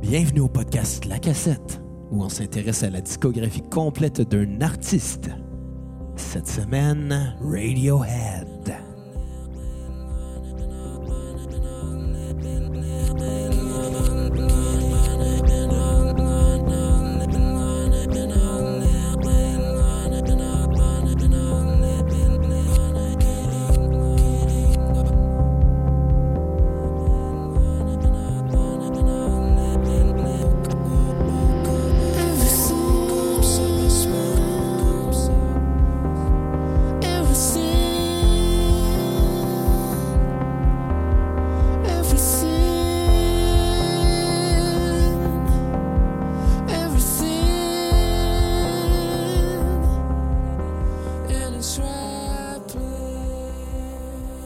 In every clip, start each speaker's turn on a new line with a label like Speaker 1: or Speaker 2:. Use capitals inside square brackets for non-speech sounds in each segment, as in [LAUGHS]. Speaker 1: Bienvenue au podcast La Cassette, où on s'intéresse à la discographie complète d'un artiste. Cette semaine, Radiohead.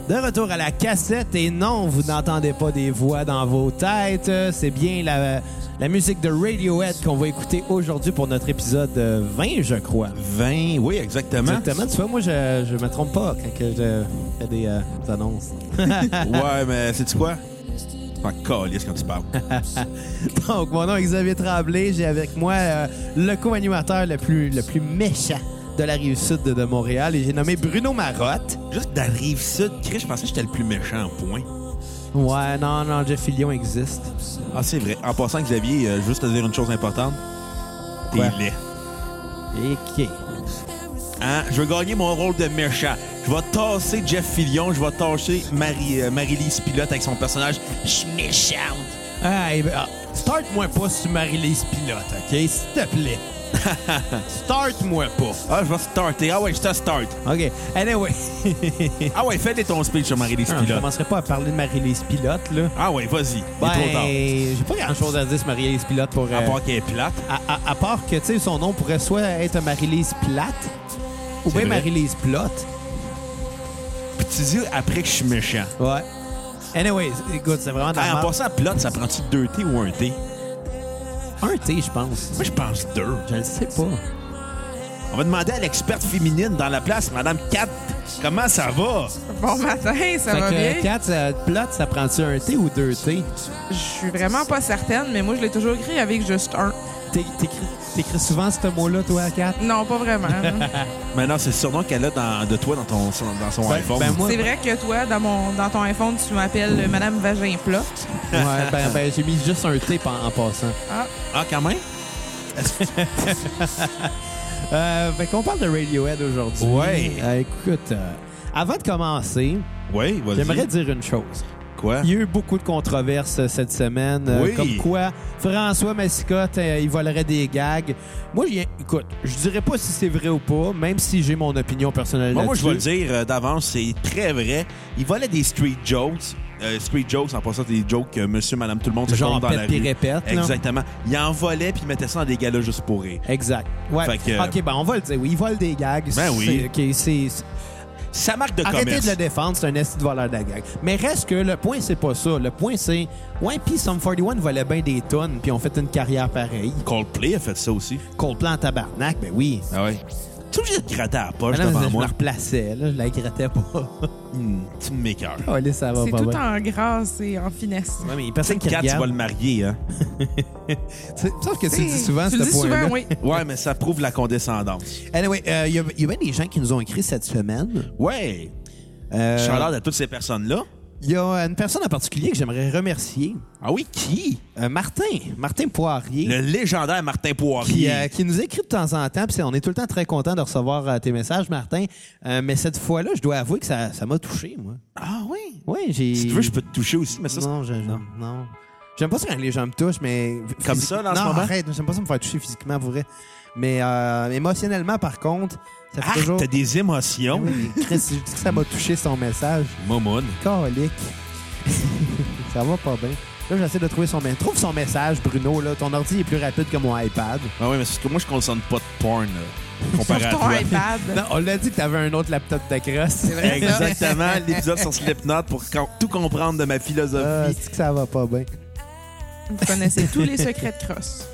Speaker 1: De retour à la cassette, et non, vous n'entendez pas des voix dans vos têtes. Euh, C'est bien la, la musique de Radiohead qu'on va écouter aujourd'hui pour notre épisode euh, 20, je crois.
Speaker 2: 20, oui, exactement.
Speaker 1: Exactement. [LAUGHS] Tu vois, moi, je, je me trompe pas quand que je fais des euh, annonces.
Speaker 2: ouais, mais sais-tu quoi? T'en calisses quand
Speaker 1: [LAUGHS]
Speaker 2: tu parles.
Speaker 1: Donc, mon nom est Xavier Tremblay. J'ai avec moi euh, le co-animateur le plus, le plus méchant de la rive sud de, de Montréal et j'ai nommé Bruno Marotte.
Speaker 2: Juste de la rive sud, Chris, je pensais que j'étais le plus méchant, point.
Speaker 1: Ouais, non, non, Jeff Fillion existe.
Speaker 2: Ah, c'est vrai. En passant, Xavier, euh, juste te dire une chose importante. T'es
Speaker 1: Quoi?
Speaker 2: laid.
Speaker 1: OK.
Speaker 2: Hein? Je veux gagner mon rôle de méchant. Je vais tasser Jeff Fillion, je vais tasser Marie, euh, Marie-Lise Pilote avec son personnage. Je suis méchante.
Speaker 1: Hey, ben, ah, start-moi pas sur Marie-Lise Pilote, OK? S'il te plaît. [LAUGHS] start-moi pas.
Speaker 2: Ah, je vais starter. Ah ouais, je te start.
Speaker 1: [LAUGHS] OK. Anyway.
Speaker 2: Ah ouais, fais-les ton speech sur Marie-Lise
Speaker 1: Je
Speaker 2: Pilote.
Speaker 1: commencerai pas à parler de Marie-Lise Pilote, là.
Speaker 2: Ah ouais, vas-y. Il est trop tard.
Speaker 1: Ben, j'ai pas grand-chose à dire sur Marie-Lise Pilote pour...
Speaker 2: À
Speaker 1: euh,
Speaker 2: part qu'elle est plate.
Speaker 1: À, à- à part que, tu sais, son nom pourrait soit être Marie-Lise Plate ou
Speaker 2: C'est
Speaker 1: bien
Speaker 2: vrai.
Speaker 1: Marie-Lise Plotte.
Speaker 2: Puis tu dis après que je suis méchant.
Speaker 1: Ouais. Anyway, écoute, c'est vraiment de la
Speaker 2: Ah, en
Speaker 1: merde.
Speaker 2: passant à plot, ça prend-tu deux T ou un T?
Speaker 1: Un T, je pense.
Speaker 2: Moi, je pense deux.
Speaker 1: Je le sais pas.
Speaker 2: On va demander à l'experte féminine dans la place, Madame Kat, comment ça va?
Speaker 3: Bon matin, ça va
Speaker 1: fait que
Speaker 3: bien?
Speaker 1: 4, ça, plot, ça prend-tu un T ou deux T?
Speaker 3: Je suis vraiment pas certaine, mais moi, je l'ai toujours écrit avec juste un.
Speaker 1: T'é- T'écris t'écris souvent ce mot-là, toi, 4?
Speaker 3: Non, pas vraiment. hein.
Speaker 1: [LAUGHS]
Speaker 3: non.
Speaker 2: Maintenant, c'est le surnom qu'elle a dans- de toi dans, ton, son- dans son
Speaker 1: Ben-
Speaker 2: iPhone.
Speaker 1: ben, moi-
Speaker 3: C'est vrai que toi, dans, mon, dans ton iPhone, tu m'appelles euh, Madame Vagin Plat.
Speaker 1: Ouais, ben, ben, j'ai mis juste un T en, en passant.
Speaker 3: Ah,
Speaker 2: Ah, quand même?
Speaker 1: Euh, fait qu'on parle de Radiohead aujourd'hui.
Speaker 2: Ouais.
Speaker 1: Euh, écoute, euh, avant de commencer,
Speaker 2: Oui, vas-y.
Speaker 1: j'aimerais dire une chose.
Speaker 2: Quoi?
Speaker 1: Il y a eu beaucoup de controverses euh, cette semaine, euh,
Speaker 2: Oui.
Speaker 1: comme quoi François Massicotte, euh, il volerait des gags. Moi, j'y- écoute, je dirais pas si c'est vrai ou pas, même si j'ai mon opinion personnelle
Speaker 2: Moi, moi, je
Speaker 1: là-dessus.
Speaker 2: vais le dire euh, d'avance, c'est très vrai. Il volait des street jokes. Euh, street jokes, en passant, c'est des jokes que monsieur, madame, tout le monde se
Speaker 1: Genre
Speaker 2: compte dans la
Speaker 1: pète pis
Speaker 2: rue.
Speaker 1: répète, là.
Speaker 2: Exactement. Il en volait, puis il mettait ça dans des galas juste pour rire.
Speaker 1: Exact. Ouais.
Speaker 2: Fait que- euh,
Speaker 1: OK, ben on va le dire. Oui, il vole des gags.
Speaker 2: Ben oui.
Speaker 1: C'est- ok, c'est- c'est-
Speaker 2: Ça marque de
Speaker 1: Arrêtez
Speaker 2: commerce.
Speaker 1: de le défendre, c'est un esti de voleur de gag. Mais reste que le point, c'est pas ça. Le point, c'est... Ouais, puis Sum 41 volait bien des tonnes, puis on fait une carrière pareille.
Speaker 2: Coldplay a fait ça aussi.
Speaker 1: Coldplay en tabarnak, ben oui.
Speaker 2: Ah ouais. Tu es obligé de gratter à la poche
Speaker 1: Ben non,
Speaker 2: devant
Speaker 1: je me
Speaker 2: moi.
Speaker 1: replaçais, là, je la grattais pas. [LAUGHS]
Speaker 2: Hmm, tu me m'écœures.
Speaker 1: oh, allez, ça va
Speaker 3: c'est
Speaker 1: pas
Speaker 3: tout
Speaker 1: bien.
Speaker 3: en grâce et en finesse.
Speaker 1: Ouais, mais il y a personne qui
Speaker 2: Kat, tu vas
Speaker 1: regarde.
Speaker 2: le marier, hein?
Speaker 1: C'est- Sauf que tu le dis souvent,
Speaker 3: tu le
Speaker 1: ce
Speaker 3: dis
Speaker 1: point-là. [LAUGHS]
Speaker 3: souvent, oui.
Speaker 2: Ouais, mais ça prouve la condescendance.
Speaker 1: Anyway, euh, il y a- il y, a bien des gens qui nous ont écrit cette semaine.
Speaker 2: Ouais!
Speaker 1: Euh,
Speaker 2: Je suis à toutes ces personnes-là.
Speaker 1: Il y a une personne en particulier que j'aimerais remercier.
Speaker 2: Ah oui, qui?
Speaker 1: Euh, Martin, Martin Poirier.
Speaker 2: Le légendaire Martin
Speaker 1: Qui,
Speaker 2: Poirier.
Speaker 1: euh, qui nous écrit de temps en temps, puis c'est- on est tout le temps très content de recevoir euh, tes messages, Martin. Euh, mais cette fois-là, je dois avouer que ça ça m'a touché, moi.
Speaker 2: Ah oui?
Speaker 1: Oui, j'ai.
Speaker 2: Si tu veux, je peux te toucher aussi, mais ça, c'est
Speaker 1: Non, je- non, non. J'aime pas ça quand les gens me touchent, mais.
Speaker 2: Comme
Speaker 1: physi-
Speaker 2: ça, là, en ce
Speaker 1: Non,
Speaker 2: moment?
Speaker 1: arrête, j'aime pas ça me faire toucher physiquement, pour vrai. Mais euh, émotionnellement, par contre, ça fait
Speaker 2: Ah,
Speaker 1: toujours.
Speaker 2: t'as des émotions.
Speaker 1: Ah Oui, mais Chris, je dis que ça m'a touché son message.
Speaker 2: Momoun.
Speaker 1: Calique. [LAUGHS] ça va pas bien. Là, j'essaie de trouver son message. Trouve son message, Bruno. Là. Ton ordi est plus rapide que mon iPad.
Speaker 2: Ah oui, mais c'est parce que moi, je consomme pas de porn, là, comparé à
Speaker 3: Sur ton
Speaker 2: toi.
Speaker 3: iPad.
Speaker 1: Non, on l'a dit que t'avais un autre laptop de crosse.
Speaker 3: C'est
Speaker 2: [LAUGHS]
Speaker 3: vrai.
Speaker 2: Exactement, l'épisode sur Slipknot pour com- tout comprendre de ma philosophie.
Speaker 1: Ah, c'est que ça va pas bien.
Speaker 3: Vous connaissez tous les secrets de cross.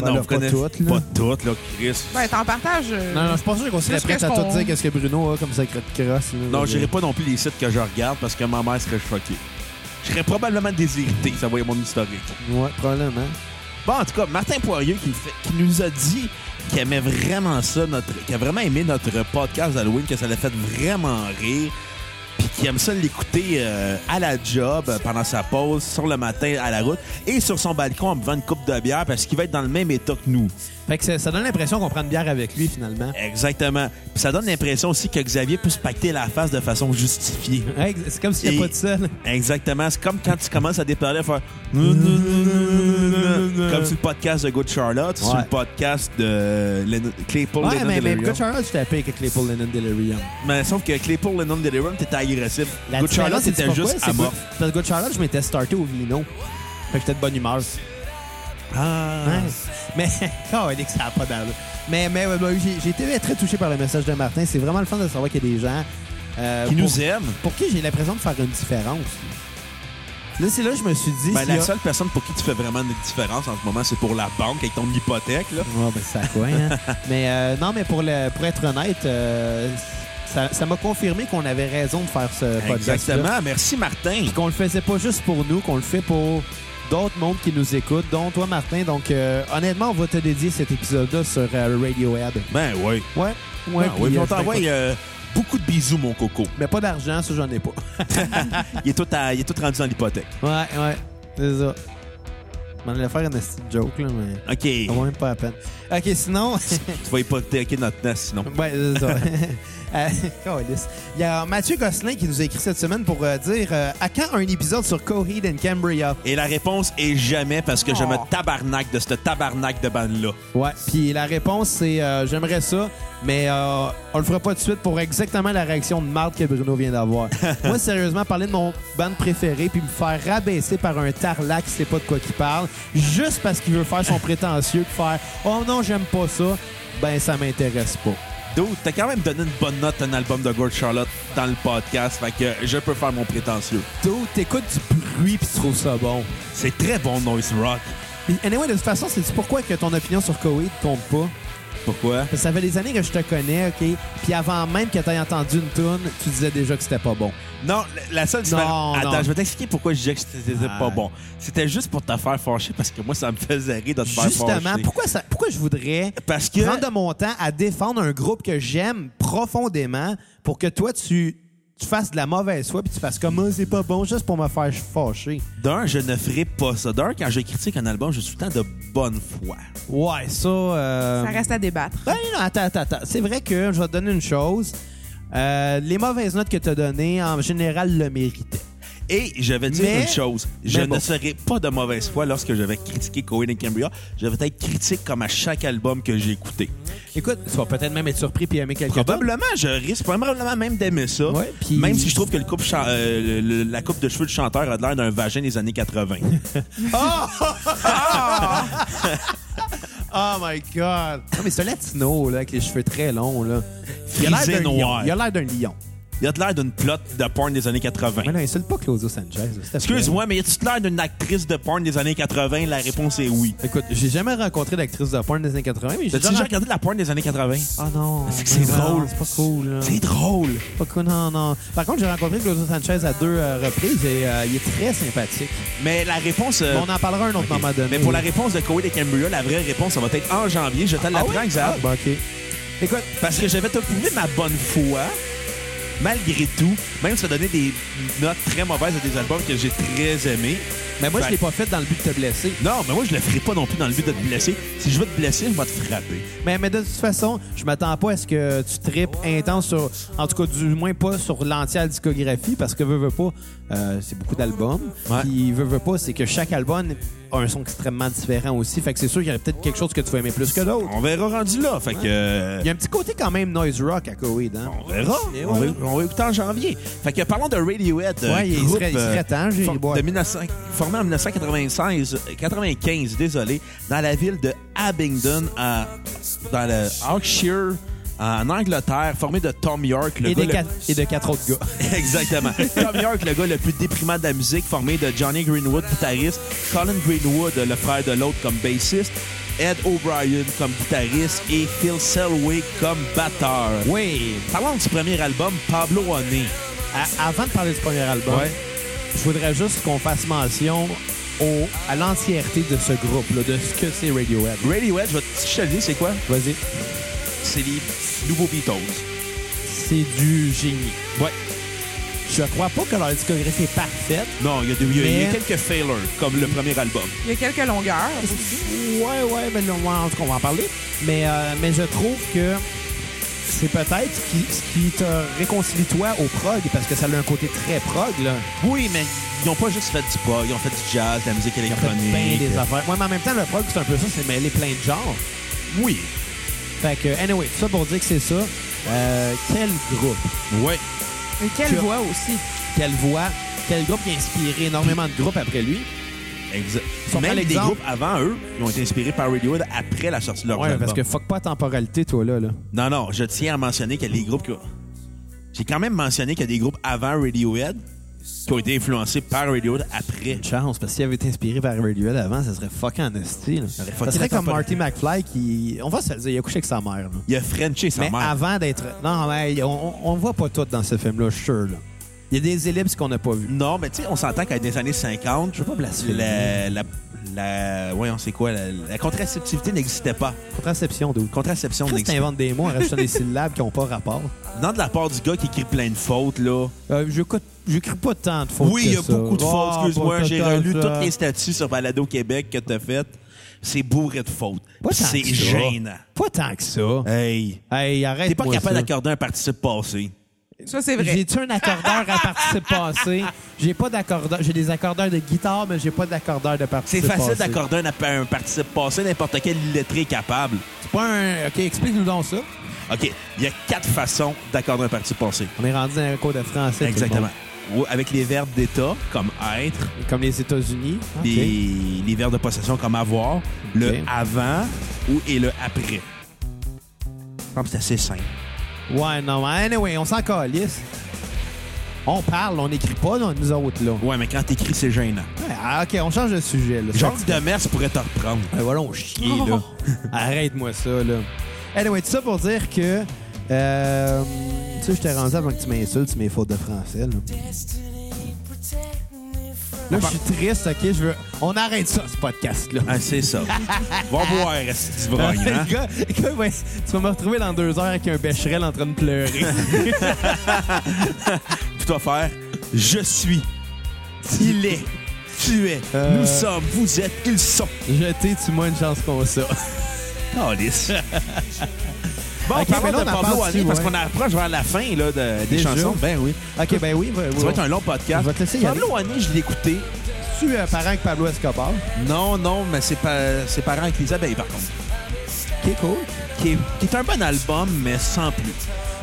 Speaker 1: voilà,
Speaker 2: non,
Speaker 1: pas
Speaker 2: vous connaissez
Speaker 1: toutes, ben là.
Speaker 2: pas toutes, là, Chris.
Speaker 3: Ben, t'en partages. euh,
Speaker 1: Non, non, je pense pas qu'on serait
Speaker 3: Plus
Speaker 1: prêt
Speaker 3: que
Speaker 1: à
Speaker 3: ce
Speaker 1: tout
Speaker 3: qu'on-
Speaker 1: dire qu'est-ce que Bruno a comme secret de crosse. là.
Speaker 2: non, j'irai pas non plus les sites que je regarde parce que ma mère serait choquée. Je serais probablement déshérité, ça va être mon historique.
Speaker 1: Ouais, probablement.
Speaker 2: Bon, en tout cas, Martin Poirier qui, fait- qui nous a dit qu'il aimait vraiment ça, notre, qu'il a vraiment aimé notre podcast d'Halloween, que ça l'a fait vraiment rire, puis qu'il aime ça l'écouter euh, à la job, euh, pendant sa pause, sur le matin, à la route, et sur son balcon en buvant une coupe de bière parce qu'il va être dans le même état que nous.
Speaker 1: Fait que ça, ça donne l'impression qu'on prend une bière avec lui, finalement.
Speaker 2: Exactement. Puis ça donne l'impression aussi que Xavier peut se pacter la face de façon justifiée.
Speaker 1: Ouais, c'est comme s'il n'y
Speaker 2: Et-
Speaker 1: avait pas de sel.
Speaker 2: Exactement. C'est comme quand tu commences à déparler, à faire. Comme sur le podcast de Good Charlotte, sur
Speaker 1: Ouais.
Speaker 2: le podcast de Lennon- Claypool
Speaker 1: Ouais,
Speaker 2: Lennon
Speaker 1: mais, mais
Speaker 2: Delirium.
Speaker 1: Good Charlotte, j'étais payé avec Claypool Lennon Delirium.
Speaker 2: Mais sauf que Claypool Lennon Delirium, t'étais agressif.
Speaker 1: La
Speaker 2: Good
Speaker 1: différence,
Speaker 2: Charlotte,
Speaker 1: c'est
Speaker 2: t'étais
Speaker 1: pourquoi?
Speaker 2: juste
Speaker 1: C'est
Speaker 2: amorphe.
Speaker 1: que- Parce que Good Charlotte, je m'étais starté au vino. Fait que j'étais de bonne humeur.
Speaker 2: Ah.
Speaker 1: Ouais. Mais, [LAUGHS] oh, Alex, ça n'a pas d'allure. Mais, mais ouais, bah, j'ai j'ai été très touché par le message de Martin. C'est vraiment le fun de savoir qu'il y a des gens euh,
Speaker 2: Qui
Speaker 1: pour,
Speaker 2: nous aime.
Speaker 1: pour qui j'ai l'impression de faire une différence. Là, c'est là que je me suis dit.
Speaker 2: Ben,
Speaker 1: s'il y
Speaker 2: la
Speaker 1: a-
Speaker 2: seule personne pour qui tu fais vraiment une différence en ce moment, c'est pour la banque avec ton hypothèque. Là.
Speaker 1: Ouais, ben, ça coin, hein.
Speaker 2: [LAUGHS]
Speaker 1: mais euh, non, mais pour, le, pour être honnête, euh, ça ça m'a confirmé qu'on avait raison de faire ce podcast.
Speaker 2: Exactement. Merci, Martin.
Speaker 1: Puis qu'on le faisait pas juste pour nous, qu'on le fait pour d'autres mondes qui nous écoutent, dont toi, Martin. Donc, euh, honnêtement, on va te dédier cet épisode-là sur euh, Radiohead.
Speaker 2: Ben oui.
Speaker 1: Ouais. Ouais,
Speaker 2: Ben, oui,
Speaker 1: puis,
Speaker 2: puis
Speaker 1: euh,
Speaker 2: on t'envoie
Speaker 1: je t'écoute.
Speaker 2: euh, beaucoup de bisous, mon coco.
Speaker 1: Mais pas d'argent, ça, j'en ai pas.
Speaker 2: Il est tout, à- il est tout rendu dans l'hypothèque.
Speaker 1: Ouais, ouais. C'est ça. On allait faire une petite joke, là, mais
Speaker 2: OK.
Speaker 1: ça vaut même pas la peine. OK, [LAUGHS] sinon...
Speaker 2: Tu vas hypothéquer notre nest, sinon.
Speaker 1: Ouais, c'est ça. Euh, câlisse. Il y a Mathieu Gosselin qui nous a écrit cette semaine pour euh, dire euh, à quand un épisode sur Coheed and Cambria?
Speaker 2: Et la réponse est jamais parce que je
Speaker 3: Oh.
Speaker 2: me tabarnak de ce tabarnak de bande-là.
Speaker 1: Ouais, puis la réponse, c'est euh, j'aimerais ça, mais euh, on le fera pas tout de suite pour exactement la réaction de marde que Bruno vient d'avoir. Moi, sérieusement, parler de mon band préféré puis me faire rabaisser par un tarlac qui sait pas de quoi qu'il parle, juste parce qu'il veut faire son prétentieux puis faire « Oh non, j'aime pas ça », ben ça m'intéresse pas.
Speaker 2: Dude, t'as quand même donné une bonne note à un album de Gord Charlotte dans le podcast, fait que je peux faire mon prétentieux.
Speaker 1: D'autres, t'écoutes du bruit puis tu trouves ça bon.
Speaker 2: C'est très bon noise rock.
Speaker 1: Puis, Anyway, de toute façon, c'est pourquoi que ton opinion sur Koweït compte pas.
Speaker 2: Pourquoi?
Speaker 1: Parce que ça fait des années que je te connais, OK? Puis avant même que t'aies entendu une tune, tu disais déjà que c'était pas bon.
Speaker 2: Non, la- la seule différence.
Speaker 1: Non,
Speaker 2: Attends,
Speaker 1: non.
Speaker 2: je vais t'expliquer pourquoi je disais que c'était c'était
Speaker 1: Ah.
Speaker 2: pas bon. C'était juste pour te faire fâcher parce que moi, ça me faisait rire de te faire fâcher.
Speaker 1: Justement, pourquoi, ça, pourquoi je voudrais
Speaker 2: Parce que.
Speaker 1: prendre de mon temps à défendre un groupe que j'aime profondément pour que toi, tu, tu fasses de la mauvaise foi puis tu fasses comme « Ah, c'est pas bon » juste pour me faire fâcher.
Speaker 2: D'un, je ne ferai pas ça. D'un, quand je critique un album, je suis tout le temps de bonne foi.
Speaker 1: Ouais, ça... euh,
Speaker 3: Ça reste à débattre.
Speaker 1: Ben non, attends, attends, attends. C'est vrai que je vais te donner une chose. Euh, les mauvaises notes que t'as données, en général, le méritaient.
Speaker 2: Et je vais dire
Speaker 1: Mais-
Speaker 2: une chose, je
Speaker 1: mais bon.
Speaker 2: ne serai pas de mauvaise foi lorsque je vais critiquer Cohen et Cambria. Je vais être critique comme à chaque album que j'ai écouté.
Speaker 1: Écoute, tu vas peut-être même être surpris puis aimer quelque
Speaker 2: Probablement, je risque probablement même d'aimer ça.
Speaker 1: Ouais, puis-
Speaker 2: Même si je trouve que le coupe chan- euh, le- le- la coupe de cheveux du chanteur a de l'air d'un vagin des années 80.
Speaker 1: Oh my God! Non, mais ce latino, là, avec les cheveux très longs, là.
Speaker 2: Frisé
Speaker 1: d'un lion.
Speaker 2: noir.
Speaker 1: Il a l'air d'un lion.
Speaker 2: Il a de l'air d'une plot de porn des années 80.
Speaker 1: Mais non, insulte pas Claudio Sanchez. s'il te plaît.
Speaker 2: Excuse-moi, mais a-tu de l'air d'une actrice de porn des années 80? La réponse est oui.
Speaker 1: Écoute, j'ai jamais rencontré d'actrice de porn des années 80, mais j'ai
Speaker 2: T'as-tu
Speaker 1: déjà...
Speaker 2: déjà regardé la porn des années 80?
Speaker 1: Ah non!
Speaker 2: C'est que c'est
Speaker 1: non,
Speaker 2: drôle.
Speaker 1: C'est pas cool, là.
Speaker 2: C'est drôle.
Speaker 1: C'est pas cool, non, non. Par contre, j'ai rencontré Claudio Sanchez à deux euh, reprises et euh, il est très sympathique.
Speaker 2: Mais la réponse... euh,
Speaker 1: Mais on en parlera à un autre moment donné.
Speaker 2: Mais pour la réponse de Cohen et Cambria, la vraie réponse, ça va être en janvier. Je te
Speaker 1: Ah
Speaker 2: l'apprends,
Speaker 1: oui?
Speaker 2: Xav.
Speaker 1: Ah, bah, OK. Écoute,
Speaker 2: Parce que j'avais prouvé ma bonne foi, malgré tout, même si ça donnait des notes très mauvaises à des albums que j'ai très aimés.
Speaker 1: mais moi, je
Speaker 2: Fait-
Speaker 1: l'ai pas fait dans le but de te blesser.
Speaker 2: Non, mais moi, je le ferai pas non plus dans le but de te blesser. Si je veux te blesser, je vais te frapper.
Speaker 1: Mais, mais de toute façon, je m'attends pas à ce que tu tripes intense sur, en tout cas, du moins pas sur l'entière discographie, parce que veux, veux pas, euh, c'est beaucoup d'albums.
Speaker 2: Ouais.
Speaker 1: Puis veux, veux pas, c'est que chaque album a un son extrêmement différent aussi. Fait que c'est sûr qu'il y a peut-être quelque chose que tu vas aimer plus que d'autres.
Speaker 2: On verra rendu là. Fait que. euh,
Speaker 1: Il y a un petit côté quand même noise rock à Koweïd, hein?
Speaker 2: On verra.
Speaker 1: Et
Speaker 2: On, va,
Speaker 1: voilà.
Speaker 2: on va écouter en janvier. Fait que parlons de Radiohead. euh,
Speaker 1: Ouais, il
Speaker 2: groupe,
Speaker 1: serait- il serait
Speaker 2: euh,
Speaker 1: temps, j'ai
Speaker 2: for-
Speaker 1: boire.
Speaker 2: de 1900 Formé en 1996, euh, 95, désolé, dans la ville de Abingdon, à- dans le Yorkshire, en Angleterre, formé de Tom York, le
Speaker 1: Et,
Speaker 2: gars
Speaker 1: de
Speaker 2: le-
Speaker 1: quatre, et de quatre autres gars. [LAUGHS]
Speaker 2: [LAUGHS] Exactement. Tom York, le gars le plus déprimant de la musique, formé de Johnny Greenwood, guitariste, Colin Greenwood, le frère de l'autre, comme bassiste, Ed O'Brien comme guitariste et Phil Selway comme batteur.
Speaker 1: oui.
Speaker 2: Parlons du premier album, Pablo Honey.
Speaker 1: À- avant de parler du premier album,
Speaker 2: Ouais.
Speaker 1: Je voudrais juste qu'on fasse mention au, à l'entièreté de ce groupe, là, de ce que c'est Radiohead.
Speaker 2: Radiohead, je vais te je te le dis, c'est quoi?
Speaker 1: Vas-y.
Speaker 2: C'est les nouveaux Beatles.
Speaker 1: C'est du génie.
Speaker 2: Ouais.
Speaker 1: Je crois pas que leur discographie est parfaite.
Speaker 2: Non, il y, a des- il y a- il y a
Speaker 1: Mais-
Speaker 2: quelques failures, comme le premier album.
Speaker 3: Il y a quelques longueurs.
Speaker 1: Ouais, ouais, mais non, ouais, en tout cas, on va en parler. Mais, euh, mais je trouve que c'est peut-être ce qui, ce qui te réconcilie toi au prog, parce que ça a un côté très prog, là.
Speaker 2: Oui, mais ils n'ont pas juste fait du pop, ils ont fait du jazz, de la musique
Speaker 1: Ils ont fait
Speaker 2: électronique.
Speaker 1: bien des affaires. Ouais, mais en même temps, le prog, c'est un peu ça, c'est mêler plein de genres.
Speaker 2: Oui.
Speaker 1: Fait que, anyway, tout ça pour dire que c'est ça. Euh, quel groupe,
Speaker 2: Ouais.
Speaker 3: Et quelle
Speaker 1: Sure.
Speaker 3: voix aussi.
Speaker 1: quelle voix, quel groupe qui a inspiré énormément de groupes après lui.
Speaker 2: Exact.
Speaker 1: Si on prend
Speaker 2: Même des
Speaker 1: l'exemple-
Speaker 2: groupes avant eux, ils ont été inspirés par Radiohead après la sortie de leur
Speaker 1: Ouais,
Speaker 2: album.
Speaker 1: parce que fuck pas la temporalité, toi, là. là.
Speaker 2: Non, non, je tiens à mentionner qu'il y a des groupes qui ont... J'ai quand même mentionné qu'il y a des groupes avant Radiohead qui ont été influencés par Radiohead après.
Speaker 1: Une chance, parce que s'il avait été inspiré par Radiohead avant, ça serait fucking honesty. là.
Speaker 2: aurait
Speaker 1: Ça
Speaker 2: fucké
Speaker 1: serait
Speaker 2: la
Speaker 1: comme Marty
Speaker 2: temporalité.
Speaker 1: McFly qui. On va se le dire, il a couché avec sa mère, là.
Speaker 2: Il a Frenché sa
Speaker 1: Mais
Speaker 2: mère.
Speaker 1: avant d'être. Non, mais on, on le voit pas tout dans ce film-là, je suis sûr. là. Il y a des ellipses qu'on n'a pas vues.
Speaker 2: Non, mais tu sais, on s'entend qu'à des années 50,
Speaker 1: Je veux pas blasphémer.
Speaker 2: la... la la, voyons, c'est quoi? La, la contraceptivité n'existait pas.
Speaker 1: Contraception, d'où?
Speaker 2: Contraception
Speaker 1: Pourquoi tu
Speaker 2: n'existait pas.
Speaker 1: t'inventes des mots en rajoutant des syllabes qui n'ont pas rapport?
Speaker 2: Non, de la part du gars qui écrit plein de fautes, là.
Speaker 1: Euh, je coûte- J'écris pas tant de fautes.
Speaker 2: oui,
Speaker 1: que
Speaker 2: il y a
Speaker 1: ça.
Speaker 2: beaucoup de
Speaker 1: Oh,
Speaker 2: fautes,
Speaker 1: pas
Speaker 2: excuse-moi.
Speaker 1: tant
Speaker 2: J'ai
Speaker 1: que
Speaker 2: relu
Speaker 1: ça.
Speaker 2: toutes les statuts sur Balado Québec que t'as faites. C'est bourré de fautes.
Speaker 1: Pas tant
Speaker 2: C'est
Speaker 1: que ça.
Speaker 2: gênant.
Speaker 1: Pas tant que ça.
Speaker 2: Hey.
Speaker 1: Hey, arrête.
Speaker 2: T'es pas capable d'accorder un participe passé.
Speaker 3: Ça, c'est vrai.
Speaker 1: J'ai-tu un accordeur à participe passé? J'ai pas d'accordeur. J'ai des accordeurs de guitare, mais j'ai pas d'accordeur de
Speaker 2: C'est
Speaker 1: participe
Speaker 2: facile
Speaker 1: passé.
Speaker 2: d'accorder un, app- un participe passé. N'importe quel lettré est capable.
Speaker 1: C'est pas un. OK, explique-nous donc ça.
Speaker 2: OK. Il y a quatre façons d'accorder un participe passé.
Speaker 1: On est rendu dans un cours de français. tout le
Speaker 2: Exactement.
Speaker 1: monde.
Speaker 2: Ou avec les verbes d'état, comme être,
Speaker 1: Comme les États-Unis. OK.
Speaker 2: les, les verbes de possession, comme avoir, le
Speaker 1: Ok.
Speaker 2: avant ou et le après. Je
Speaker 1: Ah,
Speaker 2: pense que c'est assez simple.
Speaker 1: Ouais, non, mais anyway, on s'en calisse. On parle, on n'écrit pas, non, nous autres, là.
Speaker 2: Ouais, mais quand t'écris, c'est gênant.
Speaker 1: Ouais, ah, OK, on change de sujet, là.
Speaker 2: Jacques Demers pourrait te reprendre.
Speaker 1: Ben voilà, on chie,
Speaker 2: Oh.
Speaker 1: là. [LAUGHS] Arrête-moi ça, là. Anyway, tout ça pour dire que... Euh, tu sais, je t'ai rendu avant que tu m'insultes sur mes fautes de français, là. Là, je suis triste, OK? Je veux... On arrête ça, ce podcast-là.
Speaker 2: Ah, c'est
Speaker 1: [LAUGHS]
Speaker 2: ça. Va voir, est-ce que tu
Speaker 1: Le
Speaker 2: brognes, hein?
Speaker 1: gars- le gars, ouais, tu vas me retrouver dans deux heures avec un bécherel en train de pleurer.
Speaker 2: [LAUGHS] Tout à faire. Je suis. Il est. Tu es.
Speaker 1: Euh.
Speaker 2: Nous sommes. Vous êtes. Ils sont.
Speaker 1: Je t'ai, tu moi une chance comme ça.
Speaker 2: Oh,
Speaker 1: [LAUGHS]
Speaker 2: lisse. Bon,
Speaker 1: Ok, mais là,
Speaker 2: parlons
Speaker 1: on
Speaker 2: de
Speaker 1: en
Speaker 2: Pablo
Speaker 1: parle-tu,
Speaker 2: Honey parce
Speaker 1: ouais.
Speaker 2: qu'on approche vers la fin là, de- des
Speaker 1: Déjà?
Speaker 2: chansons. Ben oui.
Speaker 1: OK, ben oui. oui, oui.
Speaker 2: Ça va être un long podcast.
Speaker 1: Je vais te laisser y
Speaker 2: Pablo Honey, je l'ai écouté.
Speaker 1: Tu es parent que Pablo Escobar.
Speaker 2: Non, non, mais c'est pas ses parents avec les abeilles, par contre.
Speaker 1: Qui est cool.
Speaker 2: Qui est, qui est un bon album, mais sans plus.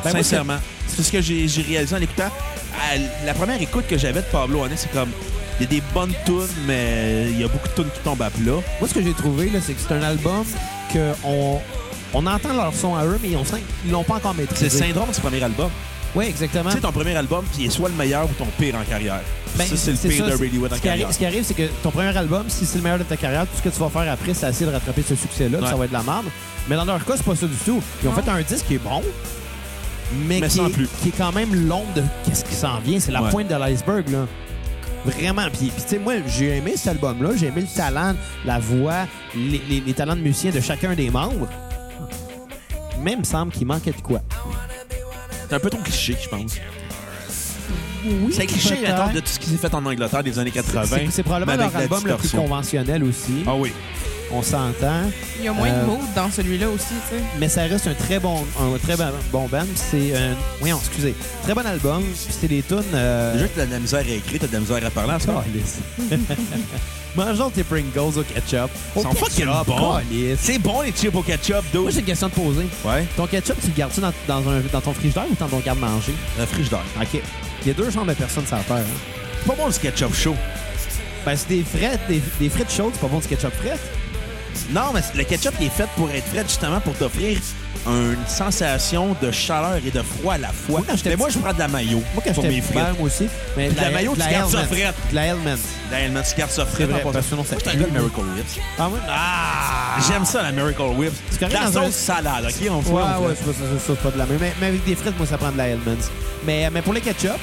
Speaker 1: Ben, moi,
Speaker 2: Sincèrement. C'est ce que j'ai j'ai réalisé en l'écoutant. À La première écoute que j'avais de Pablo Honey, c'est comme. Il y a des bonnes tunes, mais il y a beaucoup de tunes qui tombent à plat.
Speaker 1: Moi, ce que j'ai trouvé, là, c'est que c'est un album que on, on entend leur son à eux, mais ils ont cinq- ils l'ont pas encore
Speaker 2: C'est
Speaker 1: maîtrisé.
Speaker 2: le syndrome du premier album.
Speaker 1: Oui, exactement.
Speaker 2: Tu sais, ton premier album, puis il est soit le meilleur ou ton pire en carrière.
Speaker 1: Ben,
Speaker 2: ça, c'est le pire
Speaker 1: ça,
Speaker 2: de
Speaker 1: c'est-
Speaker 2: Radiohead
Speaker 1: ce
Speaker 2: en
Speaker 1: qui,
Speaker 2: carrière.
Speaker 1: arrive, ce qui arrive, c'est que ton premier album, si c'est le meilleur de ta carrière, tout ce que tu vas faire après, c'est essayer de rattraper ce succès-là, puis
Speaker 2: Ouais.
Speaker 1: ça va être de la merde. Mais dans leur cas, c'est pas ça du tout. Ils ont fait un disque qui est bon, mais,
Speaker 2: Mais
Speaker 1: qui,
Speaker 2: sans
Speaker 1: est,
Speaker 2: plus.
Speaker 1: qui est quand même l'ombre de qu'est-ce qui s'en vient. C'est la
Speaker 2: Ouais.
Speaker 1: pointe de l'iceberg, là. Vraiment. Puis, puis, tu sais, moi, j'ai aimé cet album-là. J'ai aimé le talent, la voix, les, les- les talents de musicien de chacun des membres. Mais il me semble qu'il manquait de quoi.
Speaker 2: C'est un peu trop cliché, je pense. C'est cliché,
Speaker 1: peut-être.
Speaker 2: attends, de tout ce qui s'est fait en Angleterre des années 80.
Speaker 1: C'est- C'est probablement
Speaker 2: mais avec
Speaker 1: leur
Speaker 2: la
Speaker 1: album le plus
Speaker 2: distorsion.
Speaker 1: conventionnel aussi.
Speaker 2: Ah oui.
Speaker 1: On s'entend.
Speaker 3: Il y a moins
Speaker 1: Euh,
Speaker 3: de mood dans celui-là aussi,
Speaker 1: [LAUGHS]
Speaker 3: tu sais.
Speaker 1: mais ça reste un très bon un très bon, bon band. Puis C'est un voyons, excusez, très bon album. Puis C'est des tunes. euh,
Speaker 2: Déjà que t'as de la misère à écrire, t'as de la misère à parler en ce moment.
Speaker 1: Calisse. [LAUGHS] Mangeons tes Pringles au ketchup. Au
Speaker 2: Ils sont
Speaker 1: ketchup,
Speaker 2: fucking bons.
Speaker 1: calisse.
Speaker 2: C'est bon, les chips au ketchup, d'eau.
Speaker 1: Moi j'ai une question de poser.
Speaker 2: Ouais.
Speaker 1: Ton ketchup, tu le gardes-tu dans, dans un- dans ton frigidaire ou dans ton garde-manger?
Speaker 2: Un frigidaire.
Speaker 1: OK. Il y a deux genres de personnes sur la terre. hein.
Speaker 2: C'est pas bon, le ketchup chaud.
Speaker 1: Ben, c'est des frites, des, des frites chaudes, c'est pas bon du ketchup frais.
Speaker 2: Non, mais le ketchup, il est fait pour être frais, justement, pour t'offrir une sensation de chaleur et de froid à la fois.
Speaker 1: Moi, quand j'étais
Speaker 2: mais moi,
Speaker 1: petit-
Speaker 2: je prends de la mayo
Speaker 1: Moi, quand
Speaker 2: pour
Speaker 1: j'étais
Speaker 2: mes frites.
Speaker 1: frère, moi aussi. Mais
Speaker 2: Puis de la mayo, tu gardes ça
Speaker 1: Hellman's.
Speaker 2: frette.
Speaker 1: De la Hellman.
Speaker 2: D'ailleurs, tu gardes ça
Speaker 1: C'est
Speaker 2: frais.
Speaker 1: vrai,
Speaker 2: t'en passes-
Speaker 1: parce que sinon, ça
Speaker 2: Moi, je suis un
Speaker 1: pue.
Speaker 2: gars de Miracle Whip.
Speaker 1: Ah oui? Ah!
Speaker 2: J'aime ça, la Miracle Whip.
Speaker 1: C'est correct
Speaker 2: La
Speaker 1: dans
Speaker 2: sauce
Speaker 1: un-
Speaker 2: salade, OK? On
Speaker 1: Ouais,
Speaker 2: voit, on voit.
Speaker 1: ouais, c'est pas, c'est- c'est pas de la même. Mais, mais avec des frites, moi, ça prend de la Hellman's. Mais, mais euh, pour les ketchup,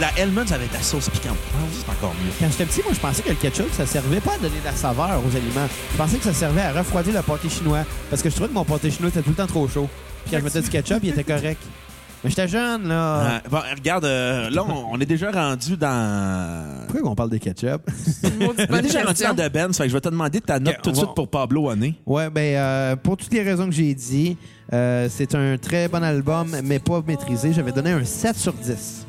Speaker 2: La Hellman's avec la sauce piquante. Ah, ça, c'est encore mieux.
Speaker 1: Quand j'étais petit, moi, je pensais que le ketchup, ça servait pas à donner de la saveur aux aliments. Je pensais que ça servait à refroidir le pâté chinois. Parce que je trouvais que mon pâté chinois était tout le temps trop chaud. Puis quand je mettais du ketchup, il était correct. Mais j'étais jeune, là.
Speaker 2: Euh, bon, regarde, euh, là, on, on est déjà rendu dans.
Speaker 1: Pourquoi on parle de ketchup?
Speaker 2: On est déjà rendu dans The Benz, fait que je vais te demander ta note
Speaker 1: Ok,
Speaker 2: tout de
Speaker 1: on va-
Speaker 2: suite pour Pablo Honey.
Speaker 1: Ouais, ben, euh, pour toutes les raisons que j'ai dit, euh, c'est un très bon album, mais pas maîtrisé. J'avais donné un 7 sur 10.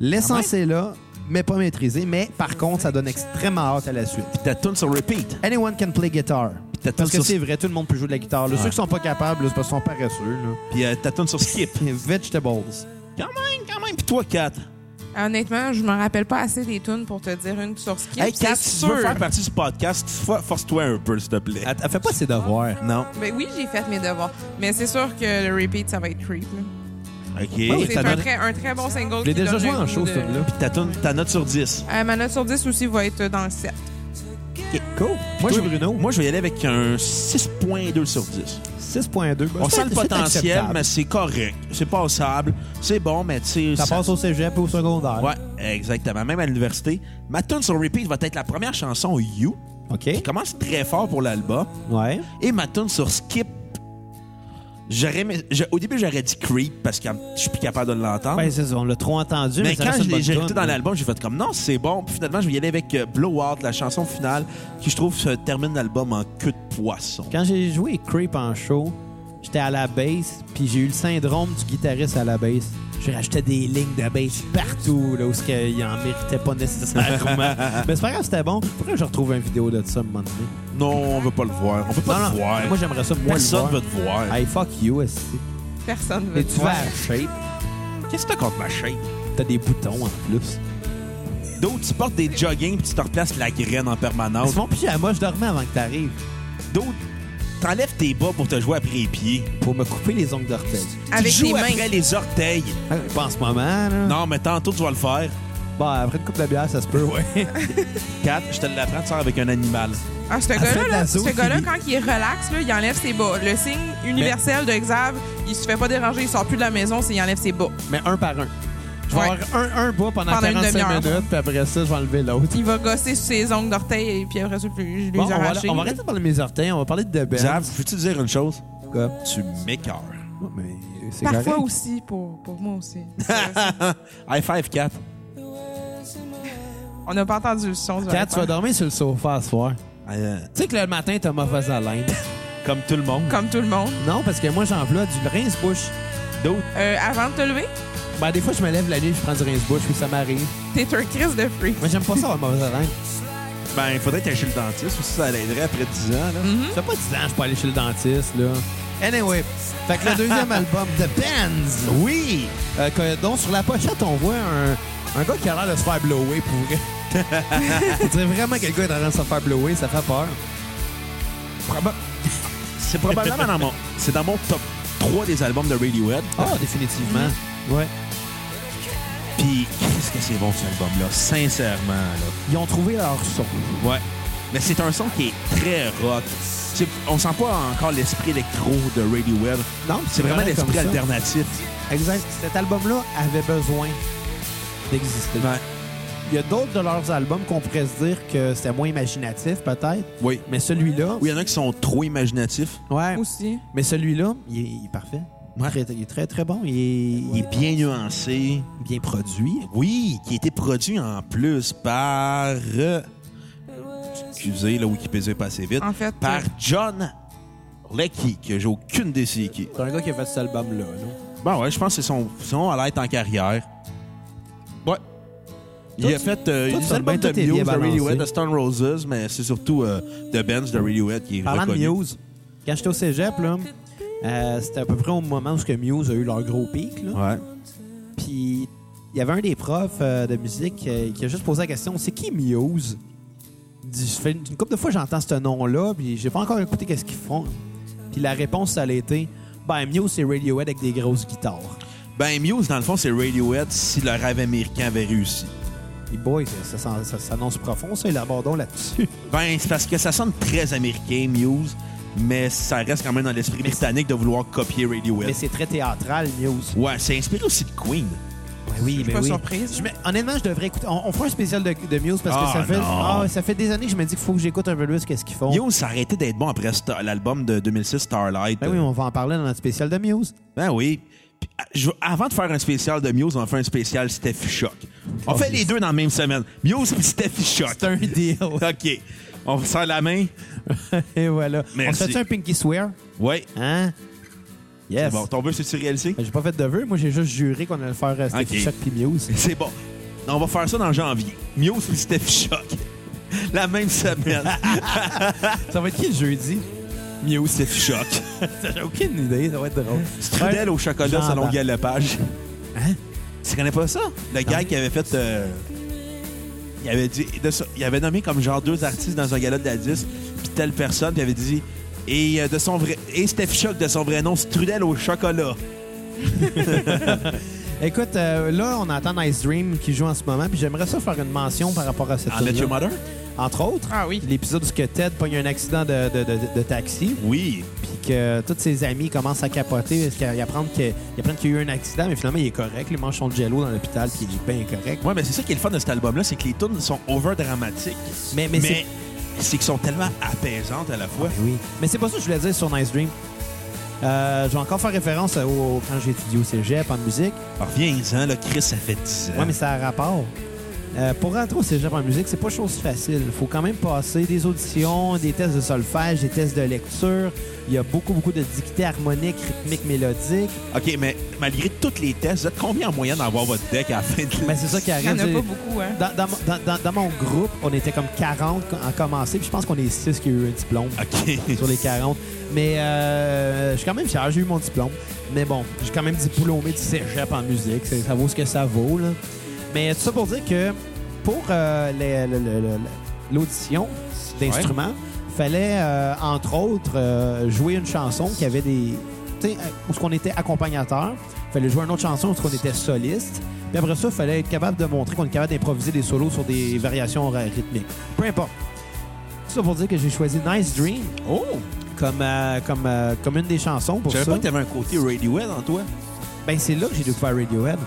Speaker 1: L'essence est là, mais pas maîtrisé. Mais par contre, ça donne extrêmement hâte à la suite.
Speaker 2: Puis ta tune sur repeat.
Speaker 1: Anyone can play guitar.
Speaker 2: Puis ta tune
Speaker 1: Parce que
Speaker 2: sur,
Speaker 1: c'est vrai, tout le monde peut jouer de la guitare. là. Ceux qui sont pas capables, là, c'est parce qu'ils sont paresseux. Là.
Speaker 2: puis, euh, ta tune sur skip.
Speaker 1: Et Vegetables.
Speaker 2: quand même, quand même. Puis toi, 4.
Speaker 3: Honnêtement, je me rappelle pas assez des tunes pour te dire une sur ce qui
Speaker 2: Hey, Kat, si tu veux faire partie du podcast, fo- force-toi un peu, s'il te plaît.
Speaker 1: Elle, elle fait pas ses devoirs.
Speaker 2: Non.
Speaker 3: Ben oui, j'ai fait mes devoirs. Mais c'est sûr que le repeat, ça va être creep. là.
Speaker 2: OK.
Speaker 1: oui,
Speaker 3: c'est
Speaker 1: ça
Speaker 3: un,
Speaker 1: donne-
Speaker 3: très, un très bon single.
Speaker 1: Je l'ai
Speaker 3: qui
Speaker 1: déjà
Speaker 3: donne
Speaker 1: joué
Speaker 3: le
Speaker 1: en
Speaker 3: goût
Speaker 1: show,
Speaker 3: de-
Speaker 1: ce là
Speaker 2: Puis ta, tune- ta note sur 10.
Speaker 3: Euh, ma note sur 10 aussi va être dans le 7.
Speaker 1: Cool. Moi, je
Speaker 2: Toi,
Speaker 1: suis Bruno.
Speaker 2: Moi, je vais y aller avec un 6.2 sur 10.
Speaker 1: 6.2.
Speaker 2: On
Speaker 1: C'est-
Speaker 2: sent le
Speaker 1: c'est
Speaker 2: potentiel,
Speaker 1: acceptable.
Speaker 2: mais c'est correct. C'est passable. C'est bon, mais tu sais...
Speaker 1: Ça passe au cégep et au secondaire.
Speaker 2: Ouais, exactement. Même à l'université. Ma tune sur repeat va être la première chanson You,
Speaker 1: OK.
Speaker 2: qui commence très fort pour l'album.
Speaker 1: Ouais.
Speaker 2: Et ma tune sur Skip... J'aurais, aimé- je- au début, j'aurais dit Creep parce que je suis plus capable de l'entendre.
Speaker 1: Ben, c'est ça, on l'a trop entendu.
Speaker 2: Mais
Speaker 1: ça
Speaker 2: quand
Speaker 1: reste une
Speaker 2: je l'ai-
Speaker 1: bonne
Speaker 2: j'ai écouté
Speaker 1: tune,
Speaker 2: dans
Speaker 1: là.
Speaker 2: l'album, j'ai fait comme non, c'est bon. Puis finalement, je vais y aller avec euh, Blowout, la chanson finale, qui je trouve se termine l'album en queue de poisson.
Speaker 1: Quand j'ai joué Creep en show, j'étais à la bass, puis j'ai eu le syndrome du guitariste à la bass. J'ai racheté des lignes de bass partout, là, où ce qu'il en méritait pas
Speaker 2: [LAUGHS]
Speaker 1: nécessairement. Mais c'est pas grave, c'était bon. Pourquoi je retrouve une vidéo de ça, à un moment donné?
Speaker 2: Non, on veut pas le voir. On veut pas
Speaker 1: Non,
Speaker 2: le
Speaker 1: non,
Speaker 2: voir.
Speaker 1: Moi, j'aimerais ça, moi,
Speaker 2: Personne
Speaker 1: le
Speaker 2: veut te voir.
Speaker 1: voir. Hey, fuck you, esti.
Speaker 3: Personne ne veut
Speaker 1: Et
Speaker 3: te
Speaker 1: tu vas
Speaker 3: voir.
Speaker 1: à Shape,
Speaker 2: Qu'est-ce que t'as contre ma chaîne?
Speaker 1: t'as des boutons en plus.
Speaker 2: Ah, D'autres, tu portes des jogging puis tu te replaces la graine en
Speaker 1: C'est
Speaker 2: permanence.
Speaker 1: mon pyjama, je dormais avant que t'arrives.
Speaker 2: D'autres, t'enlèves tes bas pour te jouer après les pieds.
Speaker 1: Pour me couper les ongles d'orteil.
Speaker 3: Avec
Speaker 2: tu
Speaker 3: tes
Speaker 2: joues
Speaker 3: mains.
Speaker 2: après les orteils.
Speaker 1: Hein, Pas en ce moment, là.
Speaker 2: Ah. Non, mais tantôt, tu vas le faire.
Speaker 1: Bon, après une coupe de bière, ça se peut, ouais.
Speaker 2: 4, je te l'apprends, tu sors avec un animal.
Speaker 3: Ah, ce
Speaker 1: fait
Speaker 3: gars-là,
Speaker 1: de la
Speaker 3: là,
Speaker 1: zoophilie.
Speaker 3: ce gars-là, quand il est relax, là, il enlève ses bas. Le signe universel de Xav, il se fait pas déranger, il sort plus de la maison s'il enlève ses bas.
Speaker 1: Mais un par un. Je vais
Speaker 3: Ouais.
Speaker 1: avoir un, un bas pendant,
Speaker 3: Pendant une
Speaker 1: 45
Speaker 3: demi-heure.
Speaker 1: minutes, puis après ça, je vais enlever l'autre.
Speaker 3: Il va gosser sur ses ongles d'orteil et puis après ça, je lui
Speaker 1: Bon, on,
Speaker 3: les
Speaker 1: va,
Speaker 3: arracher.
Speaker 1: on va arrêter de parler de mes orteils, on va parler de The Band.
Speaker 2: Xav, peux-tu dire une chose?
Speaker 1: Quoi?
Speaker 2: Tu m'écœures.
Speaker 1: Oh, Mais c'est
Speaker 3: Parfois
Speaker 1: correct.
Speaker 3: aussi, pour, pour moi aussi. Ça, ça-
Speaker 2: High five, 4.
Speaker 3: on n'a pas entendu le son.
Speaker 1: Kat, tu vas dormir sur le sofa ce soir. Tu sais que le matin, t'as mauvaise haleine.
Speaker 2: Euh, comme tout le monde.
Speaker 3: Comme tout le monde.
Speaker 1: non, parce que moi, j'enveloppe du rince-bouche.
Speaker 2: D'autres,
Speaker 3: Euh, avant de te lever,
Speaker 1: Ben, des fois, je me lève la nuit, je prends du rince-bouche, puis ça m'arrive.
Speaker 3: t'es un crise de freak.
Speaker 1: Moi, j'aime pas ça, avoir mauvaise haleine.
Speaker 2: Ben, il faudrait que chez le dentiste aussi, ça l'aiderait après 10 ans. Là.
Speaker 1: Ça fait pas 10 ans, je peux aller chez le dentiste, là. Anyway, fait que le [LAUGHS] deuxième album, The Bands,
Speaker 2: Oui!
Speaker 1: euh, que- dont sur la pochette, on voit un, un gars qui a l'air de se faire blower pour [LAUGHS] vrai. On dirait vraiment que le gars est en train de se faire blower, ça fait peur.
Speaker 2: Proba- C'est probablement dans mon, c'est dans mon top 3 des albums de Radiohead.
Speaker 1: Ah, Mhm. définitivement. Ouais.
Speaker 2: Puis, qu'est-ce que c'est bon cet album-là, sincèrement. Là.
Speaker 1: Ils ont trouvé leur son.
Speaker 2: Ouais. Mais c'est un son qui est très rock. C'est- on sent pas encore l'esprit électro de Radiohead.
Speaker 1: Non,
Speaker 2: C'est vraiment l'esprit
Speaker 1: comme ça.
Speaker 2: alternatif.
Speaker 1: Exact. Cet album-là avait besoin d'exister. Il y a d'autres de leurs albums qu'on pourrait se dire que c'était moins imaginatif, peut-être.
Speaker 2: Oui.
Speaker 1: Mais celui-là,
Speaker 2: Oui, il y en a qui sont trop imaginatifs.
Speaker 1: ouais.
Speaker 3: Aussi.
Speaker 1: Mais celui-là, il est, il est parfait.
Speaker 2: Ouais.
Speaker 1: Très- il est très, très bon. Il est,
Speaker 2: Il est bien nuancé.
Speaker 1: bien produit.
Speaker 2: Oui, qui a été produit en plus par. euh, Excusez, la Wikipédia est pas assez vite.
Speaker 3: En fait,
Speaker 2: Par
Speaker 3: euh,
Speaker 2: John Leckie, que j'ai aucune des c'est qui.
Speaker 1: C'est un gars qui a fait cet album-là.
Speaker 2: Bon, ouais, je pense que c'est son, son à l'être en carrière. Ouais. Il
Speaker 1: Toi,
Speaker 2: a
Speaker 1: tu-
Speaker 2: fait euh,
Speaker 1: toi,
Speaker 2: une
Speaker 1: tu
Speaker 2: seule
Speaker 1: te demandes
Speaker 2: bande de
Speaker 1: tout est bien
Speaker 2: Muse, de
Speaker 1: balancé.
Speaker 2: Radiohead, de Stone Roses, mais c'est surtout euh, de Benz, de Radiohead qui est
Speaker 1: Parlant de
Speaker 2: reconnu.
Speaker 1: Muse, quand j'étais au cégep, là, euh, c'était à peu près au moment où ce que Muse a eu leur gros pic. là.
Speaker 2: Ouais.
Speaker 1: Puis il y avait un des profs euh, de musique euh, qui a juste posé la question c'est qui Muse Il dit, Ça fait une une couple de fois que j'entends ce nom-là, puis j'ai pas encore écouté qu'est-ce qu'ils font. Puis la réponse, ça allait été ben, Muse, c'est Radiohead avec des grosses guitares.
Speaker 2: Ben, Muse, dans le fond, c'est Radiohead si le rêve américain avait réussi.
Speaker 1: Et boy, ça, ça- ça s'annonce profond, ça, et l'abandon là-dessus.
Speaker 2: Ben, c'est parce que ça sonne très américain, Muse, mais ça reste quand même dans l'esprit britannique de vouloir copier
Speaker 1: Mais
Speaker 2: Radiohead.
Speaker 1: c'est très théâtral, Muse.
Speaker 2: Ouais, c'est inspiré aussi de Queen.
Speaker 1: Ben oui,
Speaker 3: Je suis
Speaker 1: ben
Speaker 3: pas
Speaker 1: oui.
Speaker 3: surprise.
Speaker 1: Je me- Honnêtement, je devrais écouter. On, on fera un spécial de, de Muse parce que
Speaker 2: Ah,
Speaker 1: ça fait
Speaker 2: non.
Speaker 1: Ah, ça fait des années que je me dis qu'il faut que j'écoute un peu plus qu'est-ce qu'ils font.
Speaker 2: Yo, ça a arrêté d'être bon après Star- l'album de 2006, Starlight.
Speaker 1: Ben oui, on va en parler dans notre spécial de Muse.
Speaker 2: Ben oui. Puis, à- je- avant de faire un spécial de Muse, on va faire un spécial Steffi Shock. On
Speaker 1: Oh,
Speaker 2: fait
Speaker 1: yes.
Speaker 2: les deux dans la même semaine. Muse et Steffi Shock. [LAUGHS]
Speaker 1: C'est un deal. [LAUGHS]
Speaker 2: OK. On vous serre la main.
Speaker 1: Et voilà.
Speaker 2: Merci.
Speaker 1: On fait un pinky swear?
Speaker 2: Oui.
Speaker 1: Hein? Yes.
Speaker 2: Bon, ton vœu, c'est-tu réalisé?
Speaker 1: Ben, J'ai pas fait de vœu. Moi, j'ai juste juré qu'on allait le faire euh, rester
Speaker 2: Ok.
Speaker 1: chaque
Speaker 2: [LAUGHS]
Speaker 1: Muse.
Speaker 2: C'est bon. On va faire ça dans janvier. Muse et Steffi Shock. [LAUGHS] La même semaine.
Speaker 1: [LAUGHS] Ça va être qui le jeudi?
Speaker 2: Muse, Steffi Shock.
Speaker 1: J'ai aucune idée. Ça va être drôle.
Speaker 2: Strudel au chocolat,
Speaker 1: J'entends.
Speaker 2: selon Guy Lepage. Hein? Tu connais pas ça? Le gars qui avait fait. euh, il, avait dit, de ça- il avait nommé comme genre deux artistes dans un gala de la disque, puis telle personne, puis il avait dit. Et, euh, de son vrai, et Steph Choc, de son vrai nom, Strudel au chocolat.
Speaker 1: Écoute, euh, là, on entend Nice Dream qui joue en ce moment, puis j'aimerais ça faire une mention par rapport à cette
Speaker 2: En Met Ah, Your
Speaker 1: tune-là.
Speaker 2: Mother?
Speaker 1: Entre autres,
Speaker 3: Ah oui.
Speaker 1: l'épisode où ce que Ted pogne un accident de, de- de- de taxi,
Speaker 2: Oui.
Speaker 1: puis que tous ses amis commencent à capoter, parce qu'ils apprennent que- ils apprennent qu'il y a eu un accident, mais finalement, il est correct. Les manches sont de jello dans l'hôpital, puis il est bien correct.
Speaker 2: Ouais, mais c'est ça qui est le fun de cet album-là, c'est que les tunes sont over-dramatiques.
Speaker 1: Mais- mais c'est-
Speaker 2: c'est qu'ils sont tellement apaisantes à la fois.
Speaker 1: Ben oui. Mais c'est pas ça que je voulais dire sur Nice Dream. Euh, je vais encore faire référence au, au- quand j'ai étudié au cégep en musique.
Speaker 2: Reviens-en, là, Chris, ça fait 10 ans.
Speaker 1: Ouais, mais ça a rapport. Euh, pour rentrer au cégep en musique, c'est pas chose facile. Il faut quand même passer des auditions, des tests de solfège, des tests de lecture. Il y a beaucoup, beaucoup de dictées harmoniques, rythmiques, mélodiques.
Speaker 2: OK, mais malgré tous les tests, vous êtes combien en moyenne à avoir votre deck à la fin de
Speaker 1: Mais Ben, c'est ça qui
Speaker 3: Il y en
Speaker 1: arrive.
Speaker 3: a pas beaucoup, hein?
Speaker 1: Dans, dans mon- dans- dans- dans mon groupe, on était comme 40 en commencé, puis je pense qu'on est 6 qui ont eu un diplôme
Speaker 2: [LAUGHS] OK.
Speaker 1: sur les 40. Mais euh, je suis quand même fier, j'ai eu mon diplôme. Mais bon, j'ai quand même diplômé du cégep en musique, C'est- ça vaut ce que ça vaut. Là. Mais tout ça pour dire que pour euh, les- le- le- le- l'audition d'instruments, fallait, euh, entre autres, euh, jouer une chanson qui avait des... Tu sais, où ce qu'on était accompagnateur, fallait jouer une autre chanson où ce qu'on était soliste. Puis après ça, il fallait être capable de montrer qu'on est capable d'improviser des solos sur des variations euh, rythmiques. Peu importe. Tout ça pour dire que j'ai choisi Nice Dream
Speaker 2: Oh!
Speaker 1: comme, euh, comme, euh, comme une des chansons pour
Speaker 2: Je savais
Speaker 1: ça.
Speaker 2: pas que t'avais un côté Radiohead en toi.
Speaker 1: Ben, c'est là que j'ai découvert Radiohead.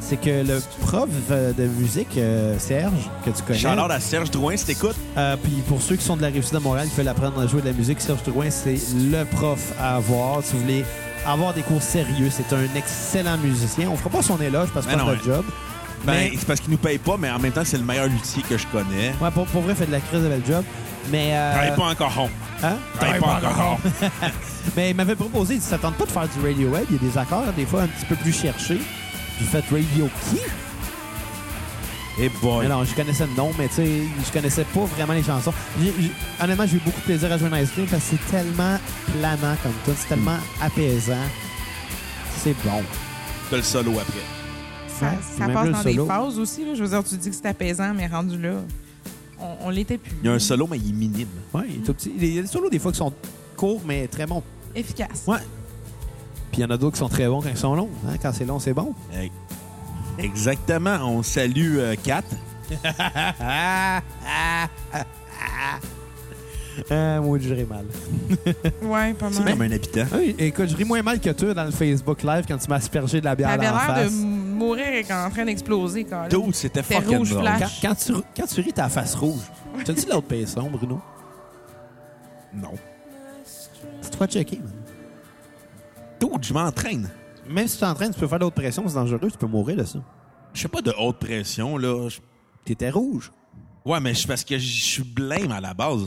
Speaker 1: C'est que le prof euh, de musique, euh, Serge, que tu connais,
Speaker 2: Chaleur à Serge Drouin, si t'écoutes.
Speaker 1: euh, puis pour ceux qui sont de la Rive-Sud de Montréal, qui veulent apprendre à jouer de la musique, Serge Drouin, c'est le prof à avoir. Si vous voulez avoir des cours sérieux, c'est un excellent musicien. On fera pas son éloge parce que
Speaker 2: Ben
Speaker 1: c'est pas
Speaker 2: non,
Speaker 1: notre job.
Speaker 2: Ben,
Speaker 1: Mais-
Speaker 2: c'est parce qu'il nous paye pas, mais en même temps, c'est le meilleur luthier que je connais.
Speaker 1: Ouais, pour, pour vrai, fait de la crise de bel job. Mais, euh,
Speaker 2: Travaille pas encore rond.
Speaker 1: hein?
Speaker 2: Travaille pas encore rond.
Speaker 1: Mais il m'avait proposé, il dit, ça tente pas de faire du Radiohead, il y a des accords des fois un petit peu plus cherchés. J'ai fait Radio qui?
Speaker 2: Et boy.
Speaker 1: Mais non, je connaissais le nom, mais tu sais, je connaissais pas vraiment les chansons. J'ai- j'ai- honnêtement, j'ai eu beaucoup de plaisir à jouer Nice Dream parce que c'est tellement planant comme tout, c'est tellement apaisant. C'est bon.
Speaker 2: T'as le solo après.
Speaker 3: Ça,
Speaker 1: Ouais,
Speaker 3: ça
Speaker 1: même
Speaker 3: passe
Speaker 1: le
Speaker 3: dans
Speaker 1: solo.
Speaker 3: des phases aussi. Là. Je veux dire, tu dis que c'est apaisant, mais rendu là, on, on l'était plus.
Speaker 2: Il y a un solo, mais il est minime.
Speaker 1: Ouais, il est tout petit. Il y a des solos des fois qui sont courts, mais très bons.
Speaker 3: Efficace.
Speaker 1: Ouais. Puis il y en a d'autres qui sont très bons quand ils sont longs. hein. Quand c'est long, c'est bon.
Speaker 2: Euh, Exactement. On salue euh, Kat.
Speaker 1: Ah, Euh, moi, je ris mal.
Speaker 3: Ouais, pas
Speaker 2: C'est
Speaker 3: mal.
Speaker 2: comme un habitant.
Speaker 1: Ah oui, écoute, je ris moins mal que toi dans le Facebook Live quand tu m'as aspergé de la bière
Speaker 3: T'avais
Speaker 1: dans la
Speaker 3: l'air de
Speaker 1: face.
Speaker 3: mourir et qu'en train d'exploser, quand même.
Speaker 2: Dude, c'était
Speaker 3: C'était
Speaker 2: fucking
Speaker 3: rouge
Speaker 2: drôle.
Speaker 3: flash.
Speaker 1: Quand, quand tu, quand tu ris, ta face rouge. Tu as dit l'autre paisson, Bruno?
Speaker 2: Non.
Speaker 1: C'est toi checker, man.
Speaker 2: Dude, je m'entraîne.
Speaker 1: Même si tu t'entraînes, tu peux faire d'autres pressions, c'est dangereux, tu peux mourir de ça.
Speaker 2: Je sais pas de haute pression, là. Je-
Speaker 1: T'étais rouge.
Speaker 2: Ouais, mais c'est parce que je suis blême à la base.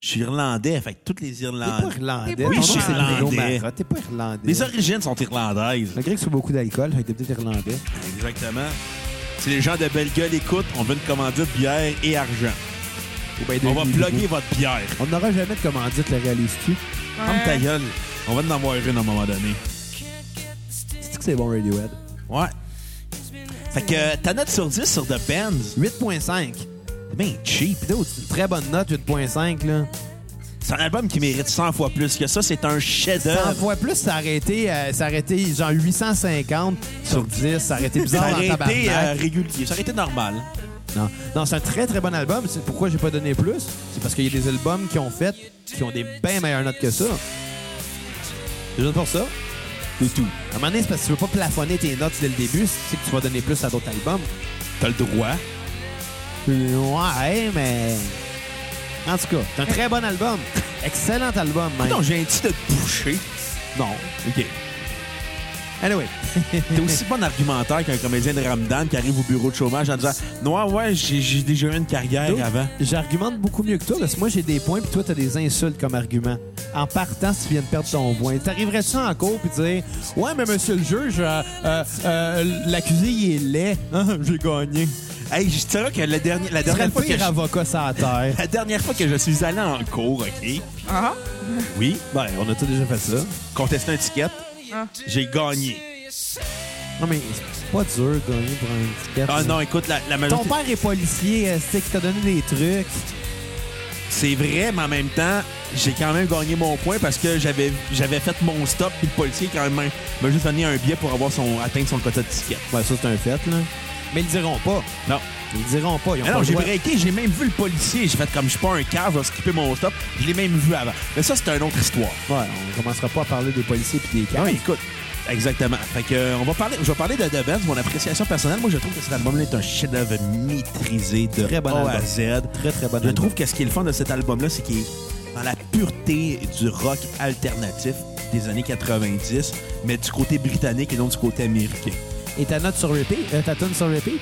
Speaker 2: Je suis irlandais, fait que toutes les
Speaker 1: T'es pas
Speaker 2: Irlandais.
Speaker 1: irlandais.
Speaker 3: T'es pas
Speaker 1: Ton
Speaker 2: Oui,
Speaker 1: nom,
Speaker 2: je suis
Speaker 1: c'est
Speaker 2: irlandais.
Speaker 1: Bruno Mara. T'es pas irlandais.
Speaker 2: Les origines sont irlandaises.
Speaker 1: Malgré que tu bois beaucoup d'alcool, t'es peut-être irlandais.
Speaker 2: Exactement. Si les gens de Belle Gueule écoutent, on veut une commandite bière et argent. On va plugger votre bière.
Speaker 1: On n'aura jamais de commandite, le réalises-tu?
Speaker 3: Ouais.
Speaker 2: Ferme ta gueule. On va en avoir une à un moment donné.
Speaker 1: cest que c'est bon, Radiohead?
Speaker 2: Ouais. Fait que euh, ta note sur 10 sur The Benz,
Speaker 1: 8.5.
Speaker 2: c'est bien cheap.
Speaker 1: Dude, c'est une très bonne note, 8.5, là.
Speaker 2: C'est un album qui mérite 100 fois plus que ça. C'est
Speaker 1: 100
Speaker 2: un chef-d'œuvre.
Speaker 1: fois plus, ça aurait été, euh, ça aurait été genre 850 sur 10. Ça aurait été
Speaker 2: Ça
Speaker 1: bizarre
Speaker 2: aurait
Speaker 1: en
Speaker 2: été
Speaker 1: tabarnak.
Speaker 2: euh, régulier. Ça aurait été normal.
Speaker 1: Non, non c'est un très très bon album. C'est pourquoi j'ai pas donné plus. C'est parce qu'il y a des albums qui ont fait qui ont des bien meilleures notes que ça. C'est juste pour ça.
Speaker 2: C'est tout.
Speaker 1: À un moment donné, c'est parce que tu veux pas plafonner tes notes dès le début, c'est que tu vas donner plus à d'autres albums.
Speaker 2: T'as le droit.
Speaker 1: Ouais, mais. En tout cas, c'est un très bon album. Excellent album, même.
Speaker 2: Non, j'ai un petit de te boucher.
Speaker 1: non.
Speaker 2: OK. [LAUGHS]
Speaker 1: Anyway.
Speaker 2: T'es aussi bon argumentaire qu'un comédien de Ramdan qui arrive au bureau de chômage en disant Non, ouais, j'ai j'ai déjà eu une carrière
Speaker 1: D'autres,
Speaker 2: avant.
Speaker 1: J'argumente beaucoup mieux que toi parce que moi j'ai des points puis toi t'as des insultes comme argument. En partant, si tu viens de perdre ton point, t'arriverais-tu en cours puis dire Ouais, mais monsieur le juge, euh, euh, euh, l'accusé il est laid. Hein, j'ai gagné.
Speaker 2: Hey, je dirais que la, dernière la,
Speaker 1: Tu serais
Speaker 2: dernière
Speaker 1: le
Speaker 2: fois que
Speaker 1: pire
Speaker 2: je,
Speaker 1: avocat sur la [LAUGHS] terre.
Speaker 2: la dernière fois que je suis allé en cours, OK,
Speaker 3: Ah,
Speaker 2: oui,
Speaker 1: ben, on a tous déjà fait ça.
Speaker 2: contester un ticket,
Speaker 3: ah.
Speaker 2: j'ai gagné.
Speaker 1: Non, mais c'est pas dur de gagner pour un ticket.
Speaker 2: Ah non, écoute, la, la
Speaker 1: Ton
Speaker 2: majorité.
Speaker 1: père est policier, euh, c'est qui t'a donné des trucs.
Speaker 2: C'est vrai, mais en même temps, j'ai quand même gagné mon point parce que j'avais j'avais fait mon stop, puis le policier, quand même, m'a juste donné un billet pour avoir son, atteindre son quota de ticket.
Speaker 1: Ouais, ça c'est un fait, là. Mais ils le diront pas.
Speaker 2: Non.
Speaker 1: Ils le diront pas. Ils ont
Speaker 2: Ah
Speaker 1: pas
Speaker 2: non,
Speaker 1: le
Speaker 2: j'ai
Speaker 1: droit.
Speaker 2: breaké, j'ai même vu le policier. J'ai fait comme je suis pas un cave, je vais skipper mon stop. Je l'ai même vu avant. Mais ça, c'est une autre histoire.
Speaker 1: Ouais, on commencera pas à parler des policiers puis des
Speaker 2: Ah
Speaker 1: cas.
Speaker 2: oui, écoute. Exactement. Fait que, euh, on va parler, je vais parler de The Benz, mon appréciation personnelle. Moi, je trouve que cet album-là est un chef-d'œuvre maîtrisé de
Speaker 1: Très bon
Speaker 2: A à
Speaker 1: album.
Speaker 2: Z.
Speaker 1: Très, très bonne
Speaker 2: Je trouve que ce qui est le fun de cet album-là, c'est qu'il est dans la pureté du rock alternatif des années 90, mais du côté britannique et non du côté américain.
Speaker 1: Et ta note sur repeat, euh, ta tune sur repeat?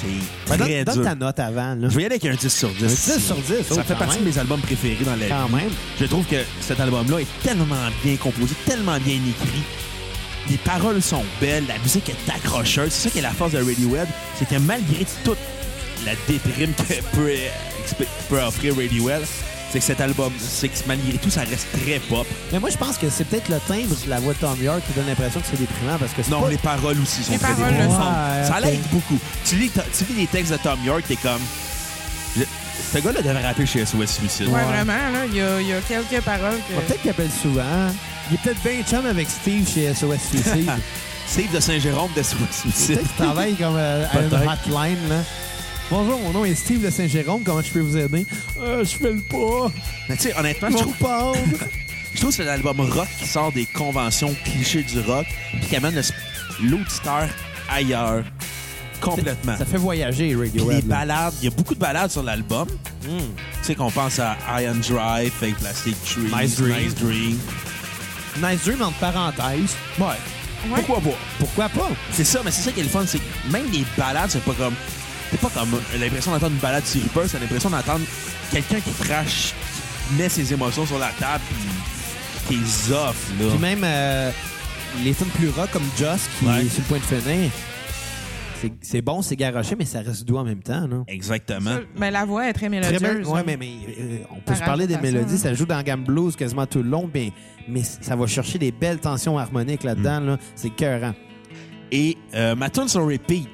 Speaker 2: C'est
Speaker 1: Ben, donne,
Speaker 2: très
Speaker 1: donne
Speaker 2: dur.
Speaker 1: ta note avant, là.
Speaker 2: Je vais y aller avec un 10 sur 10.
Speaker 1: Un 10 sur 10, oh,
Speaker 2: Ça fait
Speaker 1: quand
Speaker 2: partie
Speaker 1: même. Ah
Speaker 2: de mes albums préférés dans la vie.
Speaker 1: Quand même.
Speaker 2: Je trouve que cet album-là est tellement bien composé, tellement bien écrit. Les paroles sont belles, la musique est accrocheuse. C'est ça qui est la force de Radiohead, c'est que malgré toute la déprime que peut, expé- peut offrir Radiohead, c'est que cet album, c'est que malgré tout, ça reste très pop.
Speaker 1: Mais moi, je pense que c'est peut-être le timbre de la voix de Tom York qui donne l'impression que c'est déprimant parce que c'est
Speaker 2: Non,
Speaker 1: pas...
Speaker 2: les paroles aussi sont
Speaker 3: Les
Speaker 2: très
Speaker 3: paroles le
Speaker 2: déprimées.
Speaker 3: sont.
Speaker 1: Ouais,
Speaker 2: Ça
Speaker 1: ok.
Speaker 2: l'aide beaucoup. Tu lis, tu lis les textes de Tom York, t'es comme... Je- Ce gars-là devrait rapper chez SOS Suicide.
Speaker 3: Ouais,
Speaker 2: [LAUGHS]
Speaker 1: Ouais.
Speaker 3: vraiment, là, il y, a- il y a quelques paroles
Speaker 1: Ouais,
Speaker 3: que.
Speaker 1: Peut-être qu'il appelle souvent. Il est peut-être bien chum avec Steve chez SOS
Speaker 2: [LAUGHS]
Speaker 1: Suicide.
Speaker 2: Steve de Saint-Jérôme de SOS Suicide.
Speaker 1: peut-être qu'il travaille comme euh, à une
Speaker 2: Peut-être.
Speaker 1: hotline, là. Bonjour, mon nom est Steve de Saint-Jérôme. Comment je peux vous aider? Euh, je fais le pas.
Speaker 2: Mais tu sais, honnêtement, je
Speaker 1: Mon
Speaker 2: trouve
Speaker 1: pauvre.
Speaker 2: Je trouve que c'est l'album rock qui sort des conventions clichés du rock puis qui amène le sp- l'auditeur ailleurs [LAUGHS] complètement.
Speaker 1: Ça fait voyager,
Speaker 2: Puis les
Speaker 1: Radiohead. là.
Speaker 2: balades, il y a beaucoup de balades sur l'album.
Speaker 1: Hmm.
Speaker 2: Tu sais qu'on pense à Iron Drive, Fake Plastic Tree,
Speaker 1: Nice Dream.
Speaker 2: Nice Dream.
Speaker 1: Nice Dream, entre parenthèses.
Speaker 2: Ouais.
Speaker 3: Ouais.
Speaker 2: Pourquoi pas?
Speaker 1: Pourquoi pas?
Speaker 2: C'est ça, mais c'est ça qui est le fun, c'est que même les balades, c'est pas comme. C'est pas comme l'impression d'entendre une balade sur Reaper, c'est l'impression d'entendre quelqu'un qui trash, qui met ses émotions sur la table puis qui les offre, là.
Speaker 1: Puis même euh, les tunes plus rock comme Just qui
Speaker 2: Ouais.
Speaker 1: est sur le point de finir. C'est- C'est bon, c'est garoché, mais ça reste doux en même temps. Là.
Speaker 2: Exactement.
Speaker 3: Mais la voix est très mélodieuse.
Speaker 1: Très belle- ouais,
Speaker 3: hein.
Speaker 1: mais, mais, euh, on peut
Speaker 3: Ça
Speaker 1: se parler des
Speaker 3: rajoute à ça,
Speaker 1: mélodies.
Speaker 3: hein.
Speaker 1: Ça joue dans la gamme blues quasiment tout le long, mais, mais ça va chercher des belles tensions harmoniques là-dedans.
Speaker 2: Mm.
Speaker 1: Là. C'est cœurant.
Speaker 2: Et euh, ma tune sur repeat,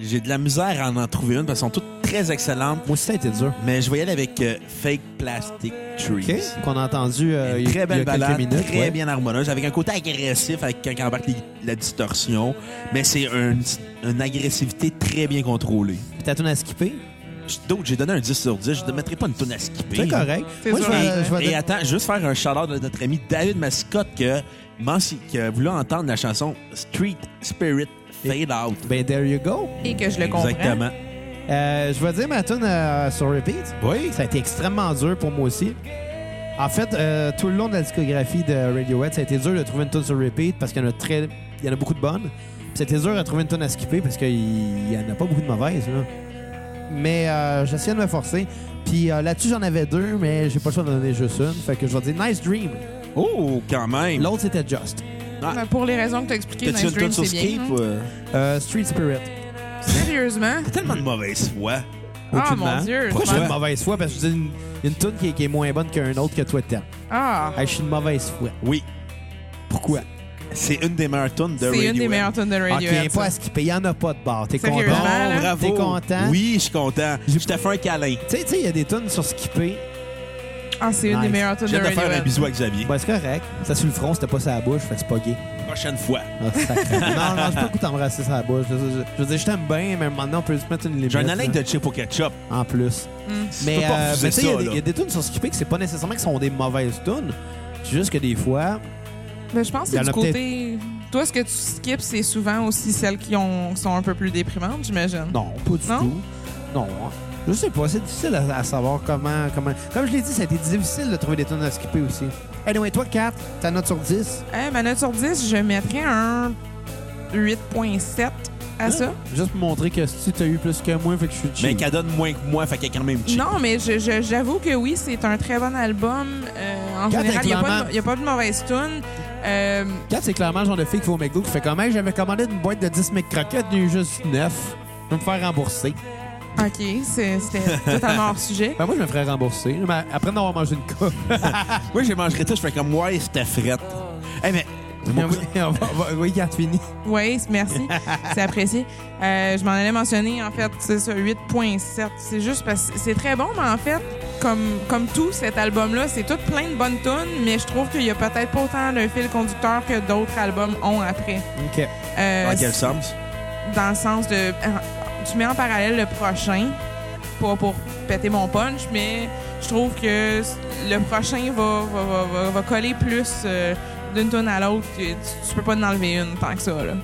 Speaker 2: j'ai de la misère à en, en trouver une parce qu'elles sont toutes très excellentes.
Speaker 1: Moi aussi, ça a été dur.
Speaker 2: Mais je vais y aller avec euh, Fake Plastic Trees.
Speaker 1: Qu'on a entendu euh, il y a-
Speaker 2: très
Speaker 1: il y
Speaker 2: belle
Speaker 1: a
Speaker 2: balade,
Speaker 1: quelques minutes.
Speaker 2: très
Speaker 1: ouais.
Speaker 2: bien harmonieuse, avec un côté agressif avec quand il embarque les- la distorsion, mais c'est un- une agressivité très bien contrôlée.
Speaker 1: Puis ta tune à skipper,
Speaker 2: J- D'autres, j'ai donné un 10 sur 10, je ne mettrai pas une tune à skipper.
Speaker 1: c'est correct.
Speaker 3: C'est
Speaker 1: Moi, je
Speaker 3: sûr.
Speaker 1: vais,
Speaker 2: Et,
Speaker 1: je vais
Speaker 2: et attends, juste faire un shout-out de notre ami David Mascotte que, mensi- que voulait entendre la chanson Street Spirit Fade Out.
Speaker 1: Ben, there you go.
Speaker 3: Et que je le comprends.
Speaker 2: Exactement.
Speaker 1: Euh, je vais dire ma tune euh, sur repeat.
Speaker 2: Oui.
Speaker 1: Ça a été extrêmement dur pour moi aussi. En fait, euh, tout le long de la discographie de Radiohead, ça a été dur de trouver une tune sur repeat parce qu'il y en a très, il y en a beaucoup de bonnes. Puis C'était dur de trouver une tune à skipper parce qu'il n'y en a pas beaucoup de mauvaises. là. Mais euh, j'essayais de me forcer. Puis euh, là-dessus, j'en avais deux, mais j'ai pas le choix d'en donner juste une. Fait que je vais dire Nice Dream.
Speaker 2: Oh, quand même.
Speaker 1: L'autre, c'était Just.
Speaker 3: Ben, Pour les raisons que t'as expliquées,
Speaker 2: T'as-tu
Speaker 3: Nice
Speaker 2: une tonne
Speaker 3: Dream,
Speaker 2: sur
Speaker 3: c'est bien.
Speaker 2: Skip?
Speaker 3: hein.
Speaker 2: euh?
Speaker 1: Euh, Street Spirit.
Speaker 3: Sérieusement?
Speaker 2: T'as tellement de mauvaise foi.
Speaker 3: Ah,
Speaker 1: Au-dessus de
Speaker 3: mon
Speaker 1: moi.
Speaker 3: Dieu.
Speaker 1: Pourquoi je
Speaker 3: Ouais.
Speaker 1: suis une mauvaise foi? Parce que je dis une, une tune qui, est- qui est moins bonne qu'un autre que toi, t'aimes.
Speaker 3: Ah!
Speaker 1: Hey, je suis une mauvaise foi.
Speaker 2: Oui,
Speaker 1: Pourquoi?
Speaker 2: c'est une des meilleures tunes de
Speaker 3: C'est une des
Speaker 2: Radiohead.
Speaker 3: meilleures tunes de Radiohead.
Speaker 1: Ah, OK, pas à
Speaker 3: ça.
Speaker 1: skipper. Il n'y en a pas de barre. T'es
Speaker 3: Sérieusement,
Speaker 1: content?
Speaker 3: là?
Speaker 2: Bravo.
Speaker 1: T'es content?
Speaker 2: Oui, je suis content. Je te fait un câlin.
Speaker 1: Tu sais, tu sais, il y a des tonnes sur skipper.
Speaker 3: Ah, c'est une des
Speaker 1: Nice.
Speaker 3: meilleures tunes
Speaker 2: J'ai
Speaker 3: de
Speaker 2: hâte de faire un
Speaker 3: Radiohead.
Speaker 2: bisou à Xavier.
Speaker 1: Ben, c'est correct. Ça sur le front, c'était pas sur la bouche, fait que c'est pas gay.
Speaker 2: Prochaine fois.
Speaker 1: Ah, sacré.
Speaker 2: [LAUGHS]
Speaker 1: non, non, j'ai pas le goût d'embrasser sur la bouche. Je, je- je veux dire, je t'aime bien, mais maintenant, on peut juste mettre une limite.
Speaker 2: J'ai un anecdote
Speaker 1: là,
Speaker 2: de chip au ketchup.
Speaker 1: En plus.
Speaker 2: Tu
Speaker 1: Mais,
Speaker 2: peux pas
Speaker 1: euh,
Speaker 2: refuser
Speaker 1: mais tu sais, il y a
Speaker 2: ça,
Speaker 1: des- il y,
Speaker 2: là.
Speaker 1: a des tunes sur skipper que c'est pas nécessairement que sont des mauvaises tunes. C'est juste que des fois,
Speaker 3: Mais Ben, je pense
Speaker 1: Il y
Speaker 3: que
Speaker 1: en
Speaker 3: du
Speaker 1: a peut-être-
Speaker 3: côté. Toi, ce que tu skips, c'est souvent aussi celles qui ont... sont un peu plus déprimantes, j'imagine.
Speaker 1: Non, pas du
Speaker 3: Non?
Speaker 1: tout. Non. hein. Je sais pas, c'est difficile à, à savoir comment, comment. Comme je l'ai dit, ça a été difficile de trouver des tonnes à skipper aussi. Anyway, toi, 4, ta note sur 10.
Speaker 3: Eh, ma note sur 10, je mettrais un 8,7
Speaker 1: Ah,
Speaker 3: à ça.
Speaker 1: Juste pour montrer que si tu as eu plus que moi, fait que je suis
Speaker 2: Mais
Speaker 1: cheap.
Speaker 2: qu'elle donne moins que moi, fait qu'elle est quand même cheap.
Speaker 3: Non, mais je- je- j'avoue que oui, c'est un très bon album. Euh, en
Speaker 1: Quatre
Speaker 3: général, il n'y a, pas
Speaker 1: réclamants.
Speaker 3: de- y a pas de mauvaise tune. Euh,
Speaker 1: 4, c'est clairement le genre de fille qui va au McDo qui fait comme Hey, j'avais commandé une boîte de 10 McCroquettes, il y en a eu juste 9. Je vais me faire rembourser.
Speaker 3: OK, c'est- c'était totalement hors sujet.
Speaker 1: Ben, moi, je me ferais rembourser. Mais après d'avoir mangé une coupe.
Speaker 2: Moi, j'ai mangé tout, je fais comme, ouais, c'était frette.
Speaker 3: Oh.
Speaker 2: Eh, mais. mon cousin-
Speaker 1: [LAUGHS] On va- on va- oui, 4 fini.
Speaker 3: Oui, c-
Speaker 2: [LAUGHS]
Speaker 3: merci. c'est apprécié. Euh, je m'en allais mentionner, en fait, c'est ça, 8.7. C'est juste parce que c'est très bon, mais en fait, comme, comme tout cet album-là, c'est tout plein de bonnes tunes, mais je trouve qu'il y a peut-être pas autant d'un fil conducteur que d'autres albums ont après.
Speaker 1: OK.
Speaker 3: Euh,
Speaker 2: Dans quel sens?
Speaker 3: dans le sens de. euh, Tu mets en parallèle le prochain, pas pour péter mon punch, mais je trouve que le prochain va, va, va- va- va coller plus euh, d'une tonne à l'autre. Tu, tu peux pas en enlever une tant que ça. Là.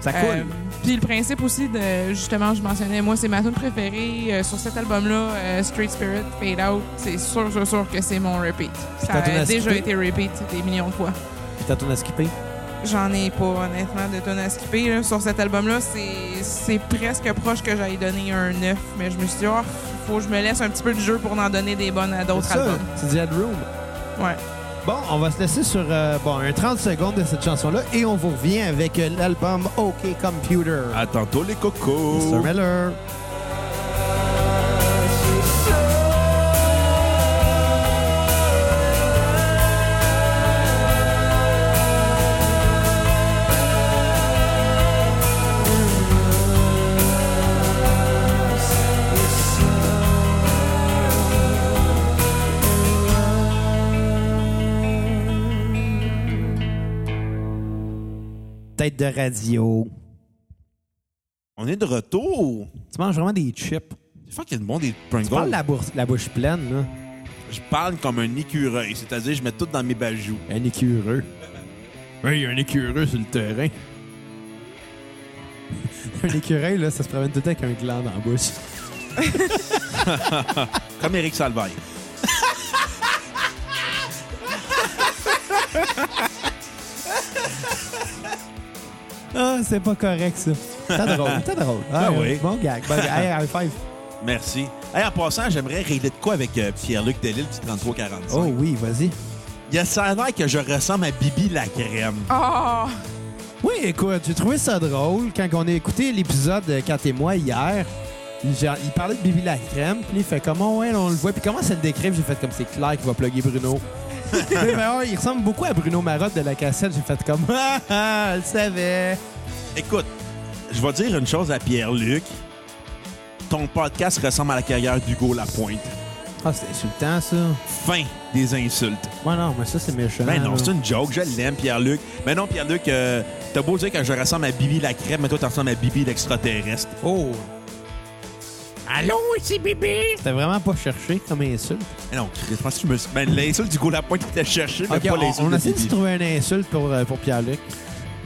Speaker 1: Ça coule.
Speaker 3: Euh, Puis le principe aussi de justement, je mentionnais, moi c'est ma tune préférée euh, sur cet album-là, euh, Street Spirit Fade Out. C'est sûr, sûr, sûr que c'est mon repeat. Ça
Speaker 1: ta tune
Speaker 3: a
Speaker 1: à
Speaker 3: déjà
Speaker 1: skipper?
Speaker 3: été repeat des millions de fois.
Speaker 1: Puis t'as ton à skipper.
Speaker 3: J'en ai pas, honnêtement, de tonnes à skipper. là. Sur cet album-là, c'est c'est presque proche que j'aille donner un 9, mais je me suis dit, oh, faut que je me laisse un petit peu de jeu pour en donner des bonnes à d'autres
Speaker 1: C'est ça,
Speaker 3: albums.
Speaker 1: C'est du Headroom.
Speaker 3: Ouais.
Speaker 1: Bon, on va se laisser sur euh, bon, un 30 secondes de cette chanson-là et on vous revient avec euh, l'album OK Computer.
Speaker 2: À tantôt, les cocos.
Speaker 1: Mr. Miller. Tête de radio.
Speaker 2: On est de retour.
Speaker 1: Tu manges vraiment des chips.
Speaker 2: Je crois qu'il y a du monde des
Speaker 1: Tu
Speaker 2: Pringles.
Speaker 1: parles la, bourse- la bouche pleine, là.
Speaker 2: Je parle comme un écureuil, c'est-à-dire je mets tout dans mes bajoux.
Speaker 1: Un écureux. Oui, il y a un écureux sur le terrain. [LAUGHS] un écureuil, là, ça se promène tout le temps avec un gland dans la bouche.
Speaker 2: Comme Eric Salvaille.
Speaker 1: Ah, c'est pas correct, ça. T'es [LAUGHS] drôle, t'es drôle. Ah,
Speaker 2: Ben oui.
Speaker 1: Bon gag. Bon gag. Hey, high five.
Speaker 2: Merci. Hey, en passant, j'aimerais régler de quoi avec euh, Pierre-Luc Delille du 3345.
Speaker 1: Oh oui, vas-y.
Speaker 2: Il y a ça a l'air que je ressemble à Bibi la crème.
Speaker 3: Oh!
Speaker 1: Oui, écoute, j'ai trouvé ça drôle quand on a écouté l'épisode de Kat et moi hier. il- genre, il parlait de Bibi la crème, puis il fait comment ouais, on le voit, puis comment ça le décrire, j'ai fait comme c'est clair qu'il va plugger
Speaker 2: [LAUGHS]
Speaker 1: Bruno. Puis il fait, Ah, il ressemble beaucoup à Bruno Marotte de la cassette, j'ai fait comme [LAUGHS] ah, ah, je le savait.
Speaker 2: Écoute, je vais dire une chose à Pierre-Luc. Ton podcast ressemble à la carrière d'Hugo Lapointe.
Speaker 1: Ah, c'est insultant ça.
Speaker 2: Fin des insultes.
Speaker 1: Ouais non, mais ça c'est méchant.
Speaker 2: Ben non,
Speaker 1: là.
Speaker 2: c'est une joke. Je l'aime, Pierre-Luc. Mais non, Pierre-Luc, euh, t'as beau dire que je ressemble à Bibi la crème, mais toi, t'en ressembles à Bibi l'extraterrestre.
Speaker 1: Oh. Allô, ici Bibi. C'était vraiment pas cherché comme insulte.
Speaker 2: Mais non, Chris, je pense que tu me... Ben, l'insulte d'Hugo Lapointe était cherchée, mais
Speaker 1: Ok,
Speaker 2: pas
Speaker 1: on,
Speaker 2: l'insulte
Speaker 1: on
Speaker 2: de
Speaker 1: essaie de
Speaker 2: Bibi.
Speaker 1: trouver une insulte pour, euh, pour Pierre-Luc.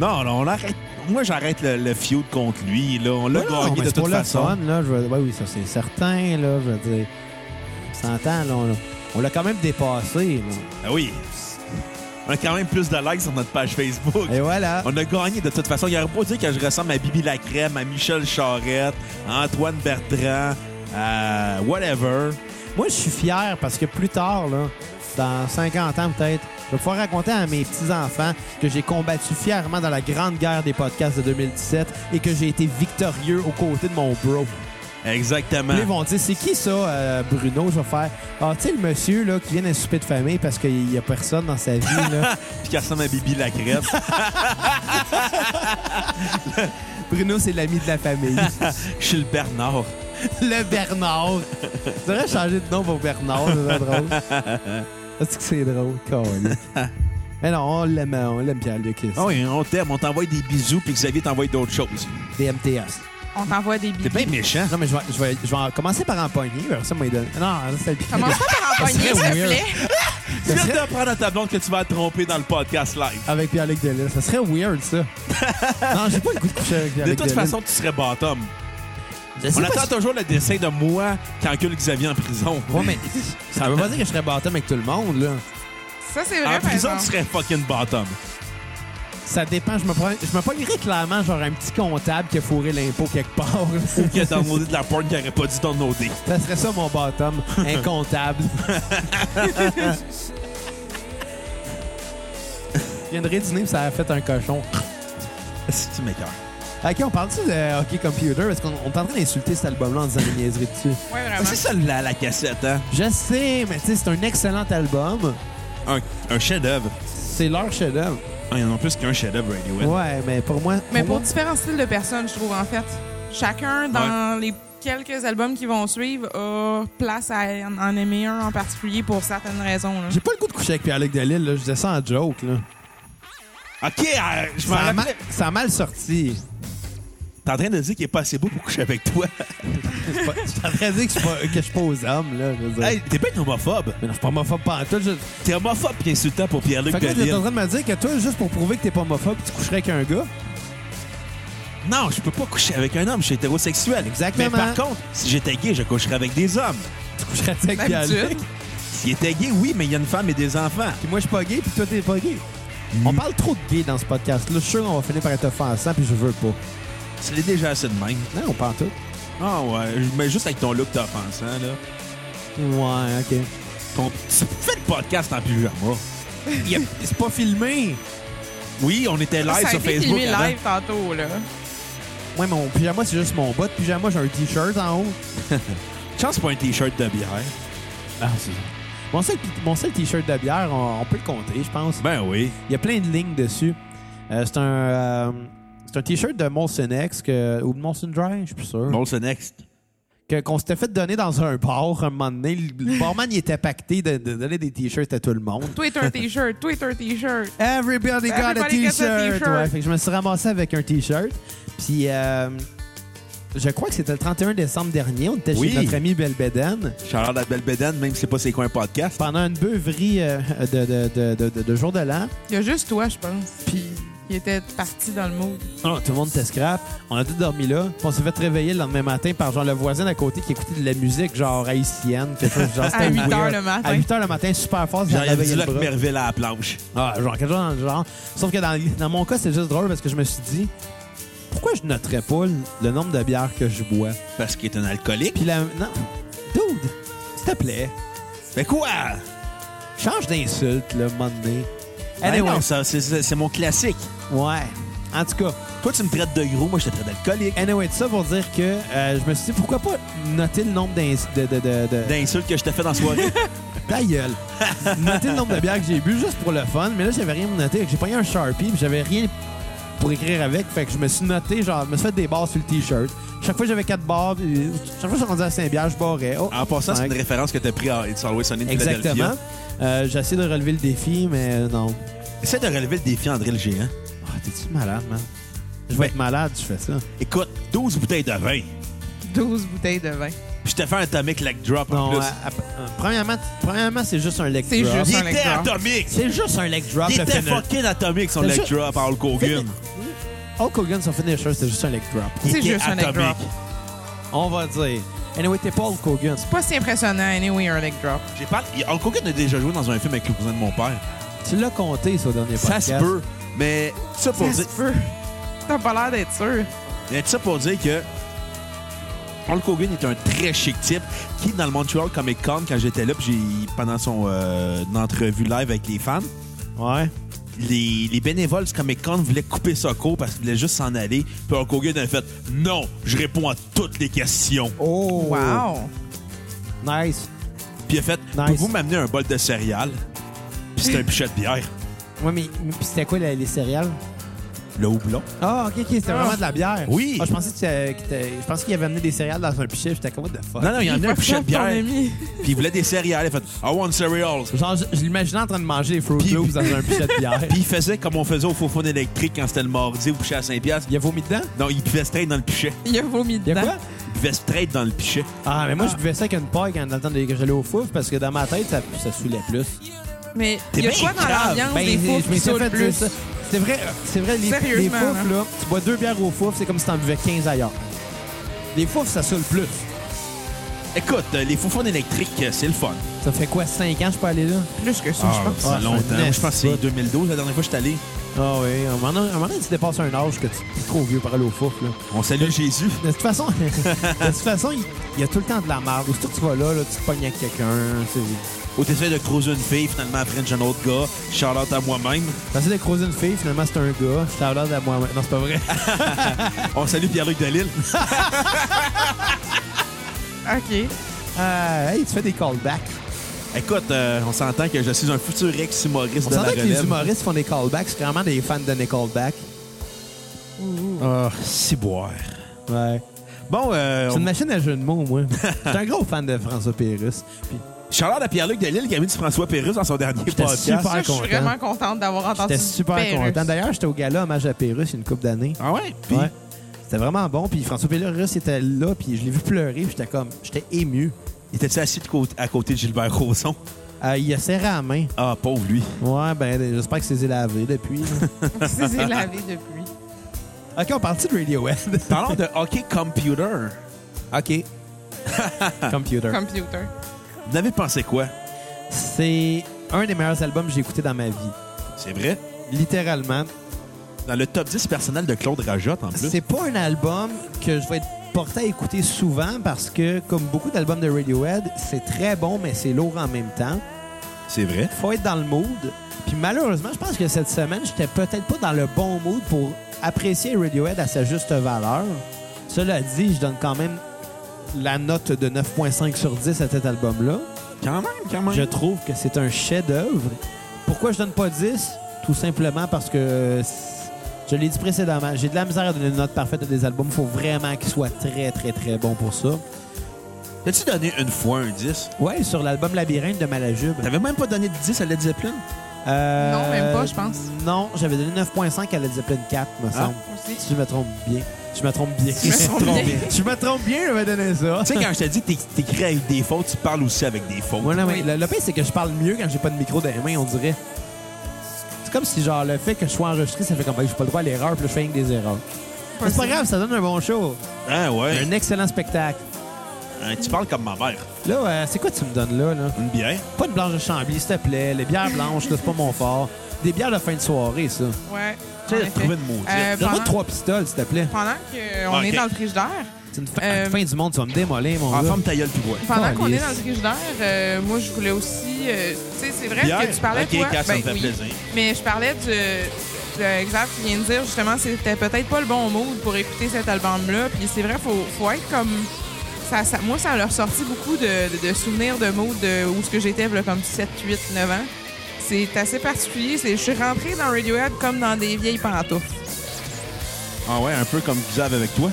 Speaker 2: Non, non, on arrête. Moi, j'arrête le, le feud contre lui. Là. On l'a
Speaker 1: Ouais, non,
Speaker 2: gagné
Speaker 1: mais
Speaker 2: de
Speaker 1: c'est pour
Speaker 2: toute
Speaker 1: le
Speaker 2: façon.
Speaker 1: fun, là, je veux- ouais, oui, ça c'est certain, là, je veux dire. On s'entend, là, on, on l'a quand même dépassé. là.
Speaker 2: Ah oui. On a quand même plus de likes sur notre page Facebook.
Speaker 1: Et voilà.
Speaker 2: On a gagné de toute façon. Il aurait pas dit que je ressemble à Bibi Lacrème, à Michel Charette, à Antoine Bertrand, à whatever.
Speaker 1: Moi, je suis fier parce que plus tard, là, dans 50 ans peut-être, je vais pouvoir raconter à mes petits-enfants que j'ai combattu fièrement dans la grande guerre des podcasts de 2017 et que j'ai été victorieux aux côtés de mon bro.
Speaker 2: Exactement.
Speaker 1: Puis Ils vont dire, c'est qui ça, euh, Bruno? Je vais faire, ah, tu sais, le monsieur là, qui vient d'un souper de famille parce qu'il n'y a personne dans sa vie.
Speaker 2: [LAUGHS]
Speaker 1: Là.
Speaker 2: Puis qui ressemble à Bibi
Speaker 1: [LAUGHS]
Speaker 2: Lacrème.
Speaker 1: Bruno, c'est l'ami de la
Speaker 2: [LAUGHS]
Speaker 1: famille.
Speaker 2: Je suis le Bernard.
Speaker 1: Le Bernard. Tu devrais changer de nom pour Bernard, c'est drôle. Est-ce que c'est drôle,
Speaker 2: [LAUGHS]
Speaker 1: Colin? Mais non, on l'aime, on l'aime bien, Lucas.
Speaker 2: Ah oui, on t'aime. On t'envoie des bisous, puis Xavier t'envoie d'autres choses.
Speaker 1: Des MTS.
Speaker 3: on t'envoie des billets.
Speaker 2: T'es bien méchant.
Speaker 1: Non, mais je vais, je vais, je vais en commencer par empoigner, puis après ça, on va lui donner. Non, là, [LAUGHS] c'est le piquet.
Speaker 3: Commence pas par empoigner, s'il
Speaker 1: serait
Speaker 3: te
Speaker 1: weird.
Speaker 3: plaît.
Speaker 2: Tu
Speaker 1: Ça
Speaker 2: viens
Speaker 1: serait-
Speaker 2: d'apprendre à ta blonde que tu vas te tromper dans le podcast live.
Speaker 1: Avec Pierre-Luc Delis. Ça serait weird,
Speaker 2: [LAUGHS]
Speaker 1: ça. non, j'ai pas le goût de coucher avec
Speaker 2: De
Speaker 1: Pierre-Luc
Speaker 2: toute
Speaker 1: Delis.
Speaker 2: façon, tu serais bottom.
Speaker 1: Je sais
Speaker 2: On
Speaker 1: pas
Speaker 2: attend
Speaker 1: si-
Speaker 2: toujours le dessin de moi qui encule Xavier en prison.
Speaker 1: Ouais, mais ça veut pas dire que je serais bâton avec tout le monde, là.
Speaker 3: Ça, c'est vrai,
Speaker 2: En
Speaker 3: par
Speaker 2: prison,
Speaker 3: exemple.
Speaker 2: tu serais fucking bottom.
Speaker 1: Ça dépend. Je me, prends, je me pognerais clairement, genre, un petit comptable qui a fourré l'impôt quelque part. là.
Speaker 2: Ou qui
Speaker 1: [LAUGHS]
Speaker 2: a downloadé de la porn qui aurait pas dû downloader.
Speaker 1: ça serait ça, mon
Speaker 2: [LAUGHS]
Speaker 1: bottom. Un comptable. je viendrais dîner, puis ça a fait un cochon.
Speaker 2: Si tu m'écœures.
Speaker 1: OK, on parle-tu de Hockey Computer? Parce qu'on on est en train d'insulter cet album-là en disant des niaiseries dessus.
Speaker 3: Ouais,
Speaker 2: Mais
Speaker 3: vraiment.
Speaker 2: Ah, C'est ça la, la cassette, hein?
Speaker 1: Je sais, mais tu sais, c'est un excellent album.
Speaker 2: Un, un chef-d'œuvre.
Speaker 1: C'est leur chef-d'œuvre.
Speaker 2: Ah, il y en a plus qu'un chef-d'œuvre, Radiohead.
Speaker 1: Ouais, mais pour moi.
Speaker 3: Mais
Speaker 1: pour
Speaker 3: pour différents styles de personnes, je trouve, en fait. Chacun, dans les quelques albums qui vont suivre, a place à en en aimer un en particulier pour certaines raisons. là.
Speaker 1: J'ai pas le goût de coucher avec Pierre-Luc Delisle, là. Je disais ça en joke, là.
Speaker 2: Ok, euh, je m'en
Speaker 1: Ça a, mal,
Speaker 2: rappelais.
Speaker 1: ça a mal sorti.
Speaker 2: T'es en train de dire qu'il est pas assez beau pour coucher avec toi.
Speaker 1: Je suis pas- je suis en train de dire que je suis pas, que je suis pas aux hommes, là. Je veux dire.
Speaker 2: hey, t'es pas homophobe.
Speaker 1: Mais non, je suis pas homophobe pas en tout. Je...
Speaker 2: T'es homophobe pis insultant pour Pierre-Luc
Speaker 1: Fait que là, t'es en
Speaker 2: Delisle.
Speaker 1: train de me dire que toi, juste pour prouver que t'es pas homophobe, tu coucherais avec un gars. [LAUGHS]
Speaker 2: Non, je peux pas coucher avec un homme, je suis hétérosexuel.
Speaker 1: Exactement.
Speaker 2: Mais par contre, si j'étais gay, je coucherais avec des hommes.
Speaker 1: Tu coucherais avec Pierre-Luc.
Speaker 3: D'habitude.
Speaker 2: S'il était gay, oui, mais il y a une femme et des enfants.
Speaker 1: Puis moi, je suis pas gay, puis toi, t'es pas gay. On parle trop de gay dans ce podcast. Là, je suis sûr qu'on va finir par être offensant, puis je veux pas.
Speaker 2: Tu l'es déjà assez de même.
Speaker 1: Non, on parle tout.
Speaker 2: Ah ouais, mais juste avec ton look d'offensant, là.
Speaker 1: Ouais, OK.
Speaker 2: Ton... Tu fais le podcast en pyjama.
Speaker 1: Il y a- C'est pas filmé.
Speaker 2: Oui, on était live
Speaker 3: Ah, ça a
Speaker 2: sur
Speaker 3: été
Speaker 2: Facebook.
Speaker 3: filmé
Speaker 2: avant.
Speaker 3: live tantôt, là.
Speaker 1: Ouais, mon pyjama, c'est juste mon bas de pyjama. J'ai un T-shirt en haut.
Speaker 2: Chance c'est pas un t-shirt de bière.
Speaker 1: Ah, c'est... Mon seul, mon seul T-shirt de bière, on, on peut le compter, je pense.
Speaker 2: Ben oui.
Speaker 1: Il y a plein de lignes dessus. Euh, c'est un... euh, c'est un T-shirt de Molson X que, ou de Molson Dry, je suis plus sûr.
Speaker 2: Molson Next.
Speaker 1: que- qu'on s'était fait donner dans un bar un moment donné. Le le barman, il était pacté de, de donner des T-shirts à tout le monde.
Speaker 3: Twitter T-shirt, Twitter T-shirt.
Speaker 1: Everybody got
Speaker 3: Everybody
Speaker 1: a
Speaker 3: gets a
Speaker 1: T-shirt.
Speaker 3: T-shirt.
Speaker 1: Ouais, fait que je me suis ramassé avec un T-shirt. Puis, euh, je crois que c'était le 31 décembre dernier. On était
Speaker 2: Oui.
Speaker 1: chez notre ami Belbeden.
Speaker 2: Chaleur de la belle bédaine, même si c'est pas c'est quoi un podcast.
Speaker 1: pendant une beuverie euh, de, de, de, de, de- de jour de l'an.
Speaker 3: Il y a juste toi, je pense,
Speaker 1: Puis
Speaker 3: qui était parti dans le mood.
Speaker 1: oh, tout le monde était scrap. On a tous dormi là. Puis on s'est fait réveiller le lendemain matin par genre le voisin à côté qui écoutait de la musique genre haïtienne. Quelque chose, genre, c'était
Speaker 3: À 8
Speaker 1: weird.
Speaker 3: heures le matin.
Speaker 1: À 8 h le matin, super fort. ça
Speaker 2: Genre, il y avait
Speaker 1: réveillait
Speaker 2: du
Speaker 1: le
Speaker 2: Loch
Speaker 1: bras.
Speaker 2: Merville à la planche.
Speaker 1: Ah, genre, quelque chose dans le genre. Sauf que dans, dans mon cas, c'est juste drôle parce que je me suis dit, pourquoi je noterais pas le, le nombre de bières que je bois?
Speaker 2: Parce qu'il est un alcoolique.
Speaker 1: Puis là, non, dude, s'il te plaît,
Speaker 2: Mais quoi?
Speaker 1: change d'insulte, le moment donné.
Speaker 2: Ben
Speaker 1: Anyway,
Speaker 2: non, ça, c'est- c'est c'est mon classique.
Speaker 1: ouais. En tout cas,
Speaker 2: Toi, tu me traites de gros, moi, je te traite d'alcoolique.
Speaker 1: Anyway, tout ça pour dire que euh, je me suis dit pourquoi pas noter le nombre d'insultes. De, de, de, de-
Speaker 2: D'insultes que je t'ai fait dans la soirée.
Speaker 1: Ta gueule. noter le nombre de bières que j'ai bu juste pour le fun, mais là j'avais rien noté. J'ai pris un Sharpie puis j'avais rien pour écrire avec. Fait que je me suis noté, genre, je me suis fait des barres sur le t-shirt. Chaque fois j'avais quatre barres, puis chaque fois je suis rendu à 5 bières, je barrais. Oh,
Speaker 2: [LAUGHS] en passant, c'est
Speaker 1: cinq.
Speaker 2: une référence que t'as pris à It's Always Sunny de
Speaker 1: Exactement.
Speaker 2: Ah, Philadelphia.
Speaker 1: Euh, j'ai essayé de relever le défi, mais non.
Speaker 2: Essaie de relever le défi, André hein. le géant.
Speaker 1: Ah, t'es-tu malade, man? Je
Speaker 2: Ben.
Speaker 1: vais être malade, je fais ça.
Speaker 2: Écoute, 12 bouteilles de vin.
Speaker 3: 12 bouteilles de vin.
Speaker 2: Puis je t'ai fait un Atomic Leg Drop en
Speaker 1: Non,
Speaker 2: plus.
Speaker 1: euh, euh, premièrement, premièrement c'est juste un leg
Speaker 3: C'est
Speaker 1: drop.
Speaker 3: juste.
Speaker 2: Il
Speaker 3: un
Speaker 2: était
Speaker 3: leg drop. Ah,
Speaker 2: atomique!
Speaker 1: C'est juste un leg drop.
Speaker 2: Il
Speaker 1: le
Speaker 2: était
Speaker 1: finish.
Speaker 2: fucking atomique, son
Speaker 1: C'est
Speaker 2: leg
Speaker 1: juste-
Speaker 2: drop à Hulk Hogan.
Speaker 1: Hulk Hogan, son finisher, c'est juste un leg drop.
Speaker 2: Il
Speaker 3: C'est
Speaker 2: était
Speaker 3: juste un leg drop.
Speaker 2: atomique.
Speaker 1: On va dire. Anyway, t'es pas Hulk Hogan.
Speaker 3: Pas si impressionnant, anyway, un leg drop.
Speaker 2: J'ai parlé... Hulk Hogan a déjà joué dans un film avec le cousin de mon père.
Speaker 1: Tu l'as compté, ça, au dernier
Speaker 2: Ça
Speaker 1: podcast.
Speaker 2: se peut. Mais ça pour
Speaker 3: Ça
Speaker 2: dire...
Speaker 3: se peut. T'as pas l'air d'être sûr.
Speaker 2: Mais ça pour dire que Hulk Hogan est un très chic type qui, dans le Montreal Comic Con, quand j'étais là, puis j'ai- pendant son euh, entrevue live avec les fans,
Speaker 1: Ouais.
Speaker 2: les, les bénévoles du Comic Con voulaient couper ça court parce qu'ils voulaient juste s'en aller. Puis Hulk Hogan a fait Non, je réponds à toutes les questions.
Speaker 1: Oh.
Speaker 3: Wow.
Speaker 1: Nice.
Speaker 2: Puis il a fait
Speaker 1: Nice.
Speaker 2: Pouvez-vous m'amener un bol de céréales Puis c'était un pichet de bière.
Speaker 1: Ouais, mais mais c'était quoi la- les céréales?
Speaker 2: le houblon.
Speaker 1: Ah, ok, ok, c'était
Speaker 3: Ah.
Speaker 1: vraiment de la bière.
Speaker 2: Oui.
Speaker 1: Ah, je pensais que t'as- que t'as- je pensais qu'il avait amené des céréales dans un pichet, j'étais comme, what the fuck.
Speaker 2: Non, non, il y en a un
Speaker 3: Fuck
Speaker 2: pichet de
Speaker 3: off, ton
Speaker 2: bière.
Speaker 3: ami.
Speaker 2: Puis il voulait des céréales. Il a fait I want cereals.
Speaker 1: Genre, je, je l'imaginais en train de manger des Fruit
Speaker 2: Puis-
Speaker 1: Loops dans un pichet [LAUGHS] de bière.
Speaker 2: Puis il faisait comme on faisait au faux fun électrique quand c'était le mardi au pichet à Saint-Pierre.
Speaker 1: Il a vomi dedans?
Speaker 2: Non, il buvait straight dans le pichet.
Speaker 3: Il a
Speaker 1: Il
Speaker 3: vomi
Speaker 1: y
Speaker 3: dedans.
Speaker 1: a quoi?
Speaker 2: Il buvait straight dans le pichet.
Speaker 1: Ah, mais moi, je buvais ça avec une paille quand dans le temps de- que j'allais au fouf parce que dans ma tête, ça, ça saoulait plus.
Speaker 3: Mais
Speaker 2: T'es
Speaker 3: il y a
Speaker 2: bien
Speaker 3: quoi dans
Speaker 2: grave.
Speaker 3: l'ambiance
Speaker 1: Ben,
Speaker 3: des
Speaker 1: je
Speaker 3: fous
Speaker 1: m'étais
Speaker 3: qui saoulent
Speaker 1: fait dire
Speaker 3: plus?
Speaker 1: ça. C'est vrai, c'est vrai, les, les
Speaker 3: Sérieusement,
Speaker 1: foufs,
Speaker 3: hein?
Speaker 1: là, tu bois deux bières au fouf, c'est comme si t'en buvais 15 ailleurs. Les foufs, ça saoule plus.
Speaker 2: Écoute, euh, les faux électriques, euh, c'est le fun.
Speaker 1: Ça fait quoi, 5 ans, je peux aller là?
Speaker 3: Plus que ça, je pense.
Speaker 2: ça
Speaker 1: Ah,
Speaker 2: fait longtemps.
Speaker 1: ça laisse
Speaker 2: Je pense que
Speaker 1: pas.
Speaker 2: c'est 2012, la dernière fois que je suis allé.
Speaker 1: Ah oui, à un moment donné- à un moment donné, tu dépasses un âge que tu es trop vieux pour aller au fouf, là.
Speaker 2: On salue Jésus.
Speaker 1: De toute façon, [LAUGHS] de toute façon, il il y a tout le temps de la merde. Aussitôt que tu vas là, là, tu te pognes avec quelqu'un. c'est-
Speaker 2: Ou t'essayes de croiser une fille, finalement, après un autre gars. Charlotte à moi-même.
Speaker 1: T'essaies de croiser une fille, finalement, c'est un gars. Je l'air à moi. Non, c'est pas [LAUGHS] vrai.
Speaker 2: On salue Pierre-Luc Delisle.
Speaker 3: OK.
Speaker 1: Euh, hey, tu fais des callbacks.
Speaker 2: Écoute, euh, on s'entend que je suis un futur ex-humoriste
Speaker 1: On
Speaker 2: de la
Speaker 1: s'entend que les
Speaker 2: relève.
Speaker 1: humoristes font des callbacks. C'est vraiment des fans de Nickelback.
Speaker 2: Ah, c'est boire.
Speaker 1: Ouais.
Speaker 2: Bon, euh,
Speaker 1: C'est une machine à jeu de mots, moi. J'étais un gros fan de François Pérus. Puis
Speaker 2: Charlotte à Pierre-Luc Delisle qui a mis du François Pérus dans son dernier
Speaker 1: J'étais
Speaker 2: podcast.
Speaker 1: super
Speaker 3: Ça, je suis
Speaker 1: content.
Speaker 3: vraiment contente d'avoir entendu
Speaker 1: j'étais super
Speaker 3: Pérus.
Speaker 1: content.
Speaker 3: [LAUGHS]
Speaker 1: D'ailleurs, j'étais au gala Hommage à Pérus il y a une couple d'années.
Speaker 2: Ah ouais? Puis,
Speaker 1: Ouais. C'était vraiment bon. Puis François Pérus était là, puis je l'ai vu pleurer. puis j'étais comme... J'étais ému.
Speaker 2: était-tu assis de côté- à côté de Gilbert Rozon?
Speaker 1: Euh, il a serré la main.
Speaker 2: Ah, pauvre lui.
Speaker 1: Ouais, ben j'espère que c'est lavé depuis.
Speaker 2: [LAUGHS]
Speaker 1: là.
Speaker 3: C'est c'est lavé depuis.
Speaker 1: OK, on partit de
Speaker 2: [LAUGHS]
Speaker 1: Radiohead.
Speaker 2: Parlons de Hockey Computer.
Speaker 1: OK. Computer.
Speaker 3: Computer.
Speaker 2: Vous avez pensé quoi?
Speaker 1: C'est un des meilleurs albums que j'ai écouté dans ma vie.
Speaker 2: C'est vrai?
Speaker 1: Littéralement.
Speaker 2: Dans le top 10 personnel de Claude Rajotte, en plus.
Speaker 1: C'est pas un album que je vais être porté à écouter souvent parce que, comme beaucoup d'albums de Radiohead, c'est très bon, mais c'est lourd en même temps.
Speaker 2: C'est vrai?
Speaker 1: Faut être dans le mood. Puis malheureusement, je pense que cette semaine, j'étais peut-être pas dans le bon mood pour apprécier Radiohead à sa juste valeur. Cela dit, je donne quand même la note de 9.5 sur 10 à cet album-là.
Speaker 2: Quand même, quand même.
Speaker 1: Je trouve que c'est un chef-d'œuvre. Pourquoi je donne pas 10 Tout simplement parce que euh, c- je l'ai dit précédemment, j'ai de la misère à donner une note parfaite à des albums. Faut vraiment qu'ils soient très très très bons pour ça.
Speaker 2: T'as-tu donné une fois un 10?
Speaker 1: Ouais, sur l'album Labyrinthe de Malajube.
Speaker 2: T'avais même pas donné de 10 à Led Zeppelin?
Speaker 1: Euh,
Speaker 3: Non, même pas, je pense.
Speaker 1: Non, j'avais donné 9.5 à Led Zeppelin 4, me
Speaker 2: Ah.
Speaker 1: semble.
Speaker 3: Aussi.
Speaker 1: Si je me trompe bien. Je me trompe bien.
Speaker 2: Tu me trompes bien.
Speaker 1: [LAUGHS] Je me trompe bien, j'avais donné ça.
Speaker 2: tu sais, quand je t'ai dit que t'éc- t'écris avec des fautes, tu parles aussi avec des fautes.
Speaker 1: Ouais, non, mais le, le pire, c'est que je parle mieux quand j'ai pas de micro dans les mains, on dirait. C'est comme si, genre, le fait que je sois enregistré, ça fait comme, ben, j'ai pas le droit à l'erreur, puis là, je fais rien que des erreurs. Mais C'est pas grave, ça donne un bon show.
Speaker 2: Ah ouais.
Speaker 1: Un excellent spectacle.
Speaker 2: Hein, tu parles comme ma mère.
Speaker 1: Là, euh, c'est quoi que tu me donnes là, là?
Speaker 2: Une bière?
Speaker 1: Pas de blanche de Chambly, s'il te plaît. Les bières blanches, là, c'est pas mon fort. Des bières de fin de soirée, ça.
Speaker 3: Ouais.
Speaker 2: Tu
Speaker 3: en
Speaker 2: sais,
Speaker 3: effet.
Speaker 2: trouver une maudite.
Speaker 3: Euh,
Speaker 1: Donne-moi
Speaker 3: pendant-
Speaker 1: trois pistoles, s'il te plaît.
Speaker 3: Pendant qu'on
Speaker 2: Ah,
Speaker 3: est
Speaker 2: ok.
Speaker 3: dans le frigidaire,
Speaker 1: C'est une fin,
Speaker 3: Euh,
Speaker 1: fin du monde, tu vas me démolir, mon
Speaker 2: En
Speaker 1: gars.
Speaker 2: forme ta gueule, tu vois.
Speaker 3: pendant qu'on est
Speaker 1: Calisse.
Speaker 3: dans le frigidaire, euh, moi, je voulais aussi... euh, tu sais, c'est vrai
Speaker 2: Bière?
Speaker 3: que tu parlais
Speaker 2: Ok,
Speaker 3: toi. Ben
Speaker 2: Kat, ça me fait
Speaker 3: oui.
Speaker 2: plaisir.
Speaker 3: Mais je parlais du... de Xav qui vient de dire, justement, c'était peut-être pas le bon mood pour écouter cet album-là. Puis c'est vrai, faut, faut être comme... Ça, ça- moi, ça leur sortit beaucoup de, de- de souvenirs de mood de où ce que j'étais, là, comme 7, 8, 9 ans. C'est assez particulier. C'est- Je suis rentrée dans Radiohead comme dans des vieilles pantoufles.
Speaker 2: Ah ouais, un peu comme Xav avec toi.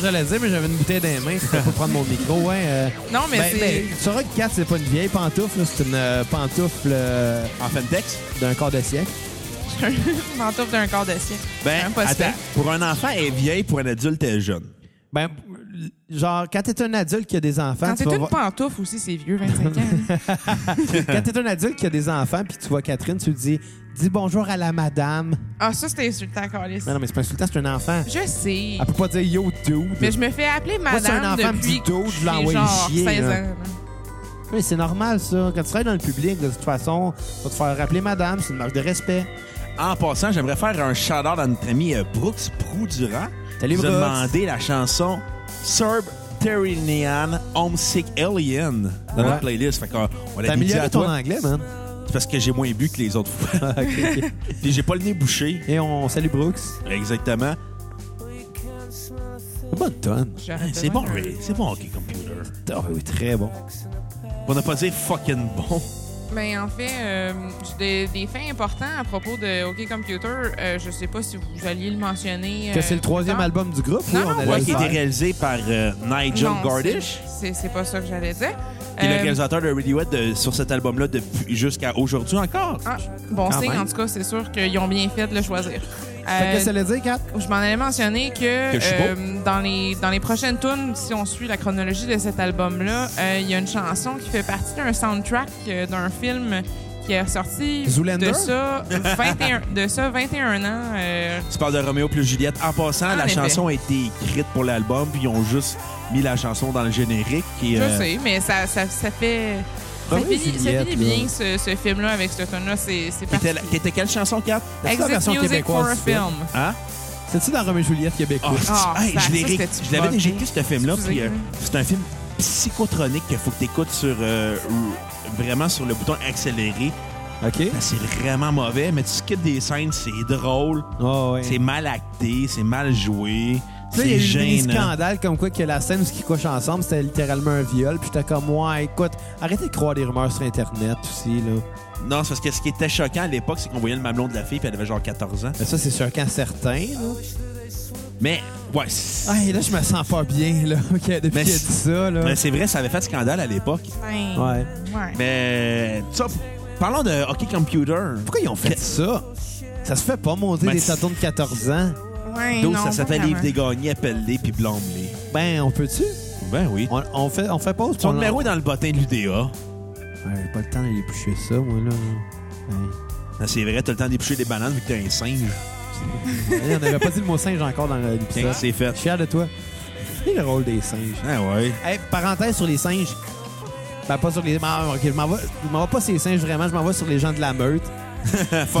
Speaker 1: J'allais dire, mais j'avais une bouteille dans les mains, c'était pour prendre mon micro, ouais. euh,
Speaker 3: Non, mais
Speaker 1: ben,
Speaker 3: c'est...
Speaker 1: ben, tu sauras que 4, c'est pas une vieille pantoufle, là, c'est une euh, pantoufle euh,
Speaker 2: En fin de texte?
Speaker 1: d'un quart de siècle.
Speaker 3: M'entoure d'un corps d'acier.
Speaker 2: Ben,
Speaker 3: Un postel.
Speaker 2: attends, pour un enfant, elle est vieille, pour un adulte, elle est jeune.
Speaker 1: Ben, genre, quand t'es un adulte qui a des enfants,
Speaker 3: Quand
Speaker 1: ben, tu
Speaker 3: t'es
Speaker 1: vas
Speaker 3: une
Speaker 1: voir-
Speaker 3: pantoufle aussi, c'est vieux,
Speaker 1: [LAUGHS]
Speaker 3: 25 ans.
Speaker 1: quand t'es un adulte qui a des enfants, puis tu vois Catherine, tu lui dis dis bonjour à la madame.
Speaker 3: Ah, ça, c'était insultant, Carlis.
Speaker 1: Non, non, mais c'est pas insultant, c'est un enfant.
Speaker 3: Je sais.
Speaker 1: Elle peut pas dire yo dude.
Speaker 3: Mais je me fais appeler
Speaker 1: c'est un
Speaker 3: madame
Speaker 1: enfant
Speaker 3: depuis
Speaker 1: du dos,
Speaker 3: que
Speaker 1: je
Speaker 3: je suis
Speaker 1: l'envoie
Speaker 3: genre
Speaker 1: chier,
Speaker 3: 16
Speaker 1: là.
Speaker 3: ans. hein.
Speaker 1: Mais c'est normal ça. Quand tu travailles dans le public, de toute façon, faut te faire rappeler madame, c'est une marque de respect.
Speaker 2: En passant, j'aimerais faire un shout-out à notre ami euh, Brooks Proudurant.
Speaker 1: Salut,
Speaker 2: Vous a
Speaker 1: Brooks.
Speaker 2: demandé la chanson Serb Terinian Homesick Alien dans
Speaker 1: Ouais.
Speaker 2: notre playlist. Fait qu'on on
Speaker 1: T'as
Speaker 2: l'a mis dit Ben, à
Speaker 1: amélioré ton
Speaker 2: toi.
Speaker 1: anglais, man. [LAUGHS]
Speaker 2: C'est parce que j'ai moins bu que les autres fois.
Speaker 1: Ah, ok, ok.
Speaker 2: Puis j'ai pas le nez bouché.
Speaker 1: Et on salue Brooks.
Speaker 2: Exactement.
Speaker 1: Bonne tonne.
Speaker 3: J'aurais
Speaker 2: C'est
Speaker 3: besoin
Speaker 2: bon,
Speaker 3: d'un-
Speaker 2: Ray. C'est bon, OK Computer.
Speaker 1: Ah oui, très bon.
Speaker 2: Pour ne pas dire fucking bon.
Speaker 3: Ben, en fait, euh, j'ai des, des faits importants à propos de OK Computer. Euh, je sais pas si vous alliez le mentionner.
Speaker 1: Que
Speaker 3: euh,
Speaker 1: c'est le troisième
Speaker 3: plus tard.
Speaker 1: album du groupe. oui,
Speaker 3: Non, non,
Speaker 1: on allait
Speaker 2: Ouais,
Speaker 1: le
Speaker 2: qui a été
Speaker 1: faire.
Speaker 2: réalisé par euh, Nigel
Speaker 3: Non,
Speaker 2: Gardish,
Speaker 3: C'est c'est pas ça que j'allais dire.
Speaker 2: qui est le
Speaker 3: Euh,
Speaker 2: réalisateur de Radiohead de- sur cet album-là depuis- jusqu'à aujourd'hui encore.
Speaker 3: ah, bon
Speaker 1: Quand
Speaker 3: signe,
Speaker 1: même.
Speaker 3: en tout cas, c'est sûr qu'ils ont bien fait de le choisir.
Speaker 1: Fait
Speaker 3: Euh,
Speaker 1: que ça allait dire, Kat?
Speaker 3: je m'en allais mentionner que,
Speaker 2: Que je suis
Speaker 3: euh, dans, les, dans les prochaines tunes, si on suit la chronologie de cet album-là, euh, il y a une chanson qui fait partie d'un soundtrack euh, d'un film qui est sorti
Speaker 1: Zoolander?
Speaker 3: de ça 21 de ça 21 ans euh,
Speaker 2: Tu parles de Roméo plus Juliette. En passant,
Speaker 3: En
Speaker 2: la
Speaker 3: effet.
Speaker 2: chanson a été écrite pour l'album, puis ils ont juste mis la chanson dans le générique. Et,
Speaker 3: Je
Speaker 2: euh,
Speaker 3: sais, mais ça, ça, ça fait. Ça
Speaker 1: Roméo et
Speaker 3: finit, ça
Speaker 1: Juliette,
Speaker 3: finit
Speaker 1: là.
Speaker 3: bien ce, ce film-là avec ce ton là C'est c'est
Speaker 2: qui était, la-
Speaker 3: particulier.
Speaker 2: qui était quelle chanson, Cap?
Speaker 1: la seule
Speaker 3: Exit
Speaker 1: version
Speaker 3: Music
Speaker 1: québécoise
Speaker 3: for a
Speaker 1: du film.
Speaker 3: Film.
Speaker 2: Hein?
Speaker 1: C'est-tu dans Roméo et Juliette québécois?
Speaker 2: Oh, c'est-
Speaker 3: Ah,
Speaker 2: hey,
Speaker 3: ça-
Speaker 2: je l'ai
Speaker 3: ça,
Speaker 2: ré-
Speaker 3: c'était-tu
Speaker 2: je l'avais
Speaker 3: bon?
Speaker 2: déjà écouté, ce film-là.
Speaker 3: Excusez,
Speaker 2: puis, euh,
Speaker 3: oui.
Speaker 2: c'est un film psychotronique qu'il faut que tu écoutes sur, euh, ou- vraiment sur le bouton accéléré.
Speaker 3: Ah.
Speaker 1: OK.
Speaker 2: Ben, c'est vraiment mauvais, mais tu skips des scènes, c'est drôle,
Speaker 1: Oh, ouais.
Speaker 2: c'est mal acté, c'est mal joué,
Speaker 1: Tu sais, il y a
Speaker 2: c'est
Speaker 1: eu des
Speaker 2: gênant.
Speaker 1: scandale comme quoi que la scène où ils couchent ensemble, c'était littéralement un viol. Puis j'étais comme, ouais, écoute, arrêtez de croire les rumeurs sur Internet aussi, là.
Speaker 2: Non, c'est parce que ce qui était choquant à l'époque, c'est qu'on voyait le mamelon de la fille, puis elle avait genre 14 ans.
Speaker 1: Mais ça, c'est sûr qu'un certain, là.
Speaker 2: Mais, ouais, c'est-
Speaker 1: Hey, là, je me sens pas bien, là, [LAUGHS] que depuis
Speaker 2: Mais
Speaker 1: qu'il a dit
Speaker 2: c'est-
Speaker 1: ça, là.
Speaker 2: mais c'est vrai, ça avait fait scandale à l'époque.
Speaker 3: Ben,
Speaker 1: Ouais.
Speaker 3: ouais.
Speaker 2: Mais, ça, parlons de Hockey Computer.
Speaker 1: Pourquoi ils ont fait ça? Ça se fait pas monter
Speaker 2: Mais
Speaker 1: des
Speaker 2: c'est-
Speaker 1: tatons de 14 ans.
Speaker 3: Ouais,
Speaker 2: D'où
Speaker 3: non,
Speaker 2: ça
Speaker 3: pas
Speaker 2: s'appelle
Speaker 3: vraiment.
Speaker 2: Yves Desgagnés, appelle-les, puis blâme-les.
Speaker 1: Ben, on peut-tu?
Speaker 2: Ben oui.
Speaker 1: On, on fait, on fait pause.
Speaker 2: Son
Speaker 1: on-
Speaker 2: numéro est dans le bottin de l'UDA.
Speaker 1: Ouais, j'ai pas le temps d'aller éplucher ça, moi, là. Ouais.
Speaker 2: Non, Ben, C'est vrai, t'as le temps d'éplucher des bananes vu que t'es un singe.
Speaker 1: Hey, on avait pas dit le mot singe encore dans
Speaker 2: Tiens,
Speaker 1: l'épisode.
Speaker 2: c'est
Speaker 1: Je
Speaker 2: fait.
Speaker 1: suis fier de toi. C'est le rôle des singes.
Speaker 2: Ah ouais.
Speaker 1: Hey, parenthèse sur les singes. Ben, pas sur les. Ah, ok, je m'en vais, je m'en vais pas sur les singes vraiment, je m'en vais sur les gens de la meute.
Speaker 2: [LAUGHS] Fuck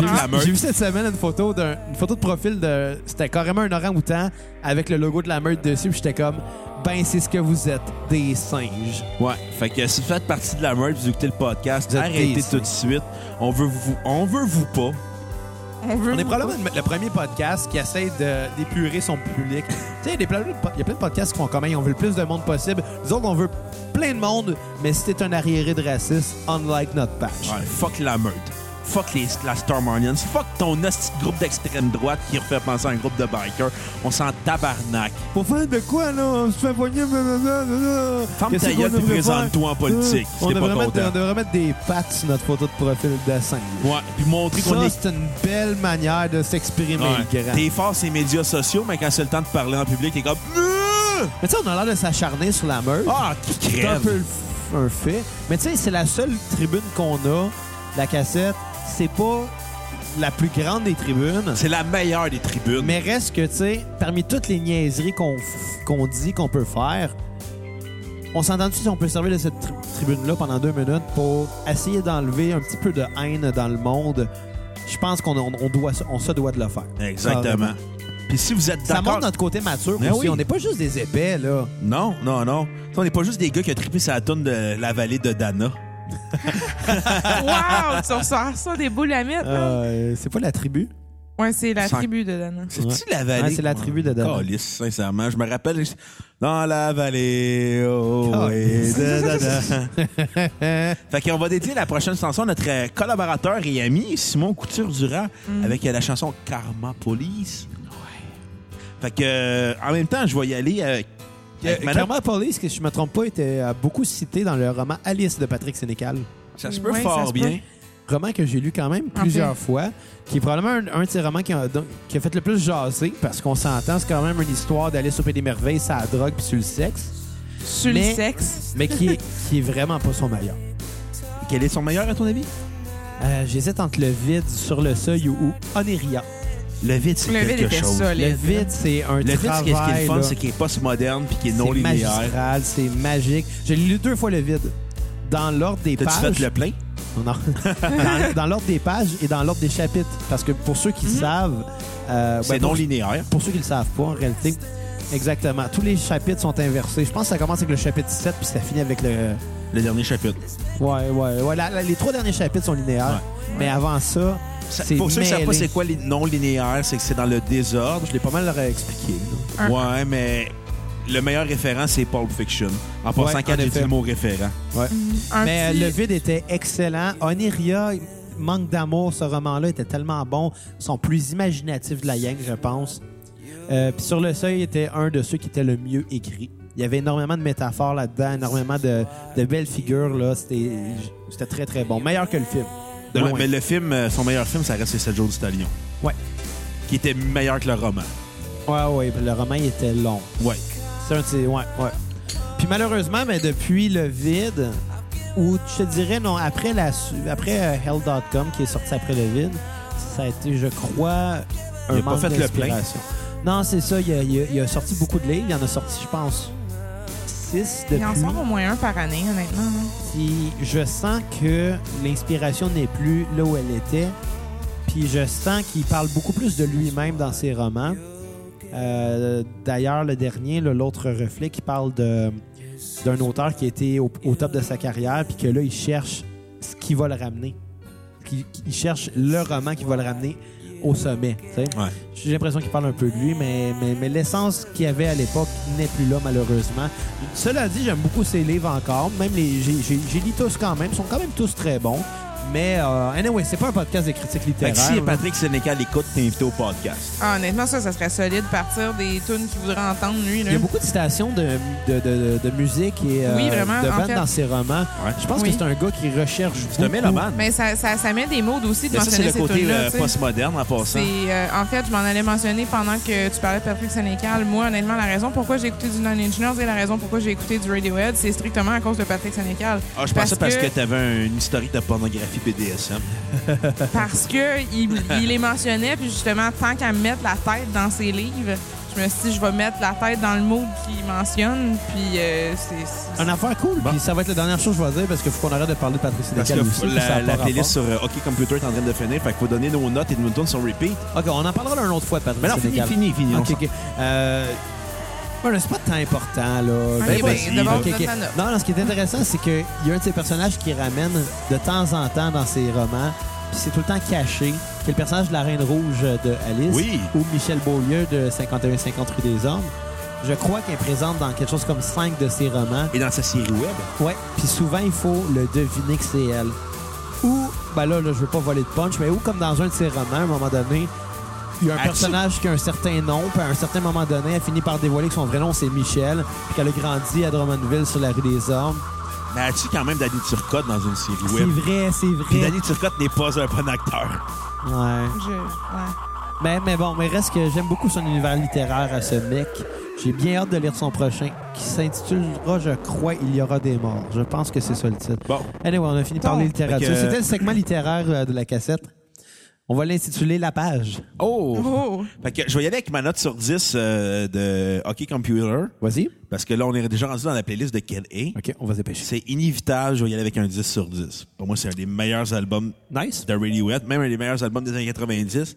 Speaker 1: J'ai vu-
Speaker 2: la meute.
Speaker 1: J'ai vu cette semaine une photo d'un- une photo de profil de c'était carrément un orang-outan avec le logo de la meute dessus puis j'étais comme ben c'est ce que vous êtes des singes.
Speaker 2: Ouais, fait que si vous faites partie de la meute, vous écoutez le podcast,
Speaker 1: Vous êtes
Speaker 2: arrêtez
Speaker 1: des
Speaker 2: tout de suite. On veut vous, on veut vous pas.
Speaker 3: On veut.
Speaker 1: On est probablement le premier podcast qui essaie de- d'épurer son public. [LAUGHS] tu sais il y a des plein de po- il y a plein de podcasts qui font comment on veut le plus de monde possible. Nous autres on veut plein de monde mais si t'es un arriéré de raciste unlike notre patch.
Speaker 2: Ouais, fuck la meute. Fuck les, la Stormonians. Fuck ton hostie de groupe d'extrême droite qui refait penser à un groupe de bikers. On s'en tabarnak.
Speaker 1: Pour faire de quoi, là? On se fait poigner, blablabla.
Speaker 2: Ferme
Speaker 1: Qu'est-ce
Speaker 2: ta gueule
Speaker 1: qu'on
Speaker 2: puis
Speaker 1: devrait
Speaker 2: présente-toi
Speaker 1: faire?
Speaker 2: en politique,
Speaker 1: Euh,
Speaker 2: si
Speaker 1: On
Speaker 2: t'es pas
Speaker 1: devrait,
Speaker 2: content.
Speaker 1: mettre, on devrait mettre des pattes sur notre photo de profil de singe.
Speaker 2: Ouais, puis montrer qu'on
Speaker 1: Ça,
Speaker 2: est...
Speaker 1: c'est une belle manière de s'exprimer,
Speaker 2: Ouais.
Speaker 1: le grand.
Speaker 2: T'es fort sur les médias sociaux, mais quand c'est le temps de parler en public, t'es comme... Ah,
Speaker 1: Mais tu sais, on a l'air de s'acharner sur la meute.
Speaker 2: Ah, qui
Speaker 1: Euh! c'est un
Speaker 2: crève.
Speaker 1: peu le f- un fait. Mais tu sais, c'est la seule tribune qu'on a, la cassette. C'est pas la plus grande des tribunes.
Speaker 2: C'est la meilleure des tribunes.
Speaker 1: Mais reste que, tu sais, parmi toutes les niaiseries qu'on f- qu'on dit qu'on peut faire, on s'entend-tu si on peut servir de cette tri- tribune-là pendant deux minutes pour essayer d'enlever un petit peu de haine dans le monde? Je pense qu'on on- on doit, ça- on se doit de le faire.
Speaker 2: Exactement.
Speaker 1: Ça,
Speaker 2: Puis si vous êtes
Speaker 1: Ça montre
Speaker 2: d'accord...
Speaker 1: notre côté mature
Speaker 2: Mais
Speaker 1: aussi.
Speaker 2: oui.
Speaker 1: On n'est pas juste des épais,
Speaker 2: [LAUGHS]
Speaker 1: là.
Speaker 2: Non, non, non. Tu sais, On n'est pas juste des gars qui ont trippé sa toune de la vallée de Dana.
Speaker 3: Wow, tu ressors ça des boules à mettre, là.
Speaker 1: Euh, c'est pas la tribu?
Speaker 3: Ouais, c'est la
Speaker 2: Sans-
Speaker 3: tribu de Dana.
Speaker 2: C'est-tu
Speaker 1: Ouais.
Speaker 2: la vallée?
Speaker 1: Ouais, c'est la tribu de Dana.
Speaker 2: Calisse, sincèrement. Je me rappelle... je- Dans la vallée... Oh, oui,
Speaker 1: Calisse. [LAUGHS]
Speaker 2: de Dana.
Speaker 1: Euh,
Speaker 2: fait qu'on va dédier la prochaine chanson à notre euh, collaborateur et ami, Simon Couture-Durand,
Speaker 3: Mm.
Speaker 2: avec euh, la chanson Karma Police. Fait que, euh, en même temps, je vais y aller avec... avec Madame-
Speaker 1: Clairement, Police, que je me trompe pas, était euh, beaucoup cité dans le roman Alice de Patrick Sénécal.
Speaker 2: Ça se peut
Speaker 3: Ouais, ça
Speaker 2: fort
Speaker 3: se peut.
Speaker 2: bien.
Speaker 1: roman que j'ai lu quand même plusieurs fois, qui est probablement un, un de ces romans qui a, donc- qui a fait le plus jaser, parce qu'on s'entend, c'est quand même une histoire d'Alice au Pays des Merveilles, sur la drogue puis sur le sexe,
Speaker 3: Sur
Speaker 1: Mais-
Speaker 3: le sexe.
Speaker 1: mais [LAUGHS] qui est, qui est vraiment pas son meilleur.
Speaker 2: Quel est son meilleur, à ton avis?
Speaker 1: Euh, J'hésite entre Le Vide, Sur le Seuil ou, ou Oneria.
Speaker 2: Le vide, c'est
Speaker 3: Le
Speaker 2: quelque
Speaker 3: vide était
Speaker 2: chose.
Speaker 1: Le
Speaker 3: solide.
Speaker 1: Vide, c'est un
Speaker 2: Le vide, ce
Speaker 1: travail...
Speaker 2: qui est, ce qui est le fun,
Speaker 1: là.
Speaker 2: c'est qu'il est post-moderne puis qu'il est non
Speaker 1: C'est
Speaker 2: linéaire.
Speaker 1: magistral, c'est magique. J'ai lu deux fois Le Vide. Dans l'ordre des
Speaker 2: T'as-tu
Speaker 1: pages...
Speaker 2: fait le plein?
Speaker 1: Non, non. dans dans l'ordre des pages et dans l'ordre des chapitres. Parce que pour ceux qui savent... euh,
Speaker 2: Mhm. C'est
Speaker 1: ben,
Speaker 2: non
Speaker 1: pour-
Speaker 2: linéaire.
Speaker 1: pour ceux qui ne le savent pas, en réalité. Exactement. Tous les chapitres sont inversés. Je pense que ça commence avec le chapitre 7 puis ça finit avec le.
Speaker 2: Le dernier chapitre.
Speaker 1: Ouais, ouais, ouais. La- la- les trois derniers chapitres sont linéaires. Mais avant ça,
Speaker 2: Ça-
Speaker 1: c'est.
Speaker 2: pour ceux qui savent pas
Speaker 1: mêlé.
Speaker 2: c'est quoi les non linéaires, c'est que c'est dans le désordre.
Speaker 1: Je l'ai pas mal leur expliqué. là.
Speaker 3: Un-
Speaker 2: Ouais, mais le meilleur référent, c'est Pulp Fiction. En passant,
Speaker 1: Ouais,
Speaker 2: quand
Speaker 1: en
Speaker 2: j'ai
Speaker 1: effet.
Speaker 2: dit le mot référent.
Speaker 1: Ouais.
Speaker 3: Un
Speaker 1: Mais
Speaker 3: petit-
Speaker 1: euh, le vide était excellent. Oniria, Manque d'amour, ce roman-là était tellement bon. Ils sont plus imaginatifs de la Yang, je pense. Euh, Puis sur le seuil était un de ceux qui était le mieux écrit. Il y avait énormément de métaphores là-dedans, énormément de, de belles figures. là. C'était c'était très, très bon. Meilleur que le film. De
Speaker 2: Ouais,
Speaker 1: loin.
Speaker 2: mais le film, euh, son meilleur film, ça reste Les 7 jours du Talion.
Speaker 1: Ouais.
Speaker 2: Qui était meilleur que le roman.
Speaker 1: Ouais, ouais, le roman, il était long.
Speaker 2: Ouais.
Speaker 1: C'est un de ces- Ouais, ouais. Puis malheureusement, mais depuis le vide, ou je te dirais, non, après, la, su- après euh, Hell.com qui est sorti après le vide, ça a été, je crois,
Speaker 2: Il
Speaker 1: un
Speaker 2: a pas
Speaker 1: manque
Speaker 2: fait le plein.
Speaker 1: d'inspiration. Non, c'est ça. Il a, il a- il a sorti beaucoup de livres. Il en a sorti, je pense, six
Speaker 3: Il en
Speaker 1: depuis.
Speaker 3: sort au moins un par année, honnêtement. hein.
Speaker 1: Puis je sens que l'inspiration n'est plus là où elle était. Puis je sens qu'il parle beaucoup plus de lui-même dans ses romans. Euh, D'ailleurs, le dernier, là, l'autre reflet, qui parle de d'un auteur qui était au, au top de sa carrière, puis que là, il cherche ce qui va le ramener. Qu'il- qu'il- Il cherche le roman qui va le ramener au sommet. tu sais.
Speaker 2: Ouais.
Speaker 1: J'ai l'impression qu'il parle un peu de lui, mais, mais, mais l'essence qu'il y avait à l'époque n'est plus là, malheureusement. Cela dit, j'aime beaucoup ses livres encore. Même les, j'ai, j'ai- j'ai lu tous quand même. Ils sont quand même tous très bons. Mais, euh, anyway, c'est pas un podcast de critique
Speaker 2: Fait
Speaker 1: littéraire.
Speaker 2: que Ben, si
Speaker 1: là.
Speaker 2: Patrick Sénécal écoute, t'es invité au podcast.
Speaker 3: Ah, honnêtement, ça, ça serait solide partir des tunes qu'il voudrait entendre, lui. Là.
Speaker 1: Il y a beaucoup de citations de, de, de- de- de musique et euh,
Speaker 3: Hein? Oui, vraiment,
Speaker 1: de
Speaker 3: en
Speaker 1: bandes
Speaker 3: fait.
Speaker 1: dans ses romans.
Speaker 2: Ouais.
Speaker 1: Je pense
Speaker 3: Oui.
Speaker 1: que c'est un gars qui recherche
Speaker 2: C'est un
Speaker 1: beaucoup.
Speaker 2: mélomane.
Speaker 3: Mais ça, ça, ça met des modes aussi de
Speaker 2: Mais ça, c'est
Speaker 3: mentionner
Speaker 2: le
Speaker 3: ces
Speaker 2: côté
Speaker 3: tunes-là.
Speaker 2: euh,
Speaker 3: tu sais.
Speaker 2: postmoderne en passant.
Speaker 3: C'est, euh, en fait, je m'en allais mentionner pendant que tu parlais de Patrick Sénécal. Moi, honnêtement, la raison pourquoi j'ai écouté du Non-Engineers et la raison pourquoi j'ai écouté du Radiohead, c'est strictement à cause de Patrick Sénécal.
Speaker 2: Ah, je
Speaker 3: parce
Speaker 2: pensais parce que,
Speaker 3: que-
Speaker 2: t'avais un- une historique de pornographie BDSM.
Speaker 3: parce que il, il les mentionnait, puis justement, tant qu'à mettre la tête dans ses livres, je me suis dit, je vais mettre la tête dans le mot qu'il mentionne, puis euh, c'est- c'est...
Speaker 1: Un affaire cool.
Speaker 2: Bon.
Speaker 1: Puis ça va être la dernière chose que je vais dire parce qu'il faut qu'on arrête de parler de Patrick
Speaker 2: Parce
Speaker 1: Sénécal
Speaker 2: que
Speaker 1: aussi. puis ça a
Speaker 2: la,
Speaker 1: pas
Speaker 2: la
Speaker 1: rapport.
Speaker 2: playlist sur euh, OK Computer est en train de finir. Fait qu'il faut donner nos notes et nous donner son repeat.
Speaker 1: OK, on en parlera une autre fois de Patrick
Speaker 2: Mais non, fini,
Speaker 1: Sénécal.
Speaker 2: fini, fini. on
Speaker 1: OK,
Speaker 2: s'en-
Speaker 1: OK. Euh, ouais, c'est pas tant important, là.
Speaker 2: ben,
Speaker 3: Ok, ben,
Speaker 2: vas-y,
Speaker 3: d'abord,
Speaker 1: Ok, ok.
Speaker 3: donne ta note.
Speaker 1: Non, non, ce qui est intéressant, c'est qu'il y a un de ces personnages qui ramène de temps en temps dans ses romans, puis c'est tout le temps caché, qui est le personnage de la Reine Rouge de Alice,
Speaker 2: Oui.
Speaker 1: ou Michel Beaulieu de 51-50 Rue des Hommes. Je crois qu'elle est présente dans quelque chose comme cinq de ses romans.
Speaker 2: Et dans sa série web.
Speaker 1: Ouais, puis souvent, il faut le deviner que c'est elle. Ou, ben là, là, je veux pas voler de punch, mais ou comme dans un de ses romans, à un moment donné, il y a un
Speaker 2: Ah,
Speaker 1: personnage qui a un certain nom, puis à un certain moment donné, elle finit par dévoiler que son vrai nom, c'est Michel, puis qu'elle a grandi à Drummondville sur la rue des Ormes.
Speaker 2: Mais as-tu quand même Danny Turcotte dans une série
Speaker 1: C'est
Speaker 2: web?
Speaker 1: vrai, c'est
Speaker 2: Puis
Speaker 1: vrai.
Speaker 2: Danny Turcotte n'est pas un bon acteur.
Speaker 1: Ouais.
Speaker 3: Je- ouais.
Speaker 1: Ben, Mais, mais bon, mais reste que j'aime beaucoup son univers littéraire à ce mec. J'ai bien hâte de lire son prochain, qui s'intitulera, je crois, Il y aura des morts. Je pense que c'est ça le titre.
Speaker 2: Bon,
Speaker 1: Anyway, on a fini par
Speaker 3: Donc,
Speaker 1: les littérature.
Speaker 2: fait que-
Speaker 1: C'était le segment littéraire euh, de la cassette. On va l'intituler La page.
Speaker 2: Oh!
Speaker 3: Oh!
Speaker 2: Fait que je vais y aller avec ma note sur 10 euh, de Hockey Computer,
Speaker 1: Vas-y.
Speaker 2: parce que là, on est déjà rendu dans la playlist de Ken A.
Speaker 1: OK, on va se dépêcher.
Speaker 2: C'est inévitable, je vais y aller avec un 10 sur 10. Pour moi, c'est un des meilleurs albums
Speaker 1: Nice.
Speaker 2: de Radiohead, même un des meilleurs albums des années 90.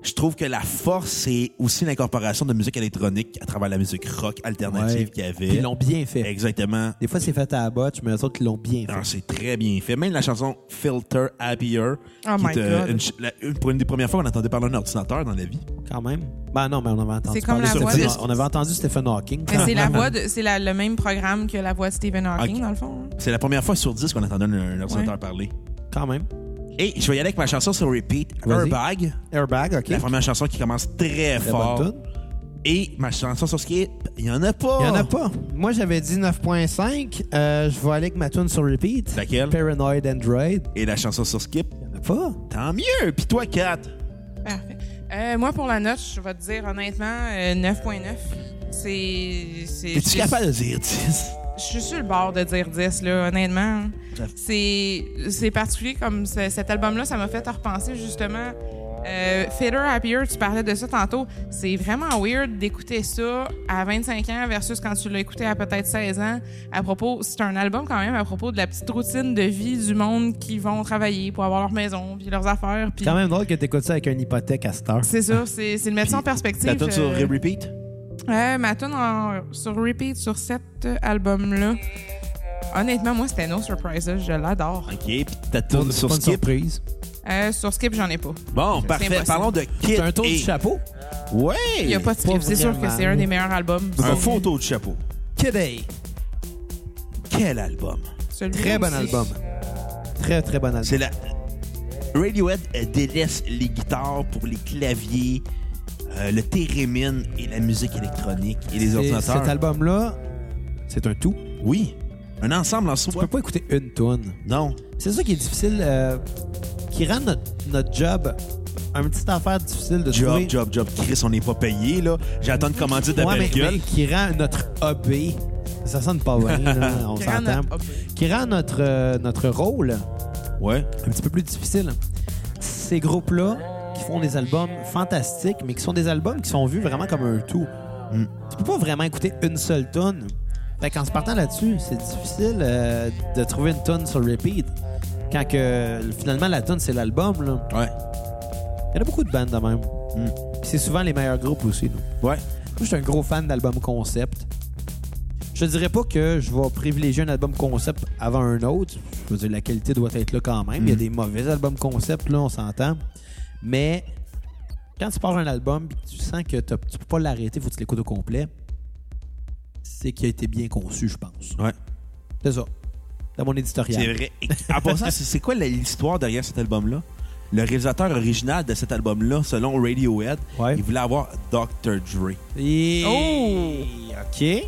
Speaker 2: Je trouve que la force, c'est aussi l'incorporation de musique électronique à travers la musique rock alternative
Speaker 1: Ouais.
Speaker 2: qu'il y
Speaker 1: Puis
Speaker 2: avait.
Speaker 1: Ils l'ont bien fait.
Speaker 2: Exactement.
Speaker 1: Des fois, c'est fait à la botte, mais les autres, ils l'ont bien fait.
Speaker 2: Non, c'est très bien fait. Même la chanson Filter Happier,
Speaker 3: Oh
Speaker 2: qui
Speaker 3: my
Speaker 2: est, euh,
Speaker 3: God.
Speaker 2: une ch- la- une- pour une des premières fois qu'on entendait parler d'un ordinateur dans la vie.
Speaker 1: Quand même. Ben non, mais on avait entendu
Speaker 3: C'est comme
Speaker 1: parler
Speaker 3: la
Speaker 1: de
Speaker 2: voix
Speaker 1: Stephen-
Speaker 2: de-
Speaker 1: On avait entendu Stephen Hawking.
Speaker 3: Mais
Speaker 2: [LAUGHS]
Speaker 3: c'est la voix, de- c'est la- le même programme que la voix de Stephen Hawking,
Speaker 2: Ok.
Speaker 3: dans le fond. hein.
Speaker 2: C'est la première fois sur 10 qu'on entendait un, un ordinateur
Speaker 3: Ouais.
Speaker 2: parler.
Speaker 1: Quand même.
Speaker 2: Et je vais y aller avec ma chanson sur repeat,
Speaker 1: Vas-y.
Speaker 2: Airbag,
Speaker 1: Airbag, OK.
Speaker 2: la première chanson qui commence
Speaker 1: Très
Speaker 2: très, fort.
Speaker 1: bonne tune.
Speaker 2: Et ma chanson sur skip, il y en a pas.
Speaker 1: Il n'y en a pas. Moi, j'avais dit 9.5. Euh, je vais aller avec ma tune sur repeat.
Speaker 2: Laquelle?
Speaker 1: Paranoid Android.
Speaker 2: Et la chanson sur skip,
Speaker 1: Il n'y en a pas.
Speaker 2: tant mieux. Puis toi, Kat,
Speaker 3: Parfait. Euh, moi, pour la note, je vais te dire honnêtement euh, 9.9. C'est. c'est-
Speaker 2: es-tu
Speaker 3: je-
Speaker 2: capable de dire 10?
Speaker 3: Je suis sur le bord de dire 10, là, honnêtement. C'est c'est particulier comme ce- cet album-là, ça m'a fait repenser justement. Euh, Fitter Happier, tu parlais de ça tantôt. C'est vraiment weird d'écouter ça à 25 ans versus quand tu l'as écouté à peut-être 16 ans. À propos, c'est un album quand même à propos de la petite routine de vie du monde qui vont travailler pour avoir leur maison, puis leurs affaires, puis
Speaker 1: Quand même drôle que tu écoutes ça avec une hypothèque à cette heure.
Speaker 3: c'est ça, c'est c'est de mettre ça en perspective.
Speaker 2: La tune sur
Speaker 3: euh,
Speaker 2: repeat?
Speaker 3: euh, ma tune en- sur repeat sur cet euh, album-là. Honnêtement, moi, c'était No Surprises. Je l'adore.
Speaker 2: OK. Puis ta
Speaker 1: C'est
Speaker 2: tune
Speaker 1: pas
Speaker 2: sur
Speaker 1: une
Speaker 2: skip?
Speaker 1: surprise.
Speaker 3: Euh, sur Skip, j'en ai pas.
Speaker 2: Bon, parfait.
Speaker 3: impossible.
Speaker 2: Parlons de Kit
Speaker 1: C'est un tour
Speaker 2: A.
Speaker 1: du chapeau.
Speaker 2: Ouais!
Speaker 3: Il n'y a pas
Speaker 1: Pas
Speaker 3: de script. C'est sûr que
Speaker 1: vraiment.
Speaker 3: c'est un des meilleurs albums. Euh,
Speaker 2: Un
Speaker 3: Celui-
Speaker 2: photo de chapeau.
Speaker 1: Kid A.
Speaker 2: Quel album!
Speaker 3: celui-là
Speaker 1: Très bon
Speaker 3: aussi.
Speaker 1: album. Très, très bon album.
Speaker 2: C'est la. Radiohead euh, délaisse les guitares pour les claviers, euh, le thérémine et la musique électronique et les
Speaker 1: C'est-
Speaker 2: ordinateurs.
Speaker 1: Cet album-là, c'est un tout.
Speaker 2: Oui. Un ensemble en
Speaker 1: Tu
Speaker 2: soi.
Speaker 1: peux pas écouter une tune.
Speaker 2: Non.
Speaker 1: C'est ça qui est difficile, euh, qui rend notre, notre job un petit affaire difficile de
Speaker 2: Job,
Speaker 1: trouver.
Speaker 2: job, job. Chris, on n'est pas payé, là. J'attends de commander de la
Speaker 1: Ouais, mais,
Speaker 2: belle gueule.
Speaker 1: mais qui rend notre hobby, ça sonne pas bien, là,
Speaker 2: [LAUGHS]
Speaker 1: on
Speaker 3: Qui rend
Speaker 1: s'entend.
Speaker 3: notre hobby.
Speaker 1: Qui rend notre, euh, notre rôle
Speaker 2: Ouais.
Speaker 1: un petit peu plus difficile. Ces groupes-là qui font des albums fantastiques, mais qui sont des albums qui sont vus vraiment comme un tout.
Speaker 2: Mm.
Speaker 1: Tu peux pas vraiment écouter une seule tonne. Fait qu'en se partant là-dessus, c'est difficile euh, de trouver une tonne sur repeat. Quand que finalement la tonne c'est l'album, là.
Speaker 2: Ouais.
Speaker 1: Il y en a beaucoup de bandes de même.
Speaker 2: Mm.
Speaker 1: Puis c'est souvent les meilleurs groupes aussi. là. Moi,
Speaker 2: Ouais.
Speaker 1: je suis un gros fan d'albums concept. Je te dirais pas que je vais privilégier un album concept avant un autre. Je veux dire, la qualité doit être là quand même. Il y a
Speaker 2: Mm.
Speaker 1: des mauvais albums concept, là, on s'entend. Mais quand tu pars un album et tu sens que t'as- tu peux pas l'arrêter, faut que tu l'écoutes au complet, c'est qu'il a été bien conçu, je pense.
Speaker 2: Ouais.
Speaker 1: C'est ça. Dans mon éditorial.
Speaker 2: C'est vrai. Et en passant, c'est c'est quoi la- l'histoire derrière cet album-là? Le réalisateur original de cet album-là, selon Radiohead,
Speaker 1: Ouais.
Speaker 2: il voulait avoir Dr. Dre.
Speaker 1: Et-
Speaker 3: Oh!
Speaker 1: OK.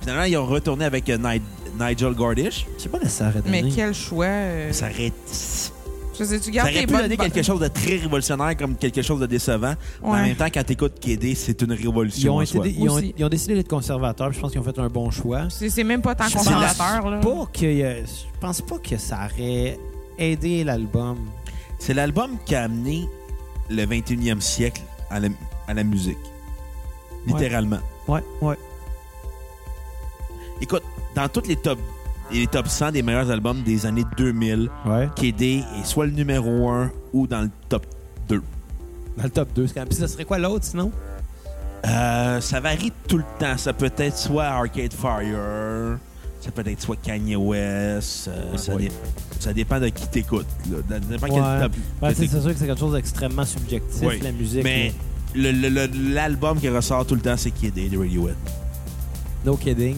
Speaker 2: Finalement, ils ont retourné avec euh, Ni- Nigel Gardish.
Speaker 1: Je sais pas si ça aurait donné.
Speaker 3: Mais quel choix. euh,
Speaker 2: Ça aurait, ça
Speaker 3: Je sais, tu gardes
Speaker 2: aurait
Speaker 3: tes
Speaker 2: pu
Speaker 3: bonnes
Speaker 2: donner
Speaker 3: ba-
Speaker 2: quelque chose de très révolutionnaire comme quelque chose de décevant. Mais
Speaker 3: Ouais.
Speaker 2: en même temps, quand t'écoutes KD, c'est une
Speaker 1: Ils
Speaker 2: révolution
Speaker 1: ont,
Speaker 2: en
Speaker 1: été
Speaker 2: soi.
Speaker 1: dé- ils ont-
Speaker 3: Aussi.
Speaker 1: ils ont décidé d'être conservateurs. puis Je pense qu'ils ont fait un bon choix.
Speaker 3: C'est c'est même pas tant
Speaker 1: Je
Speaker 3: conservateur, là.
Speaker 1: Pas que, euh, je pense pas que ça aurait aidé l'album.
Speaker 2: C'est l'album qui a amené le 21e siècle à la, à la musique.
Speaker 1: Ouais.
Speaker 2: Littéralement.
Speaker 1: Ouais, ouais.
Speaker 2: Écoute, dans tous les top, les top 100 des meilleurs albums des années 2000,
Speaker 1: Ouais.
Speaker 2: KD est soit le numéro 1 ou dans le top 2.
Speaker 1: Dans le top 2. c'est quand même- Puis ça serait quoi l'autre sinon?
Speaker 2: Euh, ça varie tout le temps. Ça peut être soit Arcade Fire, ça peut être soit Kanye West. euh, ça,
Speaker 1: Ouais.
Speaker 2: dé- ça dépend de qui t'écoutes. là. Ça dépend quel
Speaker 1: Ouais.
Speaker 2: top-
Speaker 1: Ben,
Speaker 2: quel
Speaker 1: tu sais, c'est sûr que c'est quelque chose d'extrêmement subjectif,
Speaker 2: Ouais.
Speaker 1: la musique.
Speaker 2: Mais le- le- le- l'album qui ressort tout le temps, c'est KD de [LAUGHS] Radiohead.
Speaker 1: mais No kidding.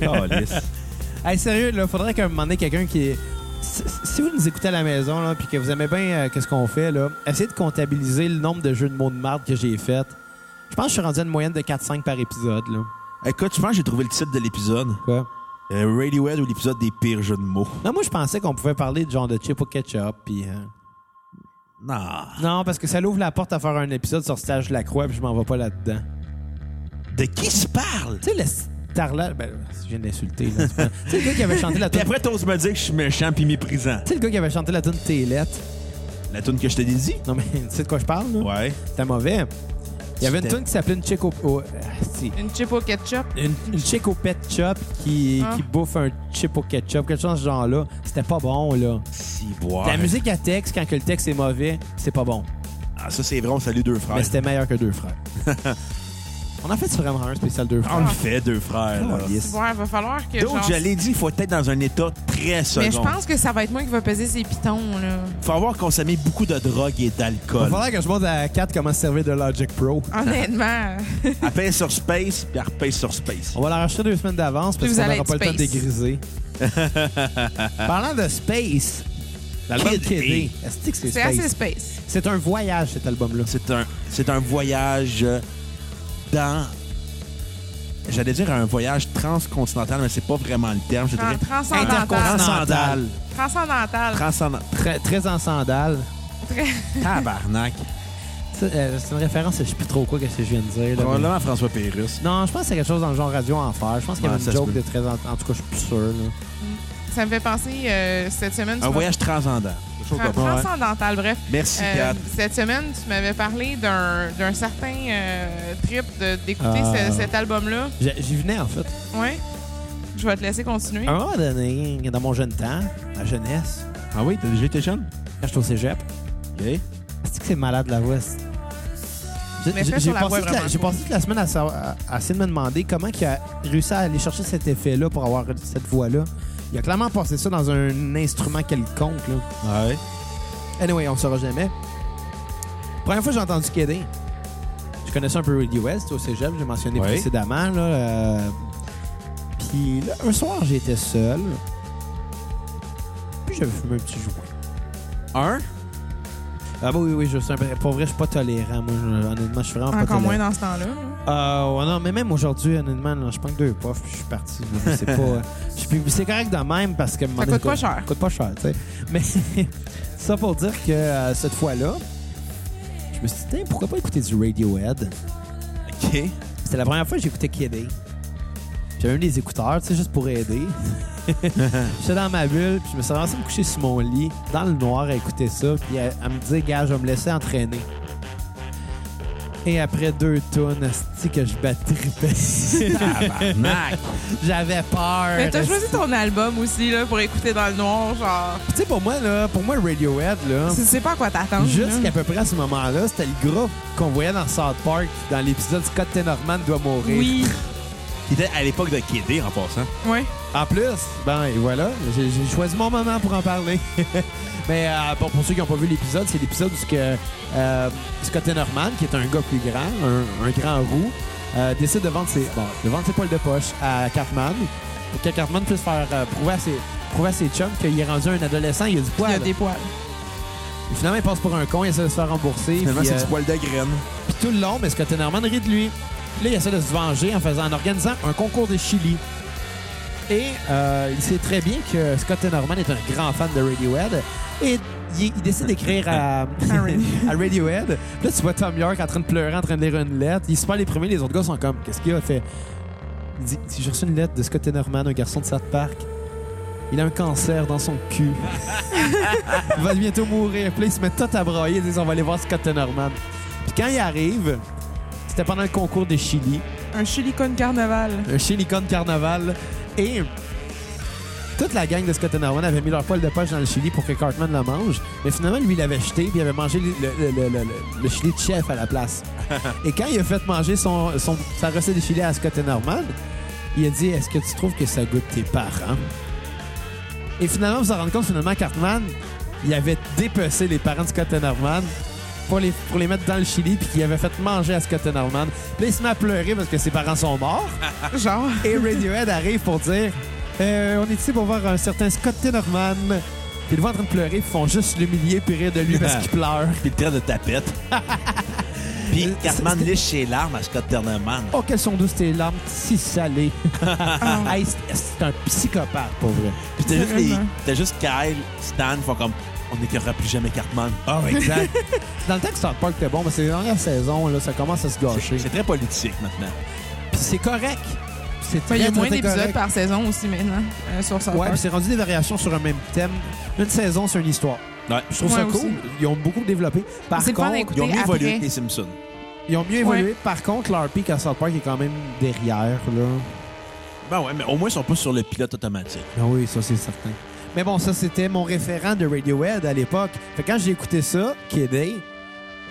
Speaker 2: Calisse.
Speaker 1: Hey, sérieux, là, faudrait qu'à un moment donné, quelqu'un qui. Si si vous nous écoutez à la maison, là, puis que vous aimez bien euh, qu'est-ce qu'on fait, là, essayez de comptabiliser le nombre de jeux de mots de marde que j'ai fait. Je pense que je suis rendu à une moyenne de 4-5 par épisode, là.
Speaker 2: Écoute, je pense que j'ai trouvé le titre de l'épisode.
Speaker 1: Quoi?
Speaker 2: Euh, Radiohead ou l'épisode des pires jeux de mots.
Speaker 1: Non, moi, je pensais qu'on pouvait parler de genre de chip au ketchup, puis. euh,
Speaker 2: Non.
Speaker 1: Non, parce que ça l'ouvre la porte à faire un épisode sur Stage de la Croix, puis je m'en vais pas là-dedans.
Speaker 2: De qui se parle?
Speaker 1: Tu sais, le tarlat, ben, je viens de l'insulter, là. c'est pas- tu sais, le gars qui avait chanté la
Speaker 2: Puis
Speaker 1: tune. Tu
Speaker 2: après, t'oses me dire que je suis méchant puis méprisant.
Speaker 1: sais, le gars qui avait chanté la tune Télette.
Speaker 2: La tune que je te dédie?
Speaker 1: Non, mais tu sais de quoi je parle, là?
Speaker 2: Ouais.
Speaker 1: C'était mauvais. Il y avait une
Speaker 2: C'était-
Speaker 1: tune qui s'appelait une chick au. au- ah, si.
Speaker 3: Une chip au ketchup.
Speaker 1: Une, une chick au pet shop qui,
Speaker 3: Ah.
Speaker 1: qui bouffe un chip au ketchup, quelque chose de ce genre-là. C'était pas bon, là.
Speaker 2: Si, boire.
Speaker 1: La musique à texte, quand que le texte est mauvais, c'est pas bon.
Speaker 2: Ah, ça, c'est vrai, on salue deux frères.
Speaker 1: Mais c'était meilleur que Deux Frères. On en fait vraiment un spécial Deux
Speaker 2: On
Speaker 1: Frères.
Speaker 2: le fait, deux frères. là.
Speaker 1: Calisse.
Speaker 3: Ouais, va falloir que.
Speaker 2: Donc,
Speaker 3: genre,
Speaker 2: je l'ai dit, il faut être dans un état très second.
Speaker 3: Mais je pense que ça va être moi qui va peser ses pitons,
Speaker 2: [LAUGHS]
Speaker 3: là.
Speaker 2: faut avoir consommé beaucoup de drogue et
Speaker 1: Il
Speaker 2: d'alcool.
Speaker 1: faudrait que je montre à 4 comment se servir de Logic Pro.
Speaker 3: Honnêtement.
Speaker 2: Appelle sur Space, puis repasse sur Space.
Speaker 1: On va l'enregistrer deux semaines d'avance parce
Speaker 3: Puis vous
Speaker 1: qu'on
Speaker 3: allez
Speaker 1: n'aura pas
Speaker 3: être
Speaker 1: le temps de
Speaker 3: space.
Speaker 1: dégriser. Parlant de Space, l'album
Speaker 2: Kid
Speaker 1: Kid
Speaker 2: A.
Speaker 1: A. Est-ce que c'est
Speaker 3: C'est
Speaker 1: Space?
Speaker 3: assez space.
Speaker 1: C'est un voyage, cet album-là.
Speaker 2: C'est un, c'est un voyage euh, dans. J'allais dire un voyage transcontinental, mais c'est pas vraiment le terme. Je
Speaker 3: Tran-
Speaker 2: dirais
Speaker 3: Transcendantal.
Speaker 2: transcendantal.
Speaker 3: Transcendantal.
Speaker 2: Transcendantal.
Speaker 1: Très, très en sandales.
Speaker 2: Tabarnak.
Speaker 1: [LAUGHS] C'est euh, c'est une référence, je sais plus trop quoi que ce que je viens de dire. là, mais-
Speaker 2: Probablement François Pérus.
Speaker 1: Non, je pense que c'est quelque chose dans le genre radio enfer. Je pense qu'il y
Speaker 2: Ouais,
Speaker 1: avait
Speaker 2: ça
Speaker 1: une
Speaker 2: se
Speaker 1: joke
Speaker 2: peut.
Speaker 1: de très... En, en tout cas, je suis plus sûr. là.
Speaker 3: Ça me fait penser euh, cette semaine. tu
Speaker 2: Un
Speaker 3: m'as-
Speaker 2: voyage transcendant. Quelque chose
Speaker 3: Tran-
Speaker 2: comme
Speaker 1: hein?
Speaker 2: ça.
Speaker 3: transcendantal, bref.
Speaker 2: Merci,
Speaker 3: Euh,
Speaker 2: Kat.
Speaker 3: cette semaine, tu m'avais parlé d'un d'un certain euh, trip de- d'écouter
Speaker 1: Ah.
Speaker 3: ce- cet album-là.
Speaker 1: J'ai- J'y venais, en fait.
Speaker 3: Ouais. Je vais te laisser continuer.
Speaker 1: À un moment donné, dans mon jeune temps, ma jeunesse,
Speaker 2: Ah oui, t'as déjà été jeune?
Speaker 1: quand j'étais au cégep,
Speaker 2: OK.
Speaker 1: Est-ce que c'est malade la voix? c'est- J'ai
Speaker 3: Mais fais
Speaker 1: j'ai-
Speaker 3: sur
Speaker 1: j'ai
Speaker 3: la
Speaker 1: passé,
Speaker 3: voix
Speaker 1: toute
Speaker 3: vraiment
Speaker 1: la- j'ai
Speaker 3: cool.
Speaker 1: passé toute la semaine à, sa- à- à essayer de me demander comment il a réussi à aller chercher cet effet-là pour avoir cette voix-là. Il a clairement passé ça dans un instrument quelconque. là.
Speaker 2: Ouais.
Speaker 1: Anyway, on ne saura jamais. Première fois que j'ai entendu Kédé, je connaissais un peu Radiohead, c'était au cégep, j'ai mentionné
Speaker 2: Oui.
Speaker 1: précédemment. Là, euh, Puis là, un soir, j'étais seul. Puis j'avais fumé un petit joint.
Speaker 2: Un?
Speaker 1: Ah bah oui, oui, je suis un peu- Pour vrai, je suis pas tolérant. Moi, je- honnêtement, je suis vraiment pas
Speaker 3: Encore moins
Speaker 1: tolérant.
Speaker 3: dans ce temps-là.
Speaker 1: Ah, ouais, non, mais même aujourd'hui, honnêtement, là, je prends que deux puffs, puis je suis parti. là. C'est
Speaker 3: [LAUGHS]
Speaker 1: pas... je suis- C'est correct de même parce que...
Speaker 3: Ça coûte pas cher.
Speaker 1: Ça coûte pas cher, tu sais. Mais [LAUGHS] ça pour dire que euh, cette fois-là, je me suis dit, Tiens, pourquoi pas écouter du Radiohead?
Speaker 2: OK.
Speaker 1: C'était la première fois que j'écoutais Kédé. J'avais même des écouteurs, tu sais, juste pour aider. J'étais dans ma bulle, puis je me suis ramassé me coucher sur mon lit, dans le noir, à écouter ça, puis à, à me dire, gars, je vais me laisser entraîner. Et après deux tonnes, asti que je battripais.
Speaker 2: [LAUGHS] Tabarnak!
Speaker 1: J'avais peur.
Speaker 3: Mais t'as
Speaker 1: asti.
Speaker 3: choisi ton album aussi, là, pour écouter dans le noir, genre.
Speaker 1: Tu sais, pour moi, là, pour moi, Radiohead, là,
Speaker 3: Tu sais pas à quoi t'attendre.
Speaker 1: jusqu'à
Speaker 3: là.
Speaker 1: peu près à ce moment-là, c'était le groupe qu'on voyait dans South Park, dans l'épisode Scott Tenorman doit mourir.
Speaker 3: Oui,
Speaker 2: Qui était à l'époque de Kédé, en passant.
Speaker 3: ouais.
Speaker 1: En plus, ben et voilà, j'ai j'ai choisi mon moment pour en parler. [LAUGHS] Mais euh, bon, pour ceux qui n'ont pas vu l'épisode, c'est l'épisode où ce que, euh, Scott Norman, qui est un gars plus grand, un, un grand roux, euh, décide de vendre ses, bon, de vendre ses poils de poche à Cartman pour que Cartman puisse faire euh, prouver, à ses, prouver à ses chums qu'il est rendu un adolescent, il a du
Speaker 3: Il y
Speaker 1: poil.
Speaker 3: a des poils.
Speaker 1: Et Finalement, il passe pour un con, il essaie de se faire rembourser.
Speaker 2: Finalement,
Speaker 1: puis,
Speaker 2: c'est
Speaker 1: euh,
Speaker 2: du poil de graine.
Speaker 1: puis tout le long, mais Scott Norman rit de lui. Puis Là, il essaie de se venger en faisant, en organisant un concours de Chili. Et euh, il sait très bien que Scott Norman est un grand fan de Radiohead. Et il, il décide d'écrire à, [LAUGHS] à Radiohead. Puis là, tu vois Tom York en train de pleurer, en train de lire une lettre. Il se parle les premiers, les autres gars sont comme, qu'est-ce qu'il a fait? Il dit, Il dit, j'ai reçu une lettre de Scott Norman, un garçon de South Park. Il a un cancer dans son cul. [LAUGHS] il va bientôt mourir. Puis là, il se met tout à brailler. Ils disent, on va aller voir Scott Norman. Puis quand il arrive, c'était pendant le concours de Chili,
Speaker 3: Un chilicone
Speaker 1: [LAUGHS]
Speaker 3: carnaval.
Speaker 1: un Chilicon Euh, Carnaval, et toute la gang de Scott Norman avait mis leur poil de poche dans le chili pour que Cartman le mange, mais finalement, lui, il l'avait jeté, puis il avait mangé le, le- le- le- le- le chili de chef à la place. et quand il a fait manger son, son- sa recette de chili à Scott Norman, il a dit, est-ce que tu trouves que ça goûte tes parents? Et finalement, on s'en rend compte, finalement, Cartman, il avait dépecé les parents de Scott Norman pour les, pour les mettre dans le chili, puis qu'il avait fait manger à Scott Norman. Puis là, il se met à pleurer parce que ses parents sont morts.
Speaker 3: Genre.
Speaker 1: Et Radiohead arrive pour dire Euh, On est ici pour voir un certain Scott Norman. Puis le voient en train de pleurer, puis ils font juste l'humilier puis rire de lui
Speaker 3: [LAUGHS]
Speaker 1: parce qu'il pleure.
Speaker 2: Puis le trait de [LAUGHS] tapette. Puis Cartman lèche ses larmes à Scott Ternerman.
Speaker 1: Oh, quelles sont douces tes larmes si salées.
Speaker 3: Ah.
Speaker 1: Hey, c'est c'est un psychopathe, pour vrai.
Speaker 2: Puis t'as juste, les,
Speaker 3: Vraiment.
Speaker 2: t'as juste Kyle, Stan, font comme on n'écœurera plus jamais Cartman.
Speaker 1: Oh,
Speaker 3: [LAUGHS]
Speaker 1: exact. Dans le temps que South Park était bon, mais c'est les dernières saisons, là, ça commence à se gâcher.
Speaker 2: C'est c'est très politique maintenant.
Speaker 1: Puis c'est correct. C'est
Speaker 3: Ben, Il y a
Speaker 1: très,
Speaker 3: moins
Speaker 1: très, très
Speaker 3: d'épisodes
Speaker 1: correct.
Speaker 3: par saison aussi maintenant euh, sur South
Speaker 1: Ouais,
Speaker 3: Park.
Speaker 1: puis c'est rendu des variations sur un même thème. Une saison, c'est une histoire.
Speaker 2: Ouais.
Speaker 1: Je trouve
Speaker 3: Ouais,
Speaker 1: ça
Speaker 3: aussi.
Speaker 1: cool. Ils ont beaucoup développé. Par
Speaker 3: C'est le fun
Speaker 1: contre,
Speaker 3: d'écouter.
Speaker 2: Ils ont mieux
Speaker 3: Écoutez,
Speaker 2: évolué
Speaker 3: après-
Speaker 2: que les Simpsons.
Speaker 1: Ils ont mieux
Speaker 3: Ouais.
Speaker 1: évolué. Par contre, leur pic à South Park est quand même derrière, là.
Speaker 2: Ben ouais, mais au moins ils sont pas sur le pilote automatique.
Speaker 1: Ah oui, ça, c'est certain. Mais bon, ça, c'était mon référent de Radiohead à l'époque. Fait que quand j'ai écouté ça, Kédé,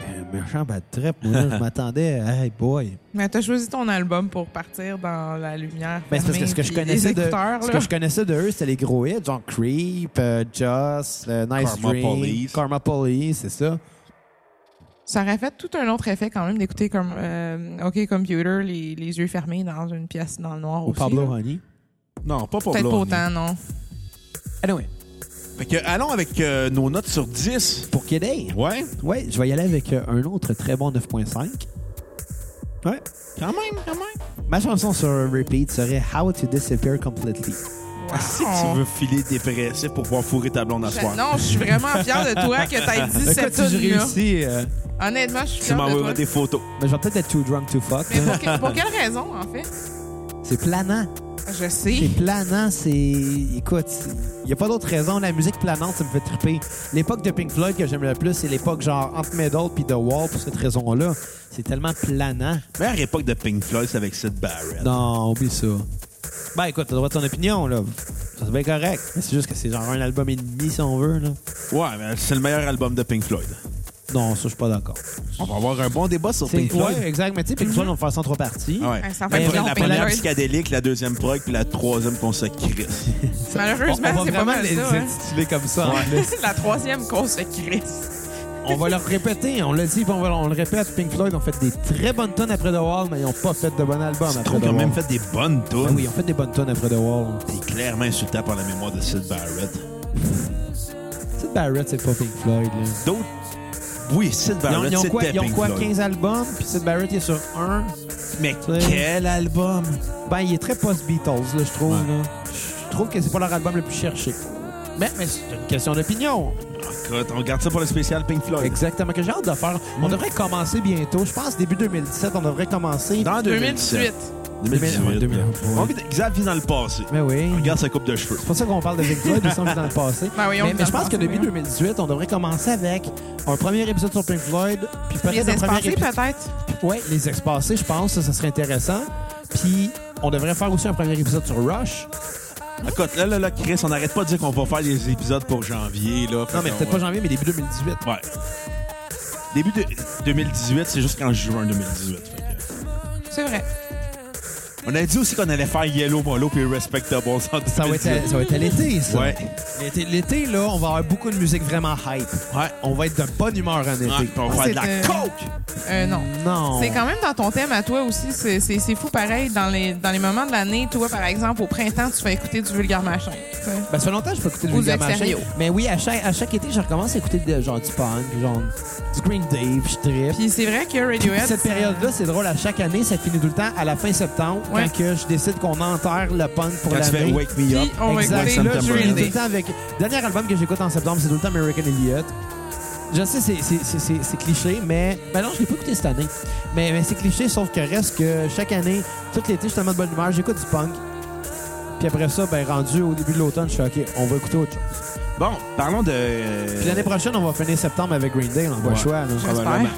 Speaker 1: un méchant bad trip, moi, [LAUGHS] là, je m'attendais à Hey boy.
Speaker 3: Mais t'as choisi ton album pour partir dans la lumière.
Speaker 1: Ben, c'est parce que ce que je
Speaker 3: fermée,
Speaker 1: connaissais
Speaker 3: puis les
Speaker 1: de
Speaker 3: écouteurs,
Speaker 1: ce
Speaker 3: là.
Speaker 1: que je connaissais de eux, c'était les gros hits, genre Creep, euh, Just, euh, Nice
Speaker 2: Karma
Speaker 1: Dream,
Speaker 2: Police.
Speaker 1: Karma Police, c'est ça.
Speaker 3: Ça aurait fait tout un autre effet quand même d'écouter comme euh, OK Computer, les, les yeux fermés dans une pièce dans le noir
Speaker 1: Ou
Speaker 3: aussi.
Speaker 1: Pablo hein.
Speaker 3: là.
Speaker 1: Honey.
Speaker 2: Non, pas pour
Speaker 3: Peut-être pas
Speaker 2: Blondie.
Speaker 3: autant, non.
Speaker 1: Anyway,
Speaker 2: Fait que allons avec euh, nos notes sur 10.
Speaker 1: pour Kédé,
Speaker 2: Ouais,
Speaker 1: ouais, je vais y aller avec euh, un autre très bon 9.5. Ouais.
Speaker 2: quand même, quand même.
Speaker 1: Ma chanson sur repeat serait How to Disappear Completely.
Speaker 2: Ah, Si tu veux filer dépressif pour pouvoir fourrer ta blonde à
Speaker 3: Je-
Speaker 2: soir.
Speaker 3: Non, je suis vraiment fière de toi que t'aies dit cette tune là
Speaker 1: euh,
Speaker 3: Honnêtement, je suis
Speaker 2: Tu
Speaker 3: fière de
Speaker 2: m'enverras
Speaker 3: toi.
Speaker 2: des photos.
Speaker 1: ben, je vais peut-être être too drunk to fuck.
Speaker 3: Mais
Speaker 1: là.
Speaker 3: pour, que- pour quelle raison, en fait?
Speaker 1: C'est planant.
Speaker 3: Je
Speaker 1: C'est
Speaker 3: sais.
Speaker 1: planant, c'est. Écoute, il n'y a pas d'autre raison. La musique planante, ça me fait triper. L'époque de Pink Floyd que j'aime le plus, c'est l'époque genre Ant Metal puis The Wall pour cette raison-là. C'est tellement planant.
Speaker 2: Meilleure époque de Pink Floyd, c'est avec Sid Barrett.
Speaker 1: Non, oublie ça. Ben écoute, t'as le droit de ton opinion, là. Ça, C'est bien correct. Mais c'est juste que c'est genre un album et demi, si on veut, là.
Speaker 2: Ouais, mais c'est le meilleur album de Pink Floyd.
Speaker 1: Non, ça, je suis pas d'accord.
Speaker 2: On va avoir un bon débat sur
Speaker 1: C'est-
Speaker 2: Pink Floyd.
Speaker 1: Ouais, exact. Mais tu sais,
Speaker 3: Mhm.
Speaker 1: Pink Floyd, on va faire ça en trois parties.
Speaker 2: Ah ouais.
Speaker 3: Ouais, ça
Speaker 2: Ben,
Speaker 3: fait
Speaker 2: pour-
Speaker 1: bien
Speaker 2: la
Speaker 1: Pink
Speaker 2: première
Speaker 3: Floyd.
Speaker 2: psychédélique, la deuxième prog, puis la troisième qu'on se crisse.
Speaker 1: On- on
Speaker 3: Malheureusement,
Speaker 1: va
Speaker 3: c'est pas
Speaker 1: vraiment
Speaker 3: mal
Speaker 1: les
Speaker 3: ça. hein. [LAUGHS]
Speaker 1: intituler comme ça. en plus.
Speaker 3: La troisième qu'on se crisse.
Speaker 1: on va leur répéter, on l'a dit, puis on, va- on le répète, Pink Floyd ont fait des très bonnes tonnes après The Wall, mais ils n'ont pas fait de bon album
Speaker 2: Je
Speaker 1: après
Speaker 2: trouve
Speaker 1: The
Speaker 2: qu'ils ont
Speaker 1: Wall.
Speaker 2: même fait des bonnes
Speaker 1: Ben
Speaker 2: tunes.
Speaker 1: oui, ils ont fait des bonnes tonnes après The Wall.
Speaker 2: T'es clairement insultant par la mémoire de Sid Barrett.
Speaker 1: Sid Barrett, c'est pas Pink Floyd. Là.
Speaker 2: D'autres. Oui, Sid
Speaker 1: Ils ont,
Speaker 2: Barrett,
Speaker 1: ils ont quoi,
Speaker 2: c'était
Speaker 1: ils ont
Speaker 2: Pink
Speaker 1: quoi,
Speaker 2: Floyd.
Speaker 1: 15 albums, puis Sid Barrett il est sur un.
Speaker 2: Mais
Speaker 1: Ouais.
Speaker 2: quel album!
Speaker 1: Ben, il est très post-Beatles, là, je trouve.
Speaker 2: Ouais.
Speaker 1: là. Je trouve que c'est pas leur album le plus cherché. Mais, mais c'est une question d'opinion.
Speaker 2: Écoute, on garde ça pour le spécial Pink Floyd.
Speaker 1: Exactement, que j'ai hâte de faire. On
Speaker 2: Mm.
Speaker 1: devrait commencer bientôt. Je pense début 2017, on devrait commencer.
Speaker 2: Dans
Speaker 3: 2018.
Speaker 2: 2018. 2018.
Speaker 1: 2018, ouais.
Speaker 2: On vit- Xav vit dans le passé.
Speaker 1: Mais oui.
Speaker 2: Regarde sa coupe de cheveux.
Speaker 1: C'est pour ça qu'on parle de Pink Floyd, ils sont venus dans le passé.
Speaker 3: Ben oui, on
Speaker 1: mais mais je
Speaker 3: est dans le
Speaker 1: pense que
Speaker 3: passé,
Speaker 1: début
Speaker 3: oui.
Speaker 1: 2018, on devrait commencer avec un premier épisode sur Pink Floyd, puis
Speaker 3: Les
Speaker 1: peut-être un premier
Speaker 3: espacés,
Speaker 1: épisode...
Speaker 3: peut-être.
Speaker 1: Ouais, les espacés, je pense, ça, ça serait intéressant. Puis on devrait faire aussi un premier épisode sur Rush.
Speaker 2: Écoute, là, là, là, Chris, on n'arrête pas de dire qu'on va faire des épisodes pour janvier. Là. Fait
Speaker 1: Non, mais
Speaker 2: qu'on
Speaker 1: peut-être
Speaker 2: va-
Speaker 1: pas janvier, mais début 2018.
Speaker 2: Ouais. Début de 2018, c'est jusqu'en juin 2018. fait que-
Speaker 3: C'est vrai.
Speaker 2: On a dit aussi qu'on allait faire Yellow Molo puis Respectable en 2018.
Speaker 1: Ça va être à, ça va être à l'été, ça.
Speaker 2: Ouais.
Speaker 1: L'été- L'été, là, on va avoir beaucoup de musique vraiment hype.
Speaker 2: Ouais.
Speaker 1: On va être de bonne humeur en été.
Speaker 2: Ah, puis on va
Speaker 3: Ah,
Speaker 2: faire de la
Speaker 3: c'était-
Speaker 2: coke!
Speaker 3: Euh, non.
Speaker 1: Non.
Speaker 3: C'est quand même dans ton thème à toi aussi. C'est- C'est c'est fou pareil. Dans les, dans les moments de l'année, toi, par exemple, au printemps, tu vas écouter du vulgaire machin. tu sais.
Speaker 1: Ben, ça fait longtemps que je peux écouter du
Speaker 3: Ou
Speaker 1: Vulgar
Speaker 3: du
Speaker 1: Machin.
Speaker 3: Extérieur.
Speaker 1: Mais oui, à chaque, à chaque été, je recommence à écouter de- genre du punk, genre du Green Day, puis je trip.
Speaker 3: Puis c'est vrai que Radiohead.
Speaker 1: cette période-là, c'est drôle, à chaque année, ça finit tout le temps à la fin septembre,
Speaker 3: Ouais.
Speaker 1: quand que je décide qu'on enterre le punk pour
Speaker 2: Quand tu fais
Speaker 1: l'année.
Speaker 2: Wake Me Up.
Speaker 3: Puis on va
Speaker 1: Exact.
Speaker 3: écouter
Speaker 1: Puis oh. là, je
Speaker 2: Septembre.
Speaker 1: finis tout
Speaker 3: Radiohead.
Speaker 1: le temps avec. Le dernier album que j'écoute en septembre, c'est tout le temps American Idiot. Je sais, c'est- c'est- c'est c'est- c'est cliché, mais. Ben non, je l'ai pas écouté cette année. Mais, mais c'est cliché, sauf que reste que chaque année, tout l'été, je suis tellement de bonne humeur, j'écoute du punk. Puis après ça, ben rendu au début de l'automne, je suis OK, on va écouter autre chose.
Speaker 2: Bon, parlons de. euh,
Speaker 1: Puis l'année prochaine, on va finir septembre avec Green Day, on n'a pas le
Speaker 2: Ouais.
Speaker 1: choix. là.
Speaker 2: probablement.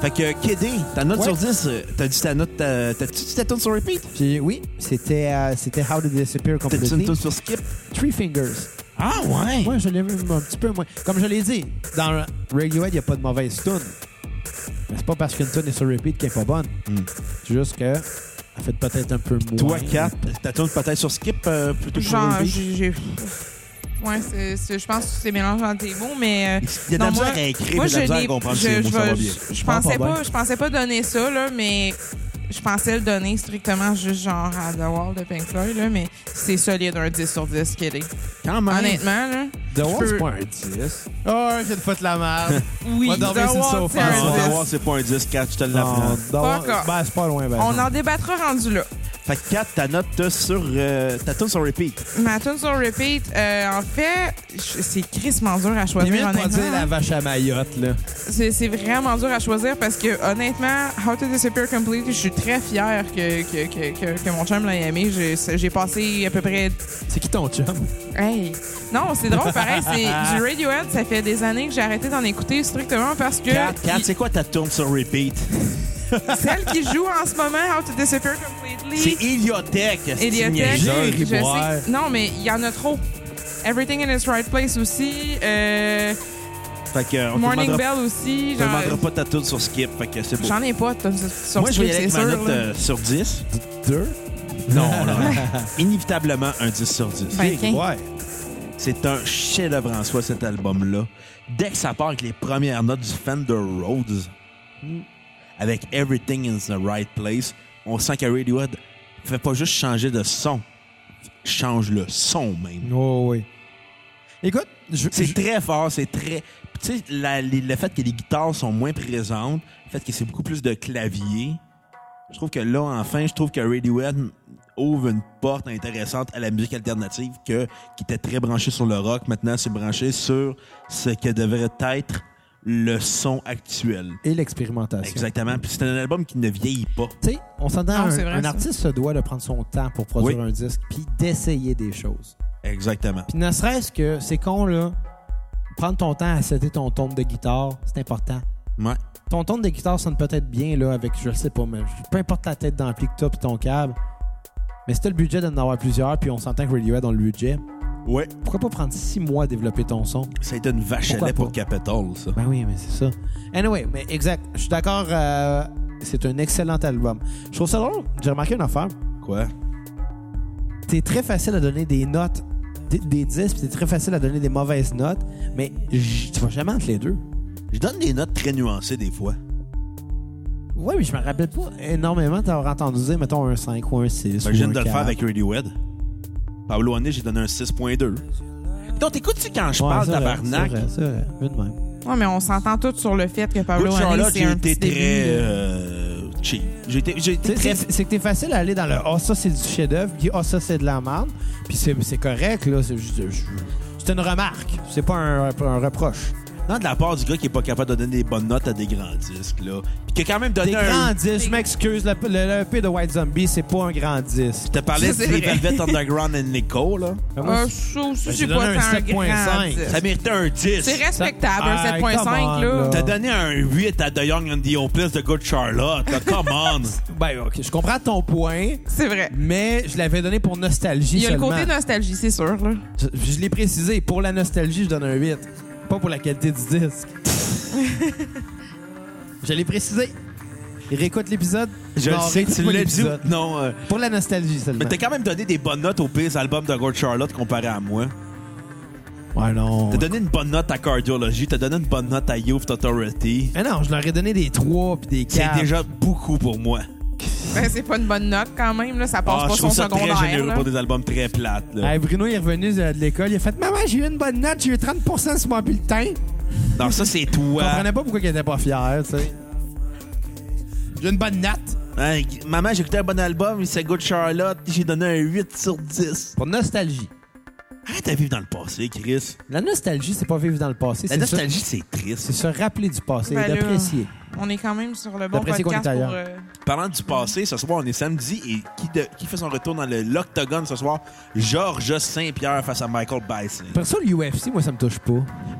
Speaker 2: Fait que, Kédé, ta note
Speaker 1: Ouais.
Speaker 2: sur 10, euh, t'as dit ta note, euh, t'as-tu dit ta tune sur repeat?
Speaker 1: Puis oui, c'était euh, c'était How to Disappear
Speaker 2: T'as dit une
Speaker 1: Completely.
Speaker 2: tune sur skip?
Speaker 1: Three Fingers.
Speaker 2: Ah ouais!
Speaker 1: Moi, je l'ai vu un petit peu moins. Comme je l'ai dit, dans Radiohead, il n'y a pas de mauvaise tune. Mais c'est pas parce qu'une tune est sur repeat qu'elle est pas bonne.
Speaker 2: Hmm.
Speaker 1: C'est juste que elle fait peut-être un peu moins.
Speaker 2: Toi, Cap, ta tune peut-être sur skip euh, plutôt que sur
Speaker 3: Genre,
Speaker 2: repeat?
Speaker 3: j'ai. j'ai- Ouais, c'est- c'est- je pense que c'est mélangé dans tes mots, mais. euh,
Speaker 2: Il y a de la
Speaker 3: non,
Speaker 2: misère
Speaker 3: moi-
Speaker 2: à écrire,
Speaker 3: Moi,
Speaker 2: mais de
Speaker 3: je
Speaker 2: la misère à
Speaker 3: l'ai-
Speaker 2: comprendre
Speaker 3: je-
Speaker 2: ses mots,
Speaker 3: je
Speaker 2: ça va
Speaker 3: vais-
Speaker 2: bien.
Speaker 3: je- je
Speaker 1: Pas
Speaker 3: pensais
Speaker 1: bien.
Speaker 3: pas, je pensais pas donner ça là, mais je pensais le donner strictement juste genre à The Wall de Pink Floyd là, mais c'est solide un 10 sur 10 qu'il est.
Speaker 2: Quand même!
Speaker 3: Honnêtement là.
Speaker 1: The Wall,
Speaker 3: peux-
Speaker 1: c'est pas un 10. Oh, c'est de foutre la merde.
Speaker 3: Oui,
Speaker 1: Va
Speaker 3: The
Speaker 1: dormir sur le
Speaker 3: Wall,
Speaker 1: sofa.
Speaker 3: c'est
Speaker 2: Ah,
Speaker 1: On
Speaker 3: un
Speaker 1: va
Speaker 3: 10.
Speaker 2: d'avoir, c'est pas un 10, 4, je
Speaker 1: [LAUGHS]
Speaker 2: te
Speaker 1: non,
Speaker 2: l'apprends.
Speaker 1: The Wall-
Speaker 3: encore.
Speaker 1: ben, c'est pas loin. Ben,
Speaker 3: On en débattra rendu là.
Speaker 2: Fait que 4, ta note euh, sur. euh, ta tune sur repeat.
Speaker 3: Ma tune sur repeat, euh, en fait, je- c'est crissement dur à
Speaker 1: Puis
Speaker 3: choisir.
Speaker 1: mieux de pas
Speaker 3: honnêtement.
Speaker 1: dire la vache à Mayotte, là.
Speaker 3: C'est c'est vraiment dur à choisir parce que, honnêtement, How to Disappear Completely, je suis très fière que, que, que, que, que mon chum l'a aimé. J'ai j'ai passé à peu près
Speaker 1: C'est qui ton chum?
Speaker 3: Hey! Non, c'est drôle, pareil. C'est
Speaker 1: [LAUGHS]
Speaker 3: du Radiohead, ça fait des années que j'ai arrêté d'en écouter strictement parce que
Speaker 2: 4,
Speaker 3: il-
Speaker 2: c'est quoi ta tune sur repeat?
Speaker 3: celle qui joue en ce moment, How to Disappear Completely,
Speaker 2: C'est Iliotech, c'est
Speaker 3: Eliotech,
Speaker 1: niaiseuse.
Speaker 3: je
Speaker 1: Ouais.
Speaker 3: sais. Non, mais il y en a trop. Everything in its right place aussi. euh,
Speaker 2: Fait que, on te
Speaker 3: Morning
Speaker 2: demandera-
Speaker 3: Bell aussi.
Speaker 2: on te
Speaker 3: genre,
Speaker 2: demandera pas ta tune sur skip, fait que c'est beau.
Speaker 3: J'en ai pas de tonnes sur
Speaker 2: Moi, je vais y
Speaker 3: Skip,
Speaker 2: aller avec
Speaker 3: c'est
Speaker 2: ma
Speaker 3: sûr,
Speaker 2: note
Speaker 3: là.
Speaker 2: euh, sur 10.
Speaker 1: Deux?
Speaker 2: Non, non, non. [LAUGHS] Inévitablement, un 10 sur 10.
Speaker 3: Ben, quinze.
Speaker 1: Ouais.
Speaker 2: C'est un chef-d'œuvre en soi, cet album-là. Dès que ça part avec les premières notes du Fender Rhodes, hmm, avec Everything in the Right Place, on sent que Radiohead fait pas juste changer de son, change le son même.
Speaker 1: Oh, oui. Écoute, je,
Speaker 2: C'est
Speaker 1: je-
Speaker 2: très fort, c'est très. Tu sais, la- les- le fait que les guitares sont moins présentes, le fait que c'est beaucoup plus de clavier, je trouve que là, enfin, je trouve que Radiohead ouvre une porte intéressante à la musique alternative que, qui était très branchée sur le rock. Maintenant, c'est branché sur ce que devrait être le son actuel.
Speaker 1: et l'expérimentation.
Speaker 2: Exactement. Puis c'est un album qui ne vieillit pas.
Speaker 1: Tu sais, on s'entend,
Speaker 3: Non,
Speaker 1: un,
Speaker 3: c'est vrai,
Speaker 1: un
Speaker 3: ça.
Speaker 1: artiste se doit de prendre son temps pour produire un disque, puis d'essayer des choses.
Speaker 2: Exactement.
Speaker 1: Puis ne serait-ce que, c'est con, là, prendre ton temps à setter ton ton de guitare, c'est important.
Speaker 2: Ouais.
Speaker 1: Ton ton de guitare sonne peut-être bien, là, avec, je le sais pas, mais peu importe la tête d'ampli que t'as puis ton câble, mais si t'as le budget d'en avoir plusieurs, puis on s'entend que Radiohead a le budget,
Speaker 2: Ouais.
Speaker 1: pourquoi pas prendre six mois à développer ton son?
Speaker 2: Ça a été une vache à
Speaker 1: Pourquoi
Speaker 2: lait pour
Speaker 1: pas?
Speaker 2: Capitol, ça.
Speaker 1: Ben oui, mais c'est ça. Anyway, mais exact, je suis d'accord, euh, c'est un excellent album. Je trouve ça drôle, j'ai remarqué une affaire.
Speaker 2: Quoi?
Speaker 1: t'es très facile à donner des notes, des, des 10, puis t'es très facile à donner des mauvaises notes, mais j- tu vas jamais entre les deux.
Speaker 2: Je donne des notes très nuancées des fois.
Speaker 1: Ouais, mais je me rappelle pas énormément d'avoir entendu dire, mettons, un 5 ou un 6.
Speaker 2: Ben,
Speaker 1: ou
Speaker 2: je viens
Speaker 1: un
Speaker 2: de le faire
Speaker 1: 4.
Speaker 2: avec Radiohead. Pablo Honey, j'ai donné un 6.2. Donc, t'écoutes-tu quand je
Speaker 1: Ouais,
Speaker 2: parle,
Speaker 1: c'est vrai,
Speaker 2: tabarnak?
Speaker 1: C'est vrai, c'est vrai. Vu de même.
Speaker 3: Ouais, mais on s'entend tous sur le fait que Pablo
Speaker 2: Good
Speaker 3: Honey,
Speaker 2: Charlotte,
Speaker 3: c'est
Speaker 2: j'ai
Speaker 3: un
Speaker 2: été
Speaker 3: petit
Speaker 2: très
Speaker 3: début, là.
Speaker 2: euh, cheap. J'ai été, j'ai été
Speaker 1: Tu sais,
Speaker 2: très...
Speaker 1: C'est c'est que t'es facile à aller dans le « Ah, ça, c'est du chef-d'œuvre » puis « Ah, ça, c'est de la merde ». Puis c'est c'est correct, là. C'est je- je- c'est une remarque. C'est pas un, un reproche.
Speaker 2: Non, de la part du gars qui est pas capable de donner des bonnes notes à des grands disques, là. Puis qui a quand même donné
Speaker 1: Des
Speaker 2: un...
Speaker 1: grands disques, je m'excuse. Le, le, le EP de White Zombie, c'est pas un grand disque.
Speaker 2: Je te parlais
Speaker 3: C'est
Speaker 2: de
Speaker 3: vrai.
Speaker 2: Velvet Underground et Nico, là.
Speaker 1: Mais moi,
Speaker 3: Ah,
Speaker 1: c'est-
Speaker 3: ça aussi,
Speaker 1: Ben, j'ai
Speaker 3: j'ai
Speaker 1: donné
Speaker 3: pas
Speaker 1: un
Speaker 3: tant un
Speaker 1: 7.5.
Speaker 3: grand disque.
Speaker 2: Ça méritait un 10.
Speaker 3: C'est respectable, un
Speaker 1: Ah,
Speaker 3: 7.5,
Speaker 1: come on,
Speaker 3: là.
Speaker 1: là.
Speaker 2: T'as donné un 8 à The Young and the Hopeless de Good Charlotte. là. Come on!
Speaker 1: [LAUGHS] ben, OK, je comprends ton point,
Speaker 3: C'est vrai.
Speaker 1: mais je l'avais donné pour nostalgie
Speaker 3: Il y a le
Speaker 1: seulement.
Speaker 3: côté nostalgie, c'est sûr, là.
Speaker 1: Je, je l'ai précisé, pour la nostalgie, je donne un 8. Pas pour la qualité du
Speaker 3: [LAUGHS]
Speaker 1: disque. je l'ai précisé. Il réécoute l'épisode.
Speaker 2: Je
Speaker 1: Non,
Speaker 2: le sais,
Speaker 1: réécoute
Speaker 2: tu
Speaker 1: pas
Speaker 2: l'as dit
Speaker 1: l'épisode.
Speaker 2: ou non? euh,
Speaker 1: Pour la nostalgie seulement.
Speaker 2: mais t'as quand même donné des bonnes notes aux pires albums de Good Charlotte comparé à moi.
Speaker 1: Ouais, non.
Speaker 2: T'as donné une bonne note à Cardiology, t'as donné une bonne note à Youth Authority.
Speaker 1: Mais Eh non, je leur ai donné des 3 puis des
Speaker 2: C'est
Speaker 1: 4.
Speaker 2: déjà beaucoup pour moi.
Speaker 3: Ben, c'est pas une bonne note quand même, là. Ça passe
Speaker 2: Ah,
Speaker 3: pas
Speaker 2: je
Speaker 3: son
Speaker 2: trouve ça très
Speaker 3: secondaire.
Speaker 2: généreux
Speaker 3: là.
Speaker 2: pour des albums très plates. là.
Speaker 1: Hey, Bruno est revenu de, de l'école, il a fait Maman, j'ai eu une bonne note, j'ai eu 30 sur mon bulletin.
Speaker 2: Non, ça, c'est
Speaker 1: Je
Speaker 2: toi.
Speaker 1: comprenais pas pourquoi il était pas fier, tu sais. J'ai une bonne note.
Speaker 2: Hein, maman, j'ai écouté un bon album, c'est Good Charlotte, j'ai donné un 8 sur 10.
Speaker 1: Pour nostalgie.
Speaker 2: Arrête de vivre dans le passé, Chris.
Speaker 1: La nostalgie, c'est pas vivre dans le passé,
Speaker 2: La
Speaker 1: c'est se-
Speaker 2: nostalgie, c'est triste.
Speaker 1: c'est se rappeler du passé,
Speaker 3: Ben là.
Speaker 1: d'apprécier.
Speaker 3: On est quand même sur le bon
Speaker 1: D'apprécier
Speaker 3: podcast
Speaker 1: qu'on est
Speaker 3: pour...
Speaker 1: ailleurs.
Speaker 3: euh,
Speaker 2: Parlant du passé, ce soir, on est samedi et qui, de- qui fait son retour dans le- l'octogone ce soir? Georges Saint-Pierre face à Michael Bison.
Speaker 1: Perso, l'UFC, moi, ça me touche pas.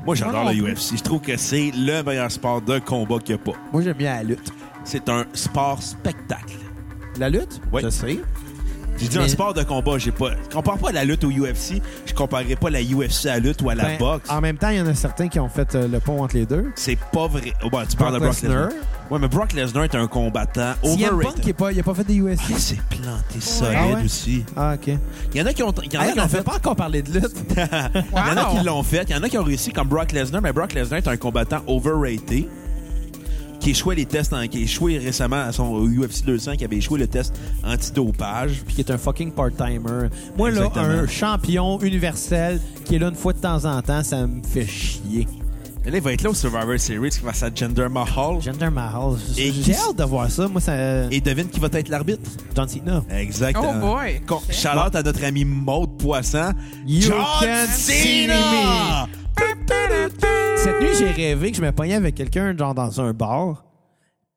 Speaker 2: Moi, j'adore
Speaker 3: Moi
Speaker 2: le
Speaker 3: non plus.
Speaker 2: UFC. Je trouve que c'est le meilleur sport de combat qu'il n'y a pas.
Speaker 1: Moi, j'aime bien la lutte.
Speaker 2: C'est un sport-spectacle.
Speaker 1: La lutte?
Speaker 2: Oui.
Speaker 1: Je sais.
Speaker 2: J'ai dit
Speaker 1: Mais-
Speaker 2: un sport de combat, j'ai pas. Je compare pas la lutte au UFC. Je comparerai pas la UFC à la lutte ou à la
Speaker 1: Ben,
Speaker 2: boxe.
Speaker 1: En même temps, il y en a certains qui ont fait euh, le pont entre les deux.
Speaker 2: C'est pas vrai. Oh, ben, tu parles de Brock Lesnar. Ouais, mais Brock Lesnar est un combattant
Speaker 1: CM Punk, il
Speaker 2: overrated.
Speaker 1: est pas- il a pas fait des UFC.
Speaker 2: Il s'est planté solide
Speaker 1: Ah ouais?
Speaker 2: aussi.
Speaker 1: Ah, OK.
Speaker 2: Il y en a qui ont, il y en a
Speaker 1: Hey,
Speaker 2: qui
Speaker 1: on
Speaker 2: ont
Speaker 1: en
Speaker 2: fait
Speaker 1: fait pas encore parler de lutte.
Speaker 2: [LAUGHS] Il y en a
Speaker 3: wow.
Speaker 2: qui l'ont fait, il y en a qui ont réussi comme Brock Lesnar, mais Brock Lesnar est un combattant overrated qui échouait les tests, en- qui a échoué récemment à son au UFC 200, qui avait échoué le test antidopage.
Speaker 1: puis qui est un fucking part-timer. Moi, là,
Speaker 2: Exactement.
Speaker 1: un champion universel qui est là une fois de temps en temps, ça me fait chier.
Speaker 2: Et Là, il va être là au Survivor Series face à Jinder Mahal.
Speaker 1: Gender Mahal, j'ai
Speaker 2: Et qui-
Speaker 1: hâte de voir ça. Moi, ça...
Speaker 2: Et devine qui va être l'arbitre?
Speaker 1: John Cena.
Speaker 2: Exactement.
Speaker 3: Oh boy.
Speaker 2: Con- Shout-out à notre ami Maude Poisson.
Speaker 1: You
Speaker 2: John
Speaker 1: can't see
Speaker 2: Cena!
Speaker 1: Cette nuit, j'ai rêvé que je me pognais avec quelqu'un, genre, dans un bar.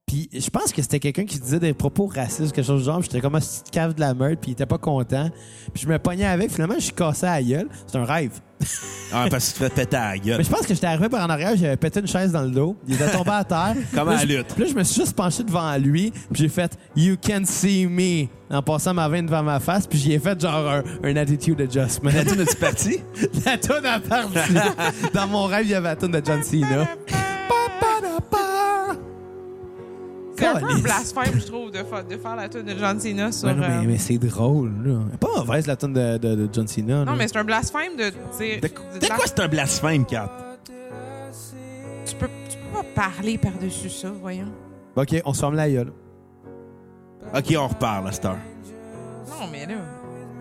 Speaker 1: Puis je pense que c'était quelqu'un qui disait des propos racistes, quelque chose du genre. Puis J'étais comme un petit cave de la meute, puis il était pas content. Puis je me pognais avec. Finalement, je suis cassé à la gueule. C'est un rêve.
Speaker 2: Ah, parce que tu te fais péter à la gueule.
Speaker 1: Mais je pense que j'étais arrivé par en arrière, j'avais pété une chaise dans le dos. Il était tombé à terre.
Speaker 2: [LAUGHS] Comme à
Speaker 1: Là, je-
Speaker 2: la lutte.
Speaker 1: Puis là, je me suis juste penché devant lui, puis j'ai fait You can see me en passant ma veine devant ma face, puis j'y ai fait genre un, un attitude adjustment. [LAUGHS]
Speaker 2: La tune est parti?
Speaker 1: la toune à
Speaker 2: [LAUGHS]
Speaker 1: partie. dans mon rêve, il y avait la toune de John
Speaker 3: [LAUGHS]
Speaker 1: Cena. Pa-pa-da-pa.
Speaker 3: C'est un peu un
Speaker 1: Caliste.
Speaker 3: blasphème, je trouve, de, fa- de faire la tune de John Cena sur...
Speaker 1: Ouais, non,
Speaker 3: euh,
Speaker 1: mais, mais c'est drôle, là. Elle est Pas mauvaise la toune de, de- de John Cena. là.
Speaker 3: Non, mais c'est un blasphème de dire...
Speaker 2: De, de quoi c'est un blasphème, Kat?
Speaker 3: tu, peux, tu peux pas parler par-dessus ça, voyons.
Speaker 1: OK, on se ferme la gueule.
Speaker 2: Ok, on reparle à cette heure.
Speaker 3: Non, mais là...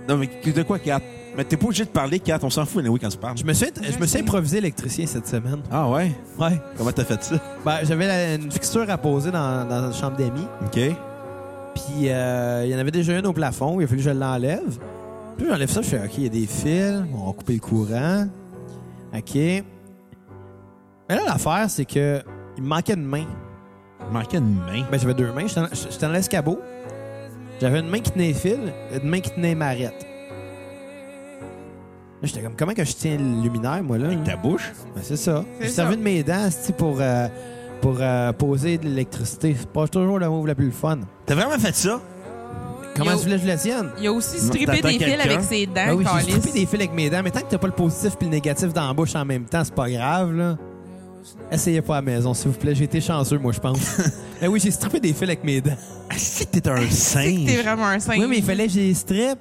Speaker 2: Non, mais de quoi, Kat? Mais t'es pas obligé de parler, Kat. On s'en fout, oui, quand tu parles.
Speaker 1: Je me suis, je me suis improvisé électricien cette semaine.
Speaker 2: Ah ouais?
Speaker 1: Ouais.
Speaker 2: Comment t'as fait ça?
Speaker 1: Ben, j'avais la- une fixture à poser dans, dans la chambre d'amis.
Speaker 2: OK.
Speaker 1: Puis euh, il y en avait déjà une au plafond. Il a fallu que je l'enlève. Puis j'enlève ça. Je fais OK, il y a des fils. On va couper le courant. OK. Mais là, l'affaire, c'est que il me manquait une main.
Speaker 2: Il manquait une main.
Speaker 1: Ben, j'avais deux mains. J'étais dans- J'étais dans l'escabeau. J'avais une main qui tenait le fil, une main qui tenait ma marrette. Là, J'étais comme, comment que je tiens le luminaire, moi, là?
Speaker 2: Ta bouche?
Speaker 1: Ben, c'est ça.
Speaker 3: C'est
Speaker 1: J'ai
Speaker 3: ça.
Speaker 1: servi de mes dents c'est-tu, pour, euh, pour euh, poser de l'électricité. C'est pas toujours le move le plus fun.
Speaker 2: T'as vraiment fait ça?
Speaker 1: Comment
Speaker 3: Yo. Hein,
Speaker 1: tu voulais que je la tienne?
Speaker 3: Il a aussi
Speaker 2: Non,
Speaker 3: strippé
Speaker 2: t'attends
Speaker 3: des fils
Speaker 2: quelqu'un.
Speaker 3: avec ses dents,
Speaker 1: Ben oui, j'ai
Speaker 3: câlisse.
Speaker 1: coupé des fils avec mes dents, mais tant que t'as pas le positif puis le négatif dans la bouche en même temps, c'est pas grave, là. Essayez pas à la maison, s'il vous plaît. J'ai été chanceux, moi, je pense. ben oui, j'ai strippé des fils avec mes dents.
Speaker 2: Ah, c'est
Speaker 3: [LAUGHS]
Speaker 2: que t'es un
Speaker 3: T'es
Speaker 2: singe.
Speaker 3: [LAUGHS] vraiment un singe.
Speaker 1: Oui, mais il fallait que j'ai strip.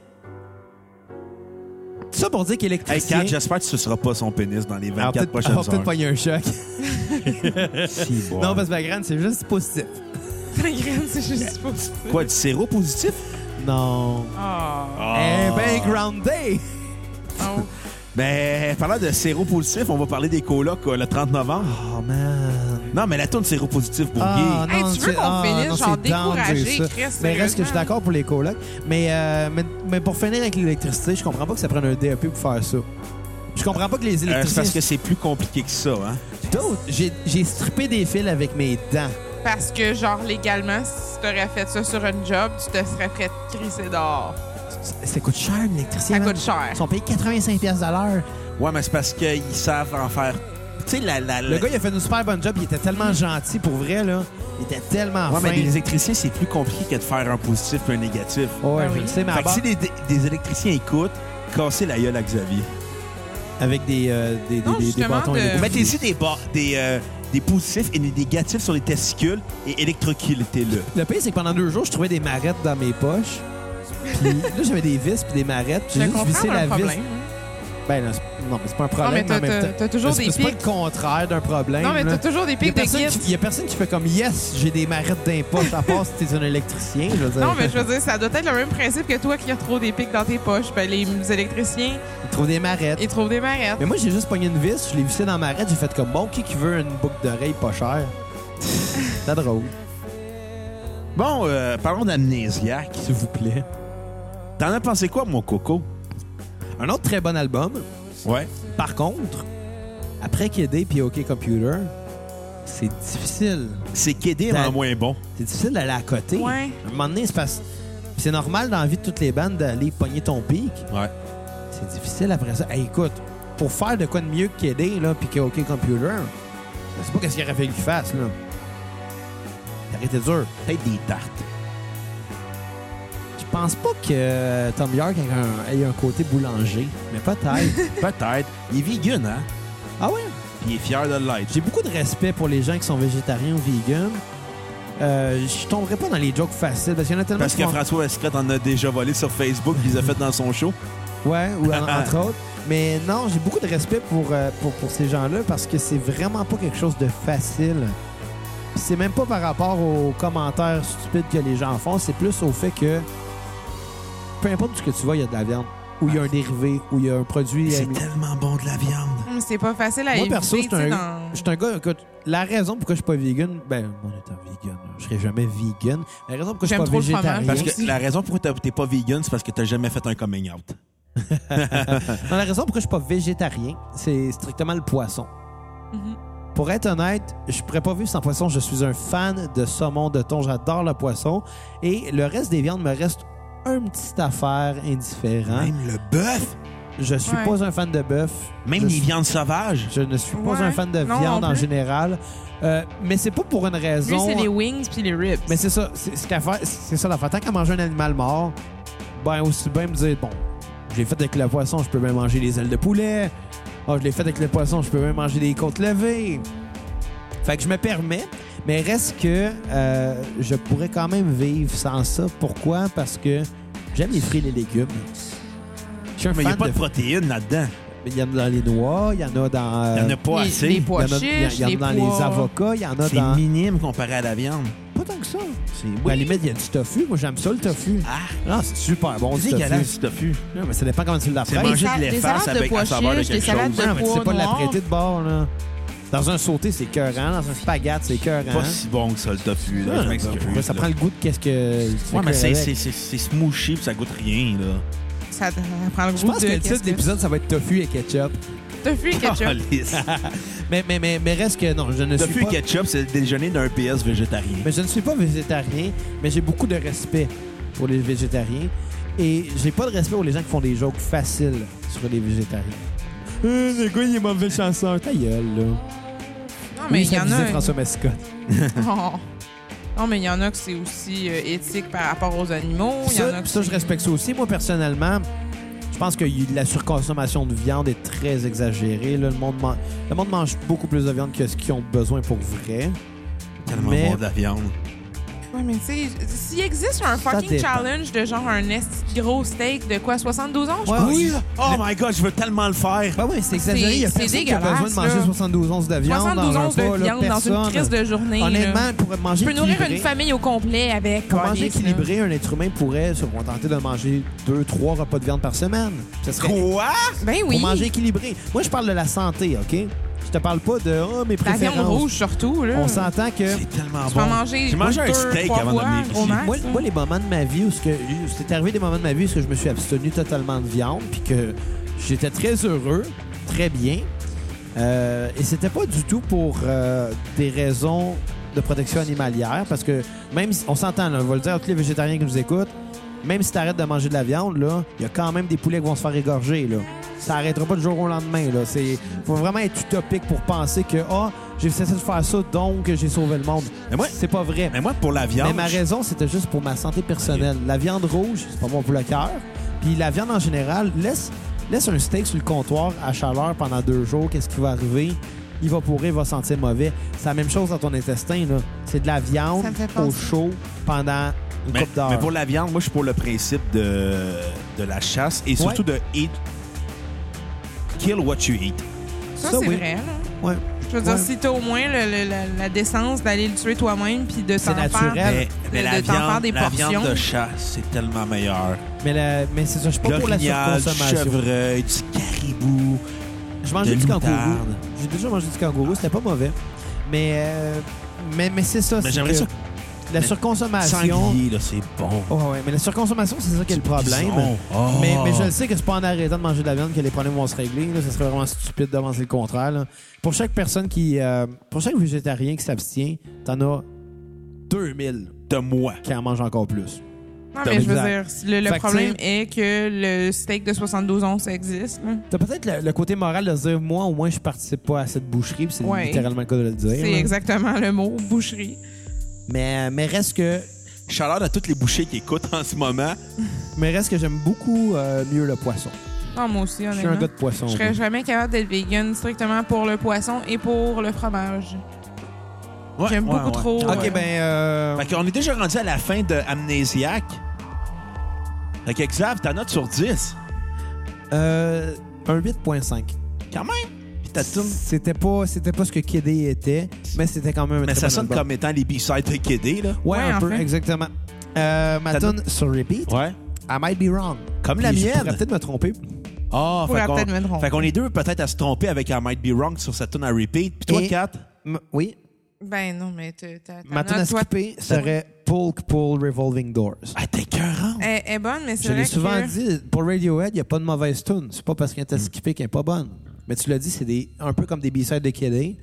Speaker 1: Tout ça pour dire
Speaker 2: Hey,
Speaker 1: qu'électricien...
Speaker 2: Kat, j'espère que tu ne suceras pas son pénis dans les
Speaker 1: Alors,
Speaker 2: 24
Speaker 1: peut-être- on
Speaker 2: prochaines
Speaker 1: va peut-être
Speaker 2: heures.
Speaker 1: pogner un choc.
Speaker 2: Chiboire.
Speaker 1: Non, parce que ma graine, c'est juste positif.
Speaker 3: La graine,
Speaker 1: [LAUGHS]
Speaker 3: c'est juste pour ça.
Speaker 2: Quoi, du sirop positif?
Speaker 1: Non.
Speaker 3: Ah.
Speaker 1: Eh ben, Ground Day!
Speaker 3: Oh.
Speaker 2: Ben, parlant de sirop positif, on va parler des colocs euh, le 30 novembre.
Speaker 1: Oh, man.
Speaker 2: Non, mais la tourne sirop positif pour
Speaker 1: Ah,
Speaker 2: gay.
Speaker 3: Hey,
Speaker 1: non,
Speaker 3: tu veux
Speaker 1: c'est-
Speaker 3: qu'on
Speaker 1: ah,
Speaker 3: finisse,
Speaker 1: non,
Speaker 3: genre,
Speaker 1: c'est down de dire
Speaker 3: découragé,
Speaker 1: ça.
Speaker 3: Chris,
Speaker 1: Mais Ben, reste que je suis
Speaker 3: sérieusement.
Speaker 1: d'accord pour les colocs. Mais, euh, mais, mais pour finir avec l'électricité, je comprends pas que ça prenne un DAP pour faire ça. Je comprends pas que les
Speaker 2: Euh, c'est
Speaker 1: électriciens...
Speaker 2: parce que c'est plus compliqué que ça, hein?
Speaker 1: D'autres, j'ai j'ai strippé des fils avec mes dents.
Speaker 3: Parce que, genre, légalement, si tu aurais fait ça sur un job, tu te serais fait crisser dehors.
Speaker 1: Ça- Ça coûte cher, un électricien.
Speaker 3: Ça
Speaker 1: man.
Speaker 3: coûte cher.
Speaker 1: Ils sont payés 85 pièces à l'heure.
Speaker 2: Ouais, mais c'est parce qu'ils savent en faire. Tu sais, la, la,
Speaker 1: Le gars, il a fait une super bonne job. Il était tellement gentil, pour vrai, là. Il était tellement
Speaker 2: Ouais,
Speaker 1: fin.
Speaker 2: mais les électriciens, c'est plus compliqué que de faire un positif et un négatif.
Speaker 1: Ouais,
Speaker 3: Ben
Speaker 1: je
Speaker 3: oui.
Speaker 1: le sais, mais à
Speaker 2: Fait que
Speaker 1: bord-
Speaker 2: si les- des, électriciens écoutent, cassez la gueule à Xavier.
Speaker 1: avec des, euh, des, des,
Speaker 3: Non,
Speaker 1: des- des
Speaker 3: justement,
Speaker 1: bâtons
Speaker 3: de-
Speaker 1: électriques.
Speaker 2: Mettez-y des, ba- des, euh, des positifs et des négatifs sur les testicules et électrocutez-le.
Speaker 1: Le pire, c'est que pendant deux jours, je trouvais des marettes dans mes
Speaker 3: [LAUGHS]
Speaker 1: poches. Puis là, j'avais des vis puis des marettes. Puis
Speaker 3: Je
Speaker 1: j'ai juste vissé
Speaker 3: comprends
Speaker 1: la
Speaker 3: un
Speaker 1: vis.
Speaker 3: problème.
Speaker 1: Ben là, c'est- non, mais c'est pas un problème.
Speaker 3: Non, mais t'as-
Speaker 1: en même
Speaker 3: t'as
Speaker 1: temps.
Speaker 3: t'as toujours
Speaker 1: C'est-
Speaker 3: des
Speaker 1: C'est pas le
Speaker 3: pics.
Speaker 1: contraire d'un problème.
Speaker 3: Non, mais
Speaker 1: là.
Speaker 3: t'as toujours des
Speaker 1: Il y, a
Speaker 3: pics de
Speaker 1: personne qui,
Speaker 3: guides.
Speaker 1: il y a personne qui fait comme Yes, j'ai des marettes d'impoche, à part si t'es un électricien. Je veux dire.
Speaker 3: Non, mais je veux dire, ça doit être le même principe que toi qui retrouves des pics dans tes poches. Ben, les électriciens,
Speaker 1: Il [LAUGHS] trouve des marettes.
Speaker 3: ils trouvent des barrettes.
Speaker 1: Mais moi, j'ai juste pogné une vis, je l'ai vissée dans ma marette, j'ai fait comme bon, qui qui veut une boucle d'oreille pas chère? [LAUGHS] C'est drôle.
Speaker 2: Bon, euh, parlons d'amnésiaque.
Speaker 1: S'il vous plaît.
Speaker 2: T'en as pensé quoi, mon coco?
Speaker 1: Un autre très bon album.
Speaker 2: Ouais.
Speaker 1: Par contre, après Kédé puis OK Computer, c'est difficile.
Speaker 2: C'est Kédé
Speaker 1: Ta-
Speaker 2: en moins bon.
Speaker 1: C'est difficile d'aller à côté.
Speaker 3: Ouais.
Speaker 1: À un moment donné, c'est parce- puis c'est normal dans la vie de toutes les bandes d'aller pogner ton pic.
Speaker 2: Ouais.
Speaker 1: C'est difficile après ça. Hey, écoute, pour faire de quoi de mieux que KD là, puis que OK Computer, je sais pas qu'est-ce qu'il aurait fallu qu'il fasse, là. Arrêtez dur.
Speaker 2: Peut-être des tartes.
Speaker 1: Je pense pas que Tom York ait un, ait un côté boulanger, mais
Speaker 2: [LAUGHS]
Speaker 1: peut-être.
Speaker 2: Peut-être. Il est vegan, hein?
Speaker 1: ah ouais?
Speaker 2: Puis il est fier de l'être.
Speaker 1: J'ai beaucoup de respect pour les gens qui sont végétariens ou vegan. Euh, je tomberai pas dans les jokes faciles parce qu'il y en a tellement
Speaker 2: Parce
Speaker 1: qui
Speaker 2: que
Speaker 1: font-
Speaker 2: François Escrette en a déjà volé sur Facebook, il les a fait dans son show.
Speaker 1: Ouais, ou en-
Speaker 2: [LAUGHS]
Speaker 1: entre autres. Mais non, j'ai beaucoup de respect pour, euh, pour, pour ces gens-là parce que c'est vraiment pas quelque chose de facile. Puis c'est même pas par rapport aux commentaires stupides que les gens font, c'est plus au fait que peu importe ce que tu vois, il y a de la viande. Ou il y a un dérivé, ou il y a un produit.
Speaker 2: C'est
Speaker 1: ami-
Speaker 2: tellement bon de la viande.
Speaker 3: Hum, C'est pas facile à
Speaker 1: Moi,
Speaker 3: éviter,
Speaker 1: perso, c'est
Speaker 3: tu sais,
Speaker 1: un-
Speaker 3: dans-
Speaker 1: Je suis un gars, écoute, la raison pourquoi je suis pas vegan, ben, en étant vegan, je serais jamais vegan. La raison pourquoi je suis
Speaker 3: J'aime
Speaker 1: pas
Speaker 3: trop le fromage.
Speaker 1: végétarien.
Speaker 2: Parce que la raison pourquoi t'as- t'es pas vegan, c'est parce que t'as jamais fait un coming out.
Speaker 1: Non, la raison pourquoi je suis pas végétarien, c'est strictement le poisson.
Speaker 3: Mhm.
Speaker 1: Pour être honnête, je pourrais pas vivre sans poisson. Je suis un fan de saumon, de thon. J'adore le poisson. Et le reste des viandes me reste un petit affaire indifférent.
Speaker 2: Même le bœuf,
Speaker 1: Je suis
Speaker 3: Ouais.
Speaker 1: pas un fan de bœuf.
Speaker 2: même
Speaker 1: Je
Speaker 2: les
Speaker 1: suis-
Speaker 2: viandes sauvages.
Speaker 1: Je ne suis pas
Speaker 3: Ouais.
Speaker 1: un fan de
Speaker 3: Non,
Speaker 1: viande
Speaker 3: non
Speaker 1: en
Speaker 3: plus.
Speaker 1: général. Euh, mais c'est pas pour une
Speaker 3: Lui,
Speaker 1: raison.
Speaker 3: c'est les wings puis les ribs.
Speaker 1: Mais c'est ça, c'est c'est l'affaire- c'est ça l'affaire. Tant qu'à manger un animal mort, ben aussi bien me dire, bon, je l'ai fait avec le poisson, je peux bien manger les ailes de poulet. Ah, je l'ai fait avec le poisson, je peux bien manger des côtes levées. Fait que je me permets, mais reste que euh, je pourrais quand même vivre sans ça. Pourquoi? Parce que j'aime les fruits et les légumes. Je suis un
Speaker 2: Mais il
Speaker 1: fan
Speaker 2: a pas de
Speaker 1: de...
Speaker 2: protéines là-dedans.
Speaker 1: Il y en a dans les noix, il y en a dans... euh,
Speaker 2: Il y en a pas
Speaker 3: les,
Speaker 2: assez.
Speaker 3: les pois
Speaker 1: il y en a- il y en a-
Speaker 3: chiches,
Speaker 1: il y en a
Speaker 3: les
Speaker 1: dans
Speaker 3: pois-
Speaker 1: les avocats, il y en a
Speaker 2: C'est
Speaker 1: dans...
Speaker 2: minime comparé à la viande.
Speaker 1: Pas tant que ça.
Speaker 2: C'est
Speaker 1: À la limite, il y a du tofu. Moi, j'aime ça, le tofu.
Speaker 2: Ah,
Speaker 1: Non, c'est super bon. du
Speaker 2: c'est
Speaker 1: tofu.
Speaker 2: dégueulasse du tofu.
Speaker 1: Non, mais ça dépend comment tu
Speaker 2: C'est
Speaker 1: l'apprêtes.
Speaker 3: Des
Speaker 2: manger
Speaker 3: sal-
Speaker 2: de
Speaker 3: des
Speaker 2: l'efface
Speaker 3: salades de
Speaker 2: avec
Speaker 3: pois
Speaker 2: la saveur de
Speaker 3: chiches,
Speaker 2: quelque
Speaker 3: des salades
Speaker 2: chose.
Speaker 3: de
Speaker 1: Non, mais tu sais
Speaker 3: pois
Speaker 1: pas
Speaker 3: noirs.
Speaker 1: l'apprêter de bord, là. Dans un sauté, c'est écœurant. Dans un spaghette, c'est écœurant.
Speaker 2: Pas si bon que ça, le tofu.
Speaker 1: Ouais,
Speaker 2: Là, je
Speaker 1: ben,
Speaker 2: m'excuse,
Speaker 1: pourquoi ça
Speaker 2: là.
Speaker 1: prend le goût de qu'est-ce que. tu fais
Speaker 2: Ouais, mais c'est-
Speaker 1: avec.
Speaker 2: c'est c'est- c'est smooché puis ça goûte rien, là.
Speaker 3: Ça ça prend le
Speaker 1: Je
Speaker 3: goût
Speaker 1: pense
Speaker 3: de...
Speaker 1: que le titre
Speaker 3: qu'est-ce
Speaker 1: de l'épisode, ça va être Tofu et Ketchup. [LAUGHS]
Speaker 3: Tofu et [LAUGHS] ketchup.
Speaker 2: Calisse.
Speaker 1: Mais, mais, mais, mais reste que non, je ne suis
Speaker 2: Tofu et
Speaker 1: pas.
Speaker 2: ketchup, c'est Ah, le déjeuner d'un PS végétarien.
Speaker 1: Mais je ne suis pas végétarien, mais j'ai beaucoup de respect pour les végétariens. Et j'ai pas de respect pour les gens qui font des jokes faciles sur les végétariens. Euh, c'est quoi, il est mauvais chanceur? Ta gueule, là.
Speaker 3: Non,
Speaker 1: Oui,
Speaker 3: mais il y
Speaker 1: ça
Speaker 3: en
Speaker 1: disait
Speaker 3: a...
Speaker 1: François Mascotte.
Speaker 3: Oh. [LAUGHS] Non, mais il y en a que c'est aussi euh, éthique par rapport aux animaux. Il y en a
Speaker 1: Ça,
Speaker 3: que
Speaker 1: ça, je
Speaker 3: c'est-
Speaker 1: respecte ça aussi. Moi, personnellement, je pense que y- la surconsommation de viande est très exagérée. là. Le, monde man- le monde mange beaucoup plus de viande que ce qu'ils ont besoin pour vrai.
Speaker 2: Tellement
Speaker 1: mais-
Speaker 2: bon de la viande.
Speaker 3: Ouais, mais tu sais, s'il existe un
Speaker 1: Ça
Speaker 3: fucking
Speaker 1: dépend.
Speaker 3: challenge de genre un esti de gros steak de quoi, 72 ans, je
Speaker 1: Ouais,
Speaker 3: pense.
Speaker 2: Oui! Oh my god, je veux tellement le faire!
Speaker 1: Ben oui, c'est exagéré. Il y a
Speaker 3: C'est-
Speaker 1: personne
Speaker 3: c'est
Speaker 1: qui a besoin de
Speaker 3: dégueulasse,
Speaker 1: manger
Speaker 3: là.
Speaker 1: 72 onces de viande.
Speaker 3: 72
Speaker 1: dans un
Speaker 3: onces de
Speaker 1: repas, là,
Speaker 3: viande dans une
Speaker 1: personne. euh,
Speaker 3: crise de journée. là.
Speaker 1: Honnêtement, pour manger
Speaker 3: Je peux nourrir
Speaker 1: équilibré-
Speaker 3: une famille au complet avec.
Speaker 1: Pour manger
Speaker 3: Carlis, là.
Speaker 1: équilibré, un être humain pourrait se contenter de manger deux, trois repas de viande par semaine. Ça serait
Speaker 2: Quoi?
Speaker 3: Ben oui.
Speaker 1: pour manger équilibré. Moi, je parle de la santé, OK? Je te parle pas de oh, mes
Speaker 3: La
Speaker 1: préférences.
Speaker 3: viande rouge surtout, là.
Speaker 1: On s'entend que
Speaker 2: C'est tellement
Speaker 3: Tu
Speaker 2: bon.
Speaker 3: peux manger.
Speaker 2: J'ai mangé un
Speaker 3: deux,
Speaker 2: steak
Speaker 3: trois
Speaker 2: avant de
Speaker 3: fois,
Speaker 2: venir
Speaker 3: au
Speaker 2: ici.
Speaker 3: max,
Speaker 1: moi,
Speaker 3: là.
Speaker 1: moi, les moments de ma vie où ce que c'est arrivé des moments de ma vie où ce que je me suis abstenu totalement de viande puis que j'étais très heureux, très bien. Euh, et c'était pas du tout pour euh, des raisons de protection animalière parce que même si, on s'entend là, on va le dire à tous les végétariens qui nous écoutent, même si t'arrêtes de manger de la viande là, il y a quand même des poulets qui vont se faire égorger là. Ça arrêtera pas du jour au lendemain là, c'est faut vraiment être utopique pour penser que ah, j'ai cessé de faire ça donc j'ai sauvé le monde.
Speaker 2: Mais moi-
Speaker 1: c'est pas vrai.
Speaker 2: Mais moi, pour la viande,
Speaker 1: Mais ma raison, c'était juste pour ma santé personnelle. La viande rouge, c'est pas bon pour le cœur. Puis la viande en général, laisse, laisse un steak sur le comptoir à chaleur pendant deux jours. Qu'est-ce qui va arriver? Il va pourrir, il va sentir mauvais. C'est la même chose dans ton intestin. là. C'est de la viande
Speaker 3: Ça me fait penser.
Speaker 1: au chaud pendant une
Speaker 2: mais,
Speaker 1: couple d'heures.
Speaker 2: mais pour la viande, moi, je suis pour le principe de, de la chasse et surtout de eat. Kill what you eat.
Speaker 3: Ça,
Speaker 1: Ça,
Speaker 3: c'est
Speaker 1: oui.
Speaker 3: vrai, là.
Speaker 1: Ouais.
Speaker 3: Je veux dire,
Speaker 1: Ouais.
Speaker 3: si t'as au moins le- le- la, la décence d'aller le tuer toi-même puis de
Speaker 1: C'est
Speaker 3: s'en faire.
Speaker 1: naturel.
Speaker 2: Mais, mais
Speaker 3: de-
Speaker 2: la,
Speaker 3: de t'en faire
Speaker 2: viande,
Speaker 3: des
Speaker 2: la viande
Speaker 3: portions.
Speaker 2: de chasse, c'est tellement meilleur.
Speaker 1: Mais, la- mais c'est ça, je suis pas pour la
Speaker 2: L'orignal, du
Speaker 1: surconsommation.
Speaker 2: chevreuil, du caribou.
Speaker 1: Je mangeais
Speaker 2: de
Speaker 1: du kangourou.
Speaker 2: moutarde.
Speaker 1: J'ai déjà mangé du kangourou, c'était pas mauvais. Mais, euh, mais, mais c'est ça.
Speaker 2: Mais
Speaker 1: c'est
Speaker 2: j'aimerais
Speaker 1: que
Speaker 2: ça
Speaker 1: La
Speaker 2: mais-
Speaker 1: surconsommation.
Speaker 2: Sanglier, là, c'est bon.
Speaker 1: Ouais, ouais, mais la surconsommation, c'est ça qui est le Oh, problème.
Speaker 2: Bison. Oh.
Speaker 1: Mais, mais je le sais que c'est pas en arrêtant de manger de la viande que les problèmes vont se régler. Là. Ce serait vraiment stupide d'avancer le contraire. là. Pour chaque personne qui. euh, pour chaque végétarien qui s'abstient, t'en as 2000
Speaker 2: de moi.
Speaker 1: qui en mangent encore plus.
Speaker 3: Non, mais je veux
Speaker 1: Exact.
Speaker 3: dire, le, le
Speaker 1: Fait que,
Speaker 3: problème est que le steak de 72 onces ça existe. là.
Speaker 1: T'as peut-être le, le côté moral de se dire moi, au moins, je participe pas à cette boucherie, puis c'est
Speaker 3: Ouais.
Speaker 1: littéralement le cas de le dire.
Speaker 3: C'est
Speaker 1: là.
Speaker 3: exactement le mot, boucherie.
Speaker 1: Mais, mais reste que.
Speaker 2: Chaleur à tous les bouchers qui écoutent en ce moment.
Speaker 1: Mais reste que j'aime beaucoup euh, mieux le poisson.
Speaker 3: Non, moi aussi,
Speaker 1: Je suis un
Speaker 3: honnêtement.
Speaker 1: gars de poisson.
Speaker 3: Je
Speaker 1: moi.
Speaker 3: serais jamais capable d'être vegan strictement pour le poisson et pour le fromage.
Speaker 2: Ouais,
Speaker 3: J'aime
Speaker 2: ouais,
Speaker 3: beaucoup
Speaker 2: ouais.
Speaker 3: trop.
Speaker 1: Ok,
Speaker 3: euh,
Speaker 1: ben. euh,
Speaker 2: Fait qu'on est déjà rendu à la fin de Amnésiac. Fait que Xav, ta note sur 10.
Speaker 1: euh, un 8,5.
Speaker 2: Quand même. Puis ta tune.
Speaker 1: C'était pas, c'était pas ce que Kédé était, mais c'était quand même. un
Speaker 2: Mais
Speaker 1: très
Speaker 2: ça
Speaker 1: bon
Speaker 2: sonne
Speaker 1: album.
Speaker 2: comme étant les B-sides de KD, là.
Speaker 1: Ouais,
Speaker 3: Ouais,
Speaker 1: un
Speaker 3: en
Speaker 1: peu,
Speaker 3: fait.
Speaker 1: exactement. Euh, ma
Speaker 2: T'as
Speaker 1: tune sur repeat,
Speaker 2: Ouais.
Speaker 1: I might be wrong.
Speaker 2: Comme la
Speaker 1: Puis Je
Speaker 2: mienne.
Speaker 1: pourrais peut-être me tromper.
Speaker 2: Ah,
Speaker 3: pourrais
Speaker 2: fait qu'on-
Speaker 3: peut-être me tromper.
Speaker 2: fait qu'on est deux peut-être à se tromper avec I Might Be Wrong sur sa tune à repeat. Puis toi,
Speaker 1: Et-
Speaker 2: Kat,
Speaker 1: M- oui,
Speaker 3: Ben non, mais t'as- t'as- ta
Speaker 1: ma tune à
Speaker 3: note, toi,
Speaker 1: skipper serait Polk Pull Revolving Doors.
Speaker 2: ah, t'es cœurante.
Speaker 3: Elle elle est bonne, mais c'est
Speaker 1: Je
Speaker 3: vrai
Speaker 1: l'ai souvent
Speaker 3: que... Hmm.
Speaker 1: dit, pour Radiohead, il n'y a pas de mauvaise tune. C'est pas parce qu'elle t'a skippé qu'elle n'est pas bonne. Mais tu l'as dit, c'est des, un peu comme des B-sides de Kédé.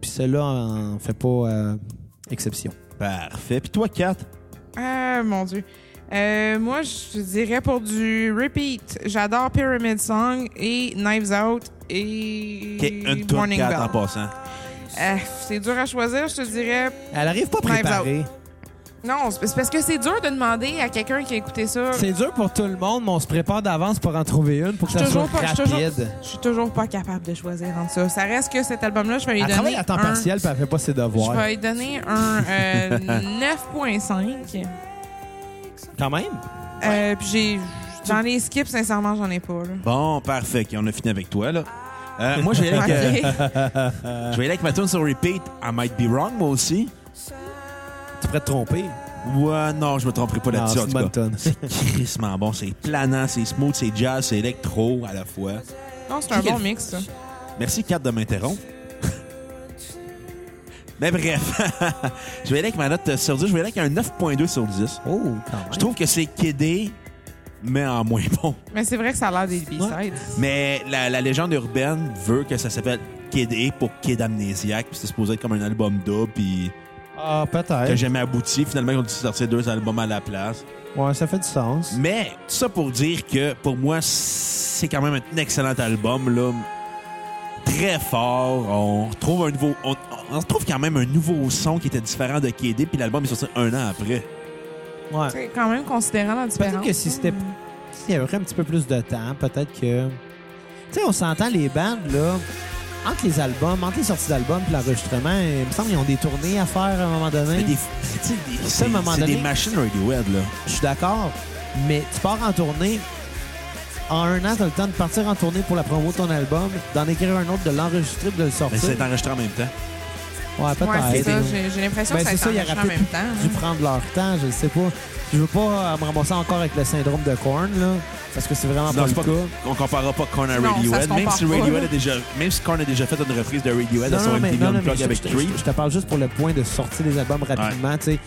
Speaker 1: Puis celle-là en fait pas euh, exception.
Speaker 2: Parfait. Puis toi, Kat,
Speaker 3: Ah, mon Dieu. Euh, moi, je dirais pour du repeat, j'adore Pyramid Song et Knives Out et
Speaker 2: qui est une tune
Speaker 3: Morning
Speaker 2: Kat en
Speaker 3: Bell.
Speaker 2: passant.
Speaker 3: Euh, c'est dur à choisir, je te dirais.
Speaker 1: Elle arrive pas
Speaker 3: Knives
Speaker 1: préparée.
Speaker 3: Non, c'est c'est parce que c'est dur de demander à quelqu'un qui a écouté ça.
Speaker 1: C'est dur pour tout le monde, mais on se prépare d'avance pour en trouver une pour que
Speaker 3: Je
Speaker 1: ça
Speaker 3: suis
Speaker 1: soit
Speaker 3: toujours pas- je suis toujours-
Speaker 1: rapide.
Speaker 3: Je suis toujours pas capable de choisir entre ça. Ça reste que cet album-là, je vais lui
Speaker 1: Elle travaille
Speaker 3: donner
Speaker 1: à temps
Speaker 3: un-
Speaker 1: partiel, puis elle fait pas ses
Speaker 3: Je
Speaker 1: devoirs.
Speaker 3: vais lui donner un
Speaker 1: [LAUGHS]
Speaker 3: euh, 9.5.
Speaker 1: Quand même.
Speaker 3: Euh, Puis j'ai... Dans les skips, sincèrement, j'en ai pas. Là.
Speaker 2: Bon, parfait. Ok, On a fini avec toi, là. Euh, moi, je vais, aller avec, euh,
Speaker 3: Ok.
Speaker 2: je vais aller avec ma tune sur repeat. I Might Be Wrong, moi aussi.
Speaker 1: Tu pourrais te tromper.
Speaker 2: Ouais, non, je me tromperai pas là-dessus.
Speaker 1: Non,
Speaker 2: en
Speaker 1: c'est
Speaker 2: tout
Speaker 1: une
Speaker 2: cas.
Speaker 1: bonne tune.
Speaker 2: [LAUGHS] C'est crissement bon. C'est planant, c'est smooth, c'est jazz, c'est électro à la fois.
Speaker 3: [LAUGHS] Non, c'est un bon mix, ça.
Speaker 2: Merci, Kat, de m'interrompre. [LAUGHS] Mais bref, [LAUGHS] je vais aller avec ma note sur 10. Je vais aller avec un 9.2 sur 10.
Speaker 1: Oh, quand même.
Speaker 2: Je trouve que c'est kédé, mais en moins bon.
Speaker 3: Mais c'est vrai que ça a l'air des B-sides.
Speaker 2: Mais la, la légende urbaine veut que ça s'appelle Kédé pour Kid Amnésiaque. Puis c'est supposé être comme un album double. Puis
Speaker 1: Ah,
Speaker 2: que
Speaker 1: peut-être.
Speaker 2: jamais abouti. Finalement, ils ont dû sortir deux albums à la place.
Speaker 1: Ouais, ça fait du sens.
Speaker 2: Mais tout ça pour dire que pour moi, c'est quand même un excellent album. Là. Très fort. On retrouve un nouveau. On, on retrouve quand même un nouveau son qui était différent de KD, puis l'album est sorti un an après. Mm.
Speaker 1: Ouais.
Speaker 3: C'est quand même considérant la
Speaker 1: Peut-être
Speaker 3: différence.
Speaker 1: que si c'était. S'il y avait un petit peu plus de temps, peut-être que. Tu sais, on s'entend les bandes, là. entre les albums, entre les sorties d'albums puis l'enregistrement, il me semble qu'ils ont des tournées à faire à un moment donné.
Speaker 2: Mais des, tu sais, des-
Speaker 1: Ça, à un
Speaker 2: c'est-
Speaker 1: moment
Speaker 2: c'est des
Speaker 1: donné-
Speaker 2: machines Radiohead, là.
Speaker 1: Je suis d'accord, mais tu pars en tournée. En un an, t'as le temps de partir en tournée pour la promo de ton album, d'en écrire un autre, de l'enregistrer, puis de le
Speaker 2: Mais
Speaker 1: sortir.
Speaker 2: c'est enregistré en même temps.
Speaker 1: Ouais, peut-être.
Speaker 3: Ouais, c'est ça.
Speaker 1: Ben,
Speaker 3: J'ai j'ai l'impression que ça
Speaker 1: c'est ça, il
Speaker 3: s'est
Speaker 1: aurait
Speaker 3: en
Speaker 1: peut-être
Speaker 3: même temps.
Speaker 1: dû prendre leur temps, je ne sais pas. Je veux pas euh, me ramasser encore avec le syndrome de Korn, là, parce que c'est vraiment
Speaker 2: Non,
Speaker 1: pas le
Speaker 2: c'est
Speaker 1: cas.
Speaker 2: pas- on comparera pas Korn à
Speaker 3: Non, ça se
Speaker 2: Radiohead, même
Speaker 3: compare
Speaker 2: si
Speaker 3: pas,
Speaker 2: Radiohead a
Speaker 3: là.
Speaker 2: déjà, même si Korn a déjà fait une reprise de Radiohead à
Speaker 1: Non,
Speaker 2: son
Speaker 1: non, mais-
Speaker 2: MTV
Speaker 1: non, non, mais
Speaker 2: Unplugged
Speaker 1: je-
Speaker 2: avec
Speaker 1: je-
Speaker 2: Creep.
Speaker 1: Je je te parle juste pour le point de sortir des albums rapidement, tu sais.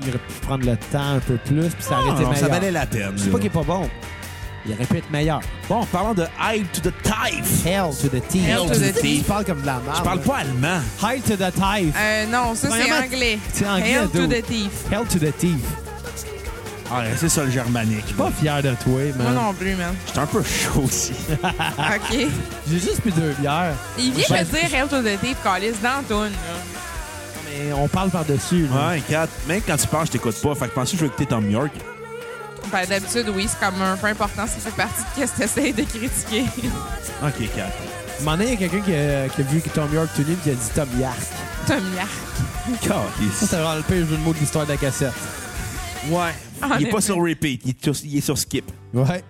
Speaker 1: Il aurait pu prendre le temps un peu plus, puis ça aurait été
Speaker 2: Non, ça
Speaker 1: meilleur.
Speaker 2: valait la peine.
Speaker 1: Je sais
Speaker 2: là.
Speaker 1: pas qu'il est pas bon. Il aurait pu être meilleur.
Speaker 2: Bon, parlant de Hide to the Type.
Speaker 1: Hell to the teeth.
Speaker 3: Hell to the
Speaker 1: Tu
Speaker 2: teeth.
Speaker 1: parles comme de la merde.
Speaker 2: Je parle pas allemand.
Speaker 1: Hell to the teeth.
Speaker 3: Euh, non, ça, c'est
Speaker 1: Premièrement,
Speaker 3: anglais.
Speaker 1: c'est anglais,
Speaker 3: Hail to
Speaker 1: dude.
Speaker 3: the thief.
Speaker 1: Hell to the teeth.
Speaker 2: Ah, c'est ça le germanique.
Speaker 1: Pas fier de toi,
Speaker 3: Moi
Speaker 1: man.
Speaker 3: non plus, man.
Speaker 2: J'étais un peu chaud aussi.
Speaker 1: Ah.
Speaker 3: OK.
Speaker 1: J'ai juste plus deux bières.
Speaker 3: Il vient
Speaker 1: Ben,
Speaker 3: me dire Hail to the thief, Calis, dans Toon.
Speaker 1: Mais on parle par-dessus, là.
Speaker 2: Ouais, Kat, même quand tu parles, je t'écoute pas. Fait que pensais que je veux écouter Tom York.
Speaker 3: Ben, D'habitude, oui, c'est comme un peu important. Ça fait partie de ce que tu essaies de critiquer. [LAUGHS]
Speaker 2: Ok, Kat.
Speaker 1: À un moment donné, il y a quelqu'un qui, a- qui a vu Tom York tout nu et qui a dit Tom York.
Speaker 3: Tom Yark.
Speaker 1: Ça, c'est vraiment le pire jeu de mots de l'histoire de la cassette.
Speaker 2: Ouais. [LAUGHS] Il est
Speaker 3: effet.
Speaker 2: pas sur repeat, il est sur, il est sur skip.
Speaker 1: Ouais.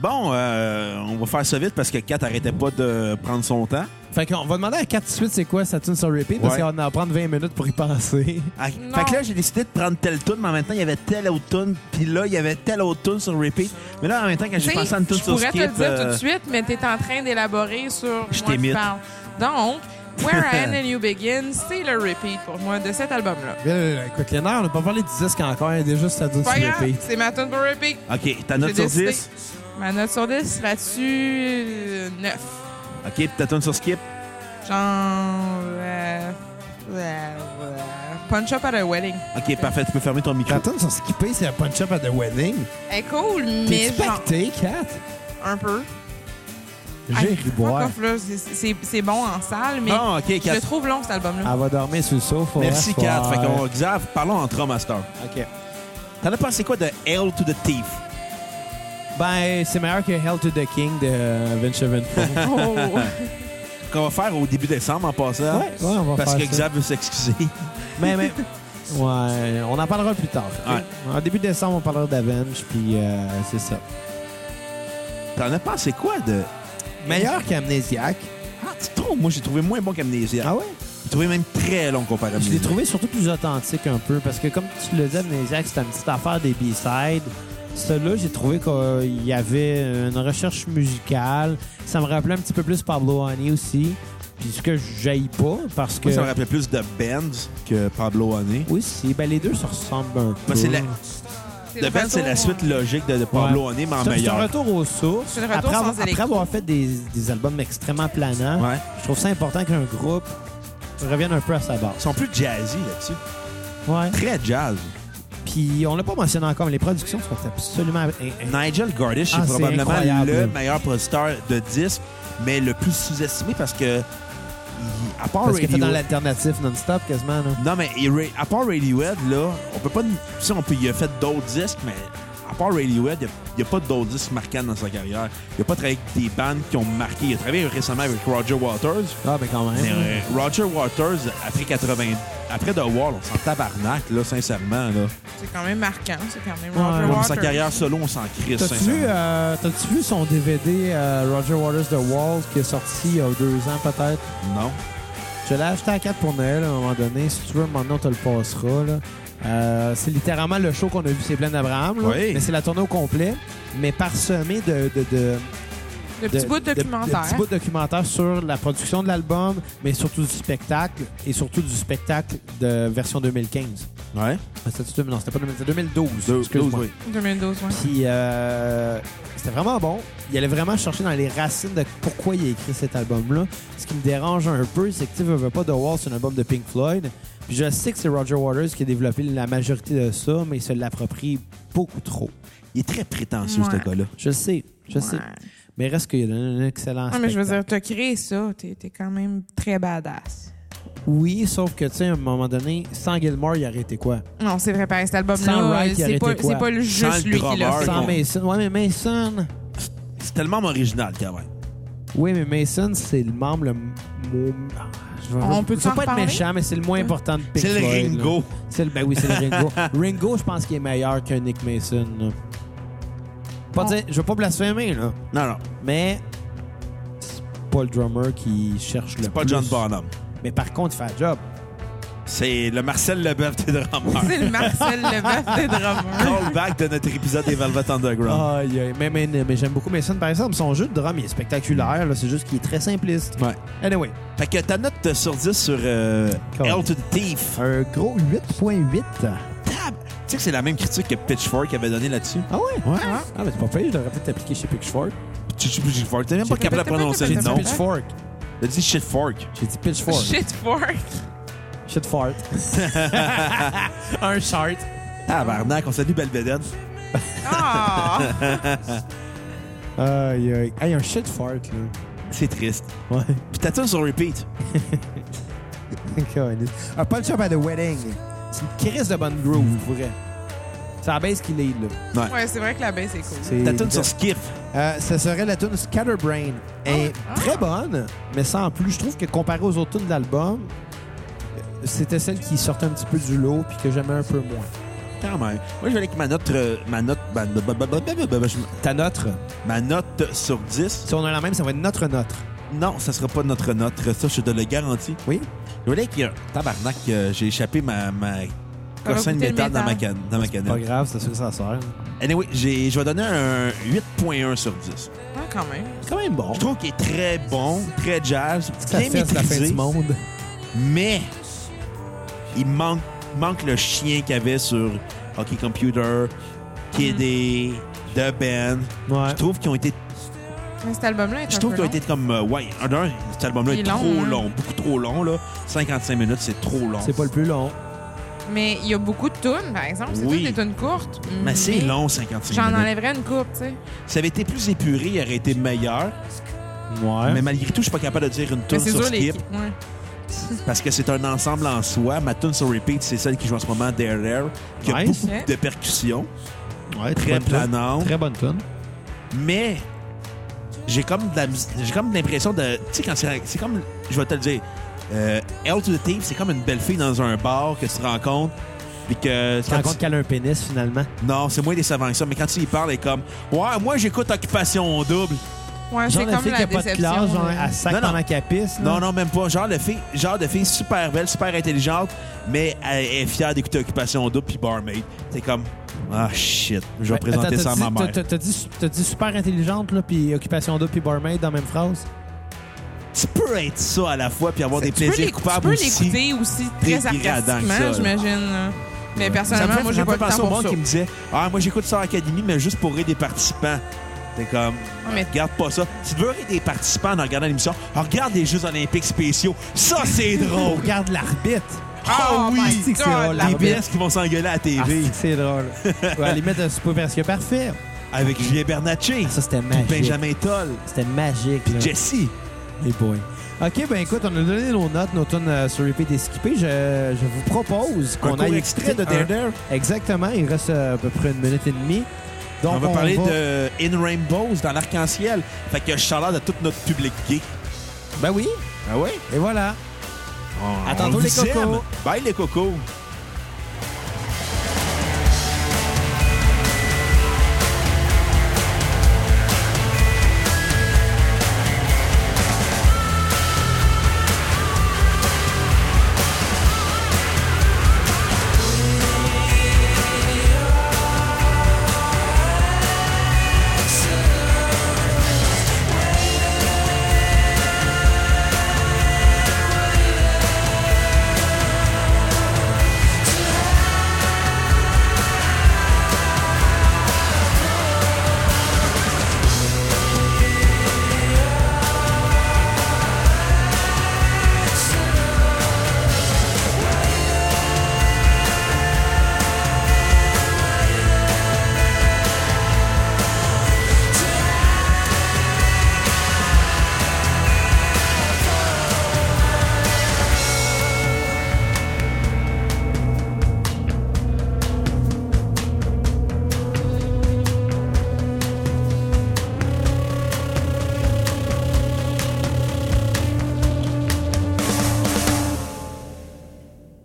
Speaker 2: Bon, euh, on va faire ça vite parce que Kat arrêtait pas de prendre son temps.
Speaker 1: Fait qu'on va demander à 4 suite c'est quoi sa tune sur repeat parce
Speaker 2: Ouais.
Speaker 1: qu'on va en prendre 20 minutes pour y [LAUGHS] penser.
Speaker 2: Ah,
Speaker 3: Non.
Speaker 2: Fait que là, j'ai décidé de prendre telle tune, mais en même temps, il y avait telle autre tune, puis là, il y avait telle autre tune sur repeat. Mais là, en même temps, quand j'ai
Speaker 3: Tu sais,
Speaker 2: pensé à une tune
Speaker 3: je
Speaker 2: sur
Speaker 3: pourrais
Speaker 2: skip,
Speaker 3: te le dire tout
Speaker 2: euh,
Speaker 3: de suite, mais t'es en train d'élaborer
Speaker 2: Je
Speaker 3: sur moi qui
Speaker 2: t'imite.
Speaker 3: parle. Donc,
Speaker 2: [LAUGHS]
Speaker 3: Where I End and You Begin, c'est le repeat pour moi de cet album-là.
Speaker 1: Là, là, là, Écoute, Léonard, on n'a pas parlé du disque encore. Il y a déjà sa tune sur
Speaker 3: Pas grave,
Speaker 1: repeat.
Speaker 3: c'est ma tune pour repeat.
Speaker 2: OK, ta
Speaker 3: J'ai
Speaker 2: note sur
Speaker 3: décidé.
Speaker 2: 10.
Speaker 3: Ma note sur 10, là-dessus, 9.
Speaker 2: OK, puis ta tune sur skip.
Speaker 3: Genre... euh, euh, euh, punch Up at a Wedding.
Speaker 2: OK, parfait, tu peux fermer ton micro.
Speaker 1: La tune sur skipper, c'est la punch-up à The Wedding.
Speaker 3: Elle est Eh, cool, mais
Speaker 1: T'es-tu
Speaker 3: genre...
Speaker 1: pacté, Kat?
Speaker 3: Un peu.
Speaker 1: J'ai
Speaker 3: Hey,
Speaker 1: ri
Speaker 3: fuck
Speaker 1: boire.
Speaker 3: off, là, c'est- c'est- C'est bon en salle, mais
Speaker 2: Non, Ah, OK,
Speaker 3: je
Speaker 2: Kat.
Speaker 3: le trouve long, cet album-là.
Speaker 1: Elle va dormir sur le sofa.
Speaker 2: Merci,
Speaker 1: elle,
Speaker 2: Kat.
Speaker 1: soir.
Speaker 2: Fait qu'on, Xav, parlons en trois master.
Speaker 1: OK.
Speaker 2: T'en as pensé quoi de Hell to the Thief?
Speaker 1: Ben, c'est meilleur que Hell to the King de euh, Vince Chevenfold.
Speaker 2: Ah
Speaker 3: Oh. [LAUGHS]
Speaker 2: Qu'on va faire au début décembre en passant.
Speaker 1: ouais, ouais, on va
Speaker 2: Parce
Speaker 1: faire
Speaker 2: que
Speaker 1: ça.
Speaker 2: Xav veut s'excuser.
Speaker 1: Mais, mais... Ouais, on en parlera plus tard. ok? En début décembre, on parlera d'Avenge, puis euh, c'est ça.
Speaker 2: T'en as pensé quoi de.
Speaker 1: Meilleur qu'Amnésiac.
Speaker 2: Ah, tu trouves? Moi, j'ai trouvé moins bon qu'Amnésia.
Speaker 1: Ah ouais?
Speaker 2: J'ai trouvé même très long comparé
Speaker 1: Je
Speaker 2: à
Speaker 1: l'ai
Speaker 2: Amnésia.
Speaker 1: trouvé surtout plus authentique un peu, parce que comme tu le disais, Amnésiac, c'était une petite affaire des B-sides. Celui-là, j'ai trouvé qu'il y avait une recherche musicale. Ça me rappelait un petit peu plus Pablo Honey aussi. Puis ce que j'aille pas, parce que...
Speaker 2: Moi, ça me rappelait plus de Benz que Pablo Honey.
Speaker 1: Oui, si. Ben, les deux se ressemblent un peu.
Speaker 2: Ben, c'est la-
Speaker 3: le
Speaker 2: De Benz, c'est la
Speaker 3: retour,
Speaker 2: suite logique de, de Pablo Honey, mais
Speaker 1: C'est-
Speaker 2: en
Speaker 1: c'est un
Speaker 2: meilleur.
Speaker 1: retour aux sources.
Speaker 3: C'est le retour
Speaker 1: après, avoir,
Speaker 3: sans
Speaker 1: après
Speaker 3: électro.
Speaker 1: avoir fait des, des albums extrêmement planants,
Speaker 2: Ouais.
Speaker 1: je trouve ça important qu'un groupe revienne un peu à sa
Speaker 2: Ils
Speaker 1: base.
Speaker 2: sont plus jazzy là-dessus.
Speaker 1: Ouais.
Speaker 2: Très jazz.
Speaker 1: Puis on l'a pas mentionné encore, mais les productions sont absolument in- in-
Speaker 2: Nigel Gardish
Speaker 1: Ah,
Speaker 2: est
Speaker 1: c'est
Speaker 2: probablement
Speaker 1: incroyable.
Speaker 2: le meilleur producteur de disques, mais le plus sous-estimé parce que, il- à part
Speaker 1: parce qu'il fait dans
Speaker 2: Radiohead-
Speaker 1: l'alternatif non-stop quasiment. Là.
Speaker 2: Non, mais il- Ra- à part Radiohead, là, on peut pas. Tu sais, on peut, il a fait d'autres disques, mais à part Radiohead, il n'y a, pas d'autres disques marquants dans sa carrière. Il a pas travaillé avec des bandes qui ont marqué. Il a travaillé récemment avec Roger Waters.
Speaker 1: Ah, mais quand même.
Speaker 2: Mais euh, Roger Waters, après 80, après The Wall, on s'en tabarnak, là, sincèrement. Là.
Speaker 3: C'est quand même marquant, c'est quand même
Speaker 1: Ouais.
Speaker 3: Roger
Speaker 1: Ouais,
Speaker 2: Dans
Speaker 1: mais
Speaker 2: sa
Speaker 3: Waters.
Speaker 2: carrière solo, on s'en crisse,
Speaker 1: T'as-tu vu,
Speaker 2: sincèrement.
Speaker 1: euh, t'as-tu vu son DVD euh, Roger Waters The Wall qui est sorti il y a deux ans peut-être?
Speaker 2: Non.
Speaker 1: Je l'ai acheté à 4 pour Noël à un moment donné. Si tu veux, un moment donné, on te le passera. là. Euh, c'est littéralement le show qu'on a vu, c'est plein d'Abraham. là.
Speaker 2: Oui.
Speaker 1: Mais c'est la tournée au complet, mais parsemée de, de, de,
Speaker 3: Le petit bout de
Speaker 1: de
Speaker 3: documentaire.
Speaker 1: petits bouts de documentaires sur la production de l'album, mais surtout du spectacle, et surtout du spectacle de version 2015.
Speaker 2: Ouais.
Speaker 1: Ah, c'était- Non, c'était pas 2015, c'était 2012.
Speaker 2: Deux,
Speaker 1: excuse-moi.
Speaker 2: douze, oui.
Speaker 3: 2012, ouais.
Speaker 1: Puis euh, c'était vraiment bon. Il allait vraiment chercher dans les racines de pourquoi il a écrit cet album-là. Ce qui me dérange un peu, c'est que tu veux veux pas The Wall, c'est un album de Pink Floyd. Puis je sais que c'est Roger Waters qui a développé la majorité de ça, mais il se l'approprie beaucoup trop.
Speaker 2: Il est très prétentieux,
Speaker 3: Ouais.
Speaker 2: ce gars-là.
Speaker 1: Je sais, je sais.
Speaker 3: Ouais.
Speaker 1: Mais reste qu'il a donné un excellent
Speaker 3: Ouais, mais je veux
Speaker 1: spectacle.
Speaker 3: dire, t'as créé ça, t'es t'es quand même très badass.
Speaker 1: Oui, sauf que, tu sais, à un moment donné, sans Gilmore, il aurait été quoi?
Speaker 3: Non, c'est vrai, pareil, cet
Speaker 1: Sans
Speaker 3: album-là,
Speaker 1: Wright,
Speaker 3: euh,
Speaker 1: il aurait
Speaker 3: c'est pas,
Speaker 1: été quoi?
Speaker 3: c'est pas le
Speaker 2: Sans
Speaker 3: juste
Speaker 2: le
Speaker 3: lui qui l'a
Speaker 2: drummer.
Speaker 3: fait.
Speaker 1: Sans
Speaker 2: bon.
Speaker 1: Mason. Ouais, mais Mason...
Speaker 2: C'est tellement original, quand même.
Speaker 1: Oui, mais Mason, c'est le membre le. m- mo- Ah, Je vais,
Speaker 3: On
Speaker 1: je-
Speaker 3: peut
Speaker 1: je veux
Speaker 3: en
Speaker 1: pas être
Speaker 3: reparler?
Speaker 1: méchant, mais c'est le moins important de Pink
Speaker 2: C'est le
Speaker 1: Floyd, là.
Speaker 2: Ringo.
Speaker 1: C'est le, ben oui, c'est le
Speaker 2: [LAUGHS]
Speaker 1: Ringo. Ringo, je pense qu'il est meilleur que Nick Mason. là. Pas
Speaker 3: On-
Speaker 1: dire- je veux pas blasphémer, là,
Speaker 2: Non, non.
Speaker 1: mais c'est pas le drummer qui cherche le
Speaker 2: C'est pas
Speaker 1: plus.
Speaker 2: John Bonham.
Speaker 1: Mais par contre, il fait le job.
Speaker 2: C'est le Marcel Leboeuf des drummers.
Speaker 3: C'est le Marcel Leboeuf des drummers.
Speaker 2: Callback de notre épisode des Velvet Underground.
Speaker 1: Aïe, aïe. Mais, mais, mais j'aime beaucoup Mason, par exemple. Son jeu de drum, il est spectaculaire. là. C'est juste qu'il est très simpliste.
Speaker 2: Ouais.
Speaker 1: Anyway,
Speaker 2: Fait que ta note de sur 10 sur euh,
Speaker 1: Cool.
Speaker 2: Hell to the Thief.
Speaker 1: un gros 8.8.
Speaker 2: Tab- Tu sais que c'est la même critique que Pitchfork avait donnée là-dessus.
Speaker 1: Ah ouais?
Speaker 2: Ouais.
Speaker 1: Ah, mais c'est pas fait. Je devrais peut-être appliquer chez Pitchfork.
Speaker 2: Tu tu- Pitchfork, t'es même pas
Speaker 3: J'ai-
Speaker 2: capable de prononcer les
Speaker 3: J'ai-
Speaker 2: noms.
Speaker 3: Non.
Speaker 1: Pitchfork.
Speaker 2: T'as dit Shitfork.
Speaker 1: J'ai dit Pitchfork.
Speaker 3: Shit fork.
Speaker 1: Shit
Speaker 2: [LAUGHS]
Speaker 1: fart. [LAUGHS] un shart.
Speaker 2: Ah, Barnac, on salue Belvedere.
Speaker 3: Ah!
Speaker 1: Aïe, aïe. Aïe, un shit fart, là.
Speaker 2: C'est triste.
Speaker 1: Ouais. [LAUGHS]
Speaker 2: Puis t'as tout sur repeat.
Speaker 1: Câlisse. un punch up at the wedding. C'est une crise de bonne groove, pour vrai. C'est la base qui lead, là.
Speaker 3: Ouais, c'est vrai que la baisse est cool.
Speaker 1: C'est-
Speaker 2: T'as tout sur Skiff.
Speaker 1: Euh, ça serait la tune Scatterbrain. Elle est
Speaker 3: Ah.
Speaker 1: très bonne, mais sans plus. Je trouve que comparé aux autres tunes de l'album, euh, c'était celle qui sortait un petit peu du lot puis que j'aimais un peu moins.
Speaker 2: Quand même. Moi, je vais aller avec ma note. euh, Ma note. ma- ba- ba- ba- ba- ba- ba- ba- je-
Speaker 1: Ta notre?
Speaker 2: Ma note sur 10.
Speaker 1: Si on a la même, ça va être notre notre.
Speaker 2: Non, ça sera pas notre note. Ça, je te le garantis.
Speaker 1: Oui?
Speaker 2: Je voulais qu'il y ait un tabarnak. euh, J'ai échappé ma, ma
Speaker 3: va
Speaker 2: corsin de
Speaker 3: goûter le
Speaker 2: métal dans ma,
Speaker 3: métal.
Speaker 2: canne- dans ma
Speaker 1: Pas
Speaker 2: canette.
Speaker 1: grave, c'est sûr que ça sert.
Speaker 2: Anyway, j'ai- je vais donner un 8.1 sur 10.
Speaker 3: Ah, quand même.
Speaker 1: C'est quand même bon.
Speaker 2: Je trouve qu'il est très bon, très jazz,
Speaker 1: ça
Speaker 2: très
Speaker 1: fesse la fin
Speaker 2: maîtrisé,
Speaker 1: du monde.
Speaker 2: mais il manque, manque le chien qu'il y avait sur Hockey Computer, KD,
Speaker 3: Mm.
Speaker 2: The Ben.
Speaker 1: Ouais.
Speaker 2: Je trouve qu'ils ont été,
Speaker 3: Mais cet album-là est
Speaker 2: je
Speaker 3: un
Speaker 2: trouve
Speaker 3: peu
Speaker 2: qu'ils ont
Speaker 3: long.
Speaker 2: été comme, euh, ouais, un d'un, cet album-là
Speaker 3: Il
Speaker 2: est
Speaker 3: est
Speaker 2: trop
Speaker 3: long,
Speaker 2: long,
Speaker 3: hein.
Speaker 2: beaucoup trop long là. 55 minutes, c'est trop long.
Speaker 1: C'est pas le plus long.
Speaker 3: Mais il y a beaucoup de tunes, par exemple. C'est
Speaker 2: Oui.
Speaker 3: toutes des tunes courtes.
Speaker 2: Mais c'est long, 55
Speaker 3: J'en
Speaker 2: minutes.
Speaker 3: enlèverais une coupe, tu sais.
Speaker 2: Ça avait été plus épuré, il aurait été meilleur.
Speaker 1: Ouais.
Speaker 2: Mais malgré tout, je suis pas capable de dire une
Speaker 3: Mais
Speaker 2: tune
Speaker 3: c'est
Speaker 2: sur
Speaker 3: sûr, les.
Speaker 2: skip
Speaker 3: Ouais.
Speaker 2: parce que c'est un ensemble en soi. Ma tune sur repeat, c'est celle qui joue en ce moment, Dare Dare, qui a
Speaker 1: Nice.
Speaker 2: beaucoup de percussions.
Speaker 1: Ouais,
Speaker 2: très
Speaker 1: bonne tune.
Speaker 2: planante.
Speaker 1: Très bonne tune.
Speaker 2: Mais j'ai comme de la mus- j'ai comme l'impression de tu sais quand c'est c'est comme je vais te le dire euh, Hell to the Thief, c'est comme une belle fille dans un bar que tu rencontres puis que
Speaker 1: Tu te
Speaker 2: quand
Speaker 1: rends compte qu'elle a un pénis, finalement.
Speaker 3: Ah,
Speaker 2: tu- non, c'est moins décevant que ça, mais quand tu y parles, elle est comme ouais, moi j'écoute occupation double.
Speaker 3: Ouais, c'est
Speaker 1: Genre, la
Speaker 3: comme
Speaker 1: fille qui
Speaker 3: la
Speaker 1: a pas de
Speaker 3: déception.
Speaker 1: classe, genre,
Speaker 3: là.
Speaker 1: à sac
Speaker 2: Non, non.
Speaker 1: pendant qu'elle pisse. là.
Speaker 2: Non non, même pas, genre de fille, genre de fille super belle, super intelligente, mais elle est fière d'écouter occupation double puis barmaid. C'est comme ah shit, je vais
Speaker 1: Ben,
Speaker 2: présenter
Speaker 1: attends,
Speaker 2: ça à
Speaker 1: t'as
Speaker 2: ma
Speaker 1: dit-
Speaker 2: mère.
Speaker 1: t'as- T'as dit, t'as dit super intelligente, là, puis occupation d'eau, puis barmaid dans la même phrase.
Speaker 2: Tu peux être ça à la fois puis avoir des
Speaker 3: Tu peux
Speaker 2: plaisirs
Speaker 3: les-
Speaker 2: coupables
Speaker 3: Tu peux
Speaker 2: aussi.
Speaker 3: l'écouter aussi très
Speaker 2: dégradant que ça,
Speaker 3: sarcastiquement,
Speaker 2: là.
Speaker 3: j'imagine. là. Mais personnellement,
Speaker 2: Ça me fait-
Speaker 3: moi,
Speaker 2: ça
Speaker 3: j'ai
Speaker 2: me
Speaker 3: pas
Speaker 2: fait
Speaker 3: le temps
Speaker 2: penser au
Speaker 3: pour
Speaker 2: monde
Speaker 3: ça.
Speaker 2: qui me disait Ah, moi, j'écoute ça à l'académie, mais juste pour rire des participants. T'es comme.
Speaker 3: Ah, mais-
Speaker 2: Regarde pas ça. Si tu veux rire des participants en regardant l'émission, ah, regarde les Jeux Olympiques spéciaux. Ça,
Speaker 3: [LAUGHS]
Speaker 2: c'est
Speaker 1: On
Speaker 2: drôle.
Speaker 1: regarde l'arbitre.
Speaker 2: Ah
Speaker 3: Oh my
Speaker 2: oui.
Speaker 1: c'est
Speaker 3: God,
Speaker 1: drôle,
Speaker 3: la
Speaker 2: Les
Speaker 1: l'arbitre.
Speaker 2: BS qui vont s'engueuler à la
Speaker 1: Ah,
Speaker 2: TV
Speaker 1: c'est que c'est drôle. Ouais, à la limite, un super version parfait.
Speaker 3: Ah,
Speaker 1: Ah,
Speaker 2: avec Julien Bernatchez,
Speaker 1: Ça, c'était magique.
Speaker 2: Benjamin Toll,
Speaker 1: C'était magique. là.
Speaker 2: Jesse.
Speaker 1: Les boys. OK, ben écoute, on a donné nos notes, nos tunes euh, sur repeat et skippées. Je, je vous propose
Speaker 2: Un
Speaker 1: qu'on
Speaker 2: court
Speaker 1: aille
Speaker 2: extrait de
Speaker 1: écouter un-
Speaker 2: Dare Dare.
Speaker 1: Exactement, il reste euh, à peu près une minute et demie. Donc,
Speaker 2: On va parler de In Rainbows dans l'arc-en-ciel. Fait que Charlotte à tout notre public gay.
Speaker 1: Ben oui,
Speaker 2: Ah ouais?
Speaker 1: et voilà.
Speaker 2: On-
Speaker 1: À
Speaker 2: on
Speaker 1: tantôt,
Speaker 2: vous
Speaker 1: les cocos.
Speaker 2: aime. Bye les cocos.
Speaker 4: Waiting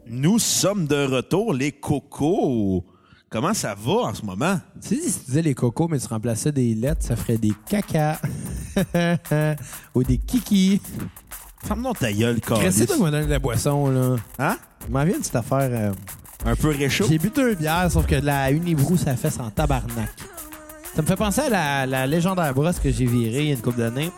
Speaker 2: nous sommes de retour, les cocos. Comment ça va en ce moment?
Speaker 1: Tu sais, si tu disais les cocos, mais tu remplaçais des lettres, ça ferait des caca. [LAUGHS] Ou des kiki.
Speaker 2: Ferme-nous ta gueule,
Speaker 1: Restez
Speaker 2: câlisse.
Speaker 1: de me donner de la boisson, là.
Speaker 2: Hein?
Speaker 1: Il m'en vient une petite affaire. euh,
Speaker 2: Un peu réchaud?
Speaker 1: J'ai bu deux bières, sauf que de la une ébrou, ça fait sans tabarnak. Ça me fait penser à la, la légendaire brosse que j'ai virée il y a une couple d'années.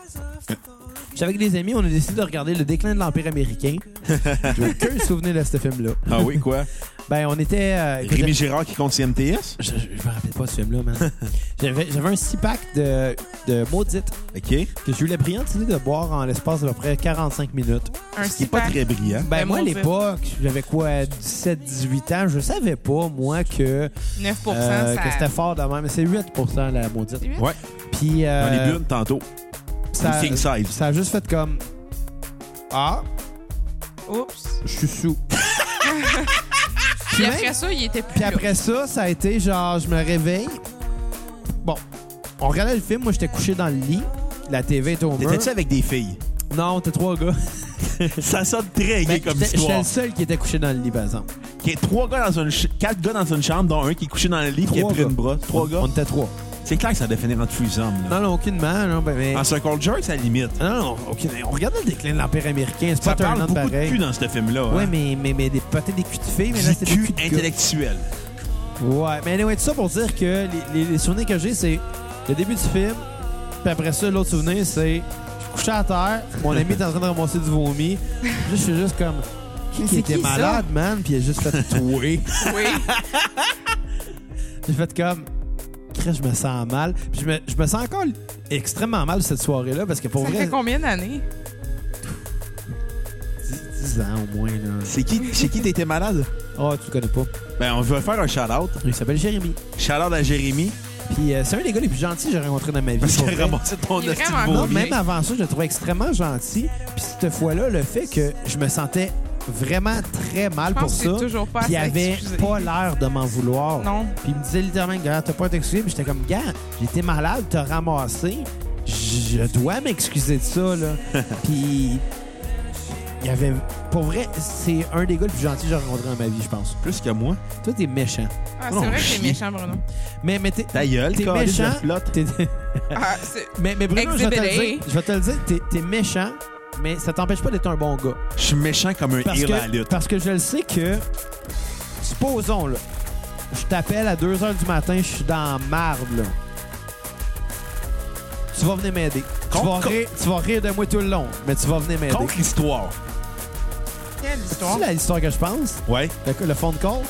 Speaker 1: J'étais avec des amis, on a décidé de regarder le déclin de l'Empire américain. J'ai aucun souvenir de ce film-là.
Speaker 2: Ah oui, quoi?
Speaker 1: Ben, on était... euh, [LAUGHS] écoute,
Speaker 2: Rémi Gérard qui compte CMTS?
Speaker 1: je, je- je me rappelle pas de ce film-là, man. J'avais j'avais un six-pack de, de maudite
Speaker 2: OK.
Speaker 1: que j'ai eu la brillante idée de boire en l'espace d'à peu près 45 minutes.
Speaker 3: Un
Speaker 2: Ce qui est pas
Speaker 3: six-pack.
Speaker 2: très brillant.
Speaker 1: Ben,
Speaker 3: Ben,
Speaker 1: moi, à
Speaker 3: maudite.
Speaker 1: l'époque, j'avais quoi, 17-18 ans, je savais pas, moi, que...
Speaker 3: 9
Speaker 1: Euh, que
Speaker 3: ça...
Speaker 1: c'était fort de même. C'est 8 la maudite.
Speaker 3: C'est huit?
Speaker 2: Ouais.
Speaker 1: Puis, euh,
Speaker 2: On est bu une tantôt.
Speaker 1: ça,
Speaker 2: King size.
Speaker 1: ça a juste fait comme Ah,
Speaker 3: Oups.
Speaker 1: je suis
Speaker 3: [LAUGHS]
Speaker 1: sous. puis,
Speaker 3: Puis
Speaker 1: même-
Speaker 3: après ça, il était plus
Speaker 1: puis
Speaker 3: là.
Speaker 1: après ça, ça a été genre, je me réveille. Bon, on regardait le film. Moi, j'étais couché dans le lit. La TV était au mur.
Speaker 2: T'étais-tu avec
Speaker 1: [LAUGHS]
Speaker 2: des filles?
Speaker 1: Non, t'es trois gars.
Speaker 2: Ça sonne
Speaker 1: Mais
Speaker 2: très gay comme
Speaker 1: j'étais- J'étais
Speaker 2: histoire.
Speaker 1: le seul qui était couché dans le lit, par exemple.
Speaker 2: Il y a trois gars dans une ch- quatre gars dans une chambre, dont un qui est couché dans le lit, qui a
Speaker 1: Trois
Speaker 2: pris
Speaker 1: gars.
Speaker 2: une brosse. Trois gars.
Speaker 1: On était trois.
Speaker 2: C'est clair que ça doit finir en threesome. là.
Speaker 1: Non, non, aucunement. Non, ben, mais...
Speaker 2: En circle jerk, ça limite.
Speaker 1: non, non, aucune- on regardait le déclin de l'Empire américain. C'est
Speaker 2: Ça
Speaker 1: pas turn
Speaker 2: parle
Speaker 1: on
Speaker 2: beaucoup
Speaker 1: pareil.
Speaker 2: de cul dans ce film-là.
Speaker 1: Ouais,
Speaker 2: hein.
Speaker 1: mais, mais, mais des, peut-être des culs de filles, mais là,
Speaker 2: Du
Speaker 1: c'était des
Speaker 2: cul
Speaker 1: culs de gars.
Speaker 2: intellectuel.
Speaker 1: Ouais, mais anyway, tout ça pour dire que les, les- les souvenirs que j'ai, c'est le début du film, puis après ça, l'autre souvenir, c'est je suis couché à terre, mon ami est en train de ramasser du
Speaker 3: [LAUGHS]
Speaker 1: vomi, Puis là, je suis juste comme. Qui,
Speaker 3: Mais
Speaker 1: qui
Speaker 3: c'est
Speaker 1: était
Speaker 3: qui, ça?
Speaker 1: malade, man, puis il a
Speaker 3: [LAUGHS]
Speaker 1: juste fait touer.
Speaker 3: Oui.
Speaker 1: J'ai fait comme. Chris, je me sens mal. Puis je me, je me sens encore extrêmement mal cette soirée-là, parce que pour
Speaker 3: Ça
Speaker 1: vrai,
Speaker 3: fait combien d'années?
Speaker 1: 10, ans au moins, là.
Speaker 2: C'est qui, c'est qui t'étais malade?
Speaker 1: Oh, tu le connais pas.
Speaker 2: Ben, on veut faire un shout-out.
Speaker 1: Il s'appelle Jérémy.
Speaker 2: Shout-out à Jérémy,
Speaker 1: Puis euh, c'est un des gars les plus gentils que j'ai rencontré dans ma vie.
Speaker 2: parce
Speaker 1: pour
Speaker 2: qu'il a
Speaker 1: vrai.
Speaker 2: ramassé ton
Speaker 3: Il est
Speaker 2: hostie de
Speaker 3: vraiment
Speaker 1: Non,
Speaker 3: Pour
Speaker 2: vomi.
Speaker 1: même avant ça, je le trouvais extrêmement gentil. Puis cette fois-là, le fait que je me sentais vraiment très mal
Speaker 3: Je
Speaker 1: pour
Speaker 3: pense que
Speaker 1: ça,
Speaker 3: c'est toujours pas
Speaker 1: puis il
Speaker 3: assez
Speaker 1: avait
Speaker 3: excusé.
Speaker 1: pas l'air de m'en vouloir.
Speaker 3: Non.
Speaker 1: Puis il me disait littéralement, gars, t'as pas à t'excuser. Puis j'étais comme, gars, j'étais malade, t'as ramassé. Je je dois m'excuser de ça,
Speaker 2: [LAUGHS]
Speaker 1: là. puis il y avait. Pour vrai, c'est un des gars les plus gentils que j'ai rencontré dans ma vie, je pense.
Speaker 2: Plus que moi.
Speaker 1: Toi, t'es méchant.
Speaker 3: Ah,
Speaker 2: Non,
Speaker 3: c'est vrai que
Speaker 2: chier.
Speaker 3: t'es méchant, Bruno.
Speaker 1: Mais, mais t'es.
Speaker 2: Ta gueule,
Speaker 1: T'es
Speaker 2: câlisse de
Speaker 1: méchant.
Speaker 2: flotte.
Speaker 1: t'es-
Speaker 3: Ah, c'est...
Speaker 1: mais, mais Bruno, je vais te le
Speaker 3: Exhibit
Speaker 1: dire, je vais te le dire, t'es- t'es méchant, mais ça t'empêche pas d'être un bon gars.
Speaker 2: Je suis méchant comme un
Speaker 1: Parce
Speaker 2: hir à la
Speaker 1: que,
Speaker 2: lutte.
Speaker 1: parce que je le sais que, supposons, là, je t'appelle à 2 h du matin, je suis dans la marde, là. Tu vas venir m'aider. Tu,
Speaker 2: Compte-
Speaker 1: vas
Speaker 2: compte-
Speaker 1: rire- tu vas rire de moi tout le long, mais tu vas venir m'aider.
Speaker 2: Contre l'histoire.
Speaker 3: Quelle histoire.
Speaker 1: C'est la l'histoire que je pense,
Speaker 2: Ouais,
Speaker 1: le, le fond de compte.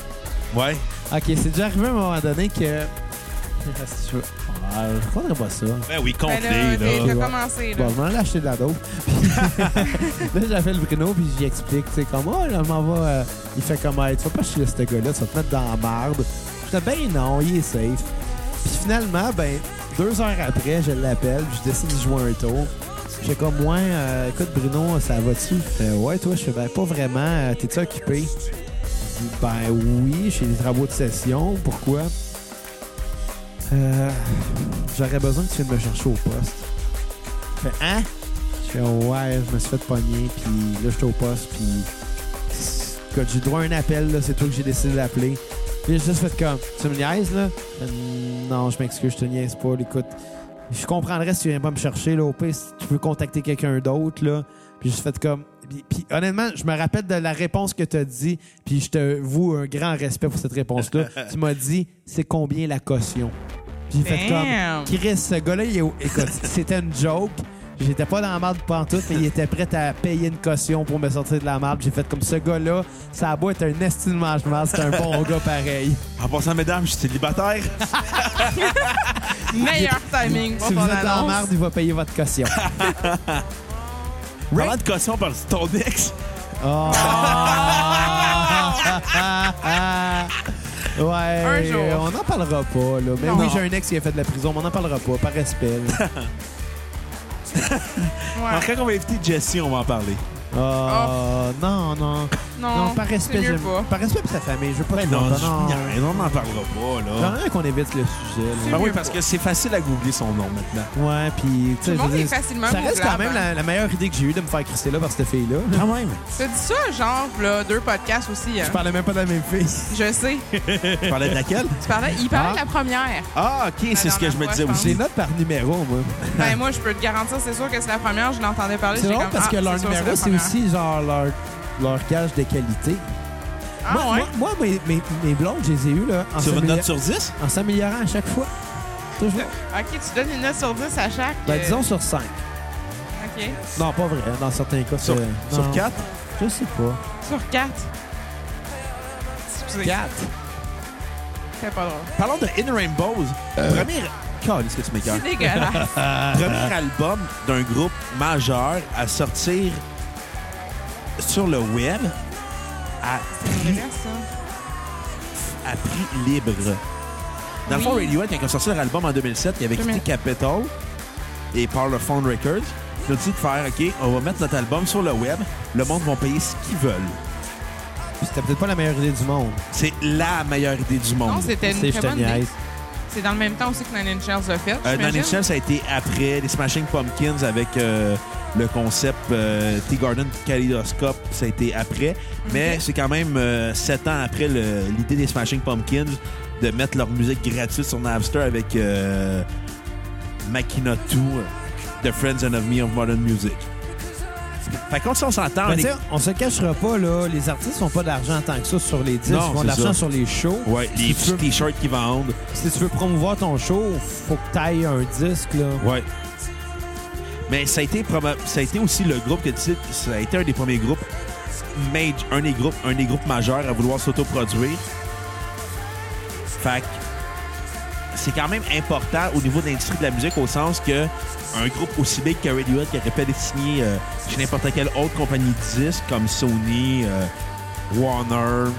Speaker 2: ouais.
Speaker 1: Ok, c'est déjà arrivé à un moment donné que. [LAUGHS] Si je veux- Ah, je comprendrais pas ça.
Speaker 2: Ben oui,
Speaker 3: Ben
Speaker 2: contre-les,
Speaker 3: là, t'es-
Speaker 2: là.
Speaker 3: t'as commencé,
Speaker 1: Bon,
Speaker 3: là.
Speaker 1: je m'en allais acheter de la dope. [LAUGHS] Puis là, j'appelle Bruno, puis j'y explique, tu sais, comme, oh, là, je m'en vais. euh, il fait comme, Hey, tu vas pas chier ce gars-là, tu vas te mettre dans la merde. J'étais, ben non, il est safe. Puis finalement, ben, deux heures après, je l'appelle, puis je décide de jouer un tour. J'ai comme, ouais, euh, écoute, Bruno, ça va-tu? Il fait, ouais, toi, je fais, ben, pas vraiment, euh, t'es-tu occupé? Il dit, ben oui, j'ai des travaux de session, pourquoi? Euh, J'aurais besoin que tu viennes me chercher au poste. Je fais Hein? Je fais Ouais, je me suis fait pogner, puis là, j'étais au poste, puis. Écoute, j'ai droit à un appel, là, c'est toi que j'ai décidé d'appeler. Puis j'ai juste fait comme Tu me niaises, là? Je fais, Euh, non, je m'excuse, je te niaise pas, écoute. Je comprendrais si tu viens pas me chercher, là, au pire, si tu veux contacter quelqu'un d'autre, là. Puis j'ai juste fait comme. Puis, puis honnêtement, je me rappelle de la réponse que tu as dit, puis je te voue un grand respect pour cette réponse-là. tu m'as dit, c'est combien la caution? Puis j'ai fait comme.
Speaker 3: Damn.
Speaker 1: Chris, ce gars-là, il est au- écoute, [LAUGHS] c'était une joke. J'étais pas dans la merde pantoute, mais il était prêt à payer une caution pour me sortir de la merde. J'ai fait comme ce gars-là, ça a beau être un esti de mange c'est un bon gars pareil.
Speaker 2: En passant, mesdames, je suis célibataire.
Speaker 3: Meilleur timing pour
Speaker 1: si vous
Speaker 3: ton
Speaker 1: êtes dans la merde,
Speaker 3: annonce.
Speaker 1: il va payer votre
Speaker 3: [LAUGHS]
Speaker 1: caution.
Speaker 2: Parlant de caution par ton ex,
Speaker 1: Oh.
Speaker 3: [LAUGHS]
Speaker 1: ouais.
Speaker 3: Un jour.
Speaker 1: On n'en parlera pas, là. Mais
Speaker 3: Non.
Speaker 1: oui, j'ai un ex qui a fait de la prison, mais on n'en parlera pas, par respect.
Speaker 3: [LAUGHS]
Speaker 1: là.
Speaker 3: Ouais. Ah.
Speaker 2: quand on va éviter Jessie, on va en parler.
Speaker 1: Oh, Non, non.
Speaker 3: Non,
Speaker 1: par respect,
Speaker 3: c'est mieux
Speaker 1: j'aime-
Speaker 3: pas.
Speaker 1: par respect pour sa famille, je veux pas
Speaker 2: Ben
Speaker 1: te
Speaker 2: non,
Speaker 1: non,
Speaker 2: je-
Speaker 1: non.
Speaker 2: non, on n'en parlera pas, là.
Speaker 1: J'aimerais qu'on évite le sujet. là.
Speaker 2: Ben oui,
Speaker 3: mieux
Speaker 2: parce
Speaker 3: pas.
Speaker 2: que c'est facile à googler son nom maintenant.
Speaker 1: Ouais, puis tu
Speaker 3: Tout
Speaker 1: sais,
Speaker 3: le
Speaker 1: je
Speaker 3: monde
Speaker 1: veux
Speaker 3: est
Speaker 1: dire,
Speaker 3: facilement
Speaker 1: ça reste quand
Speaker 3: googlable,
Speaker 1: même
Speaker 3: hein.
Speaker 1: la, la meilleure idée que j'ai eue de me faire crisser là par cette fille-là.
Speaker 2: Quand même.
Speaker 3: T'as dit ça, genre, là, deux podcasts aussi. hein.
Speaker 1: Je parlais même pas de la même fille.
Speaker 3: Je sais.
Speaker 2: Tu parlais de laquelle?
Speaker 3: Tu parlais, il parlait de
Speaker 1: Ah.
Speaker 3: la première.
Speaker 2: Ah, OK, c'est ce que je me disais
Speaker 1: Je les
Speaker 2: aussi.
Speaker 1: note par numéro, moi.
Speaker 3: Ben, moi, je peux te garantir, c'est sûr que c'est la première. Je l'entendais parler.
Speaker 1: C'est
Speaker 3: j'étais
Speaker 1: drôle
Speaker 3: comme,
Speaker 1: parce
Speaker 3: ah,
Speaker 1: que leur
Speaker 3: sûr,
Speaker 1: numéro,
Speaker 3: la
Speaker 1: c'est
Speaker 3: première.
Speaker 1: aussi genre leur, leur gage de qualité.
Speaker 3: Ah,
Speaker 1: moi,
Speaker 3: ouais?
Speaker 1: moi, moi, mes, mes, mes blondes, je les ai eues là, en
Speaker 2: Sur une
Speaker 1: s'amélior-
Speaker 2: note sur 10?
Speaker 1: en s'améliorant à chaque fois. Toujours.
Speaker 3: Ok, tu donnes une note sur 10 à chaque.
Speaker 1: Ben,
Speaker 3: euh,
Speaker 1: disons sur 5.
Speaker 3: OK.
Speaker 1: Non, pas vrai. Dans certains cas,
Speaker 2: Sur,
Speaker 1: c'est-
Speaker 2: sur
Speaker 1: non,
Speaker 2: 4?
Speaker 1: Je sais pas.
Speaker 3: Sur 4. Excusez,
Speaker 1: 4.
Speaker 3: c'est pas drôle.
Speaker 2: Parlons de In Rainbows. Premier... Calisse que tu m'écoeures.
Speaker 3: C'est dégueulasse.
Speaker 2: Euh. [LAUGHS] premier album d'un groupe majeur à sortir sur le web à prix,
Speaker 3: C'est ça.
Speaker 2: à prix libre. Dans le fond,
Speaker 3: Oui.
Speaker 2: Radiohead, quand ils ont sorti leur album en 2007, ils avaient quitté
Speaker 3: 2000.
Speaker 2: Capitol et Parlophone Records. Ils ont dit de faire, OK, on va mettre notre album sur le web. Le monde va payer ce qu'ils veulent.
Speaker 1: Puis C'était peut-être pas la meilleure idée du monde.
Speaker 2: C'est la meilleure idée du
Speaker 3: Non,
Speaker 2: monde.
Speaker 3: c'était une
Speaker 1: C'est je
Speaker 3: très
Speaker 1: te
Speaker 3: bonne idée.
Speaker 1: niaise.
Speaker 3: C'est dans le même temps aussi que Nine Inch Nails l'a fait.
Speaker 2: Euh,
Speaker 3: j'imagine.
Speaker 2: Nine Inch Nails, ça a été après les Smashing Pumpkins avec euh, le concept euh, Tea Garden Kaleidoscope, ça a été après. Mais
Speaker 3: Ok.
Speaker 2: c'est quand même euh, sept ans après le- l'idée des Smashing Pumpkins de mettre leur musique gratuite sur Napster avec euh, Machina 2, euh, The Friends and of Me of Modern Music. Fait que si on
Speaker 3: Ah,
Speaker 2: s'entend,
Speaker 1: Ben,
Speaker 2: on
Speaker 1: tu
Speaker 2: est-
Speaker 1: sais, on se cachera pas, là. Les artistes font pas d'argent tant que ça sur les disques.
Speaker 2: Non,
Speaker 1: ils font
Speaker 2: c'est
Speaker 1: de l'argent
Speaker 2: ça.
Speaker 1: sur les shows.
Speaker 2: Ouais, les petits t-shirts qui vendent.
Speaker 1: Si tu veux promouvoir ton show, faut que t'ailles un disque, là.
Speaker 2: Ouais. Mais ça a été proba- ça a été aussi le groupe que tu cites, ça a été un des premiers groupes maj- un des groupes, un des groupes majeurs à vouloir s'autoproduire. Fait que c'est quand même important au niveau de l'industrie de la musique au sens que un groupe aussi big que Radiohead qui aurait pu être signé euh, chez n'importe quelle autre compagnie de disques comme Sony, euh, Warner,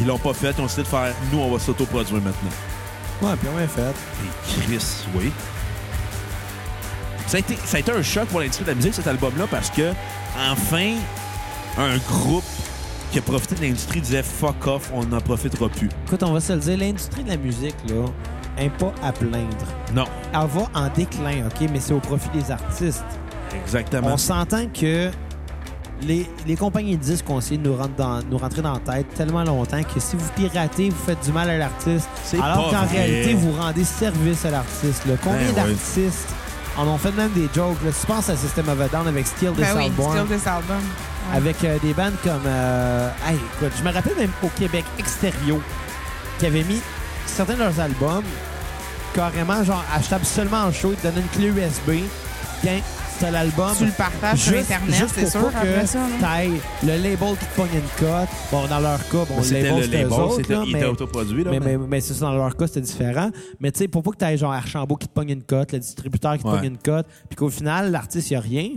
Speaker 2: ils l'ont pas fait, ils ont décidé de faire nous on va s'autoproduire maintenant.
Speaker 1: Ouais, puis on l'a fait.
Speaker 2: Et Chris, oui. Ça a, été, ça a été un choc pour l'industrie de la musique, cet album-là, parce que, enfin, un groupe qui a profité de l'industrie disait fuck off, on n'en profitera plus.
Speaker 1: Écoute, on va se le dire, l'industrie de la musique, là, est pas à plaindre.
Speaker 2: Non.
Speaker 1: Elle va en déclin, OK? Mais c'est au profit des artistes.
Speaker 2: Exactement.
Speaker 1: On s'entend que les, les compagnies de disques ont essayé de nous, rendre dans- nous rentrer dans la tête tellement longtemps que si vous piratez, vous faites du mal à l'artiste.
Speaker 2: C'est
Speaker 1: Alors
Speaker 2: pas
Speaker 1: qu'en
Speaker 2: vrai.
Speaker 1: réalité, vous rendez service à l'artiste. là. Combien
Speaker 2: Ben oui.
Speaker 1: d'artistes en ont fait même des jokes? là? Si tu penses à System of a Down avec Steel de
Speaker 3: Ben oui,
Speaker 1: Soundborn,
Speaker 3: Still This Album. Ouais.
Speaker 1: avec euh, des bandes comme... euh, hey, écoute, je me rappelle même au Québec extérieur qui avaient mis certains de leurs albums carrément genre achetable seulement en show, ils te donnaient une clé USB. Tiens, t'as l'album
Speaker 3: Tu le partages sur
Speaker 1: Ah, ben, juste,
Speaker 3: Internet,
Speaker 1: juste
Speaker 3: c'est
Speaker 1: pour
Speaker 3: sûr,
Speaker 1: pas
Speaker 3: après
Speaker 1: que [LAUGHS]
Speaker 3: ça. non?
Speaker 1: t'ailles le label qui te pogne une cote. Bon, dans leur cas, bon,
Speaker 2: Mais
Speaker 1: le
Speaker 2: C'était
Speaker 1: label,
Speaker 2: le
Speaker 1: c'était eux
Speaker 2: label,
Speaker 1: autres,
Speaker 2: c'était-
Speaker 1: là,
Speaker 2: il
Speaker 1: mais,
Speaker 2: était autoproduit. Là, ben.
Speaker 1: mais, mais, mais c'est ça, dans leur cas, c'était différent. Mais tu sais, pour pas que t'ailles genre Archambault qui te pogne une cote, le distributeur qui te
Speaker 2: Ouais.
Speaker 1: pogne une cote, puis qu'au final, l'artiste, il a rien.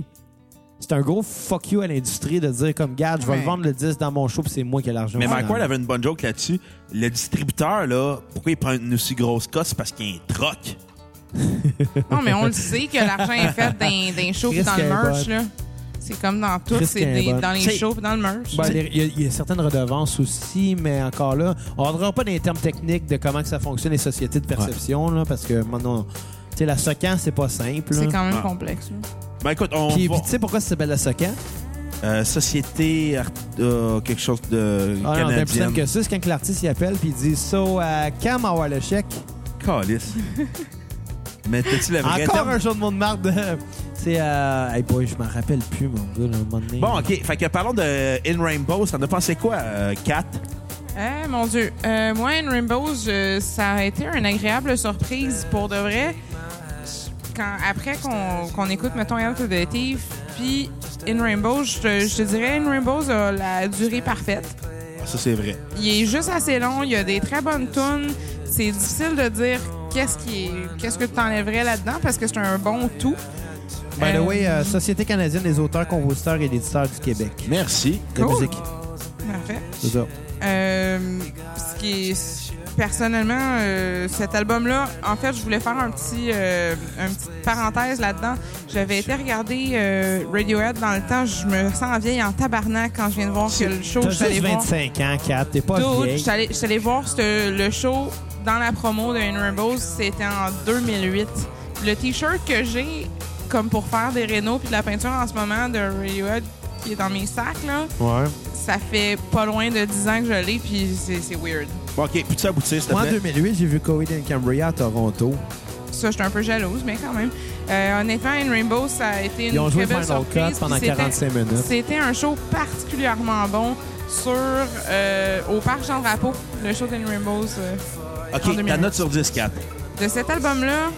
Speaker 1: C'est un gros fuck you à l'industrie de dire comme, garde, je vais
Speaker 3: Ouais.
Speaker 1: le vendre le 10 dans mon show, puis c'est moi qui ai l'argent.
Speaker 2: Mais
Speaker 1: finalement.
Speaker 2: Mike Ward avait une bonne joke là-dessus. Le distributeur, là, pourquoi il prend une aussi grosse cote? C'est parce qu'il y a un troc.
Speaker 3: Non, mais on le sait que l'argent est fait dans dans les shows
Speaker 1: Chris
Speaker 3: et dans le
Speaker 1: qu'elle est
Speaker 3: merch.
Speaker 1: bonne.
Speaker 3: là. C'est comme dans tout,
Speaker 1: Chris
Speaker 3: c'est
Speaker 1: qu'elle est
Speaker 3: des-
Speaker 1: bonne.
Speaker 3: dans les
Speaker 2: C'est-
Speaker 3: shows et dans le merch.
Speaker 1: Ben, il, y a, il y a certaines redevances aussi, mais encore là, on ne rentrera pas dans les termes techniques de comment que ça fonctionne les sociétés de perception, là, parce que maintenant, tu sais, la SOCAN, c'est pas simple. là.
Speaker 3: C'est quand même
Speaker 2: Ah.
Speaker 3: complexe. là.
Speaker 2: Ben écoute, on
Speaker 1: Puis,
Speaker 2: va...
Speaker 1: puis tu sais pourquoi ça s'appelle la SOCAN?
Speaker 2: Euh, société, art- euh, quelque chose de
Speaker 1: Ah non, c'est plus
Speaker 2: canadien.
Speaker 1: simple que ça, c'est quand que l'artiste y appelle puis il dit « So, euh, quand m'avoir le chèque?
Speaker 2: [LAUGHS] Calice. mais t'as-tu le » vrai
Speaker 1: Encore
Speaker 2: terme?
Speaker 1: un show de [LAUGHS] monde marde. C'est... Euh... Hey boy, je m'en rappelle plus, mon gars, là, un moment donné.
Speaker 2: Bon, OK. Fait que parlons de In Rainbow. T'en as pensé quoi, euh, Kat?
Speaker 3: Eh mon Dieu. Euh, moi, In Rainbows, je- ça a été une agréable surprise pour de vrai. Quand, après qu'on qu'on écoute, mettons, Out of the Thief, puis In Rainbows, je te, je te dirais, In Rainbows a la durée parfaite.
Speaker 2: Ah, Ça, c'est vrai.
Speaker 3: Il est juste assez long, il y a des très bonnes tunes. C'est difficile de dire qu'est-ce qui est- qu'est-ce que tu enlèverais là-dedans parce que c'est un bon tout.
Speaker 1: By the
Speaker 3: euh,
Speaker 1: way, euh, Société canadienne des auteurs, compositeurs et éditeurs du Québec.
Speaker 2: Merci.
Speaker 1: La
Speaker 3: Cool.
Speaker 1: musique,
Speaker 3: Parfait.
Speaker 1: c'est ça.
Speaker 3: Euh, ce qui est personnellement, euh, cet album-là, en fait, je voulais faire un petit, euh, un petite parenthèse là-dedans. J'avais été regarder euh, Radiohead dans le temps. Je me sens vieille en tabarnak quand je viens de voir que le show.
Speaker 1: T'as
Speaker 3: je suis allée
Speaker 1: juste
Speaker 3: voir.
Speaker 1: 25 ans, Kat. T'es pas
Speaker 3: Dude,
Speaker 1: vieille.
Speaker 3: Je suis allée- je suis allée voir ce- le show dans la promo de In Rose, c'était en 2008. Le t-shirt que j'ai comme pour faire des rénaux puis de la peinture en ce moment de Radiohead qui est dans mes sacs là,
Speaker 1: Ouais.
Speaker 3: ça fait pas loin de 10 ans que je l'ai puis c'est c'est weird.
Speaker 2: Bon, OK, puis tu aboutis, s'il te
Speaker 1: Moi, en
Speaker 2: plaît.
Speaker 1: 2008, j'ai vu Covid in Cambria à Toronto.
Speaker 3: Ça, j'étais un peu jalouse, mais quand même. Euh, honnêtement, In Rainbow, ça a été une
Speaker 1: Ils ont joué
Speaker 3: très belle
Speaker 1: Final Cut
Speaker 3: surprise,
Speaker 1: pendant
Speaker 3: puis c'était-
Speaker 1: 45 minutes.
Speaker 3: C'était un show particulièrement bon sur euh, au parc Jean Drapeau, le show d'In Rainbows. euh, en
Speaker 2: OK, ta
Speaker 3: 2008.
Speaker 2: note sur 10, 4.
Speaker 3: de cet album-là,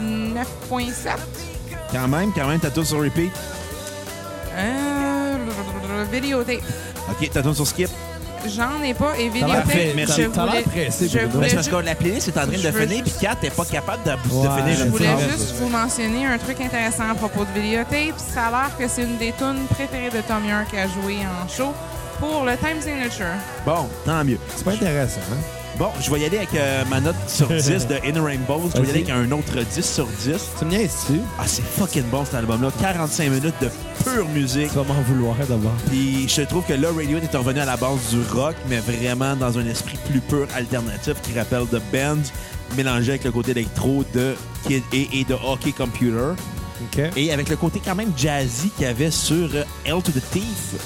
Speaker 3: 9.7.
Speaker 2: Quand même, quand même, t'as tout sur repeat.
Speaker 3: Euh, blablabla, Vidéotape.
Speaker 2: OK, t'as tout sur skip.
Speaker 3: J'en ai pas et
Speaker 1: l'air prêt,
Speaker 3: Vidéotape.
Speaker 1: merci.
Speaker 3: je
Speaker 1: T'as l'air
Speaker 3: voulais-
Speaker 1: pressé,
Speaker 3: je
Speaker 1: Bruno.
Speaker 2: Mais
Speaker 3: voulais
Speaker 2: c'est parce
Speaker 3: ju-
Speaker 2: que la playlist est en train
Speaker 3: Je
Speaker 2: de
Speaker 3: veux
Speaker 2: finir, puis
Speaker 3: juste-
Speaker 2: 4 n'est pas capable de, de
Speaker 1: Ouais,
Speaker 2: finir.
Speaker 1: je
Speaker 3: Je voulais
Speaker 1: Ouais.
Speaker 3: juste vous mentionner un truc intéressant à propos de Videotape. Ça a l'air que c'est une des tunes préférées de Tom York à jouer en show pour le Time Signature.
Speaker 2: Bon, tant mieux.
Speaker 1: C'est pas intéressant, hein?
Speaker 2: Bon, je vais y aller avec euh, ma note sur 10 de In Rainbows. Je vais y aller avec un autre 10 sur 10.
Speaker 1: Tu me niaises-tu?
Speaker 2: Ah, c'est fucking bon cet album-là. 45 minutes de pure musique.
Speaker 1: Tu vas m'en vouloir d'abord.
Speaker 2: Puis je trouve que là, Radiohead est revenu à la base du rock, mais vraiment dans un esprit plus pur alternatif qui rappelle The Band, mélangé avec le côté électro de Kid A et de Hockey Computer.
Speaker 1: OK.
Speaker 2: Et avec le côté quand même jazzy qu'il y avait sur euh, Hell to the Thief.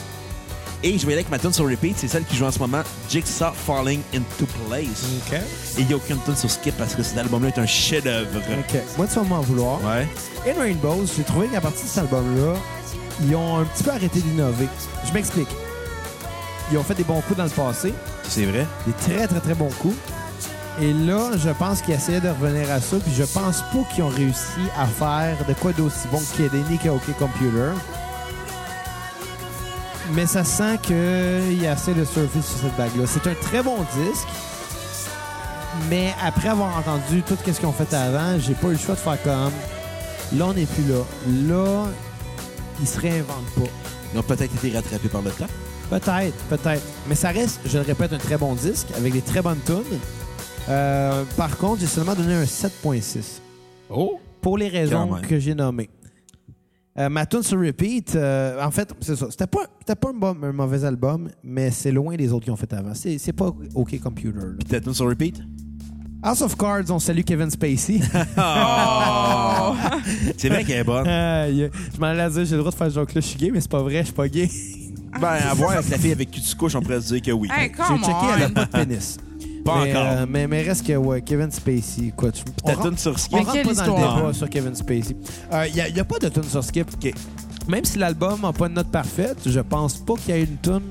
Speaker 2: Et je vais y aller avec ma tune sur repeat, c'est celle qui joue en ce moment, Jigsaw Falling into Place.
Speaker 1: OK.
Speaker 2: Et il n'y a aucune tune sur skip parce que cet album-là est un chef-d'œuvre.
Speaker 1: OK. Moi, tu vas m'en vouloir.
Speaker 2: Ouais.
Speaker 1: In Rainbows, j'ai trouvé qu'à partir de cet album-là, ils ont un petit peu arrêté d'innover. Je m'explique. Ils ont fait des bons coups dans le passé,
Speaker 2: C'est vrai.
Speaker 1: des très, très, très bons coups. Et là, je pense qu'ils essayaient de revenir à ça, puis je pense pas qu'ils ont réussi à faire de quoi d'aussi bon que Kedeni que OK Computer. Mais ça sent qu'ils essaient de surfer sur cette bague-là. C'est un très bon disque, mais après avoir entendu tout ce qu'ils ont fait avant, j'ai pas eu le choix de faire comme... Là, on n'est plus là. Là, ils se réinventent pas.
Speaker 2: Ils ont peut-être été rattrapés par le temps.
Speaker 1: Peut-être, peut-être. Mais ça reste, je le répète, un très bon disque avec des très bonnes tunes. Euh, par contre, j'ai seulement donné un 7.6
Speaker 2: Oh!
Speaker 1: pour les
Speaker 2: Quand
Speaker 1: raisons
Speaker 2: même.
Speaker 1: que j'ai nommées. Euh, ma tune sur repeat, euh, en fait, c'est ça. C'était pas, c'était pas un, bon- un mauvais album, mais c'est loin des autres qui ont fait avant. C'est, c'est pas OK Computer. là.
Speaker 2: Puis ta tune sur repeat?
Speaker 1: House of Cards, on salue Kevin
Speaker 2: [LAUGHS]
Speaker 1: Spacey. [LAUGHS]
Speaker 2: Oh! c'est vrai qu'elle est bonne.
Speaker 1: Aïe. je m'en allais dire, j'ai le droit de faire ce joke-là, je suis gay, mais c'est pas vrai, je suis pas gay.
Speaker 2: Ben, à voir avec la fille avec qui tu couches, on pourrait se dire que oui.
Speaker 3: Hey,
Speaker 1: j'ai
Speaker 3: come
Speaker 1: checké, elle a
Speaker 3: on!
Speaker 1: pas de pénis.
Speaker 2: Pas
Speaker 1: mais,
Speaker 2: encore.
Speaker 1: euh, mais, mais reste que ouais, Kevin Spacey, quoi. Tu,
Speaker 2: Ta
Speaker 1: on
Speaker 2: tune sur
Speaker 1: On
Speaker 2: skip.
Speaker 3: Mais
Speaker 1: rentre
Speaker 3: quelle
Speaker 1: pas dans
Speaker 3: histoire.
Speaker 1: le débat sur Kevin Spacey. Il n'y a, y a pas de tune sur Skip. Même si l'album n'a pas de note parfaite, je pense pas qu'il y ait une tune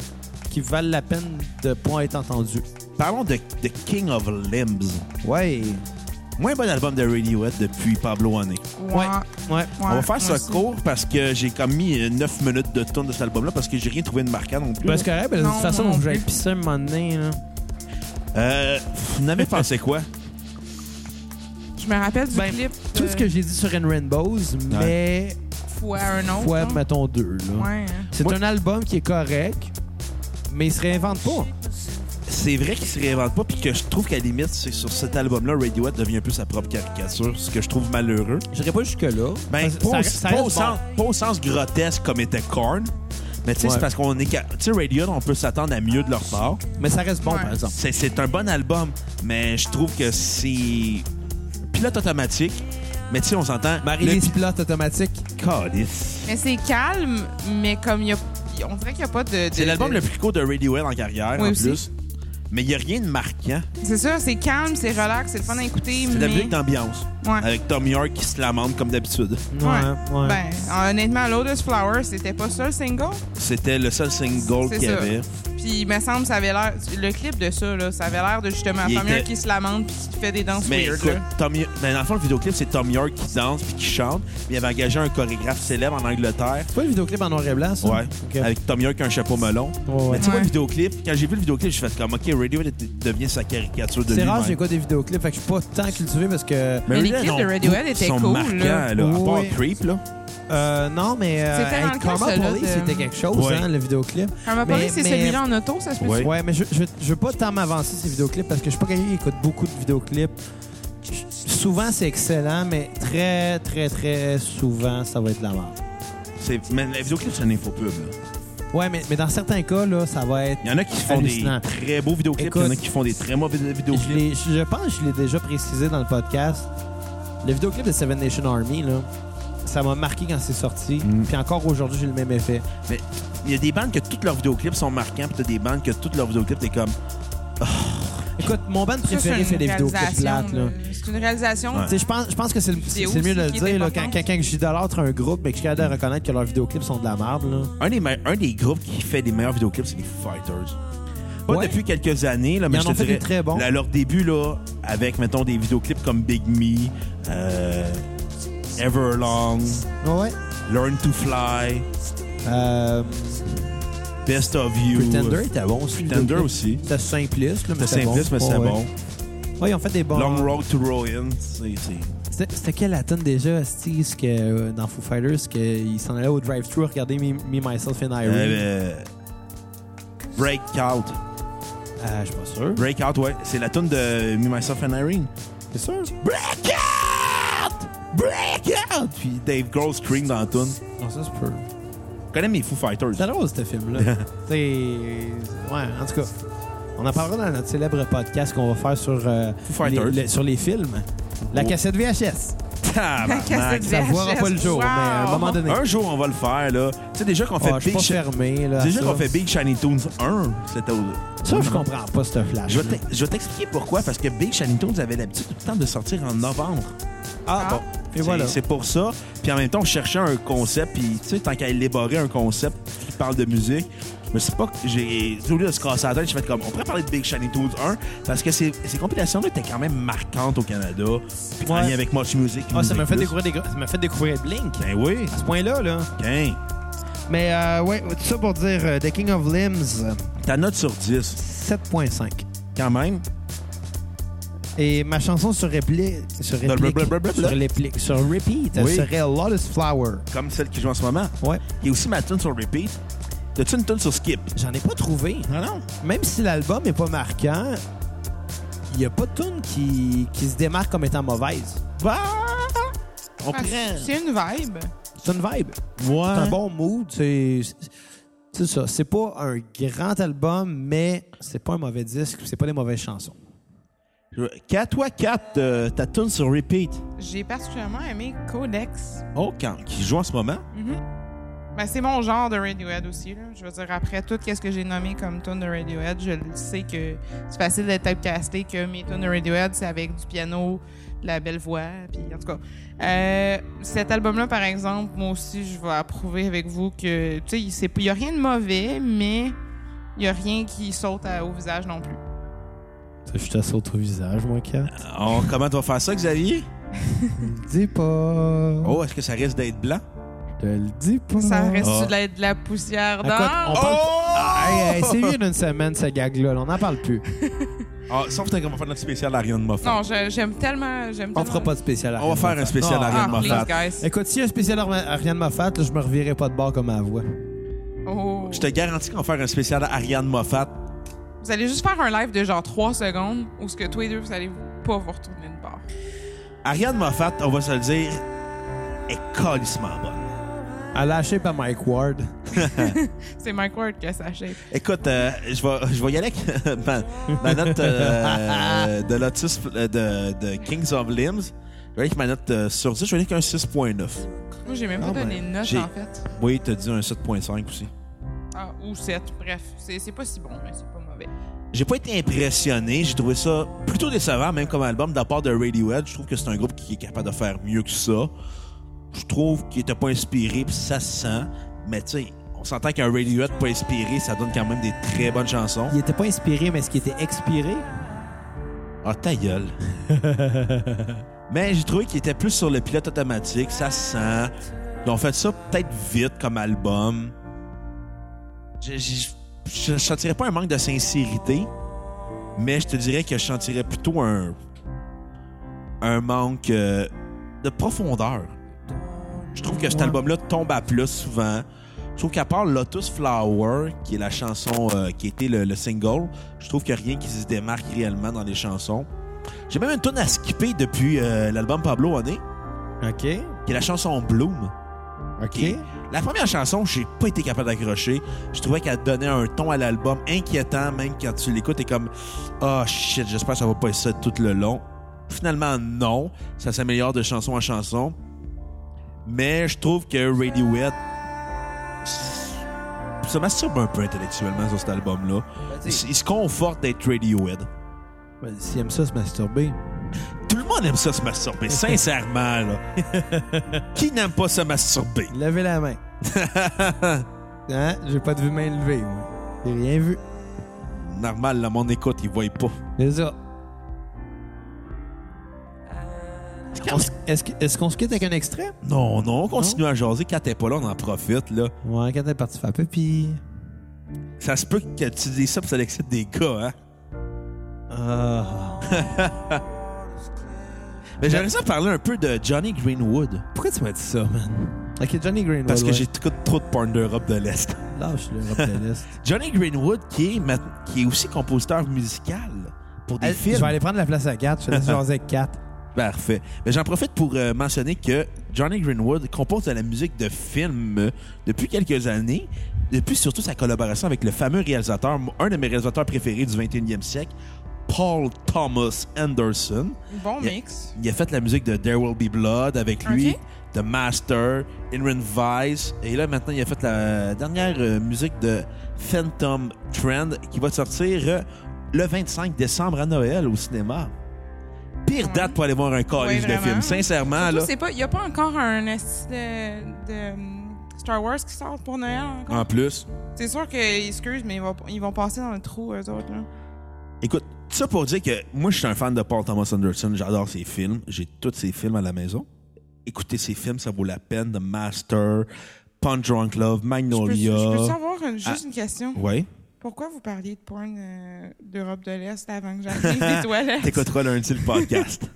Speaker 1: qui vale la peine de pas être entendue.
Speaker 2: Parlons de, de King of Limbs.
Speaker 1: Ouais.
Speaker 2: Moins bon album de Radiohead depuis Pablo Honey.
Speaker 1: Ouais. Ouais.
Speaker 2: On va faire ça court parce que j'ai comme mis euh, 9 minutes de tune de cet album-là parce que j'ai rien trouvé de marquant non plus.
Speaker 1: Parce que, eh, ben, de
Speaker 3: Non,
Speaker 1: toute façon,
Speaker 3: moi non
Speaker 1: je vais
Speaker 3: plus.
Speaker 1: être pissé un moment donné. là.
Speaker 2: Euh, vous n'avez pensé quoi?
Speaker 3: Je me rappelle du
Speaker 1: Ben,
Speaker 3: clip
Speaker 1: Tout ce que j'ai dit sur In Rainbows, mais
Speaker 3: fois un autre.
Speaker 1: fois,
Speaker 3: là.
Speaker 1: mettons, deux. là.
Speaker 3: Ouais.
Speaker 1: C'est
Speaker 2: Moi-
Speaker 1: un album qui est correct, mais il se réinvente pas.
Speaker 2: C'est vrai qu'il se réinvente pas puis que je trouve qu'à la limite, c'est sur cet album-là, Radiohead devient plus sa propre caricature, ce que je trouve malheureux.
Speaker 1: J'irai pas jusque-là.
Speaker 2: Ben,
Speaker 1: Ça-
Speaker 2: pas,
Speaker 1: ça-
Speaker 2: au-
Speaker 1: ça
Speaker 2: pas
Speaker 1: reste
Speaker 2: au
Speaker 1: bon.
Speaker 2: sens, pas au sens grotesque comme était Korn, mais tu sais,
Speaker 1: Ouais.
Speaker 2: c'est parce qu'on est... ca- Tu sais, Radiohead, on peut s'attendre à mieux de leur part.
Speaker 1: Mais ça reste bon,
Speaker 3: Ouais.
Speaker 1: par exemple.
Speaker 2: C'est- C'est un bon album, mais je trouve que c'est... Pilote automatique, mais tu sais, on s'entend...
Speaker 1: Marie
Speaker 2: le-
Speaker 1: les pilotes automatiques.
Speaker 2: Calice.
Speaker 3: Mais c'est calme, mais comme il y a. On dirait qu'il n'y a pas de. de-
Speaker 2: C'est l'album
Speaker 3: de-
Speaker 2: le plus court de Radiohead en carrière,
Speaker 3: Oui,
Speaker 2: en
Speaker 3: aussi.
Speaker 2: plus. Mais il n'y a rien de marquant.
Speaker 3: C'est ça, c'est calme, c'est relax, c'est le fun à écouter.
Speaker 2: C'est de la
Speaker 3: mais-
Speaker 2: musique d'ambiance.
Speaker 3: Ouais.
Speaker 2: Avec Tom York qui se lamente comme d'habitude.
Speaker 1: hein.
Speaker 3: Ouais. Ben, honnêtement, Lotus Flower, c'était pas ça le single.
Speaker 2: C'était le seul single
Speaker 3: C'est
Speaker 2: qu'il y
Speaker 3: ça.
Speaker 2: avait.
Speaker 3: Puis, il me semble, ça avait l'air. Le clip de ça, là, ça avait l'air de justement
Speaker 2: Il
Speaker 3: Tom
Speaker 2: était-
Speaker 3: York qui se lamente puis qui fait des danses
Speaker 2: Mais
Speaker 3: weird. hein.
Speaker 2: écoute,
Speaker 3: là.
Speaker 2: Tom York- ben, dans le fond, le vidéoclip, c'est Tom York qui danse puis qui chante. Il avait engagé un chorégraphe célèbre en Angleterre.
Speaker 1: C'est pas le vidéoclip en noir et blanc, ça?
Speaker 2: Ouais.
Speaker 1: OK.
Speaker 2: Avec Tom York et un chapeau melon.
Speaker 1: Ouais, ouais.
Speaker 2: Mais tu vois,
Speaker 3: Ouais.
Speaker 2: le vidéoclip, quand j'ai vu le vidéoclip, j'ai fait comme, OK, Radiohead était- devient sa caricature de
Speaker 1: C'est
Speaker 2: lui-même.
Speaker 1: rare, j'ai quoi des vidéoclips, fait que je suis pas tant cultivé parce que.
Speaker 3: Mais les
Speaker 2: Radiohead
Speaker 3: clips de
Speaker 2: ont-
Speaker 3: Radiohead étaient
Speaker 2: sont
Speaker 3: cool,
Speaker 2: marquants,
Speaker 3: là.
Speaker 2: là. À part
Speaker 1: Oui.
Speaker 2: Creep, là.
Speaker 1: Euh, non, mais euh,
Speaker 3: C'était dans
Speaker 1: hey,
Speaker 3: lequel,
Speaker 1: Karma
Speaker 3: celui-là,
Speaker 1: Police,
Speaker 3: de-
Speaker 1: c'était quelque chose,
Speaker 2: Ouais.
Speaker 1: hein, le vidéoclip.
Speaker 3: On m'a
Speaker 1: Mais-
Speaker 3: parlé, c'est
Speaker 1: mais-
Speaker 3: celui-là en auto, ça se peut
Speaker 2: Ouais.
Speaker 1: Ouais, mais je, je, je veux pas tant m'avancer ces vidéoclips parce que je suis pas quelqu'un qui écoute beaucoup de vidéoclips. J- Souvent, c'est excellent, mais très, très, très souvent, ça va être la merde.
Speaker 2: C'est- Mais la vidéoclip, c'est une infopub. là.
Speaker 1: Ouais, mais, mais dans certains cas, là, ça va être.
Speaker 2: Il y en a qui font des
Speaker 1: Hallucinant.
Speaker 2: très beaux vidéoclips, il y en a
Speaker 1: Écoute.
Speaker 2: qui font des très mauvais
Speaker 1: Je,
Speaker 2: vidéoclips.
Speaker 1: l'ai- je je pense que je l'ai déjà précisé dans le podcast. Le vidéoclip de Seven Nation Army, là, ça m'a marqué quand c'est sorti.
Speaker 2: Mm.
Speaker 1: Puis encore aujourd'hui, j'ai le même effet.
Speaker 2: Mais il y a des bandes que toutes leurs vidéoclips sont marquants, puis t'as des bandes que toutes leurs vidéoclips, t'es comme.
Speaker 1: Écoute, mon band
Speaker 3: Ça,
Speaker 1: préféré
Speaker 3: c'est
Speaker 1: fait
Speaker 3: une
Speaker 1: des vidéoclips
Speaker 3: réalisation,
Speaker 1: plates. Là.
Speaker 3: euh, C'est une réalisation.
Speaker 2: Ouais.
Speaker 1: Tu sais, Je pense, je pense que c'est le- c'est
Speaker 3: Vidéo
Speaker 1: c'est mieux de le
Speaker 3: aussi qui est
Speaker 1: dire là, quand
Speaker 3: importante.
Speaker 1: quelqu'un que j'idolâtre un groupe, mais que je suis capable de reconnaître que leurs vidéoclips sont de la merde. Là.
Speaker 2: Un des, me- un des groupes qui fait des meilleurs vidéoclips, c'est les Foo Fighters. Pas
Speaker 1: Ouais.
Speaker 2: depuis quelques années, là, mais
Speaker 1: Ils en
Speaker 2: je te
Speaker 1: ont fait
Speaker 2: dirais,
Speaker 1: des très bons.
Speaker 2: À leur début, là, avec, mettons, des vidéoclips comme Big Me, euh, Everlong,
Speaker 1: Ouais.
Speaker 2: Learn to Fly,
Speaker 1: Euh,
Speaker 2: Best of You.
Speaker 1: Pretender était bon aussi. le
Speaker 2: euh, Pretender
Speaker 1: vidéoclip.
Speaker 2: aussi.
Speaker 1: C'était simpliste, là, mais
Speaker 2: C'est
Speaker 1: c'était bon.
Speaker 2: simpliste, mais c'est
Speaker 1: Ouais, ouais. Ah.
Speaker 2: bon.
Speaker 1: Ouais, ils ont fait des bons.
Speaker 2: Long Road to Ruin, c'est. c'est-
Speaker 1: C'était c'était quelle la tonne déjà, Steve, que, euh, dans Foo Fighters, qu'ils s'en allaient au drive-thru regarder Me, Me, Myself and Irene?
Speaker 2: euh, Breakout.
Speaker 1: Euh, je suis pas sûr.
Speaker 2: Breakout, ouais. C'est la tune de Me, Myself and Irene.
Speaker 1: T'es sûr?
Speaker 2: Breakout! Breakout! Puis Dave Grohl scream dans la tune.
Speaker 1: Non, ça, c'est peu.
Speaker 2: Je connais mes Foo Fighters.
Speaker 1: C'est drôle, ce film-là.
Speaker 2: [LAUGHS]
Speaker 1: C'est... Ouais, en tout cas, on en parlera dans notre célèbre podcast qu'on va faire sur, euh,
Speaker 2: Foo
Speaker 1: les,
Speaker 2: Fighters.
Speaker 1: le- sur les films. La
Speaker 2: Oh.
Speaker 1: cassette VHS.
Speaker 2: Tabarnak.
Speaker 3: cassette
Speaker 1: Ça ne verra
Speaker 3: VHS,
Speaker 1: pas le jour,
Speaker 3: wow.
Speaker 1: mais à un moment donné...
Speaker 2: Un jour, on va le faire, là. Tu sais, déjà qu'on fait
Speaker 1: Ah, je suis
Speaker 2: Big
Speaker 1: pas
Speaker 2: Shi-
Speaker 1: fermé, là. à
Speaker 2: Déjà
Speaker 1: ça.
Speaker 2: qu'on fait Big Shiny Tunes 1, c'était au-
Speaker 1: Ça, je comprends pas, ce flash.
Speaker 2: Je vais t'e- je vais t'expliquer pourquoi. Parce que Big Shiny Tunes avait l'habitude tout le temps de sortir en novembre.
Speaker 1: Ah, bon. Et
Speaker 2: C'est-
Speaker 1: voilà.
Speaker 2: C'est pour ça. Puis en même temps, on cherchait un concept. Puis tu sais, tant qu'à élaborer un concept qui parle de musique, mais c'est pas que j'ai j'ai oublié de se casser la tête. J'ai fait comme, on pourrait parler de Big Shiny Tunes 1 parce que ces, ces compilations-là étaient quand même marquantes au Canada. Puis en
Speaker 1: Ouais.
Speaker 2: lien avec Much Music.
Speaker 1: Ah, ça m'a fait
Speaker 2: Music
Speaker 1: découvrir des... gars- Ça m'a fait découvrir Blink.
Speaker 2: Plus. Ben oui.
Speaker 1: À ce point-là, là...
Speaker 2: Hein.
Speaker 1: Mais euh, ouais, tout ça pour dire euh, The King of Limbs, euh,
Speaker 2: Ta note sur 10,
Speaker 1: 7.5.
Speaker 2: quand même.
Speaker 1: Et ma chanson sur réplique, sur réplique,
Speaker 2: Blablabla.
Speaker 1: sur réplique, sur repeat, elle
Speaker 2: Oui.
Speaker 1: serait Lotus Flower.
Speaker 2: comme celle qui joue en ce moment.
Speaker 1: Ouais,
Speaker 2: Il y a aussi ma tune sur repeat. T'as-tu une tune sur skip?
Speaker 1: j'en ai pas trouvé.
Speaker 2: Non, non.
Speaker 1: Même si l'album est pas marquant, il y a pas de tune qui, qui se démarque comme étant mauvaise.
Speaker 2: Bah! On
Speaker 3: Ah,
Speaker 2: prend.
Speaker 3: C'est une vibe.
Speaker 1: C'est une vibe, c'est
Speaker 2: Ouais.
Speaker 1: un bon mood, c'est c'est ça. C'est pas un grand album, mais c'est pas un mauvais disque, c'est pas des mauvaises chansons.
Speaker 2: 4 toi 4, euh, ta tune sur repeat.
Speaker 3: J'ai particulièrement aimé Codex.
Speaker 2: Oh, quand, qui joue en ce moment.
Speaker 3: Mhm. Ben, c'est mon genre de Radiohead aussi. Là. Je veux dire, après tout ce que j'ai nommé comme tune de Radiohead, je le sais que c'est facile d'être typecasté que mes tunes de Radiohead, c'est avec du piano, de la belle voix, puis en tout cas. Euh, cet album-là, par exemple, moi aussi, je vais approuver avec vous que, tu sais, il- c'est- il n'y a rien de mauvais, mais il n'y a rien qui saute à- au visage non plus.
Speaker 1: Je te saute au visage, moi, Kat.
Speaker 2: Oh, comment tu vas faire ça, Xavier?
Speaker 1: Dis pas.
Speaker 2: Oh, est-ce que ça risque d'être blanc?
Speaker 1: Je le dis pas.
Speaker 3: Ça reste
Speaker 2: Ah.
Speaker 3: de, la, de la poussière
Speaker 1: Écoute, on
Speaker 3: d'or.
Speaker 1: parle-
Speaker 2: Ah,
Speaker 1: Hey, hey, c'est mieux d'une semaine, ce gag-là. là. On n'en parle plus.
Speaker 2: Ah, sauf peut-être qu'on va faire notre spécial Ariane Moffat.
Speaker 3: Non, je- j'aime tellement. J'aime
Speaker 1: On
Speaker 3: tellement-
Speaker 1: fera pas de spécial
Speaker 2: On va faire un spécial
Speaker 1: Non.
Speaker 2: Ariane
Speaker 3: Ah,
Speaker 2: Moffat.
Speaker 3: please, guys.
Speaker 1: Écoute, si un spécial Ar- Ariane Moffat, là, je me revirai pas de bord comme à voix.
Speaker 3: Oh.
Speaker 2: Je te garantis qu'on va faire un spécial Ariane Moffat.
Speaker 3: Vous allez juste faire un live de genre 3 secondes où ce que tous les deux, vous allez vous- pas vous retourner de bord.
Speaker 2: Ariane Moffat, on va se le dire, est colissement bonne.
Speaker 1: À lâcher par Mike Ward.
Speaker 3: C'est Mike Ward qui a sa shape.
Speaker 2: Écoute, euh, je vais je vais y aller [LAUGHS] avec ma, ma note euh, de Lotus euh, de, de Kings of Limbs. Je vais aller avec ma note euh, sur 10, je vais aller avec un 6.9.
Speaker 3: Moi, j'ai même pas
Speaker 1: Ah,
Speaker 3: donné
Speaker 1: ben,
Speaker 3: de note,
Speaker 2: j'ai-
Speaker 3: en fait.
Speaker 2: Oui, t'as dit un 7.5 aussi.
Speaker 3: Ah, ou 7, bref. C'est c'est pas si bon, mais c'est pas mauvais.
Speaker 2: J'ai pas été impressionné, j'ai trouvé ça plutôt décevant, même comme album, de la part de Radiohead. Je trouve que c'est un groupe qui est capable de faire mieux que ça. Je trouve qu'il était pas inspiré, puis ça se sent. Mais tu sais, on s'entend qu'un Radiohead pas inspiré, ça donne quand même des très bonnes chansons.
Speaker 1: Il était pas inspiré, mais ce qui était expiré.
Speaker 2: Ah, ta gueule. Mais j'ai trouvé qu'il était plus sur le pilote automatique, ça se sent. Ils ont fait ça peut-être vite comme album. Je, je, je sentirais pas un manque de sincérité, mais je te dirais que je sentirais plutôt un, un manque euh, de profondeur. Je trouve que cet
Speaker 3: Ouais.
Speaker 2: album-là tombe à plat souvent. Je trouve qu'à part Lotus Flower, qui est la chanson euh, qui était le, le single, je trouve qu'il n'y a rien qui se démarque réellement dans les chansons. J'ai même une tonne à skipper depuis euh, l'album Pablo Honey,
Speaker 1: OK.
Speaker 2: qui est la chanson Bloom.
Speaker 1: OK.
Speaker 2: La première chanson, j'ai pas été capable d'accrocher. Je trouvais qu'elle donnait un ton à l'album inquiétant, même quand tu l'écoutes, t'es comme Oh shit, j'espère que ça va pas être ça tout le long. Finalement, non. Ça s'améliore de chanson en chanson. Mais je trouve que Radiohead s- se masturbe un peu intellectuellement sur cet album-là. Il s- il se conforte d'être Radiohead.
Speaker 1: Ben, S'il aime ça, se masturber.
Speaker 2: Tout le monde aime ça se masturber, sincèrement. Là. Qui n'aime pas se masturber?
Speaker 1: Levez la [LAUGHS] main. Hein? J'ai pas de vue main levée, moi. J'ai rien vu.
Speaker 2: Normal, là, mon écoute, il voit pas.
Speaker 1: C'est ça. On s- Est-ce que- est-ce qu'on se quitte avec un extrait?
Speaker 2: Non, non, on continue à jaser. Quand t'es pas là, on en profite, là.
Speaker 1: Ouais, quand t'es parti faire pipi.
Speaker 2: Ça se peut que tu dises ça pis ça l'excite des gars, hein?
Speaker 1: Ah.
Speaker 2: Mais j'aimerais ça parler un peu de Johnny Greenwood.
Speaker 1: Pourquoi tu m'as dit ça, man? OK, Johnny Greenwood.
Speaker 2: Parce que
Speaker 1: ouais.
Speaker 2: j'écoute trop de porn d'Europe de l'Est. [LAUGHS]
Speaker 1: Lâche le rap de [LAUGHS] l'Est.
Speaker 2: Johnny Greenwood, qui est, mat- qui est aussi compositeur musical pour des
Speaker 1: Allez,
Speaker 2: films.
Speaker 1: Je vais aller prendre la place à 4. Je te laisse jaser avec 4.
Speaker 2: Parfait. Mais j'en profite pour euh, mentionner que Johnny Greenwood compose de la musique de films euh, depuis quelques années, depuis surtout sa collaboration avec le fameux réalisateur, un de mes réalisateurs préférés du 21e siècle, Paul Thomas Anderson.
Speaker 3: Bon
Speaker 2: Il y a-
Speaker 3: mix.
Speaker 2: Il a fait la musique de There Will Be Blood avec lui,
Speaker 3: Ok.
Speaker 2: The Master, Inrin Vice. Et là, maintenant, il a fait la dernière euh, musique de Phantom Trend qui va sortir euh, le 25 décembre à Noël au cinéma. Pire
Speaker 3: Ouais.
Speaker 2: date pour aller voir un collège de
Speaker 3: vraiment.
Speaker 2: film. Sincèrement,
Speaker 3: Surtout,
Speaker 2: là.
Speaker 3: c'est pas, il n'y a pas encore un esti de, de, hum, Star Wars qui sort pour Noël encore.
Speaker 2: En plus.
Speaker 3: C'est sûr que, excuse, mais ils vont, ils vont passer dans le trou, eux autres. Là.
Speaker 2: Écoute, ça pour dire que moi, je suis un fan de Paul Thomas Anderson. J'adore ses films. J'ai tous ses films à la maison. Écoutez ses films, ça vaut la peine. The Master, Punch Drunk Love,
Speaker 3: Je peux, je
Speaker 2: Magnolia.
Speaker 3: peux savoir une- juste une question.
Speaker 2: Ouais.
Speaker 3: Pourquoi vous parliez de porn euh, d'Europe de l'Est avant que j'arrive des toilettes?
Speaker 2: T'écouteras lundi le podcast.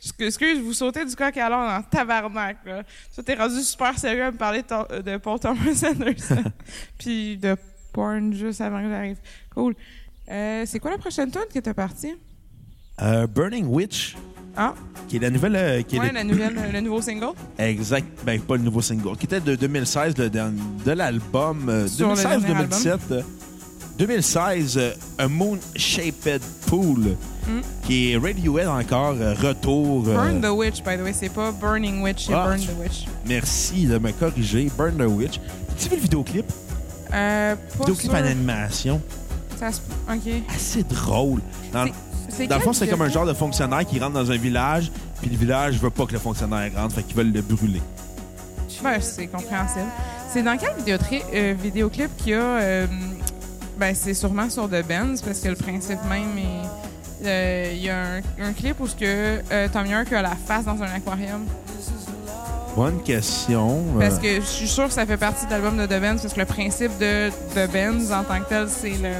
Speaker 3: Parce que- Excuse, vous sautez du coq à l'âne en tabarnak, là. Ça, t'es rendu super sérieux à me parler de, ton- euh, de Paul Thomas [LAUGHS] Anderson. Puis de porn juste avant que j'arrive. Cool. Euh, c'est quoi la prochaine tune que t'as partie?
Speaker 2: [LAUGHS] Euh, Burning Witch,
Speaker 3: Ah,
Speaker 2: qui est la nouvelle. euh, qui est
Speaker 3: ouais,
Speaker 2: le-
Speaker 3: la nouvelle, euh, le nouveau single.
Speaker 2: Exact. Ben, pas le nouveau single. Qui était de 2016, le dernier, de l'album. euh,
Speaker 3: Sur le
Speaker 2: 2016,
Speaker 3: dernier
Speaker 2: 2017. euh, 2016, euh, A Moon Shaped Pool, qui est Radiohead encore, euh, retour. euh,
Speaker 3: Hmm. Burn the Witch, by the way. C'est pas Burning Witch, c'est
Speaker 2: Ah,
Speaker 3: Burn
Speaker 2: tu-
Speaker 3: the Witch.
Speaker 2: Merci de me corriger. Burn the Witch. Tu vu le vidéoclip?
Speaker 3: Euh, pas
Speaker 2: vidéoclip
Speaker 3: sûr.
Speaker 2: en animation.
Speaker 3: Ça se- OK.
Speaker 2: Assez drôle. Dans-
Speaker 3: C'est
Speaker 2: Dans le
Speaker 3: quel
Speaker 2: fond, c'est comme un
Speaker 3: vidéoclip?
Speaker 2: genre de fonctionnaire qui rentre dans un village, puis le village veut pas que le fonctionnaire rentre, fait qu'ils veulent le brûler.
Speaker 3: Ben, c'est compréhensible. C'est dans quel vidéotri- euh, vidéoclip qu'il y a... euh, ben, c'est sûrement sur The Benz, parce que le principe même est... euh, Il y a un, un clip où ce que euh, Tom York a la face dans un aquarium.
Speaker 2: Bonne question.
Speaker 3: Parce
Speaker 2: Euh,
Speaker 3: que je suis sûre que ça fait partie de l'album de The Benz, parce que le principe de The Benz en tant que tel, c'est le,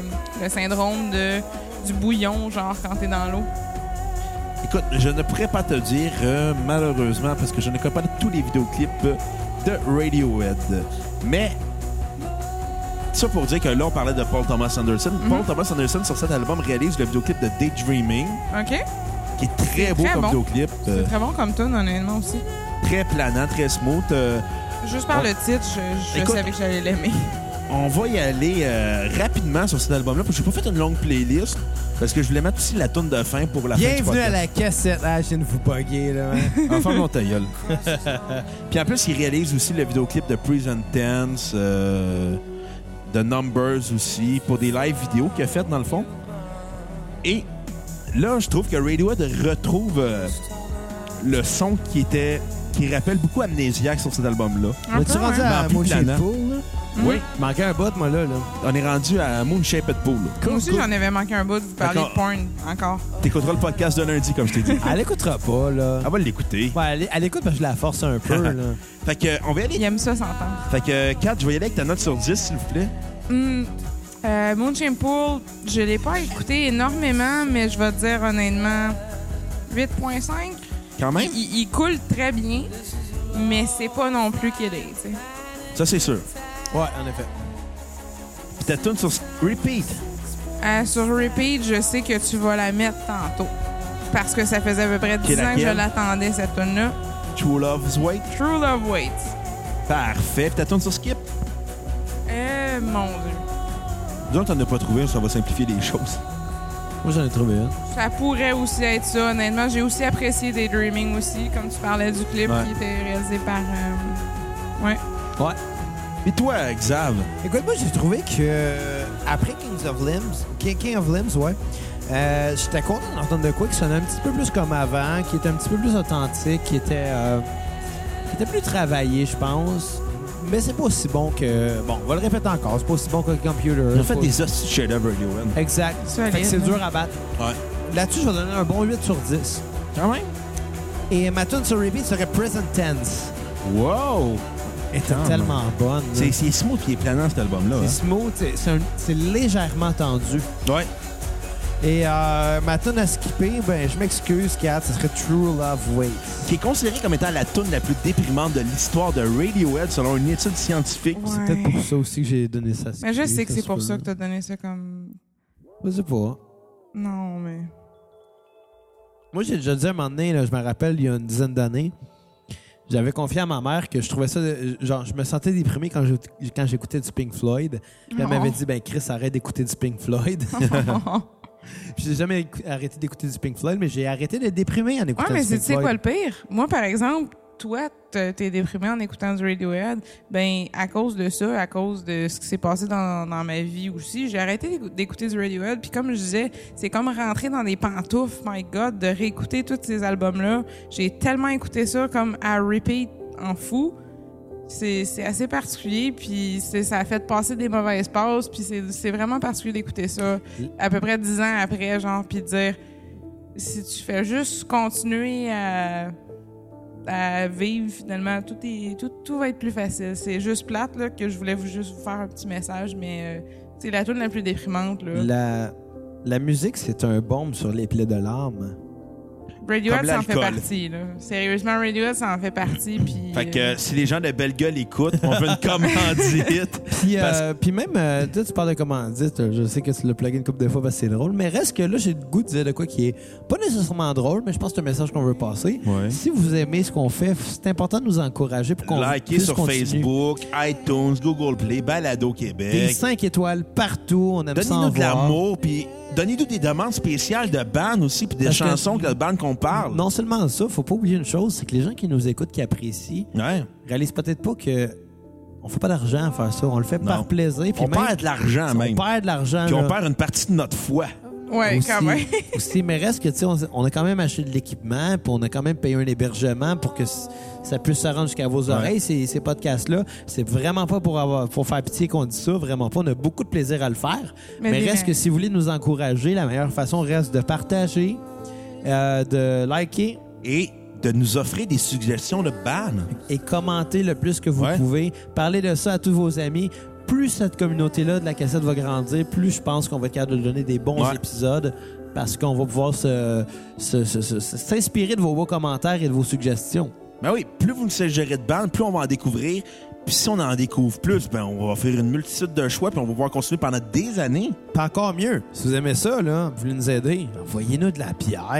Speaker 3: le syndrome de, du bouillon, genre quand t'es dans l'eau.
Speaker 2: Euh, Écoute, je ne pourrais pas te dire, euh, malheureusement, parce que je ne connais pas tous les vidéoclips euh, de Radiohead. Mais, ça pour dire que là, on parlait de Paul Thomas Anderson.
Speaker 3: Mhm.
Speaker 2: Paul Thomas Anderson, sur cet album, réalise le vidéoclip de Daydreaming,
Speaker 3: OK?
Speaker 2: qui est très beau
Speaker 3: très
Speaker 2: comme
Speaker 3: bon.
Speaker 2: vidéoclip. euh,
Speaker 3: C'est très bon comme tune, honnêtement aussi.
Speaker 2: très planant, très smooth. euh,
Speaker 3: Juste par
Speaker 2: Ouais.
Speaker 3: le titre, je, je
Speaker 2: Écoute-
Speaker 3: savais que j'allais l'aimer.
Speaker 2: On va y aller euh, rapidement sur cet album-là. parce que J'ai pas fait une longue playlist parce que je voulais mettre aussi la tourne de fin pour la fin du
Speaker 1: Bienvenue à
Speaker 2: podcast.
Speaker 1: la cassette. Ah, je viens de vous bugger, là. hein. [LAUGHS]
Speaker 2: Enfin, mon ta gueule. [LAUGHS] Puis en plus, il réalise aussi le vidéoclip de Prison Tense, euh, de Numbers aussi, pour des live vidéos qu'il a fait dans le fond. Et là, je trouve que Radiohead retrouve euh, le son qui était qui rappelle beaucoup Amnesiac sur cet album-là.
Speaker 3: Un
Speaker 1: M'as-tu
Speaker 3: peu,
Speaker 1: rendu
Speaker 3: hein.
Speaker 1: à
Speaker 2: Ben, plus
Speaker 1: Moon Shaped
Speaker 2: planant.
Speaker 1: Pool, là?
Speaker 3: Mhm.
Speaker 2: Oui,
Speaker 1: Manquait un bout, moi, là. là.
Speaker 2: on est rendu à Moon Shaped Pool.
Speaker 3: Moi aussi, j'en avais manqué un bout de vous parler
Speaker 2: D'accord.
Speaker 3: de porn encore.
Speaker 2: T'écouteras le podcast de lundi, comme je t'ai dit.
Speaker 1: Elle écoutera pas, là.
Speaker 2: [LAUGHS] On va l'écouter.
Speaker 1: Ah, Ouais, elle, elle écoute parce que je la force un [LAUGHS] peu, là.
Speaker 2: Fait que, on va y aller.
Speaker 3: Il aime ça s'entendre.
Speaker 2: Fait que, Kat, je vais y aller avec ta note sur 10, s'il vous plaît.
Speaker 3: Hum, euh, Moonshine Pool, je l'ai pas écouté énormément, mais je vais te dire honnêtement 8.5.
Speaker 2: Quand même.
Speaker 3: Il, il coule très bien. mais c'est pas non plus qu'il est, tu sais.
Speaker 2: Ça, c'est sûr.
Speaker 1: Ouais, en effet.
Speaker 2: Puis ta tune sur Repeat.
Speaker 3: Euh, sur Repeat, je sais que tu vas la mettre tantôt. Parce que ça faisait à peu près 10
Speaker 2: Qui est
Speaker 3: ans que je
Speaker 2: laquelle?
Speaker 3: l'attendais, cette tune-là.
Speaker 2: True Love's Wait.
Speaker 3: True Love Waits.
Speaker 2: Parfait. Puis ta tune sur Skip.
Speaker 3: Euh, mon Dieu.
Speaker 2: Disons que t'en as pas trouvé, ça va simplifier les choses.
Speaker 1: Moi, j'en ai trouvé une.
Speaker 3: Ça pourrait aussi être ça, honnêtement. J'ai aussi apprécié Daydreaming aussi, comme tu parlais du clip
Speaker 2: Ouais.
Speaker 3: qui était réalisé par... euh, Ouais.
Speaker 1: Ouais.
Speaker 2: Et toi, Xav?
Speaker 1: Écoute, moi, j'ai trouvé que euh, après Kings of Limbs, King, King of Limbs, ouais, euh, j'étais content d'entendre de quoi qui sonnait un petit peu plus comme avant, qui était un petit peu plus authentique, qui était, euh, qui était plus travaillé, je pense. Mais c'est pas aussi bon que. Bon, on va le répéter encore, c'est pas aussi bon que Computer.
Speaker 2: On a fait
Speaker 1: Faut-
Speaker 2: des hosties de chef-d'œuvre, Yohan.
Speaker 1: Exact.
Speaker 3: Solide,
Speaker 1: Fait que c'est
Speaker 3: hein.
Speaker 1: dur à battre.
Speaker 2: Ouais.
Speaker 1: Là-dessus, je vais donner un bon 8 sur 10.
Speaker 2: Quand même.
Speaker 1: Et ma tune sur repeat serait Present Tense.
Speaker 2: Wow!
Speaker 1: Elle était
Speaker 2: Ah,
Speaker 1: tellement bonne. là.
Speaker 2: C'est c'est smooth qui est planant, cet album-là.
Speaker 1: C'est smooth, c'est- c'est un- c'est légèrement tendu.
Speaker 2: hein? Ouais.
Speaker 1: Et euh, ma tune à skipper, ben je m'excuse, Kat, ce serait True Love Waits.
Speaker 2: Qui est considérée comme étant la tune la plus déprimante de l'histoire de Radiohead selon une étude scientifique.
Speaker 3: Ouais.
Speaker 1: C'est peut-être pour ça aussi que j'ai donné ça. à
Speaker 3: Mais je
Speaker 1: skipper,
Speaker 3: sais que c'est
Speaker 1: se
Speaker 3: pour
Speaker 1: peut.
Speaker 3: ça que t'as donné ça comme...
Speaker 1: Je sais pas.
Speaker 3: Non, mais... [LAUGHS]
Speaker 1: Moi, j'ai déjà dit à un moment donné, là, je me rappelle, il y a une dizaine d'années, j'avais confié à ma mère que je trouvais ça. euh, Genre, je me sentais déprimé quand j'éc- quand j'écoutais du Pink Floyd. Puis elle
Speaker 3: Oh.
Speaker 1: m'avait dit, ben Chris, arrête d'écouter du Pink
Speaker 3: [LAUGHS]
Speaker 1: Floyd. [LAUGHS] Puis j'ai jamais écou- arrêté d'écouter du Pink Floyd, mais j'ai arrêté de déprimer en
Speaker 3: Ouais,
Speaker 1: écoutant
Speaker 3: mais
Speaker 1: du
Speaker 3: c'est
Speaker 1: Pink
Speaker 3: tu sais
Speaker 1: Floyd.
Speaker 3: quoi le pire? Moi, par exemple, toi, t- t'es déprimé en écoutant du Radiohead. Ben, à cause de ça, à cause de ce qui s'est passé dans, dans ma vie aussi, j'ai arrêté d'écou- d'écouter du Radiohead. Puis comme je disais, c'est comme rentrer dans des pantoufles, my God, de réécouter tous ces albums-là. J'ai tellement écouté ça comme à repeat en fou. C'est c'est assez particulier, puis c'est- ça a fait passer des mauvaises passes, puis c'est c'est vraiment particulier d'écouter ça à peu près dix ans après, genre, puis de dire si tu fais juste continuer à, à vivre, finalement, tout, est, tout, tout va être plus facile. C'est juste plate là, que je voulais vous juste vous faire un petit message, mais euh, c'est la tune la plus déprimante. Là.
Speaker 1: La, la musique, c'est un bombe sur les plaies de l'âme.
Speaker 3: Radiohead,
Speaker 2: Comme
Speaker 3: ça en fait
Speaker 2: l'alcool.
Speaker 3: partie. Là. Sérieusement, Radiohead, ça en fait partie. Puis,
Speaker 2: Fait que
Speaker 3: euh,
Speaker 2: euh, si les gens de Belle Gueule écoutent, on veut une commandite.
Speaker 1: Puis, euh,
Speaker 2: Parce-
Speaker 1: puis même, euh, toi, tu parles de commandite, euh, je sais que tu l'as plugué une couple de fois parce que c'est drôle, mais reste que là, j'ai le goût de dire de quoi qui est pas nécessairement drôle, mais je pense que c'est un message qu'on veut passer.
Speaker 2: Ouais.
Speaker 1: Si vous aimez ce qu'on fait, c'est important de nous encourager pour qu'on
Speaker 2: Likez
Speaker 1: puisse
Speaker 2: sur
Speaker 1: continuer.
Speaker 2: Facebook, iTunes, Google Play, Balado
Speaker 1: Des
Speaker 2: Québec.
Speaker 1: 5 étoiles partout, on aime ça en
Speaker 2: Donnez-nous de
Speaker 1: voir.
Speaker 2: l'amour, puis donnez-nous des demandes spéciales de bandes aussi, puis des
Speaker 1: Parce que-
Speaker 2: chansons que le band qu'on parle.
Speaker 1: Non seulement ça, faut pas oublier une chose, c'est que les gens qui nous écoutent, qui apprécient,
Speaker 2: Ouais.
Speaker 1: réalisent peut-être pas que on fait pas d'argent à faire ça, on le fait
Speaker 2: Non.
Speaker 1: par plaisir. Puis
Speaker 2: On
Speaker 1: même-
Speaker 2: perd de l'argent,
Speaker 1: On
Speaker 2: même.
Speaker 1: perd euh, de l'argent.
Speaker 2: Puis on
Speaker 1: là.
Speaker 2: perd une partie de notre foi.
Speaker 3: ouais,
Speaker 1: aussi,
Speaker 3: quand même.
Speaker 1: [LAUGHS] aussi, mais reste que, tu sais, on, s- on a quand même acheté de l'équipement, puis on a quand même payé un hébergement pour que s- ça puisse se rendre jusqu'à vos oreilles, ces, ces podcasts-là. C'est vraiment pas pour, avoir, pour faire pitié qu'on dit ça, vraiment pas. On a beaucoup de plaisir à le faire. Mais,
Speaker 3: Mais des-
Speaker 1: reste que si vous voulez nous encourager, la meilleure façon reste de partager, euh, de liker
Speaker 2: Et de nous offrir des suggestions de bandes.
Speaker 1: et commenter le plus que vous
Speaker 2: Ouais.
Speaker 1: pouvez. Parlez de ça à tous vos amis. Plus cette communauté-là de la cassette va grandir, plus je pense qu'on va être capable de donner des bons
Speaker 2: Ouais.
Speaker 1: épisodes parce qu'on va pouvoir se- se- se- se- se- s'inspirer de vos beaux commentaires et de vos suggestions.
Speaker 2: Ben oui, plus vous nous suggérez de bandes, plus on va en découvrir. Puis si on en découvre plus, ben on va faire une multitude de choix, puis on va pouvoir continuer pendant des années.
Speaker 1: Pas encore mieux. Si vous aimez ça, là, vous voulez nous aider, envoyez-nous de la bière.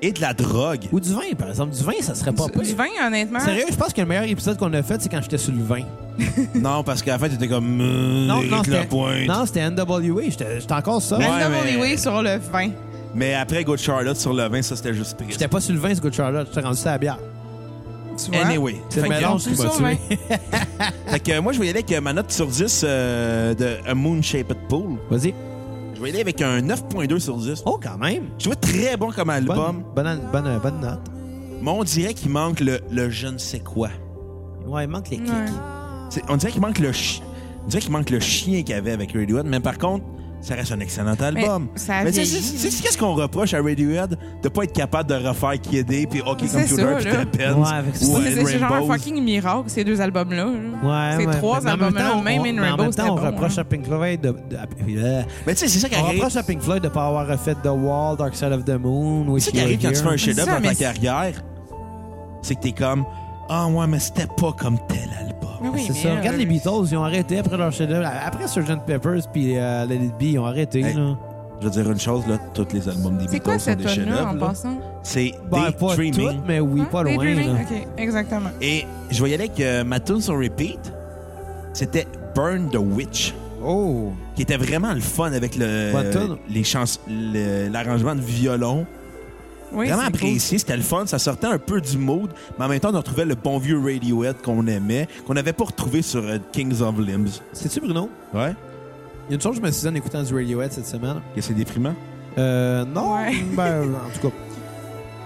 Speaker 2: Et de la drogue.
Speaker 1: Ou du vin, par exemple. Du vin, ça serait pas
Speaker 3: Du- Du
Speaker 1: pire.
Speaker 3: vin, honnêtement.
Speaker 1: Sérieux, je pense que le meilleur épisode qu'on a fait, c'est quand j'étais sur le vin.
Speaker 2: non, parce qu'à la fin, t'étais comme... euh, Éric
Speaker 1: c'était
Speaker 2: Lapointe.
Speaker 1: non, c'était NWA. J'étais j'étais encore ça.
Speaker 2: Ouais,
Speaker 3: NWA
Speaker 2: mais-
Speaker 3: sur le vin.
Speaker 2: Mais après Good Charlotte sur le vin, ça c'était juste triste.
Speaker 1: J'étais pas sur le vin, ce Good Charlotte. J'étais rendu ça à la bière.
Speaker 3: Tu vois?
Speaker 2: Anyway.
Speaker 1: C'est le
Speaker 2: Fait que-
Speaker 1: mélange qui m'a
Speaker 3: Sur le
Speaker 1: tué.
Speaker 2: Fait que euh, moi, je vais y aller avec euh, ma note sur 10 euh, de A Moon Shaped Pool.
Speaker 1: Vas-y.
Speaker 2: Je vais y aller avec un 9.2 sur 10.
Speaker 1: Oh, quand même.
Speaker 2: Je trouve très bon comme
Speaker 1: Bonne,
Speaker 2: album,
Speaker 1: bonne, bonne, euh, bonne note.
Speaker 2: mais on dirait qu'il manque le, le je ne sais quoi.
Speaker 1: Ouais, il manque les kicks.
Speaker 3: Ouais.
Speaker 2: C'est- on dirait qu'il manque le chi- on dirait qu'il manque le chien qu'il y avait avec Radiohead, mais par contre, ça reste un excellent album.
Speaker 3: ça hein. a
Speaker 2: tu sais,
Speaker 3: vieilli.
Speaker 2: tu sais, tu sais qu'est-ce qu'on reproche à Radiohead de pas être capable de refaire Kiddy puis OK
Speaker 3: C'est
Speaker 2: Computer
Speaker 3: ça,
Speaker 2: puis
Speaker 3: là.
Speaker 2: Tapens
Speaker 1: Ouais, avec
Speaker 2: ou
Speaker 1: ça.
Speaker 2: Ed
Speaker 3: C'est c'est genre un
Speaker 2: Rainbows.
Speaker 3: fucking miracle, ces deux albums-là. là.
Speaker 1: Ouais,
Speaker 3: Ces
Speaker 1: ouais.
Speaker 3: trois
Speaker 1: Mais en même
Speaker 3: albums-là,
Speaker 1: temps,
Speaker 3: même
Speaker 1: on-
Speaker 3: In
Speaker 1: mais en
Speaker 3: Rainbow,
Speaker 1: même
Speaker 3: c'était
Speaker 1: temps, on
Speaker 3: bon,
Speaker 1: reproche
Speaker 3: hein.
Speaker 1: à Pink Floyd de, de- [LAUGHS] à- euh,
Speaker 2: Mais tu sais, c'est ça qui
Speaker 1: on
Speaker 2: arrive.
Speaker 1: reproche à Pink Floyd de pas avoir refait The Wall, Dark Side of the Moon,
Speaker 2: C'est ça qui arrive quand tu fais un chef-d'œuvre
Speaker 3: ça,
Speaker 2: dans ta
Speaker 3: mais c'est-
Speaker 2: carrière, c'est que t'es comme Ah ouais, mais c'était pas comme tel album.
Speaker 3: Mais oui,
Speaker 1: C'est
Speaker 3: mais,
Speaker 1: ça.
Speaker 3: euh,
Speaker 1: Regarde les Beatles, ils ont arrêté après leur chef Après Sgt. Peppers puis euh, Let It Be, ils ont arrêté.
Speaker 2: Hey.
Speaker 1: là.
Speaker 2: Je veux dire une chose, là, tous les albums des
Speaker 3: C'est quoi
Speaker 2: Beatles sont
Speaker 3: cette
Speaker 2: des
Speaker 3: tonne-là en
Speaker 2: chefs-d'œuvre. là.
Speaker 3: passant?
Speaker 2: C'est
Speaker 1: Ben, pas
Speaker 2: Daydreaming.
Speaker 1: toutes, mais oui,
Speaker 3: Hein?
Speaker 1: pas
Speaker 3: Des
Speaker 1: loin.
Speaker 3: Dreaming,
Speaker 1: là.
Speaker 3: OK, exactement.
Speaker 2: Et je vais y aller avec euh, ma tune sur repeat. C'était Burn the Witch,
Speaker 1: Oh!
Speaker 2: qui était vraiment le fun avec le
Speaker 1: Bonne tune.
Speaker 2: les chans- le- l'arrangement de violon.
Speaker 3: Oui,
Speaker 2: vraiment
Speaker 3: c'est cool.
Speaker 2: apprécié, c'était le fun, ça sortait un peu du mood, mais en même temps on retrouvait le bon vieux Radiohead qu'on aimait, qu'on n'avait pas retrouvé sur euh, Kings of Limbs.
Speaker 1: Sais-tu, Bruno?
Speaker 2: Ouais.
Speaker 1: Il y a une chose que je me suis dit en écoutant du Radiohead cette semaine.
Speaker 2: Que c'est déprimant.
Speaker 1: Euh, non.
Speaker 3: Ouais.
Speaker 1: [LAUGHS] Ben, en tout cas.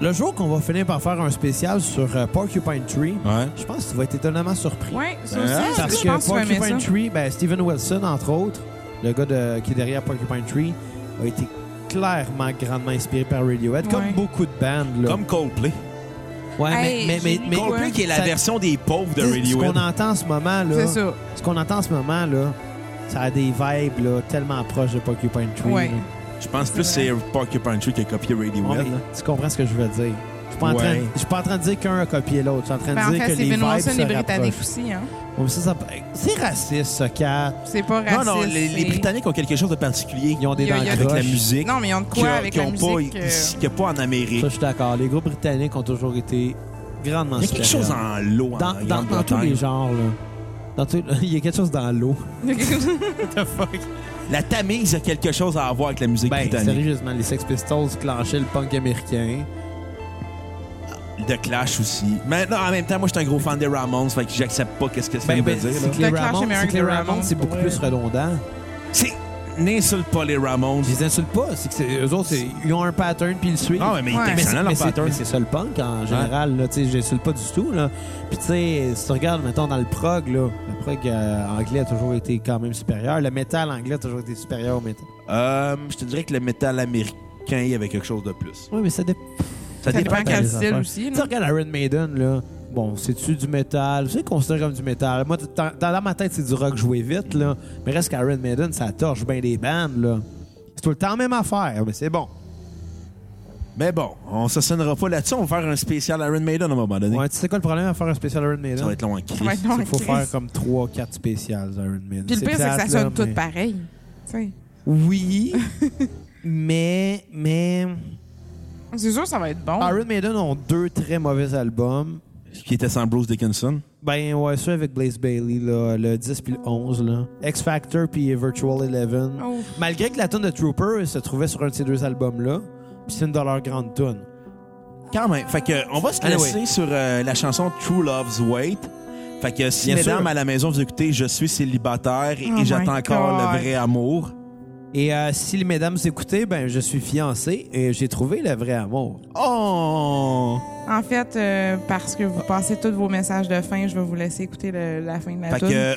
Speaker 1: Le jour qu'on va finir par faire un spécial sur euh, Porcupine Tree,
Speaker 2: Ouais.
Speaker 1: je pense que tu vas être étonnamment surpris.
Speaker 3: Ouais, ça
Speaker 2: Ben,
Speaker 3: aussi,
Speaker 2: hein,
Speaker 1: Parce
Speaker 3: je
Speaker 1: que
Speaker 3: pense que tu vas aimer
Speaker 1: Porcupine
Speaker 3: ça.
Speaker 1: Tree, ben, Steven Wilson, entre autres, le gars de- qui est derrière Porcupine Tree, a été clairement grandement inspiré par Radiohead, comme
Speaker 3: Ouais.
Speaker 1: beaucoup de bandes. Là.
Speaker 2: Comme Coldplay.
Speaker 1: Ouais,
Speaker 3: Hey,
Speaker 1: mais, mais,
Speaker 3: j'ai
Speaker 1: mais,
Speaker 3: lu
Speaker 1: mais-
Speaker 3: quoi?
Speaker 2: Coldplay qui est la
Speaker 1: Ça-
Speaker 2: version des pauvres de
Speaker 1: ce
Speaker 2: Radiohead.
Speaker 1: qu'on entend en ce moment, là,
Speaker 3: C'est ça.
Speaker 1: ce qu'on entend en ce moment, là, ça a des vibes là, tellement proches de Porcupine Tree.
Speaker 3: Ouais.
Speaker 1: là.
Speaker 2: Je pense plus que c'est Porcupine Tree qui a copié
Speaker 1: Ouais,
Speaker 2: Radiohead.
Speaker 1: mais
Speaker 2: là.
Speaker 1: tu comprends ce que je veux dire. Je suis pas, en
Speaker 2: Ouais.
Speaker 1: train, je suis pas en train de dire qu'un a copié l'autre. Je suis en train de
Speaker 3: Ben, en
Speaker 1: dire
Speaker 3: fait,
Speaker 1: que les
Speaker 3: Steven
Speaker 1: vibes
Speaker 3: Wilson
Speaker 1: se
Speaker 3: est britannique
Speaker 1: rapprochent.
Speaker 3: aussi, hein.
Speaker 1: Ouais, mais ça, ça- C'est raciste, ce Kat.
Speaker 3: C'est pas
Speaker 2: Non,
Speaker 3: raciste.
Speaker 2: non, les, les
Speaker 3: c'est-
Speaker 2: Britanniques ont quelque chose de particulier
Speaker 1: Ils ont des
Speaker 3: Il y a-
Speaker 1: dents
Speaker 3: il y a-
Speaker 2: avec la
Speaker 1: croches.
Speaker 2: musique.
Speaker 3: Non, mais ils ont de
Speaker 2: qu'il y
Speaker 3: quoi
Speaker 2: a-
Speaker 3: avec
Speaker 2: qu'il y
Speaker 3: la
Speaker 2: a pas
Speaker 3: musique? euh,
Speaker 2: ici- qu'il y a pas en Amérique.
Speaker 1: Ça, je suis d'accord. Les groupes britanniques ont toujours été grandement
Speaker 2: Il y a quelque
Speaker 1: supérieurs.
Speaker 2: chose en l'eau en
Speaker 1: dans, dans, dans tous les
Speaker 2: Grande-Bretagne.
Speaker 1: genres. Là. Dans tous- [LAUGHS] Il y a quelque chose dans l'eau. The fuck?
Speaker 2: La Tamise a quelque chose à voir avec la musique
Speaker 1: Ben,
Speaker 2: britannique.
Speaker 1: sérieusement, les Sex Pistols clenchaient le punk américain.
Speaker 2: De Clash aussi. Mais non, en même temps, moi, je suis un gros fan des Ramones, fait que j'accepte pas qu'est-ce
Speaker 1: Ben,
Speaker 2: que ça veut dire.
Speaker 1: c'est
Speaker 2: là.
Speaker 1: que les
Speaker 3: The Clash
Speaker 1: Ramones,
Speaker 3: American
Speaker 1: c'est que les
Speaker 3: Ramones,
Speaker 1: Ramones, c'est beaucoup
Speaker 3: ouais.
Speaker 1: plus redondant.
Speaker 2: C'est n'insulte pas les Ramones.
Speaker 1: Je les insulte pas. C'est que c'est- eux autres, c'est- ils ont un pattern puis ils le suivent.
Speaker 2: Non, mais il est
Speaker 3: Ouais.
Speaker 1: Ah, Mais
Speaker 2: excellent
Speaker 1: c'est-
Speaker 2: leur
Speaker 1: mais c'est
Speaker 2: pattern.
Speaker 1: mais c'est ça le punk en général. là, tu sais, Je l'insulte pas du tout. Là. Puis tu sais, si tu regardes, mettons, dans le prog, là, le prog euh, anglais a toujours été quand même supérieur. Le métal anglais a toujours été supérieur au métal.
Speaker 2: Euh, je te dirais que le métal américain, il y avait quelque chose de plus.
Speaker 1: Oui, mais ça dépend.
Speaker 2: Ça
Speaker 3: Ça
Speaker 2: dépend.
Speaker 3: dépend
Speaker 1: des
Speaker 3: quel
Speaker 1: affaires.
Speaker 3: style aussi.
Speaker 1: Tu sais,
Speaker 3: là.
Speaker 1: regarde Iron Maiden, là. Bon, c'est-tu du métal? C'est considéré comme du métal. Moi, dans, dans ma tête, c'est du rock joué vite, là. Mais reste qu'Iron Maiden, ça torche bien les bandes, là. C'est tout le temps la même affaire, mais c'est bon.
Speaker 2: Mais bon, on s'assonnera pas là-dessus. On va faire un spécial Iron Maiden à un moment donné.
Speaker 1: Ouais, tu sais quoi le problème à faire un spécial Iron
Speaker 2: Ça va
Speaker 1: Maiden?
Speaker 2: être long hein, en crise.
Speaker 3: Ça va être long
Speaker 1: Il faut
Speaker 3: en
Speaker 1: faire
Speaker 3: crise.
Speaker 1: comme 3-4 spéciales Iron Maiden.
Speaker 3: Puis le pire, c'est que
Speaker 1: plate,
Speaker 3: ça
Speaker 1: là,
Speaker 3: sonne
Speaker 1: mais-
Speaker 3: tout pareil. Tu sais.
Speaker 1: Oui, mais, mais...
Speaker 3: C'est sûr, ça va être bon.
Speaker 1: Iron Maiden ont deux très mauvais albums.
Speaker 2: Qui était sans Bruce Dickinson.
Speaker 1: Ben ouais, ça avec Blaze Bailey, là, le 10 puis le 11. Là. X Factor puis Virtual Eleven.
Speaker 3: Oh.
Speaker 1: Malgré que la tune de Trooper se trouvait sur un de ces deux albums-là, puis c'est une de leurs grandes tunes.
Speaker 2: Quand même. Fait que, on va se
Speaker 1: Anyway.
Speaker 2: laisser sur euh, la chanson True Love's Wait. Fait que si
Speaker 1: Bien
Speaker 2: mesdames
Speaker 1: sûr.
Speaker 2: à la maison vous écoutez Je suis célibataire et,
Speaker 3: Oh
Speaker 2: et j'attends
Speaker 3: my
Speaker 2: encore le
Speaker 3: God.
Speaker 2: vrai amour.
Speaker 1: Et euh, si les mesdames écoutaient, ben je suis fiancé et j'ai trouvé le vrai amour.
Speaker 2: Oh!
Speaker 3: En fait, euh, parce que vous passez tous vos messages de fin, je vais vous laisser écouter le- la fin de la
Speaker 2: Fait
Speaker 3: tune.
Speaker 2: que,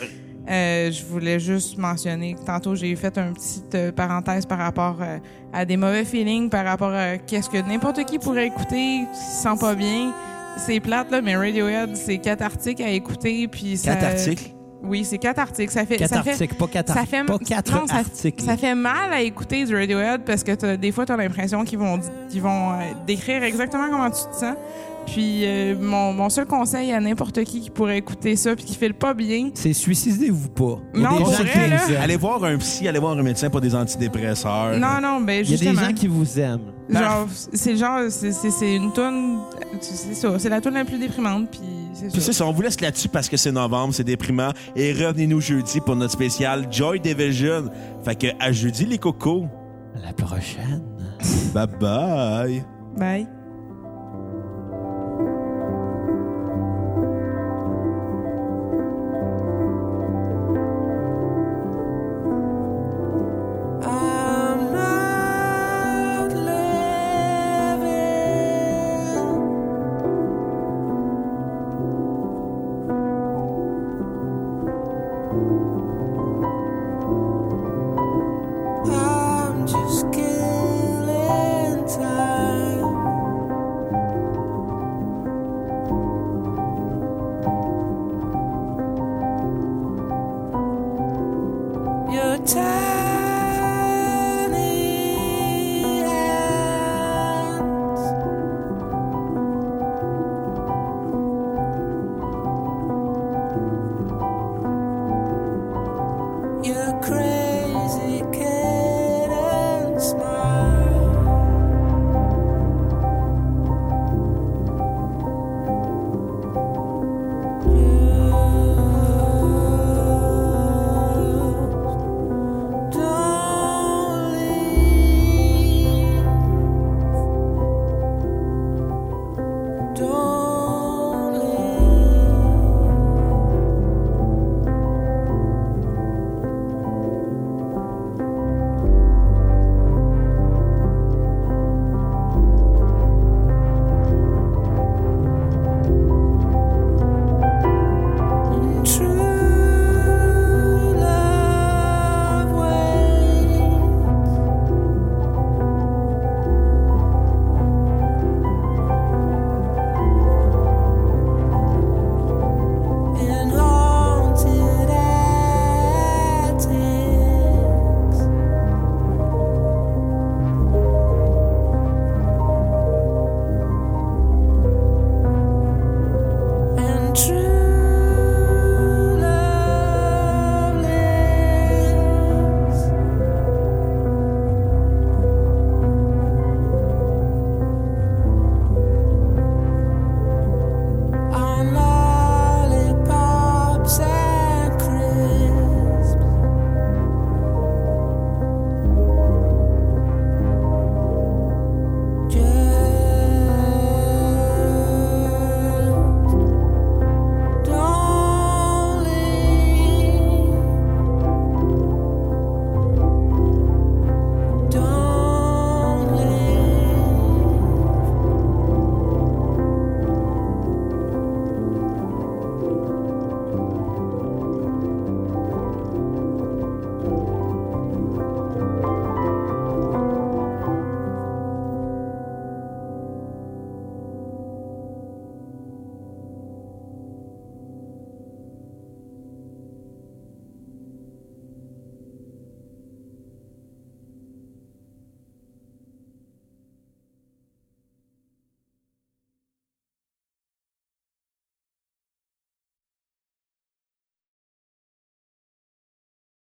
Speaker 3: Euh, je voulais juste mentionner que tantôt j'ai fait une petite euh, parenthèse par rapport euh, à des mauvais feelings, par rapport à qu'est-ce que n'importe qui pourrait écouter qui se sent pas bien. C'est plate là, mais Radiohead c'est cathartique à écouter puis ça.
Speaker 2: quatre articles.
Speaker 3: Oui, c'est cathartique. Ça fait.
Speaker 1: Quatre
Speaker 3: ça fait-
Speaker 1: articles, pas quatre,
Speaker 3: ça
Speaker 1: ar-
Speaker 3: fait
Speaker 1: pas quatre
Speaker 3: non, ça-
Speaker 1: articles.
Speaker 3: Ça fait mal à écouter du Radiohead parce que t'as- des fois, tu as l'impression qu'ils vont, qu'ils vont euh, décrire exactement comment tu te sens. Puis euh, mon, mon seul conseil à n'importe qui qui pourrait écouter ça puis qui fait le pas bien,
Speaker 1: C'est suicidez-vous pas. Il y a
Speaker 3: Non,
Speaker 1: des
Speaker 3: pour
Speaker 1: gens
Speaker 3: vrai,
Speaker 1: qui
Speaker 3: là.
Speaker 1: vous aiment.
Speaker 2: Allez voir un psy, allez voir un médecin, pas des antidépresseurs.
Speaker 3: Euh, non, non, ben
Speaker 1: Il y a des
Speaker 3: justement,
Speaker 1: gens qui vous aiment.
Speaker 3: genre, c'est genre, c'est- c'est c'est une toune, c'est ça, c'est la toune la plus déprimante puis c'est
Speaker 2: Puis c'est
Speaker 3: ça.
Speaker 2: ça, on vous laisse là-dessus parce que c'est novembre, c'est déprimant. Et revenez-nous jeudi pour notre spécial Joy Division. Fait que à jeudi les cocos.
Speaker 1: À la prochaine.
Speaker 2: Bye bye.
Speaker 3: Bye.
Speaker 4: I'm not loving. I'm just killing time. You're tired.